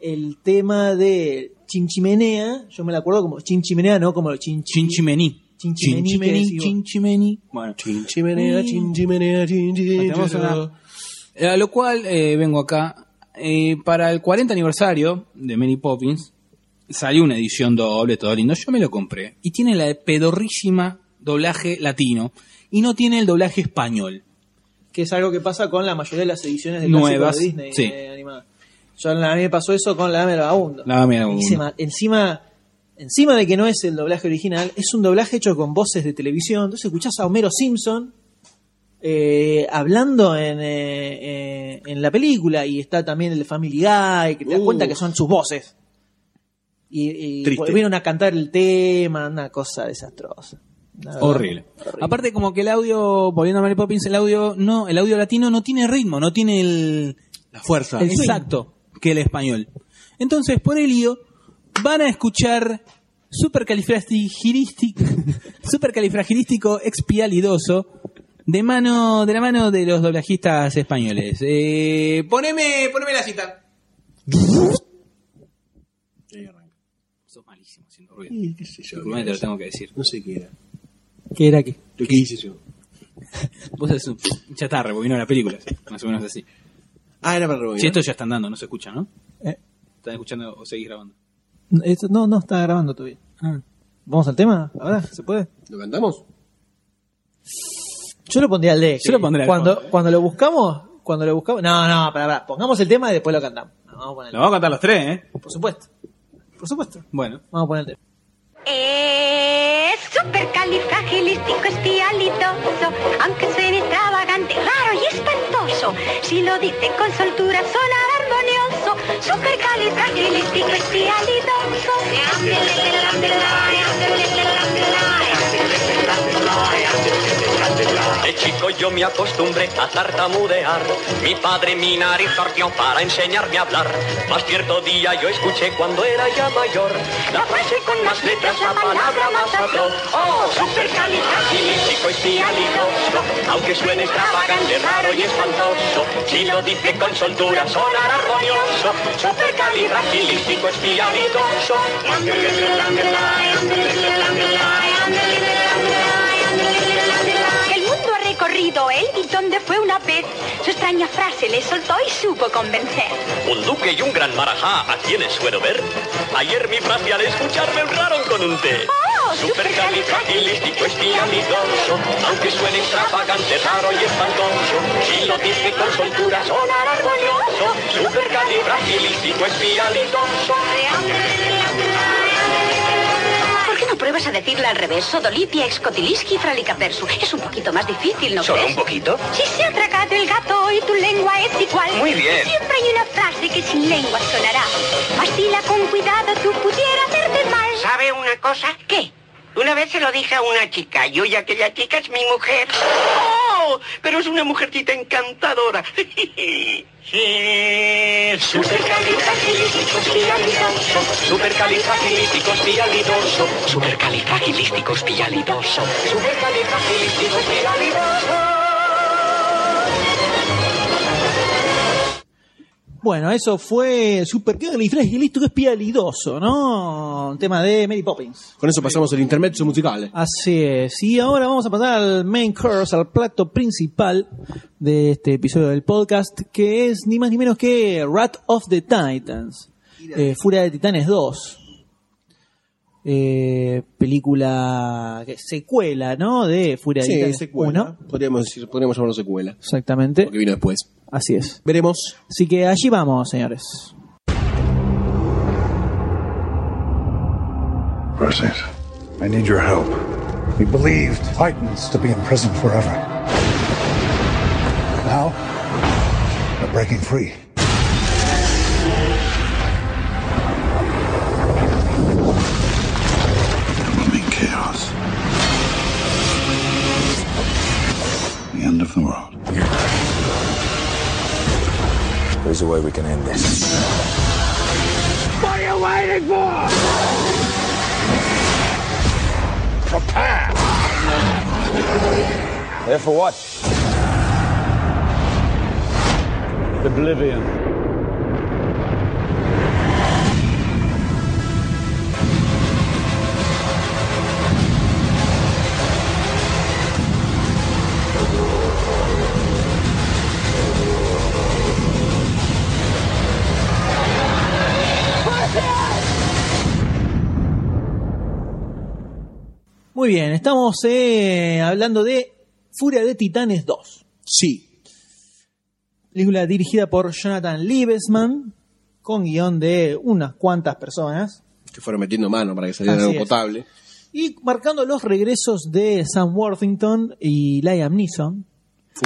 S1: el tema de Chinchimenea, yo me la acuerdo como Chinchimenea, no como Chinchi.
S4: Chinchimení.
S1: Chinchimení, que decís vos.
S4: Chinchimení. Bueno,
S2: Chinchimenea, chinchimenea,
S1: Ah,
S4: Tenemos
S2: chinchimenea.
S4: una- eh, A lo cual eh, vengo acá. eh, para el 40 aniversario de Mary Poppins salió una edición doble, todo lindo. Yo me lo compré. Y tiene la pedorrísima doblaje latino. Y no tiene el doblaje español.
S1: que es algo que pasa con la mayoría de las ediciones de
S4: Nuevas,
S1: clásicos de Disney
S4: sí.
S1: eh, animadas. Yo, a mí me pasó eso con La Dama del Vagabundo.
S4: La Dama del Vagabundo.
S1: Y se ma- encima, encima de que no es el doblaje original, es un doblaje hecho con voces de televisión. Entonces escuchás a Homero Simpson eh, hablando en, eh, eh, en la película y está también el de Family Guy, que te das
S2: Uh.
S1: cuenta que son sus voces. Y, y
S2: Triste.
S1: volvieron a cantar el tema, una cosa desastrosa. La verdad,
S4: Horrible. Aparte, como que el audio, volviendo a Mary Poppins, el audio, no, el audio latino no tiene ritmo, no tiene el,
S2: La fuerza.
S1: El swing.
S4: exacto que el español. Entonces, por el lío, van a escuchar supercalifragilístico, supercalifragilístico expialidoso de mano, de la mano de los doblajistas españoles. Eh, poneme, poneme la cita. Sos malísimo haciendo ruido.
S2: Y qué sé yo,
S4: Disculpame, te lo tengo que decir.
S2: No sé qué era.
S1: ¿Qué era qué?
S2: ¿Qué hice yo?
S4: Vos haces un chatarra, porque vino la película, más o menos así.
S2: Ah, era para rebobinar.
S4: Si esto ya están dando, no se escucha, ¿no?
S1: Eh.
S4: ¿Están escuchando o seguís grabando?
S1: Esto- no, no está grabando todavía. ¿Vamos al tema? ¿Ahora? ¿Se puede?
S2: ¿Lo cantamos?
S1: Yo lo pondría al de.
S4: Yo lo pondría al
S1: cuando,
S4: fondo, eh.
S1: cuando lo buscamos, cuando lo buscamos. No, no, para, para. Pongamos el tema y después lo cantamos. No, vamos a poner el
S4: Lo vamos a cantar los tres, ¿eh?
S1: tema. Por supuesto. Por supuesto.
S4: Bueno.
S1: Vamos a poner el tema.
S7: Es supercalifragilístico espialidoso, aunque suene extravagante, raro y espantoso. Si lo dice con soltura sonará armonioso. Supercalifragilístico
S8: De chico yo me acostumbré a tartamudear. Mi padre mi nariz torció para enseñarme a hablar. Más cierto día yo escuché cuando era ya mayor. La frase con más letras, la palabra más atroz. Oh, supercalifragilístico espialidoso. Aunque suene extravagante, raro y espantoso. Si lo dice con soltura sonará armonioso. Supercalifragilístico espialidoso.
S7: El mundo ha recorrido él y donde fue una vez. Su extraña frase le soltó y supo convencer.
S8: Un duque y un gran marajá, ¿a quiénes suelo ver? Ayer mi frase al escucharme honraron con un té.
S7: Oh,
S8: Supercalifragilístico espialidoso, aunque suene extravagante, raro y espantoso, si lo dice con soltura sonará armonioso. Supercalifragilístico espialidoso.
S7: ¿Por qué no pruebas a decirle al revés? Sodolipia, excotiliski, fralicapersu. Es un poquito más difícil, ¿no
S8: ¿Solo un
S7: crees?
S8: poquito?
S7: Si se ha tragado el gato y tu lengua es igual.
S8: Muy bien.
S7: Siempre hay una frase que sin lengua sonará. Vacila con cuidado, tú pudieras hacerte mal.
S9: ¿Sabe una cosa?
S7: ¿Qué?
S9: Una vez se lo dije a una chica y hoy aquella chica es mi mujer. ¡Oh! Pero es una mujercita encantadora.
S7: Supercalifragilístico espialidoso.
S8: Supercalifragilístico espialidoso. Supercalifragilístico espialidoso. Supercalifragilístico
S1: Bueno, eso fue Super y listo que es pialidoso, ¿no? Un tema de Mary Poppins.
S2: Con eso pasamos el intermezzo musical. eh.
S1: Así es. Y ahora vamos a pasar al main course, al plato principal de este episodio del podcast, que es ni más ni menos que Rat of the Titans. Eh, Furia de Titanes 2. Eh, película que- secuela, ¿no? De Furia de
S2: Sí,
S1: Titanes
S2: secuela.
S1: 1.
S2: Podríamos, decir, podríamos llamarlo secuela.
S1: Exactamente.
S2: Porque vino después.
S1: Así es.
S2: Veremos.
S1: Así que allí vamos, señores.
S10: Perseus, I need your help. We believed Titans to be in prison forever. Now, they're breaking free.
S5: Roaming chaos. The end of the world.
S11: There's a way we can end this. What are you waiting for? Prepare! There for what? Oblivion.
S1: Muy bien, estamos eh, hablando de Furia de Titanes 2.
S2: Sí.
S1: Película dirigida por Jonathan Liebesman, con guión de unas cuantas personas.
S2: Que fueron metiendo mano para que saliera
S1: Así
S2: algo
S1: es.
S2: potable.
S1: Y marcando los regresos de Sam Worthington y Liam Neeson.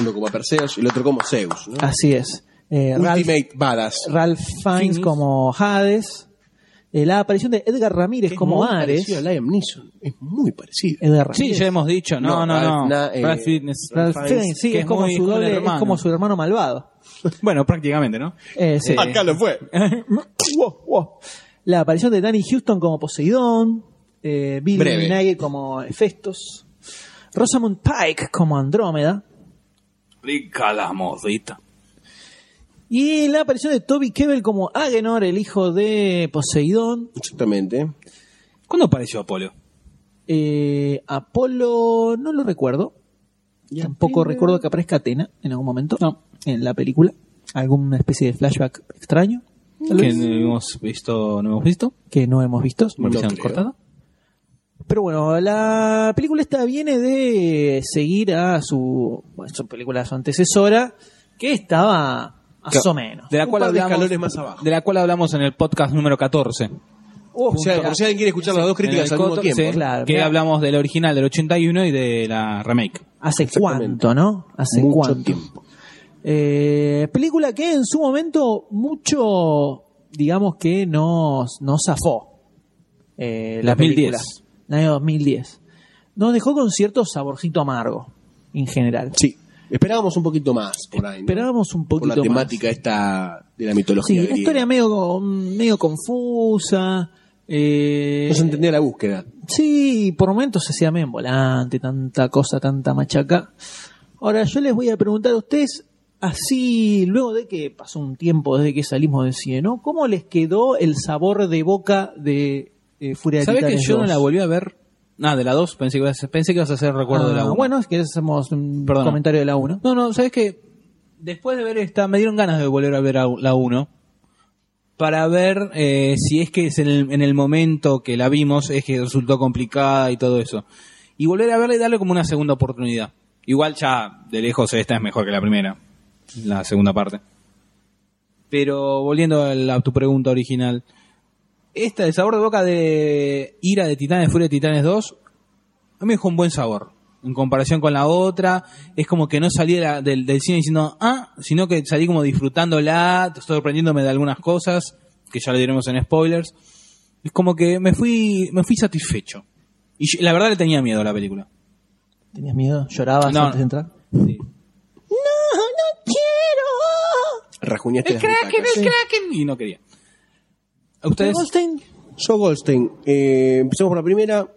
S2: Uno como Perseus y el otro como Zeus. ¿no?
S1: Así es. Eh, Ralph,
S2: Ultimate Badass.
S1: Ralph Fiennes
S2: Fiennes.
S1: como Hades. Eh, la aparición de Edgar Ramírez
S2: Que es
S1: como
S2: muy
S1: Ares.
S2: parecido a Liam Neeson. Es muy parecido.
S1: Edgar
S4: Sí,
S1: Ramírez.
S4: ya hemos dicho. No,
S2: No,
S4: no,
S2: Ralph,
S4: no.
S2: na- eh,
S4: Ralph Fitness.
S1: Ralph
S4: Fiennes,
S1: Fiennes, sí,
S4: que
S1: es como,
S4: muy
S1: su
S4: el
S1: doble, es
S4: hermano.
S1: como su hermano malvado.
S4: Bueno, prácticamente, ¿no?
S1: Eh, sí.
S2: Acá lo fue.
S1: Wow, wow. La aparición de Danny Houston como Poseidón, eh, Bill
S2: Breve.
S1: Nighy como Hefestos, Rosamund Pike como Andrómeda
S4: Rica la modita.
S1: y la aparición de Toby Kebbell como Agenor, el hijo de Poseidón,
S2: Exactamente.
S4: ¿Cuándo apareció Apolo?
S1: eh, Apolo, no lo recuerdo, tampoco recuerdo que aparezca Atena en algún momento en la película, alguna especie de flashback extraño tal
S4: Que
S1: vez,
S4: no hemos visto, no hemos visto.
S1: que no hemos visto.
S4: ¿Me
S2: No
S4: hicieron
S2: creo.
S4: cortada?
S1: Pero bueno, la película esta viene de seguir a su, bueno, su película, su antecesora, que estaba más
S2: Claro.
S1: o menos.
S4: De la
S2: Un
S4: cual
S2: par de
S4: hablamos.
S2: escalones más abajo.
S4: De la cual hablamos en el podcast número 14.
S2: O sea, por Oh, si alguien quiere escuchar las dos críticas al
S4: En el
S2: mismo
S4: coto-
S2: tiempo.
S4: sí,
S1: Claro,
S4: que
S1: mirá.
S4: hablamos del original del 81 y de la remake.
S1: ¿Hace
S2: Exactamente.
S1: cuánto, no? ¿Hace
S2: Mucho
S1: cuánto?
S2: tiempo.
S1: Eh, película que en su momento mucho, digamos que nos, nos zafó. Eh, la
S4: 2010.
S1: película. En el año 2010. Nos dejó con cierto saborcito amargo, en general.
S2: Sí. Esperábamos un poquito más por ahí. ¿no?
S1: Esperábamos un
S2: Por
S1: poquito
S2: la
S1: más.
S2: temática esta de la mitología.
S1: Sí, una
S2: griega.
S1: historia medio, medio confusa. eh,
S2: No se entendía la búsqueda.
S1: sí, por momentos se hacía medio en volante, tanta cosa, tanta machaca. Ahora yo les voy a preguntar a ustedes, así, luego de que pasó un tiempo desde que salimos del cine, ¿no? ¿Cómo les quedó el sabor de boca de eh, Furia de
S4: ¿Sabés que
S1: Titanes
S4: yo no
S1: 2?
S4: la volví a ver? Ah, de la 2, pensé que ibas a, pensé que ibas a hacer recuerdo de la
S1: Ah,
S4: 1.
S1: Bueno, es que hacemos un
S4: Perdón.
S1: comentario de la 1.
S4: No, no, ¿sabes que Después de ver esta, me dieron ganas de volver a ver a- la 1 para ver eh, si es que es en el, en el momento que la vimos es que resultó complicada y todo eso. Y volver a verla y darle como una segunda oportunidad. Igual ya de lejos esta es mejor que la primera, la segunda parte. Pero volviendo a, la- a tu pregunta original, esta, el sabor de boca de Ira de Titanes, Furia de Titanes 2, a mí me dejó un buen sabor. En comparación con la otra, es como que no salí de la- del, del cine diciendo, ah, sino que salí como disfrutándola, sorprendiéndome de algunas cosas, que ya lo diremos en spoilers. Es como que me fui, me fui satisfecho. Y yo- la verdad le tenía miedo a la película.
S1: ¿Tenías miedo? ¿Llorabas
S4: No.
S1: antes de entrar?
S2: Rajuñaste las butacas.
S4: el Kraken! Y no quería. ¿A ustedes?
S1: Goldstein?
S2: Yo, Goldstein, eh, empecemos por la primera.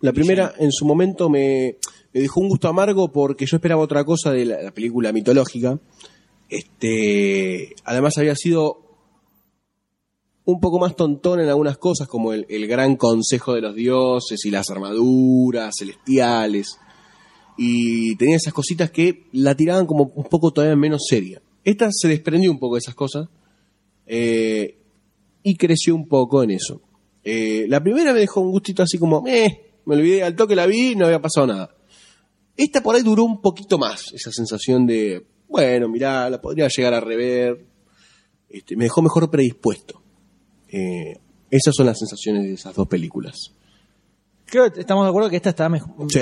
S2: La primera, en su momento, me, me dejó un gusto amargo porque yo esperaba otra cosa de la, la película mitológica. Este, además había sido un poco más tontón en algunas cosas, como el, el gran consejo de los dioses y las armaduras celestiales. Y tenía esas cositas que la tiraban como un poco todavía menos seria. Esta se desprendió un poco de esas cosas. Eh, y creció un poco en eso. Eh, la primera me dejó un gustito así como, eh, me olvidé, al toque la vi y no había pasado nada. Esta por ahí duró un poquito más, esa sensación de, bueno, mirá, la podría llegar a rever. Este, me dejó mejor predispuesto. Eh, esas son las sensaciones de esas dos películas.
S1: Creo que estamos de acuerdo que esta está mejor.
S2: Sí,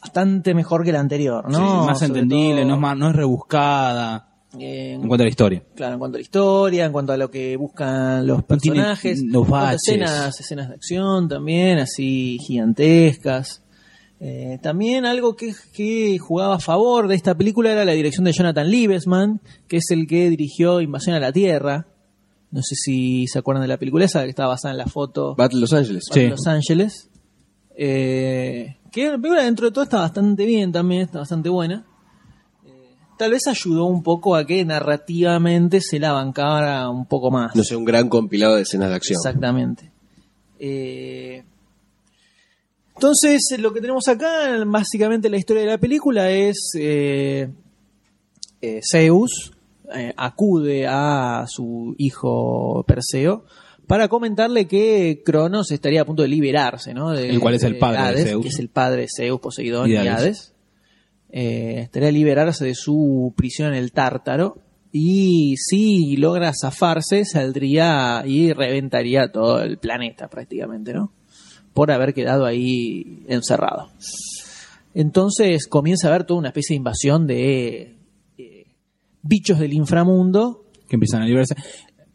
S1: bastante mejor que la anterior, ¿no?
S4: Sí, más
S1: Sobre
S4: entendible,
S1: todo,
S4: no, es más- no es rebuscada
S1: eh,
S4: en cuanto a la historia.
S1: claro, en cuanto a la historia, en cuanto a lo que buscan los
S4: No tiene
S1: personajes,
S4: los
S1: en cuanto a
S4: baches.
S1: escenas, escenas de acción también, así gigantescas. Eh, también algo que, que jugaba a favor de esta película era la dirección de Jonathan Liebesman, que es el que dirigió Invasión a la Tierra. No sé si se acuerdan de la película esa que estaba basada en la foto
S2: Battle Los Ángeles.
S1: para
S4: Sí.
S1: Los Ángeles. Eh, que la película dentro de todo está bastante bien también, está bastante buena. Eh, tal vez ayudó un poco a que narrativamente se la bancara un poco más.
S2: No sé, un gran compilado de escenas de acción.
S1: Exactamente. Eh, entonces, lo que tenemos acá, básicamente la historia de la película es eh, eh, Zeus eh, acude a su hijo Perseo para comentarle que Cronos estaría a punto de liberarse, ¿no? De-
S4: El cual es el
S1: de
S4: padre de
S1: Hades,
S4: Zeus.
S1: Que es el padre de Zeus, Poseidón
S4: Y
S1: y
S4: Hades.
S1: Hades. Eh, estaría a liberarse de su prisión en el Tártaro. Y si logra zafarse, saldría y reventaría todo el planeta prácticamente, ¿no? Por haber quedado ahí encerrado. Entonces comienza a haber toda una especie de invasión de eh, bichos del inframundo
S4: que empiezan a liberarse.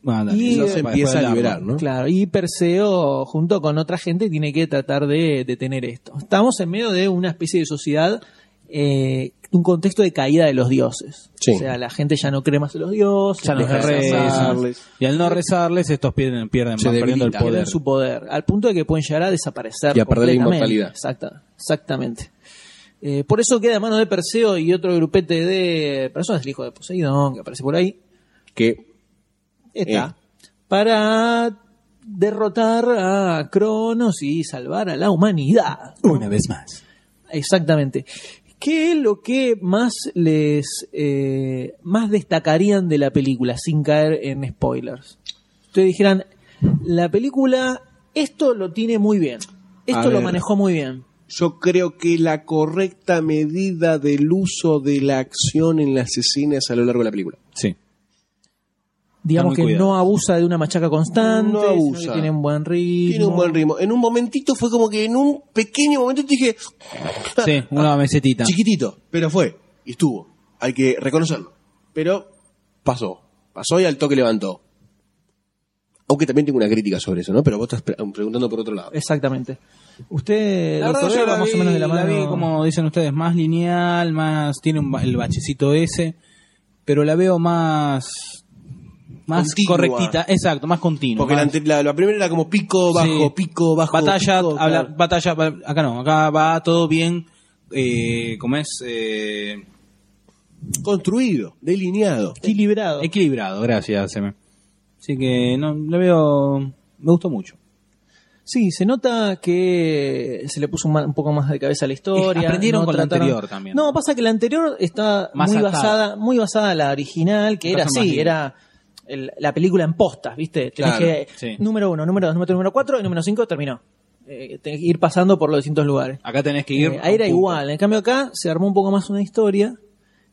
S4: Bueno, dale,
S1: Y
S4: eso
S1: se
S4: para
S2: empieza
S4: después
S2: a
S4: del
S2: liberar,
S4: arma.
S2: ¿no?
S1: Claro, y Perseo, junto con otra gente, tiene que tratar de detener esto. Estamos en medio de una especie de sociedad, eh, un contexto de caída de los dioses.
S2: Sí.
S1: O sea, la gente ya no cree más a los dioses,
S4: Ya no
S1: deja de rezar,
S4: rezan. Y al no rezarles, estos pierden, pierden
S2: Se
S4: van perdiendo el
S2: debilitan.
S4: poder.
S1: pierden su poder, al punto de que pueden llegar a desaparecer.
S2: Y a perder la
S1: completamente.
S2: inmortalidad.
S1: Exacta, exactamente. Eh, por eso queda a mano de Perseo y otro grupete de personas, el hijo de Poseidón, que aparece por ahí,
S2: Que
S1: está Eh, para derrotar a Cronos y salvar a la humanidad.
S4: Una vez más.
S1: Exactamente. ¿Qué es lo que más les eh, más destacarían de la película sin caer en spoilers? Ustedes dijeran, la película esto lo tiene muy bien. Esto
S2: A
S1: lo
S2: ver.
S1: manejó muy bien.
S2: yo creo que la correcta medida del uso de la acción en las escenas a lo largo de la película.
S4: Sí.
S1: Digamos
S4: muy
S1: que
S4: cuidado.
S1: no abusa de una machaca constante,
S2: No
S1: sino que
S2: abusa.
S1: tiene un buen ritmo.
S2: Tiene un buen ritmo. En un momentito fue como que en un pequeño momentito dije,
S4: Sí,
S2: Ah,
S4: una mesetita.
S2: chiquitito, pero fue y estuvo. Hay que reconocerlo. Pero pasó. Pasó y al toque levantó. Aunque también tengo una crítica sobre eso, ¿no? Pero vos estás pre- preguntando por otro lado.
S1: Exactamente. Usted
S4: La
S1: doctor,
S4: verdad yo
S1: va
S4: la
S1: más
S4: vi,
S1: o menos de la mano.
S4: vi, como dicen ustedes, más lineal, más tiene un ba- el bachecito ese, pero la veo más más
S2: Continua.
S4: correctita, exacto, más continua.
S2: Porque la,
S4: más-
S2: ante- la- la primera era como pico, bajo,
S4: Sí.
S2: pico, bajo.
S4: batalla,
S2: pico,
S4: habla-
S2: claro.
S4: batalla, ba- acá no, acá va todo bien, eh, ¿cómo es? Eh,
S2: Construido, delineado.
S1: equilibrado.
S4: equilibrado, gracias, Seme. Así que no, la veo, me gustó mucho.
S1: Sí, se nota que se le puso un, ma- un poco más de cabeza a la historia.
S4: Eh, aprendieron
S1: no
S4: con la
S1: trataron-
S4: anterior también.
S1: No, pasa que la anterior está
S4: Más
S1: muy
S4: atada.
S1: basada, muy basada en la original, que
S4: Una
S1: era
S4: cosa más
S1: así,
S4: libre.
S1: era el- la película en postas, ¿viste? Tenés
S2: Claro,
S1: que-
S4: sí.
S1: número uno, número dos, número tres, número cuatro, y número cinco terminó. Eh, tenés que ir pasando por los distintos lugares.
S4: Acá tenés que ir.
S1: Eh, ahí era
S4: punto.
S1: igual. En cambio acá se armó un poco más una historia.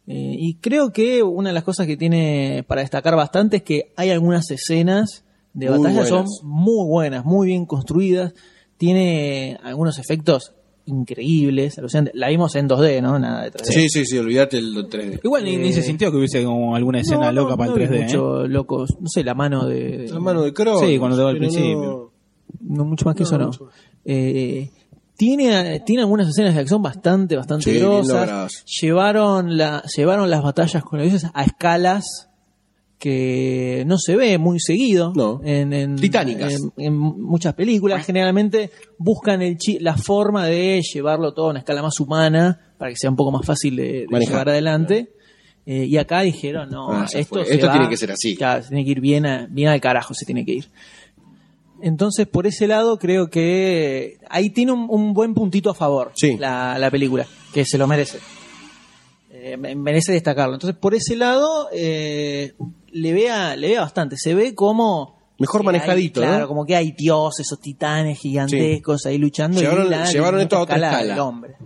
S1: eh, y creo que una de las cosas que tiene para destacar bastante es que hay algunas escenas de
S2: Muy
S1: batalla que son
S2: buenas.
S1: muy buenas, muy bien construidas. Tiene algunos efectos increíbles. alucinantes. La vimos en 2D, ¿no? Nada de 3D.
S2: Sí, sí, sí, olvídate el 3D.
S4: Igual ni, ni se
S1: Eh,
S4: sintió que hubiese como alguna
S1: No,
S4: escena
S1: no,
S4: loca para
S1: no
S4: el 3D.
S1: vi
S4: ¿eh?
S1: mucho locos. No sé, la mano de...
S2: La mano de Cronos.
S4: Sí, cuando te va al
S2: pero no-
S4: principio.
S1: No mucho más que
S2: No,
S1: eso, no.
S2: mucho más.
S1: Eh, tiene, tiene algunas escenas de acción bastante, bastante
S2: Sí, bien
S1: grosas.
S2: logradas.
S1: Llevaron, la, llevaron las batallas con los dioses a escalas que no se ve muy seguido
S2: No.
S1: en, en-
S2: Titánicas.
S1: en- en muchas películas. Generalmente buscan el chi- la forma de llevarlo todo a una escala más humana para que sea un poco más fácil de, de
S2: Manejar.
S1: llevar adelante. Eh, y acá dijeron, no,
S2: Ah, ya
S1: esto,
S2: fue.
S1: se
S2: Esto
S1: va-
S2: tiene que ser así.
S1: Claro, se tiene que ir bien, a- bien al carajo, se tiene que ir. Entonces, por ese lado, creo que ahí tiene un, un buen puntito a favor
S2: Sí.
S1: la, la película, que se lo merece. Eh, me- merece destacarlo. Entonces, por ese lado, eh, le, vea, le vea bastante. Se ve como...
S2: Mejor
S1: que
S2: manejadito,
S1: hay- Claro,
S2: ¿no?
S1: como que hay dioses, esos titanes gigantescos ahí luchando. y
S2: Llevaron-
S1: la-
S2: llevaron esto a otra escala.
S1: del hombre.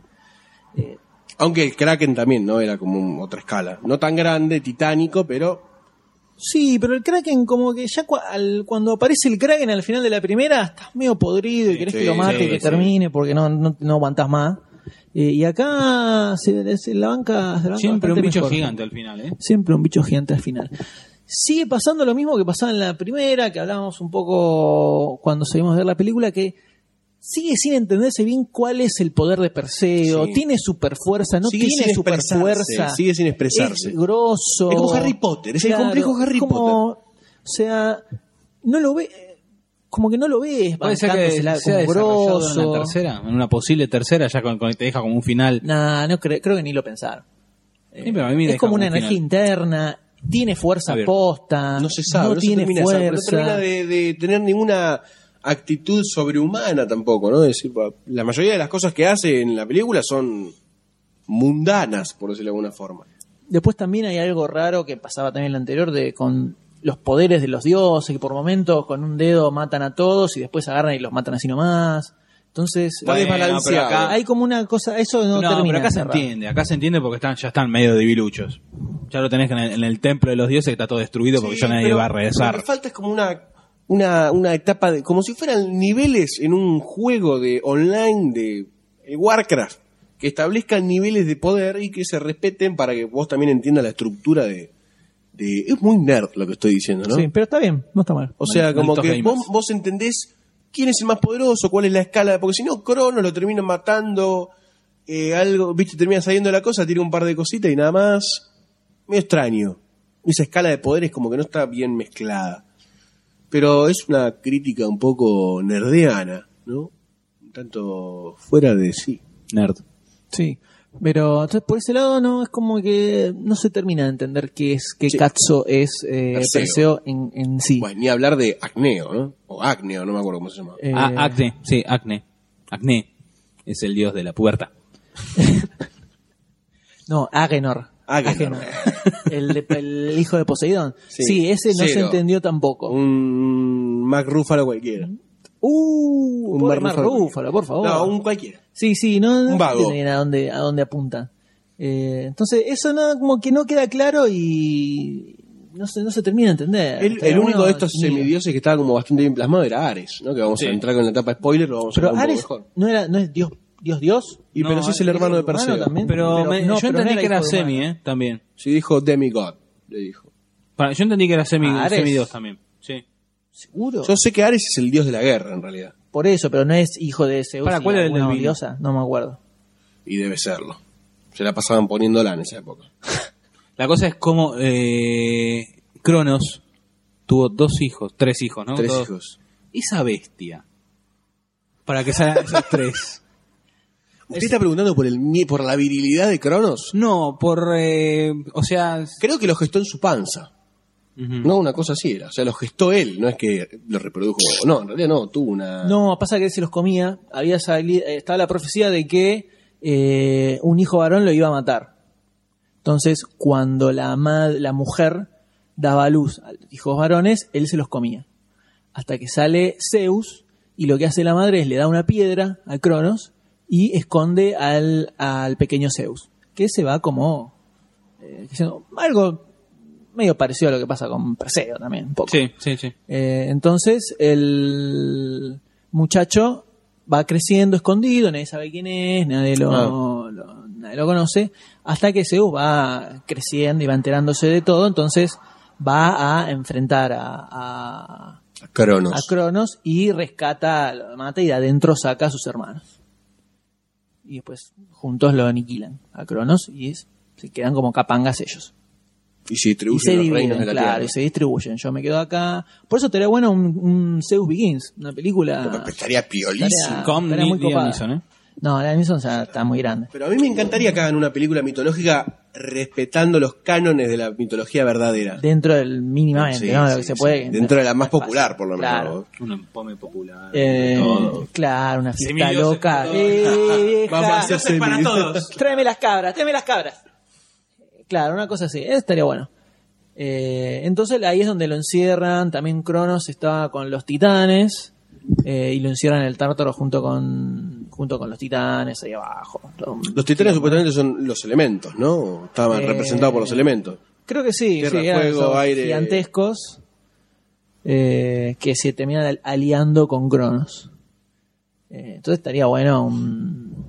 S2: Aunque el Kraken también, ¿no? Era como un- otra escala. No tan grande, titánico, pero
S1: Sí, pero el Kraken, como que ya cua- al- cuando aparece el Kraken al final de la primera, estás medio podrido y querés
S2: sí,
S1: que lo mate
S2: sí,
S1: y que
S2: sí.
S1: termine porque no, no, no aguantás más. Eh, y acá se, se la banca. se la banca
S4: Siempre un
S1: bastante
S4: bicho
S1: mejor.
S4: gigante al final, ¿eh?
S1: Siempre un bicho gigante al final. Sigue pasando lo mismo que pasaba en la primera, que hablábamos un poco cuando seguimos de ver la película, que sigue sin entenderse bien cuál es el poder de Perseo.
S2: Sí.
S1: Tiene super fuerza, no
S2: Sigue
S1: tiene
S2: sin
S1: super
S2: expresarse,
S1: fuerza.
S2: sigue sin expresarse.
S1: Es grosso.
S2: Es como Harry Potter, es el complejo Harry
S1: como-
S2: Potter.
S1: O sea, no lo ve. Como que no lo ves,
S4: Puede ser que
S1: bancándosela
S4: sea
S1: como
S4: desarrollado en
S1: grosso.
S4: una tercera, en una posible tercera, ya con, con- te deja como un final.
S1: Nah, no creo, creo que ni lo pensaron.
S4: Sí, pero a mí me
S1: Eh, es
S4: deja
S1: como una
S4: un
S1: energía
S4: final.
S1: interna, tiene fuerza
S4: A ver,
S1: posta,
S2: no se sabe,
S1: Ah, no,
S2: no, se
S1: tiene
S2: termina de saber,
S1: fuerza.
S2: no termina de, de tener ninguna actitud sobrehumana tampoco, ¿no? Es decir, pa- la mayoría de las cosas que hace en la película son mundanas, por decirlo de alguna forma.
S1: Después también hay algo raro que pasaba también en la anterior de con los poderes de los dioses, que por momentos con un dedo matan a todos y después agarran y los matan así nomás. Entonces,
S2: Está desbalanceado.
S1: pero acá- hay como una cosa, eso no,
S4: No,
S1: termina.
S4: pero acá se
S1: cerrado.
S4: entiende, acá se entiende porque están, ya están medio debiluchos. Ya lo tenés en el, en el templo de los dioses que está todo destruido porque ya nadie
S2: pero
S4: va a
S2: Lo
S4: regresar.
S2: que falta es como una, una, una etapa de. como si fueran niveles en un juego de online de eh, Warcraft. Que establezcan niveles de poder y que se respeten para que vos también entiendas la estructura de. de- es muy nerd lo que estoy diciendo, ¿no?
S1: Sí, pero está bien, no está mal.
S2: O sea, como
S4: Malditos
S2: que
S4: gamers.
S2: vos, vos entendés quién es el más poderoso, cuál es la escala, porque si no, Crono lo termina matando, eh, algo, viste, termina saliendo la cosa, tira un par de cositas y nada más. Medio extraño. Esa escala de poderes como que no está bien mezclada. Pero es una crítica un poco nerdeana, ¿no? Un tanto fuera de sí.
S4: Nerd.
S1: Sí. Pero entonces por ese lado no es como que no se termina de entender qué es, qué Katso es eh,
S2: Perseo.
S1: Perseo en, en sí.
S2: Bueno, ni hablar de acneo, ¿no? O acneo, no me acuerdo cómo se llama.
S1: Eh,
S4: Ah, acne, sí, acne. Acne es el dios de la pubertad.
S1: No, Agenor.
S2: Agenor.
S1: El, de- el hijo de Poseidón.
S2: Sí.
S1: Sí, ese no se
S2: Cero.
S1: entendió tampoco.
S2: Un Mac Ruffalo cualquiera.
S1: Uh,
S2: Un
S1: un
S2: Mark Ruffalo.
S1: por favor.
S2: No, un cualquiera.
S1: Sí, sí, no, no
S2: Un vago.
S1: entienden a dónde, a dónde apunta. Eh, entonces, eso no, como que no queda claro y no se, no se termina de entender.
S2: El,
S1: Hasta
S2: el único
S1: uno
S2: de estos
S1: mira.
S2: semidioses que estaba como bastante bien plasmado era Ares, ¿no? Que vamos
S4: Sí.
S2: a entrar con la etapa spoiler, lo vamos a
S1: Pero
S2: hablar un
S1: Ares
S2: poco mejor.
S1: no era, no es Dios, Dios, Dios.
S2: Y
S4: No,
S2: pero sí es el
S1: Ares
S2: hermano de
S1: era humano
S2: Perseo.
S1: también,
S4: Pero, me-
S1: no,
S4: yo
S1: pero no
S4: entendí que
S1: hijo
S4: era
S1: de
S4: semi,
S1: humano.
S4: ¿eh? También.
S2: Sí dijo demigod, le dijo.
S4: Para- yo entendí que era semi,
S1: Ah, eres-
S4: semi dios también. Sí.
S1: ¿Seguro?
S2: Yo sé que Ares es el dios de la guerra, en realidad.
S1: Por eso, pero no es hijo de Zeus.
S4: Para,
S1: y
S4: ¿cuál era el
S1: alguna
S4: del vino?
S1: diosa? No me acuerdo.
S2: Y debe serlo. Se la pasaban poniéndola en esa época.
S4: La cosa es cómo eh, Cronos tuvo dos hijos, tres hijos, ¿no?
S2: Tres
S4: Todos-
S2: hijos.
S4: Esa bestia. Para que salgan esos tres.
S2: ¿Usted está preguntando por, el, mi- por la virilidad de Cronos?
S4: No, por. eh, o sea.
S2: Creo que lo gestó en su panza. No, una cosa así era. O sea, lo gestó él, no es que lo reprodujo. No, en realidad no, tuvo una...
S1: No, pasa que él se los comía. Había salido, estaba la profecía de que eh, un hijo varón lo iba a matar. Entonces, cuando la, ma- la mujer daba a luz a los hijos varones, él se los comía. Hasta que sale Zeus y lo que hace la madre es le da una piedra a Cronos y esconde al, al pequeño Zeus, que se va como... eh, diciendo, algo medio parecido a lo que pasa con Perseo también, un poco.
S4: Sí, sí, sí.
S1: Eh, entonces el muchacho va creciendo escondido, nadie sabe quién es, nadie lo, lo- nadie lo conoce, hasta que Zeus va creciendo y va enterándose de todo, entonces va a enfrentar a, a-
S2: Cronos.
S1: a Cronos y rescata, lo mata y de adentro saca a sus hermanos. Y después juntos lo aniquilan a Cronos y es- se quedan como capangas ellos
S2: Y se
S1: y se
S2: distribuyen los reinos
S1: dividen,
S2: de la
S1: claro,
S2: tierra.
S1: y se distribuyen. Yo me quedo acá. Por eso estaría bueno un, un Zeus Begins, una película.
S2: Estaría piolísimo.
S1: Ah. estaría-
S4: Con
S1: estaría Ah, muy
S4: Liam
S1: copada.
S4: Neeson, ¿eh?
S1: No, la Nilsson ya está muy grande.
S2: Pero a mí me encantaría que hagan una película mitológica respetando los cánones de la mitología verdadera.
S1: Dentro del mínimamente,
S2: Sí,
S1: ¿no? Lo
S2: sí,
S1: que se
S2: sí.
S1: puede.
S2: Dentro de la más
S1: es fácil.
S2: popular, por lo menos.
S1: Claro.
S4: Un empome popular.
S1: Eh,
S4: todo.
S1: claro, una fiesta
S4: Semidioses,
S1: loca.
S4: todo.
S1: Eh, vieja.
S2: Vamos a hacer
S1: Entonces, para
S2: semidioses.
S1: todos. Tráeme las cabras, tráeme las cabras. Claro, una cosa así. Eso estaría bueno. Eh, entonces ahí es donde lo encierran. También Cronos estaba con los titanes. eh, y lo encierran en el tártaro junto con junto con los titanes ahí abajo. Lo-
S2: Los titanes supuestamente son los elementos, ¿no? Estaban
S1: Eh,
S2: representados por los elementos.
S1: Creo que sí,
S2: Tierra,
S1: sí, eran
S2: fuego,
S1: esos
S2: aire.
S1: gigantescos eh, que se terminan al- aliando con Cronos. Eh, entonces estaría bueno un-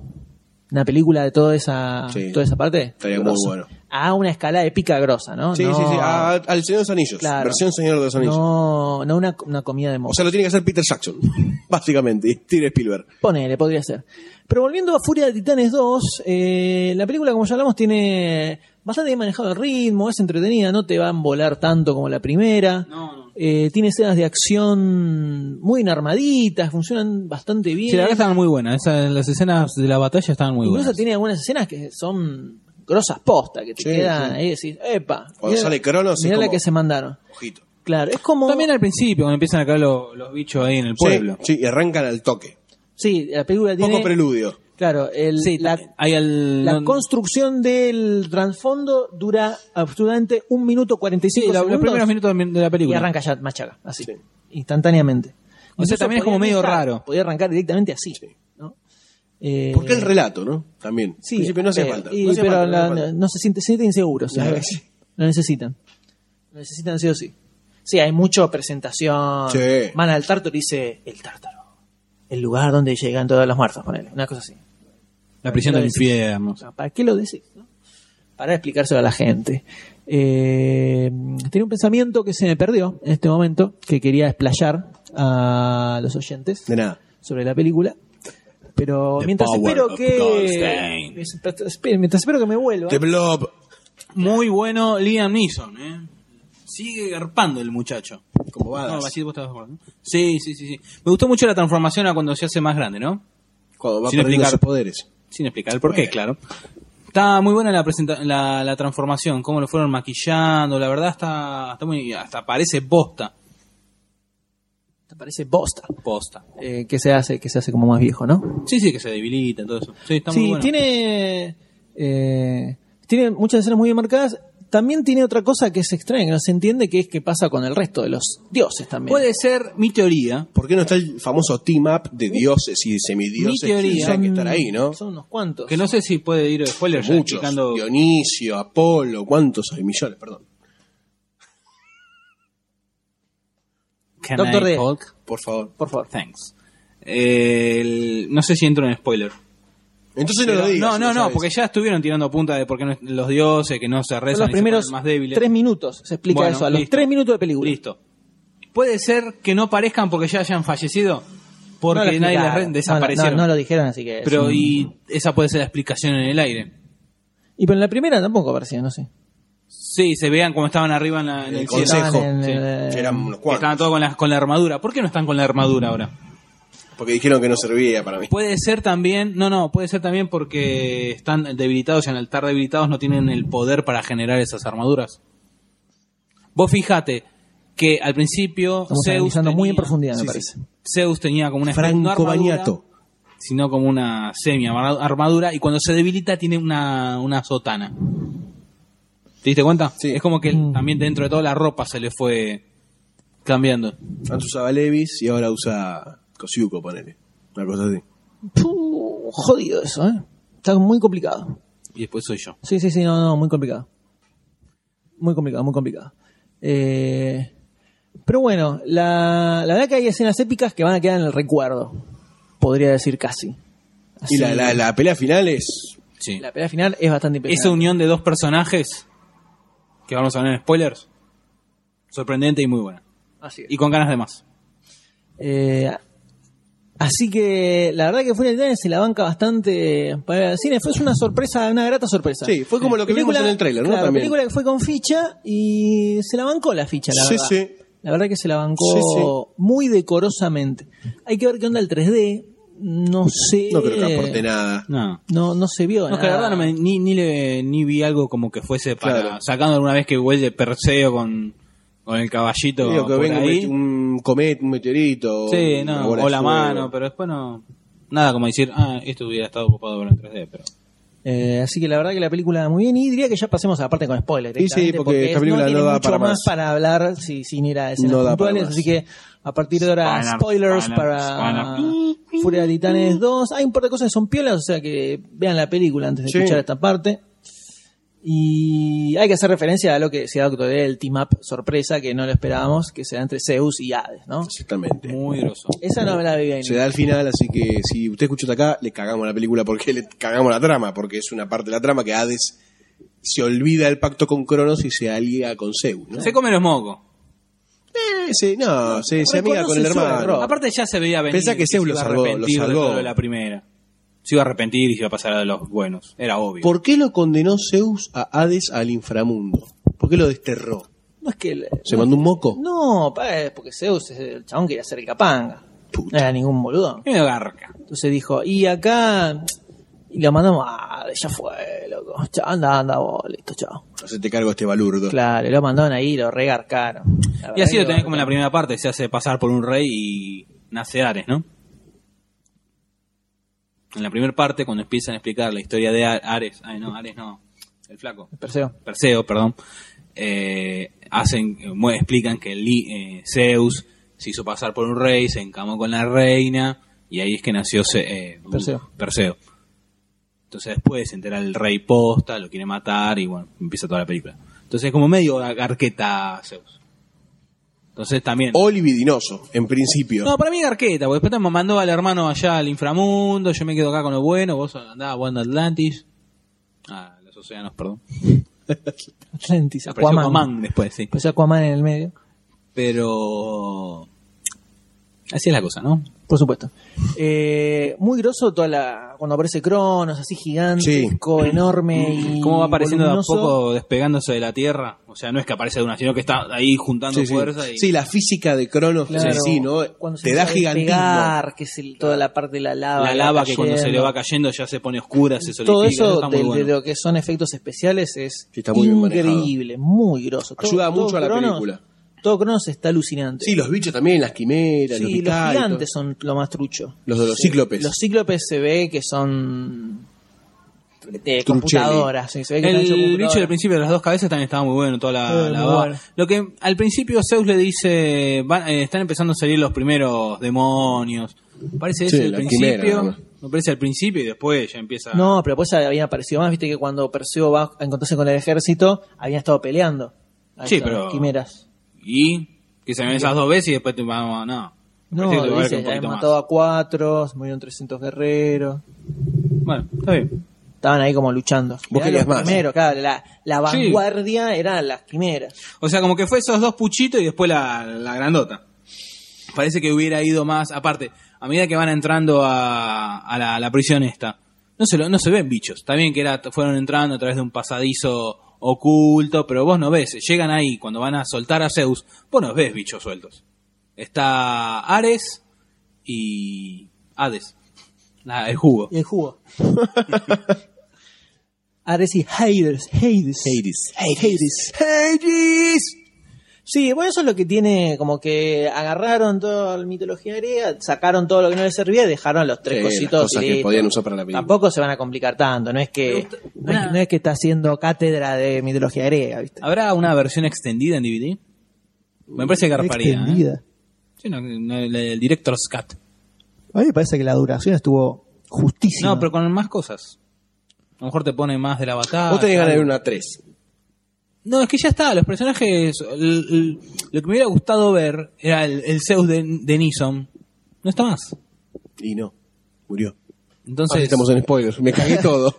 S1: una película de toda esa,
S2: Sí.
S1: toda esa parte.
S2: Estaría muy bueno.
S1: A una escala épica grosa, ¿no?
S2: Sí,
S1: No-
S2: sí, Ah, sí. a- al Señor de los Anillos.
S1: Claro.
S2: Versión Señor de los Anillos.
S1: No, no una, una comida de
S2: O
S1: mosca.
S2: sea, lo tiene que hacer Peter Jackson, básicamente. Y Steven Spielberg.
S1: Ponele, podría ser. Pero volviendo a Furia de Titanes 2, eh, la película, como ya hablamos, tiene bastante bien manejado el ritmo, es entretenida, no te va a volar tanto como la primera. Eh, tiene escenas de acción muy enarmaditas, funcionan bastante bien.
S4: Sí, la verdad estaban muy buenas. Esas- las escenas de la batalla estaban muy
S1: eh, Incluso
S4: buenas.
S1: tiene algunas escenas que son grosas postas, que te
S2: Sí,
S1: quedan
S2: sí.
S1: ahí y decís, epa.
S2: Cuando sale Cronos es
S1: mirá la
S2: como-
S1: que se mandaron.
S2: Ojito.
S1: Claro, es como...
S4: También al principio, cuando empiezan a caer lo- los bichos ahí en el
S2: Sí,
S4: pueblo.
S2: sí, y arrancan al toque.
S1: Sí, la película tiene...
S2: Poco preludio.
S1: Claro, el- la,
S4: Hay al-
S1: la
S4: no-
S1: construcción del trasfondo dura absolutamente un minuto 45
S4: Sí, la- los
S1: segundos.
S4: primeros minutos de la película.
S1: Y arranca ya Machaca, así, instantáneamente.
S4: O sea,
S1: Incluso
S4: también es como
S1: podía
S4: medio
S1: arrancar-
S4: raro.
S1: Podía arrancar directamente así. ¿no? Eh,
S2: Porque el relato, ¿no? También.
S1: Sí,
S2: Al principio no hace
S1: pero-
S2: falta.
S1: y-
S2: no hace
S1: pero
S2: falta, no
S1: la-
S2: hace falta.
S1: no se siente, se sienten inseguros.
S2: Ya.
S1: ¿sabes? Lo necesitan. Lo necesitan sí o sí. Sí, hay mucha presentación.
S2: Sí.
S1: Van al tártaro y dice el tártaro. El lugar donde llegan todos los muertos, ponele. Una cosa así.
S4: La prisión del infierno.
S1: ¿Para qué lo decís? no? Para explicárselo a la gente. Eh, tenía un pensamiento que se me perdió en este momento, que quería explayar a los oyentes
S2: De nada.
S1: sobre la película. Pero
S2: The
S1: mientras
S2: power
S1: espero
S2: of
S1: que.
S2: Goldstein.
S1: Mientras mientras espero que me vuelva.
S2: The Blob.
S4: Muy bueno Liam Neeson, ¿eh? Sigue garpando el muchacho.
S2: Como
S1: Ah,
S4: No,
S2: Badass.
S4: Basil, vos estabas de acuerdo, ¿no? Sí, sí, sí, sí. Me gustó mucho la transformación a cuando se hace más grande, ¿no?
S2: Cuando va
S4: Sin
S2: perdiendo
S4: explicar.
S2: sus poderes.
S4: Sin explicar el porqué, claro. Está muy buena la, presenta la, la transformación, cómo lo fueron maquillando, la verdad está, está muy, hasta parece bosta.
S1: Te parece bosta.
S4: Posta.
S1: eh, que se hace, que se hace como más viejo, ¿no?
S4: Sí, sí, que se debilita, todo eso. Sí, está
S1: sí,
S4: muy bueno.
S1: tiene. eh, tiene muchas escenas muy bien marcadas. También tiene otra cosa que es extraña, que no se entiende, que es que pasa con el resto de los dioses también.
S4: Puede ser mi teoría,
S2: ¿Por qué no está el famoso team-up de dioses y
S4: Mi
S2: semidioses que
S4: teoría.
S2: tendrían que estar ahí, no?
S1: Son unos cuantos.
S4: que no sé si puede ir spoiler ya
S2: Muchos.
S4: explicando-
S2: Dionisio, Apolo, ¿cuántos hay? Millones, perdón.
S4: Can
S1: Doctor
S4: I
S1: D.
S4: talk?
S2: Por favor.
S1: Por favor.
S4: Thanks. El- no sé si entro en spoiler.
S2: Entonces no lo digas.
S4: no,
S2: si
S4: no, no,
S2: sabes.
S4: porque ya estuvieron tirando punta de por qué no- los dioses, que no se
S1: Son
S4: rezan
S1: los
S4: y se
S1: primeros
S4: ponen más débiles.
S1: tres minutos se explica
S4: Bueno,
S1: eso, a los
S4: listo.
S1: tres minutos de película.
S4: Listo. Puede ser que no parezcan porque ya hayan
S1: No
S4: fallecido,
S1: lo
S4: porque nadie les
S1: explicaron.
S4: re-
S1: No, no,
S4: desaparecieron.
S1: No, no lo dijeron, así que. es
S4: Pero
S1: un-
S4: y esa puede ser la explicación en el aire.
S1: Y pero en la primera tampoco aparecía, no sé.
S4: Sí, se vean como estaban arriba en, la- en
S2: El
S4: el cielo.
S2: consejo.
S1: Estaban en
S4: sí.
S1: el- eh,
S2: Eran unos
S4: eh, Que estaban
S2: cuantos.
S4: todos con la, con la armadura. ¿Por qué no están con la armadura ahora?
S2: Porque dijeron que no servía para mí.
S4: Puede ser también, no, no, puede ser también porque están debilitados y al estar debilitados no tienen el poder para generar esas armaduras. Vos fijate que al principio
S1: Estamos
S4: Zeus
S1: analizando muy en
S4: tenía-
S1: profundidad,
S2: Sí,
S1: me parece.
S4: Zeus tenía como una especie- no
S2: Franco
S4: armadura,
S2: Bagnato.
S4: sino como una semi armadura y cuando se debilita tiene una, una sotana. ¿Te diste cuenta?
S2: Sí.
S4: Es como que
S1: Mm.
S4: también dentro de toda la ropa se le fue cambiando.
S2: Antes usaba Levis y ahora usa Cosiuco, ponele. Una cosa así.
S1: Puh, jodido eso, ¿eh? Está muy complicado.
S4: Y después soy yo.
S1: Sí, sí, sí, no, no, muy complicado. Muy complicado, muy complicado. Eh, pero bueno, la, la verdad que hay escenas épicas que van a quedar en el recuerdo. Podría decir casi. Así-
S2: Y la, la, la pelea final es.
S4: Sí.
S1: la pelea final es bastante
S4: Esa
S1: impresionante.
S4: unión de dos personajes, que vamos a hablar en spoilers, sorprendente y muy buena.
S1: Así es.
S4: Y con ganas de más.
S1: Eh, así que la verdad que Furia Titanes se la banca bastante para el cine. Fue una sorpresa, una grata sorpresa.
S2: Sí, fue como lo que vimos en el tráiler, ¿no?
S1: claro,
S2: También.
S1: película que fue con ficha y se la bancó la ficha, la
S2: Sí,
S1: verdad.
S2: sí.
S1: La verdad que se la bancó
S2: Sí, sí.
S1: muy decorosamente. Hay que ver qué onda el 3D. No sé.
S2: No creo que
S4: Eh,
S2: aporte nada.
S4: No.
S1: No, no se vio.
S4: No, que la
S1: nada.
S4: verdad no me- ni, ni, le- ni vi algo como que fuese para...
S2: Claro.
S4: Sacando alguna vez que vuelve Perseo con, con el caballito
S2: Digo que
S4: por
S2: venga un
S4: ahí.
S2: met- un cometa, un meteorito.
S4: Sí,
S2: una
S4: no,
S2: bola
S4: o
S2: de
S4: la
S2: fuego.
S4: mano, pero después no... Nada como decir, ah, esto hubiera estado ocupado por el 3D, pero...
S1: Eh, así que la verdad que la película muy bien y diría que ya pasemos a la parte con spoilers.
S2: Y sí,
S1: directamente,
S2: porque esta
S1: es-
S2: película
S1: no, tiene
S2: no da
S1: mucho
S2: para
S1: más.
S2: más.
S1: para hablar si, sin ir a escenas
S2: No da para
S1: puntuales.
S2: más.
S1: Así que a partir de ahora
S4: Spoiler,
S1: spoilers
S4: spoiler,
S1: para
S4: spoiler.
S1: Furia de Titanes 2. Hay un par de cosas que son piolas, o sea que vean la película antes de
S2: Sí.
S1: escuchar esta parte. Y hay que hacer referencia a lo que decía Doctor D, el team up sorpresa que no lo esperábamos, que se da entre Zeus y Hades, ¿no?
S2: Exactamente.
S4: Muy grosso.
S1: Esa no me la vi venir.
S2: Se da al final, así que si usted escuchó hasta acá, le cagamos la película porque le cagamos la trama, porque es una parte de la trama que Hades se olvida el pacto con Cronos y se alía con Zeus, ¿no?
S4: Se come los mocos.
S2: Eh, se- no, se, se amiga con el
S1: Reconoce su
S2: hermano.
S1: error.
S4: Aparte ya se veía venir.
S2: Pensá que Zeus
S4: se
S2: lo
S4: iba a
S2: salvó, lo
S4: arrepentir de
S2: salvó.
S4: todo de la primera. Se iba a arrepentir y se iba a pasar a los buenos. Era obvio.
S2: ¿Por qué lo condenó Zeus a Hades al inframundo? ¿Por qué lo desterró?
S1: No es que...
S2: ¿Se mandó un moco?
S1: No, pa, es porque Zeus es el chabón que iba a ser el capanga. No
S2: Puta.
S1: era ningún boludo.
S4: Me garca.
S1: Entonces dijo, y acá. Y la mandamos a. Ya fue, loco. Chao, anda, anda vos, listo, chao.
S2: Hacete cargo este balurdo.
S1: Claro, y lo mandaron ahí, lo regarcaron. La
S4: Y
S1: verdad
S4: así
S1: que
S4: lo tenés como en la
S1: garcaron.
S4: primera parte. Se hace pasar por un rey y nace Ares, ¿no? en la primera parte, cuando empiezan a explicar la historia de A- Ares, ay no, Ares no, el flaco,
S1: Perseo.
S4: Perseo, perdón, eh, hacen, eh, mu- explican que Li- eh, Zeus se hizo pasar por un rey, se encamó con la reina, y ahí es que nació Se- eh,
S1: Perseo.
S4: Perseo. Entonces después se entera el rey posta, lo quiere matar y bueno, empieza toda la película. Entonces es como medio garqueta Zeus. Entonces también...
S2: Olvidinoso, en principio.
S4: No, para mí Garqueta, porque después te mandó al hermano allá al inframundo, yo me quedo acá con lo bueno, vos andás a Wanda Atlantis. Ah, los océanos, perdón.
S1: Atlantis,
S4: Apareció
S1: Aquaman.
S4: Aquaman después, sí.
S1: Apareció Aquaman en el medio.
S4: Pero... Así es la cosa, ¿no?
S1: Por supuesto. Eh, muy grosso toda la. cuando aparece Cronos, así gigantesco, enorme y.
S4: ¿Cómo va apareciendo de a
S1: voluminoso.
S4: poco despegándose de la Tierra? O sea, no es que aparece de una, sino que está ahí juntando
S2: Sí, sí.
S4: fuerza y...
S2: Sí, la física de Cronos,
S1: Claro,
S2: sí, sí, ¿no?
S1: cuando se
S2: Te da
S1: empieza a
S2: gigantismo.
S1: despegar, que es el- toda la parte de la lava.
S4: La
S1: que
S4: lava
S1: va
S4: que cuando se le
S1: cayendo.
S4: va cayendo ya se pone oscura, se solidifica.
S1: Todo eso
S4: está muy
S1: de,
S4: bueno.
S1: de lo que son efectos especiales es
S2: Sí, está muy bien manejado.
S1: increíble, muy grosso. Todo-
S2: Ayuda
S1: todo
S2: mucho a la
S1: Cronos-
S2: película.
S1: Todo Cronos está alucinante.
S2: Sí, los bichos también, las quimeras,
S1: Sí,
S2: los,
S1: los
S2: titanes,
S1: gigantes son lo más trucho.
S2: Los de los
S1: Sí,
S2: cíclopes.
S1: Los cíclopes se ve que son de
S2: Truchelli.
S1: computadoras. sí, se ve que están hechos
S4: El bicho
S1: computadoras.
S4: del principio de las dos cabezas también estaba muy bueno, toda la,
S1: Eh,
S4: la
S1: muy
S4: baba.
S1: bueno.
S4: Lo que al principio Zeus le dice, van- eh, están empezando a salir los primeros demonios. Parece
S2: Sí,
S4: ese el
S2: la quimera,
S4: principio.
S2: nada más.
S4: me parece al principio y después ya empieza.
S1: No, pero pues habían aparecido más. Viste que cuando Perseo va a encontrarse con el ejército, habían estado peleando. Ahí
S4: Sí,
S1: están
S4: pero-
S1: las Quimeras.
S4: Y que se ven esas dos veces y después te vamos, no.
S1: No,
S4: Parece que te va a
S1: dice,
S4: dar un
S1: habían
S4: poquito más.
S1: matado a cuatro, se murieron 300 guerreros.
S4: Bueno, está bien.
S1: Estaban ahí como luchando. Era
S2: querías
S1: lo
S2: más.
S1: primero, claro, la, la
S4: Sí.
S1: vanguardia eran las quimeras.
S4: O sea, como que fue esos dos puchitos y después la, la grandota. Parece que hubiera ido más. Aparte, a medida que van entrando a, a la, la prisión esta, no se, lo- no se ven bichos. Está bien que era, fueron entrando a través de un pasadizo oculto, pero vos no ves. Llegan ahí, cuando van a soltar a Zeus, vos no ves bichos sueltos. Está Ares y Hades. La- el jugo.
S1: Y el jugo. Ares y Hades. Hades.
S2: Hades.
S1: Hades. Hades. Sí, bueno, eso es lo que tiene, como que agarraron toda la mitología griega, sacaron todo lo que no les servía y dejaron los tres
S2: Sí, las
S1: cositos.
S2: cosas
S1: y
S2: que
S1: listo.
S2: podían usar para la película.
S1: Tampoco se van a complicar tanto, no es que, no es, no es que está haciendo cátedra de mitología griega, ¿viste?
S4: ¿Habrá una versión extendida en DVD? Me parece que garparía. ¿eh?
S1: Extendida.
S4: Sí, no, no, el, el director's cut.
S1: A mí me parece que la duración estuvo justísima.
S4: No, pero con más cosas. A lo mejor te pone más de la batalla.
S2: Vos tenés ganas de ver una 3.
S4: No, es que ya está, los personajes. el- el- lo que me hubiera gustado ver era el, el Zeus de, de Nison. No está más.
S2: Y no, murió.
S4: Entonces.
S2: Ah, estamos en spoilers, me cagué todo.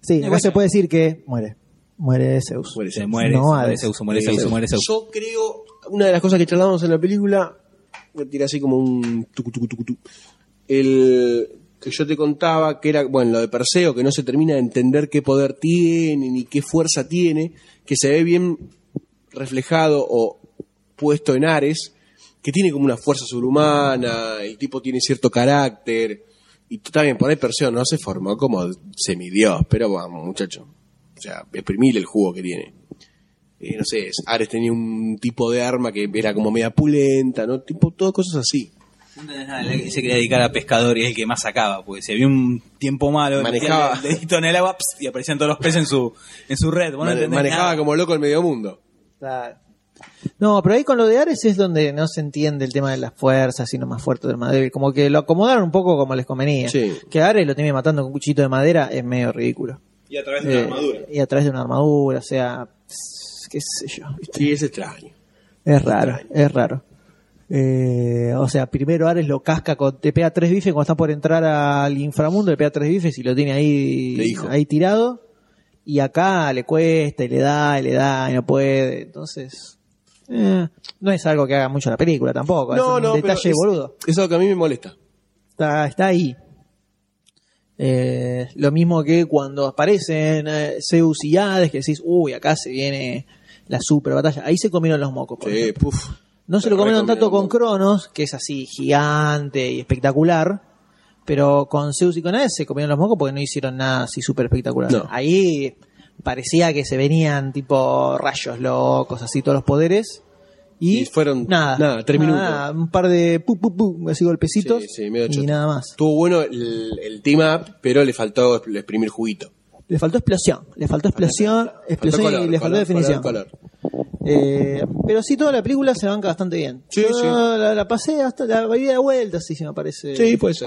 S12: Sí,
S4: bueno.
S12: acá se puede decir que muere. Muere Zeus.
S2: Muere
S4: Se
S2: Zeus.
S4: muere,
S12: No,
S4: se muere
S12: Hades.
S4: Zeus, se muere Zeus, se muere Zeus.
S2: Yo creo, una de las cosas que charlamos en la película, voy a tirar así como un tucu, tucu, tucu, tu. el que yo te contaba, que era, bueno, lo de Perseo, que no se termina de entender qué poder tiene, ni qué fuerza tiene, que se ve bien reflejado o puesto en Ares, que tiene como una fuerza sobrehumana, el tipo tiene cierto carácter, y tú también, por ahí Perseo no se formó como semidios, pero vamos, muchacho, o sea, exprimile el jugo que tiene eh, no sé, Ares tenía un tipo de arma que era como media pulenta, ¿no? Tipo, todas cosas así.
S4: No entendés nada, el que se quería dedicar a pescador y es el que más sacaba, porque si había un tiempo malo,
S2: Manejaba.
S4: metía el dedito en el agua pss, y aparecían todos los peces en su, en su red. Vos no
S2: Mane-
S4: entendés
S2: manejaba
S4: nada.
S2: como loco el medio mundo.
S1: Claro. No, pero ahí con lo de Ares es donde no se entiende el tema de las fuerzas, sino más fuerte del más débil. Como que lo acomodaron un poco como les convenía.
S2: Sí.
S1: Que Ares lo tiene matando con un cuchillito de madera es medio ridículo.
S4: Y a través de la
S1: Eh,
S4: armadura.
S1: Y a través de una armadura, o sea, pss, qué sé yo.
S2: Sí, es extraño.
S1: Es raro, es raro. Eh, o sea, primero Ares lo casca, con, te pega tres bifes cuando está por entrar al inframundo, le pega tres bifes y lo tiene
S2: Le
S1: ahí,
S2: dijo.
S1: ahí tirado. Y acá le cuesta y le da y le da y no puede. Entonces, eh, no es algo que haga mucho la película tampoco. es un detalle
S2: es,
S1: boludo.
S2: es algo que a mí me molesta.
S1: Está, está ahí. Eh, lo mismo que cuando aparecen eh, Zeus y Hades, que decís, uy, acá se viene la super batalla. Ahí se comieron los mocos. por
S2: Sí,
S1: ejemplo.
S2: puf.
S1: No se lo
S2: Te
S1: comieron tanto con
S2: recomiendo.
S1: Cronos, que es así gigante y espectacular, pero con Zeus y con Hades se comieron los mocos porque no hicieron nada así súper espectacular.
S2: No.
S1: Ahí parecía que se venían tipo rayos locos, así todos los poderes, Y,
S2: Y fueron
S1: nada,
S2: nada, tres minutos.
S1: un par de pu, pu, pu, así golpecitos
S2: Sí, sí, medio
S1: y
S2: choto.
S1: nada más.
S2: Estuvo bueno el, el team up, pero le faltó exp- exprimir juguito.
S1: Le faltó explosión, le faltó explosión,
S2: Faltó
S1: explosión
S2: color,
S1: y le faltó
S2: color,
S1: definición.
S2: color, color.
S1: Eh, pero sí, toda la película se banca bastante bien.
S2: Sí,
S1: Yo
S2: sí.
S1: La, la pasé hasta la ida de vuelta, sí, se me parece.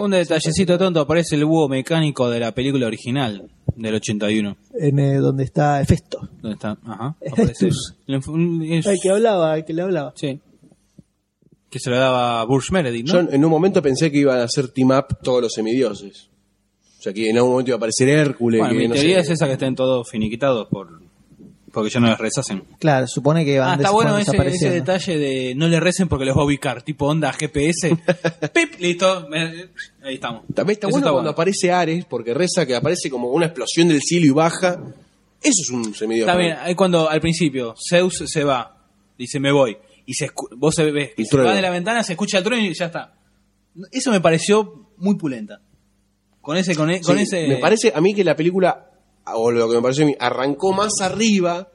S4: Un detallecito tonto, aparece el búho mecánico de la película original del 81.
S1: En eh, donde está Hefesto.
S4: ¿Dónde está? Ajá. Aparece.
S1: Festus.
S4: El enf- un- es-
S1: El que hablaba, el que le hablaba.
S4: Sí. que se lo daba Burge Meredith, ¿no?
S2: Yo en un momento pensé que iban a hacer team up todos los semidioses. O sea, que en algún momento iba a aparecer Hércules.
S4: bueno,
S2: que
S4: mi
S2: no
S4: teoría
S2: sé.
S4: es esa que estén todos finiquitados por porque ya no les reshacen.
S1: Claro, supone que van
S4: Ah, está
S1: des-
S4: bueno
S1: van
S4: ese, ese
S1: desapareciendo.
S4: detalle de no le recen porque los va a ubicar, tipo onda GPS. Pip, listo, me- ahí estamos.
S2: También está
S4: Eso
S2: bueno
S4: está
S2: cuando
S4: bueno.
S2: aparece Ares, porque reza que aparece como una explosión del cielo y baja. Eso es un semidios.
S4: Está bien,
S2: para mí.
S4: ahí cuando al principio Zeus se va, dice me voy, y se escu- vos se ves que
S2: El
S4: se
S2: trueno.
S4: va de la ventana, se escucha el trueno y ya está. Eso me pareció muy pulenta. Con ese, con, e- con
S2: Sí,
S4: ese.
S2: Me parece a mí que la película, o lo que me pareció a mí, arrancó más arriba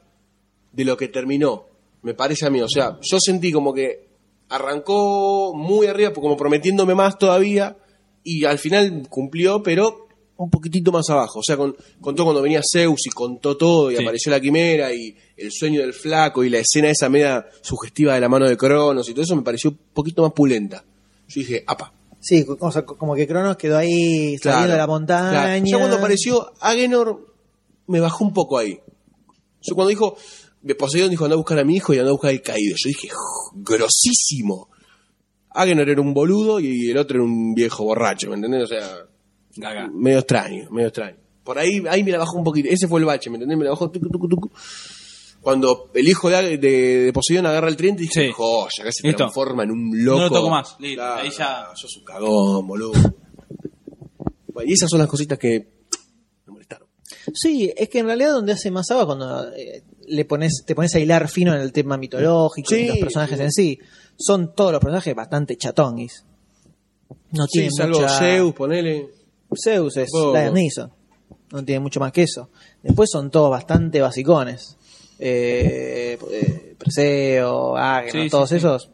S2: de lo que terminó. Me parece a mí. O sea, yo sentí como que arrancó muy arriba, como prometiéndome más todavía, y al final cumplió, pero un poquitito más abajo. O sea, con, contó cuando venía Zeus y contó todo, y
S4: Sí.
S2: apareció la quimera, y el sueño del flaco, y la escena esa media sugestiva de la mano de Cronos, y todo eso me pareció un poquito más pulenta. Yo dije, apa.
S1: Sí, co- o sea, co- como que Cronos quedó ahí saliendo
S2: Claro,
S1: de la montaña.
S2: claro. Ya cuando apareció Agenor, me bajó un poco ahí. Yo cuando dijo, Poseidón dijo, anda a buscar a mi hijo y anda a buscar al caído. Yo dije, "Uf, grosísimo. Agenor era un boludo y el otro era un viejo borracho, ¿me entendés? O sea,
S4: Gaga.
S2: medio extraño, medio extraño. Por ahí, ahí me la bajó un poquito. Ese fue el bache, ¿me entendés? Me la bajó tucu, tucu, tucu. Cuando el hijo de, Ag- de- de Poseidón agarra el tridente, dije,
S4: Sí.
S2: joya, acá se
S4: Listo.
S2: transforma en un loco.
S4: No lo toco más. Listo, ahí ya.
S2: Sos un cagón, boludo. Y esas son las cositas que
S1: Sí, es que en realidad donde hace más agua cuando eh, le pones, te pones a hilar fino en el tema mitológico y
S2: Sí,
S1: los personajes en sí. Son todos los personajes bastante chatonguis. No
S2: Sí,
S1: tiene
S2: salvo
S1: mucha-
S2: Zeus, ponele.
S1: Zeus es
S2: Poco.
S1: Liam Neeson. No tiene mucho más que eso. Después son todos bastante basicones. Eh, eh, Perseo, Agno,
S4: Sí, sí,
S1: todos
S4: sí.
S1: esos.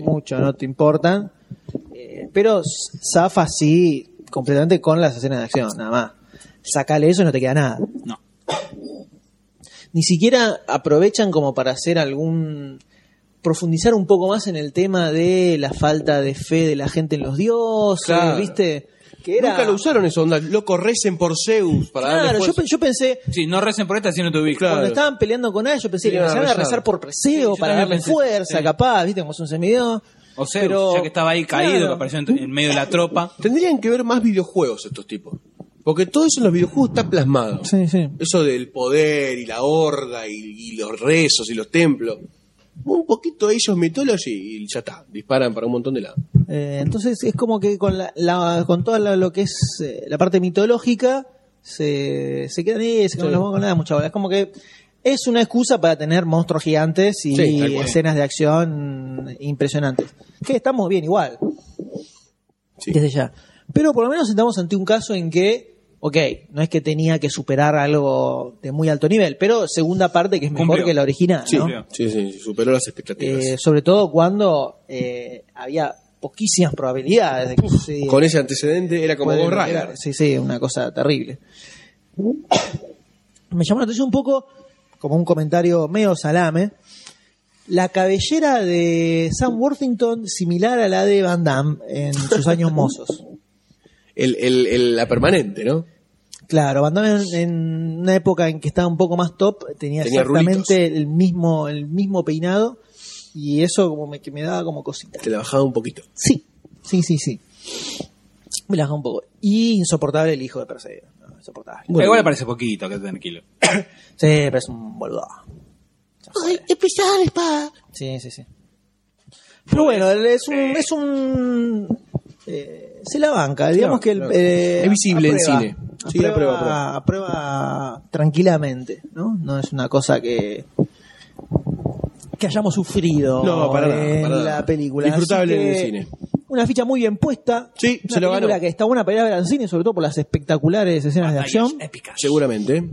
S1: Mucho, no te importan. Eh, pero s- zafa sí completamente con las escenas de acción, nada más. Sacale eso y no te queda nada.
S4: No.
S1: Ni siquiera aprovechan como para hacer algún profundizar un poco más en el tema de la falta de fe de la gente en los dioses,
S2: Claro.
S1: ¿viste? Que era
S2: Nunca lo usaron eso, onda, loco, recen por Zeus para darle
S1: Claro, yo,
S2: fuerza.
S1: pe- yo pensé,
S4: Sí, no recen por esta si no te ubico.
S2: Ah, Claro.
S1: cuando estaban peleando con ellos, pensé
S2: Sí,
S1: que empezaron a
S2: rezar.
S1: rezar por preseo
S4: yo
S1: para
S4: también
S1: darle
S4: pensé,
S1: fuerza,
S4: sí.
S1: capaz, ¿viste? Como es un semidios.
S4: O Zeus,
S1: Pero-
S4: ya que estaba ahí caído,
S1: Claro.
S4: que apareció en, en medio de la tropa.
S2: Tendrían que ver más videojuegos estos tipos. Porque todo eso en los videojuegos está plasmado.
S1: Sí, sí.
S2: Eso del poder y la horda y, y los rezos y los templos. Un poquito ellos mythology y ya está. Disparan para un montón de lados.
S1: Eh, entonces es como que con, la, la- con toda la- lo que es eh, la parte mitológica se, se quedan ahí, se quedan
S2: Sí.
S1: los con nada, mucha bola. Es como que es una excusa para tener monstruos gigantes y
S2: Sí, tal cual.
S1: escenas de acción impresionantes. Que estamos bien igual.
S2: Sí.
S1: Desde ya. Pero por lo menos estamos ante un caso en que, ok, no es que tenía que superar algo de muy alto nivel, pero segunda parte que es mejor
S4: Cumplió.
S1: que la original,
S2: Sí,
S1: ¿no?
S2: sí, sí, superó las expectativas.
S1: Eh, sobre todo cuando eh, había poquísimas probabilidades de que sucediera.
S2: Con ese antecedente era como
S1: Puede-
S2: Ghost Rider.
S1: era- Sí, sí, una cosa terrible. Me llamó la atención un poco, como un comentario medio salame, la cabellera de Sam Worthington similar a la de Van Damme en sus años mozos.
S2: El, el- el- la permanente, ¿no?
S1: Claro, Van Damme en, en una época en que estaba un poco más top, tenía,
S2: Tenía
S1: exactamente el mismo, el mismo peinado y eso como me, que me daba como cosita.
S2: Te la bajaba un poquito.
S1: Sí, sí, sí, sí. Me la dejó un poco. Y insoportable el hijo de Perseo. No, insoportable.
S4: Pero Igual aparece poquito, que tranquilo.
S1: Sí, pero es un boludo.
S2: ¡Ay, empezar la espada!
S1: Sí, sí, sí. Pero bueno, él
S2: Pues,
S1: es un... Es un eh, se la banca, digamos
S2: eh, Claro,
S1: que... el-
S2: claro.
S1: eh,
S2: Es visible en
S1: aprueba.
S2: cine. Sí,
S1: aprueba,
S2: aprueba, aprueba.
S1: aprueba tranquilamente, ¿no? No es una cosa que... Que hayamos sufrido
S2: No, para nada,
S1: en
S2: para nada.
S1: la película. Así
S2: Disfrutable en el
S1: que
S2: cine.
S1: Una ficha muy bien puesta.
S2: Sí,
S1: una
S2: se lo
S1: película
S2: ganó.
S1: que está buena para ir a ver al cine, sobre
S2: Ah,
S1: todo por las espectaculares escenas de acción.
S2: Seguramente.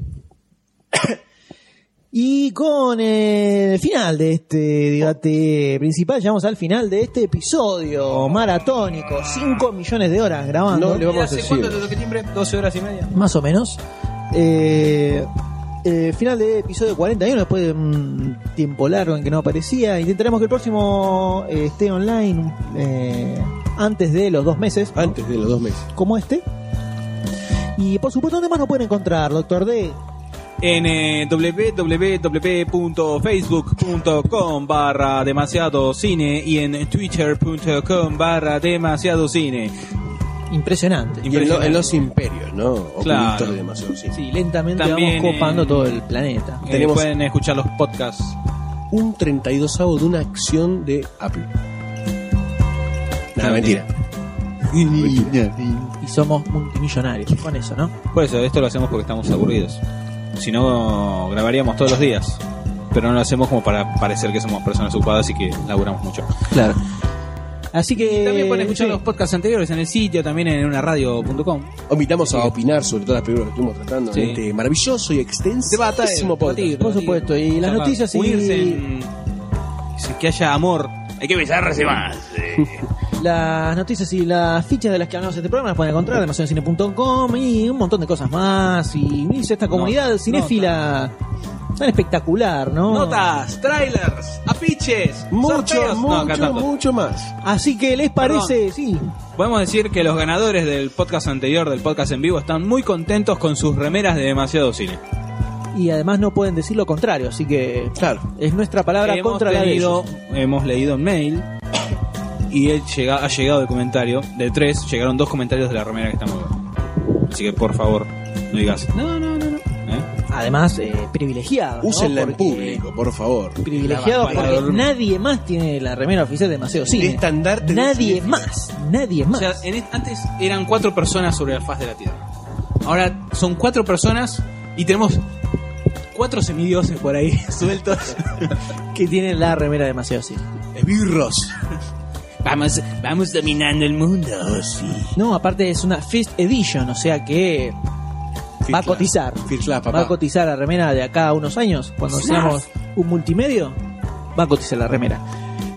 S1: Y con el final de este debate principal, llegamos al final de este episodio maratónico. 5 millones de horas grabando.
S2: No le vamos a
S4: ¿Hace
S2: decir.
S4: cuánto te toqué timbre? 12 horas y media.
S1: Más o menos. Eh, eh, final de episodio 41, después de un tiempo largo en que no aparecía. Intentaremos que el próximo eh, esté online eh, antes de los dos meses,
S2: Antes de los dos meses.
S1: como este. Y por supuesto, ¿dónde más nos pueden encontrar, Doctor D?
S4: En eh, www.facebook.com barra demasiado cine y en twitter.com barra demasiado cine.
S1: Impresionante.
S2: Y en, lo-
S4: Impresionante.
S2: en los imperios, ¿no?
S4: Claro.
S2: Ocultos de demasiado, sí.
S1: Sí, lentamente
S4: También,
S1: vamos copando
S4: eh,
S1: todo el planeta.
S4: Eh,
S2: Tenemos-
S4: Pueden escuchar los podcasts.
S2: Un 32 de una acción de Apple. No,
S4: Ah,
S2: mentira.
S1: Y somos multimillonarios con eso, ¿no?
S4: Por eso, esto lo hacemos porque estamos aburridos. Si no, grabaríamos todos los días. Pero no lo hacemos como para parecer que somos personas ocupadas y que laburamos mucho.
S1: Claro. Así que.
S4: También pueden escuchar
S1: sí.
S4: los podcasts anteriores en el sitio, también en unaradio.com.
S2: Invitamos a opinar sobre todas las películas que estuvimos tratando
S4: Sí.
S2: en este maravilloso y extensísimo podcast.
S1: Por supuesto, y las noticias y-
S4: Unirse en- Que haya amor. Hay que besarse más.
S1: Las noticias y las fichas de las que hablamos en este programa las pueden encontrar en demasiadocine.com y un montón de cosas más. Y unirse a esta comunidad cinéfila tan espectacular, ¿no?
S4: Notas, trailers, afiches,
S2: Mucho,
S4: sorteos. No, acá
S2: mucho,
S4: tanto.
S2: mucho más.
S1: Así que les parece, sí.
S4: Podemos decir que los ganadores del podcast anterior, del podcast en vivo, están muy contentos con sus remeras de demasiado cine.
S1: Y además no pueden decir lo contrario, así que
S2: Claro.
S1: es nuestra palabra
S4: hemos
S1: contra la de
S4: leído,
S1: ellos.
S4: hemos leído el mail y él llega, ha llegado el comentario de tres llegaron dos comentarios de la remera que está muy buena así que por favor no digas no no no no ¿Eh?
S1: Además, eh, privilegiados. ¿no?
S2: Úsenla en
S1: Porque-
S2: público, por favor.
S1: Privilegiados
S4: Para
S1: porque
S4: dormir.
S1: nadie más tiene la remera oficial de demasiado
S2: El
S1: cine.
S2: estandarte de
S1: nadie
S2: cine.
S1: más, nadie
S4: o
S1: más.
S4: sea en es- antes eran cuatro personas sobre la faz de la tierra ahora son cuatro personas y tenemos cuatro semidioses por ahí sueltos
S1: que tiene la remera de demasiado cine.
S2: Esbirros.
S4: vamos vamos dominando el mundo sí
S1: No, aparte es una First Edition, o sea que va a
S2: First
S1: cotizar.
S2: class. First class,
S1: Va a
S2: papá.
S1: cotizar la remera de acá a unos años, cuando seamos un multimedio, va a cotizar la remera.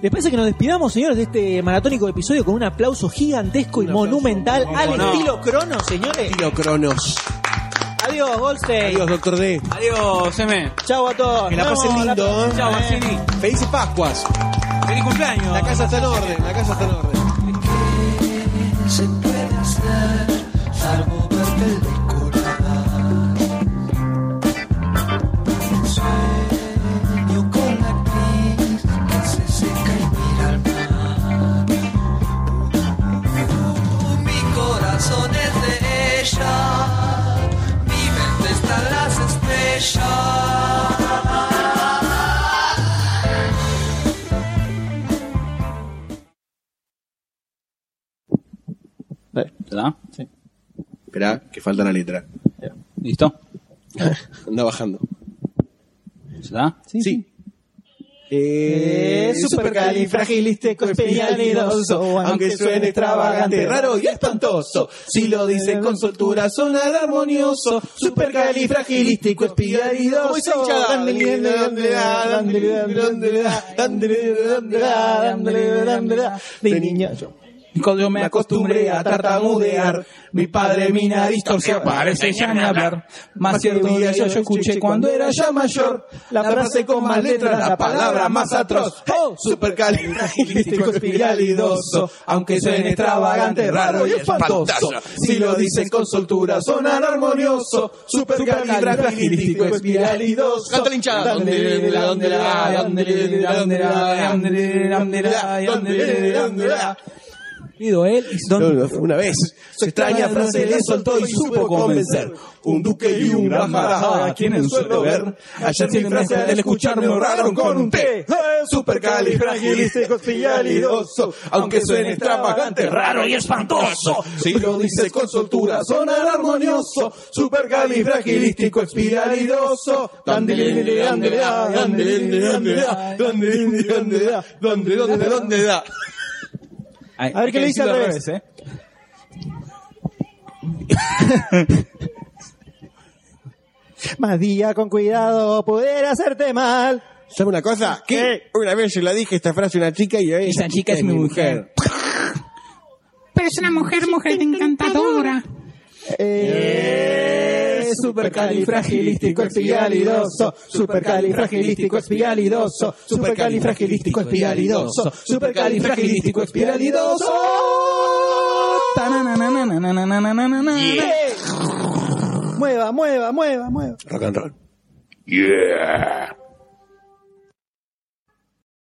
S1: ¿Les parece que nos despidamos, señores, de este maratónico episodio con un aplauso gigantesco y monumental al
S4: no.
S1: estilo crono, señores?
S2: Tiro Cronos.
S1: Adiós, Goldstein.
S2: Adiós, doctor D.
S4: adiós Seme
S1: Chau a todos.
S2: Que la
S1: Nos
S2: pasen
S1: vemos
S2: lindo,
S1: próxima.
S2: ¿eh?
S4: chao Marcini
S2: Felices Pascuas.
S4: feliz cumpleaños
S2: La casa está en orden, la casa está en orden.
S13: se puede hacer al mover película. Sueño con la actriz que se seca y mira al mar. Uh, Mi corazón es de ella, mi mente está en las estrellas.
S4: ¿Verdad?
S2: Esperá, que falta la letra.
S4: listo
S2: Anda bajando.
S4: ¿verdad?
S2: Sí.
S1: Eh, supercalifragilisticoexpialidoso, aunque suene extravagante, raro
S2: y espantoso. Si lo dicen con soltura, sonará armonioso. Supercalifragilisticoexpialidoso.
S1: Muy sonchado.
S2: De niña yo.
S4: Cuando me
S2: acostumbré a tartamudear, mi padre mi nariz torció, parece ya ni hablar. Más cierto día yo, yo escuché cuando era ya mayor, la frase con más letras, la palabra más atroz. ¡Oh! Supercalifragilisticoexpialidoso, aunque suene extravagante, raro y espantoso. Si lo dicen con soltura, sonará armonioso. Supercalifragilisticoexpialidoso. Canta linchada.
S1: Pido
S2: ¿eh?
S1: él y Don
S2: No, no, fue una vez. Su extraña frase le soltó y supo convencer. Un duque y un gran marajá, quienes suelo ver. Ayer mi frase al escucharme honraron con un té. Supercalifragilisticoexpialidoso, aunque suene extravagante, raro y espantoso. Si lo dices con soltura, sonará armonioso. Supercalifragilisticoexpialidoso. Dande, dande, dande, dande, dande, dande, dande, dande, dande, dande, dande, dande.
S1: A ver qué le dice al revés.
S4: Más día con cuidado, poder hacerte mal.
S2: ¿Sabes una cosa? Que una vez yo la dije esta frase a una chica y hoy esa chica es mi mujer.
S12: Pero es una mujer, mujer encantadora.
S4: Es supercalifragilístico espialidoso, supercalifragilístico espialidoso, supercalifragilístico espialidoso, supercalifragilístico espialidoso. Mueva, mueva, mueva, mueva.
S2: Yeah.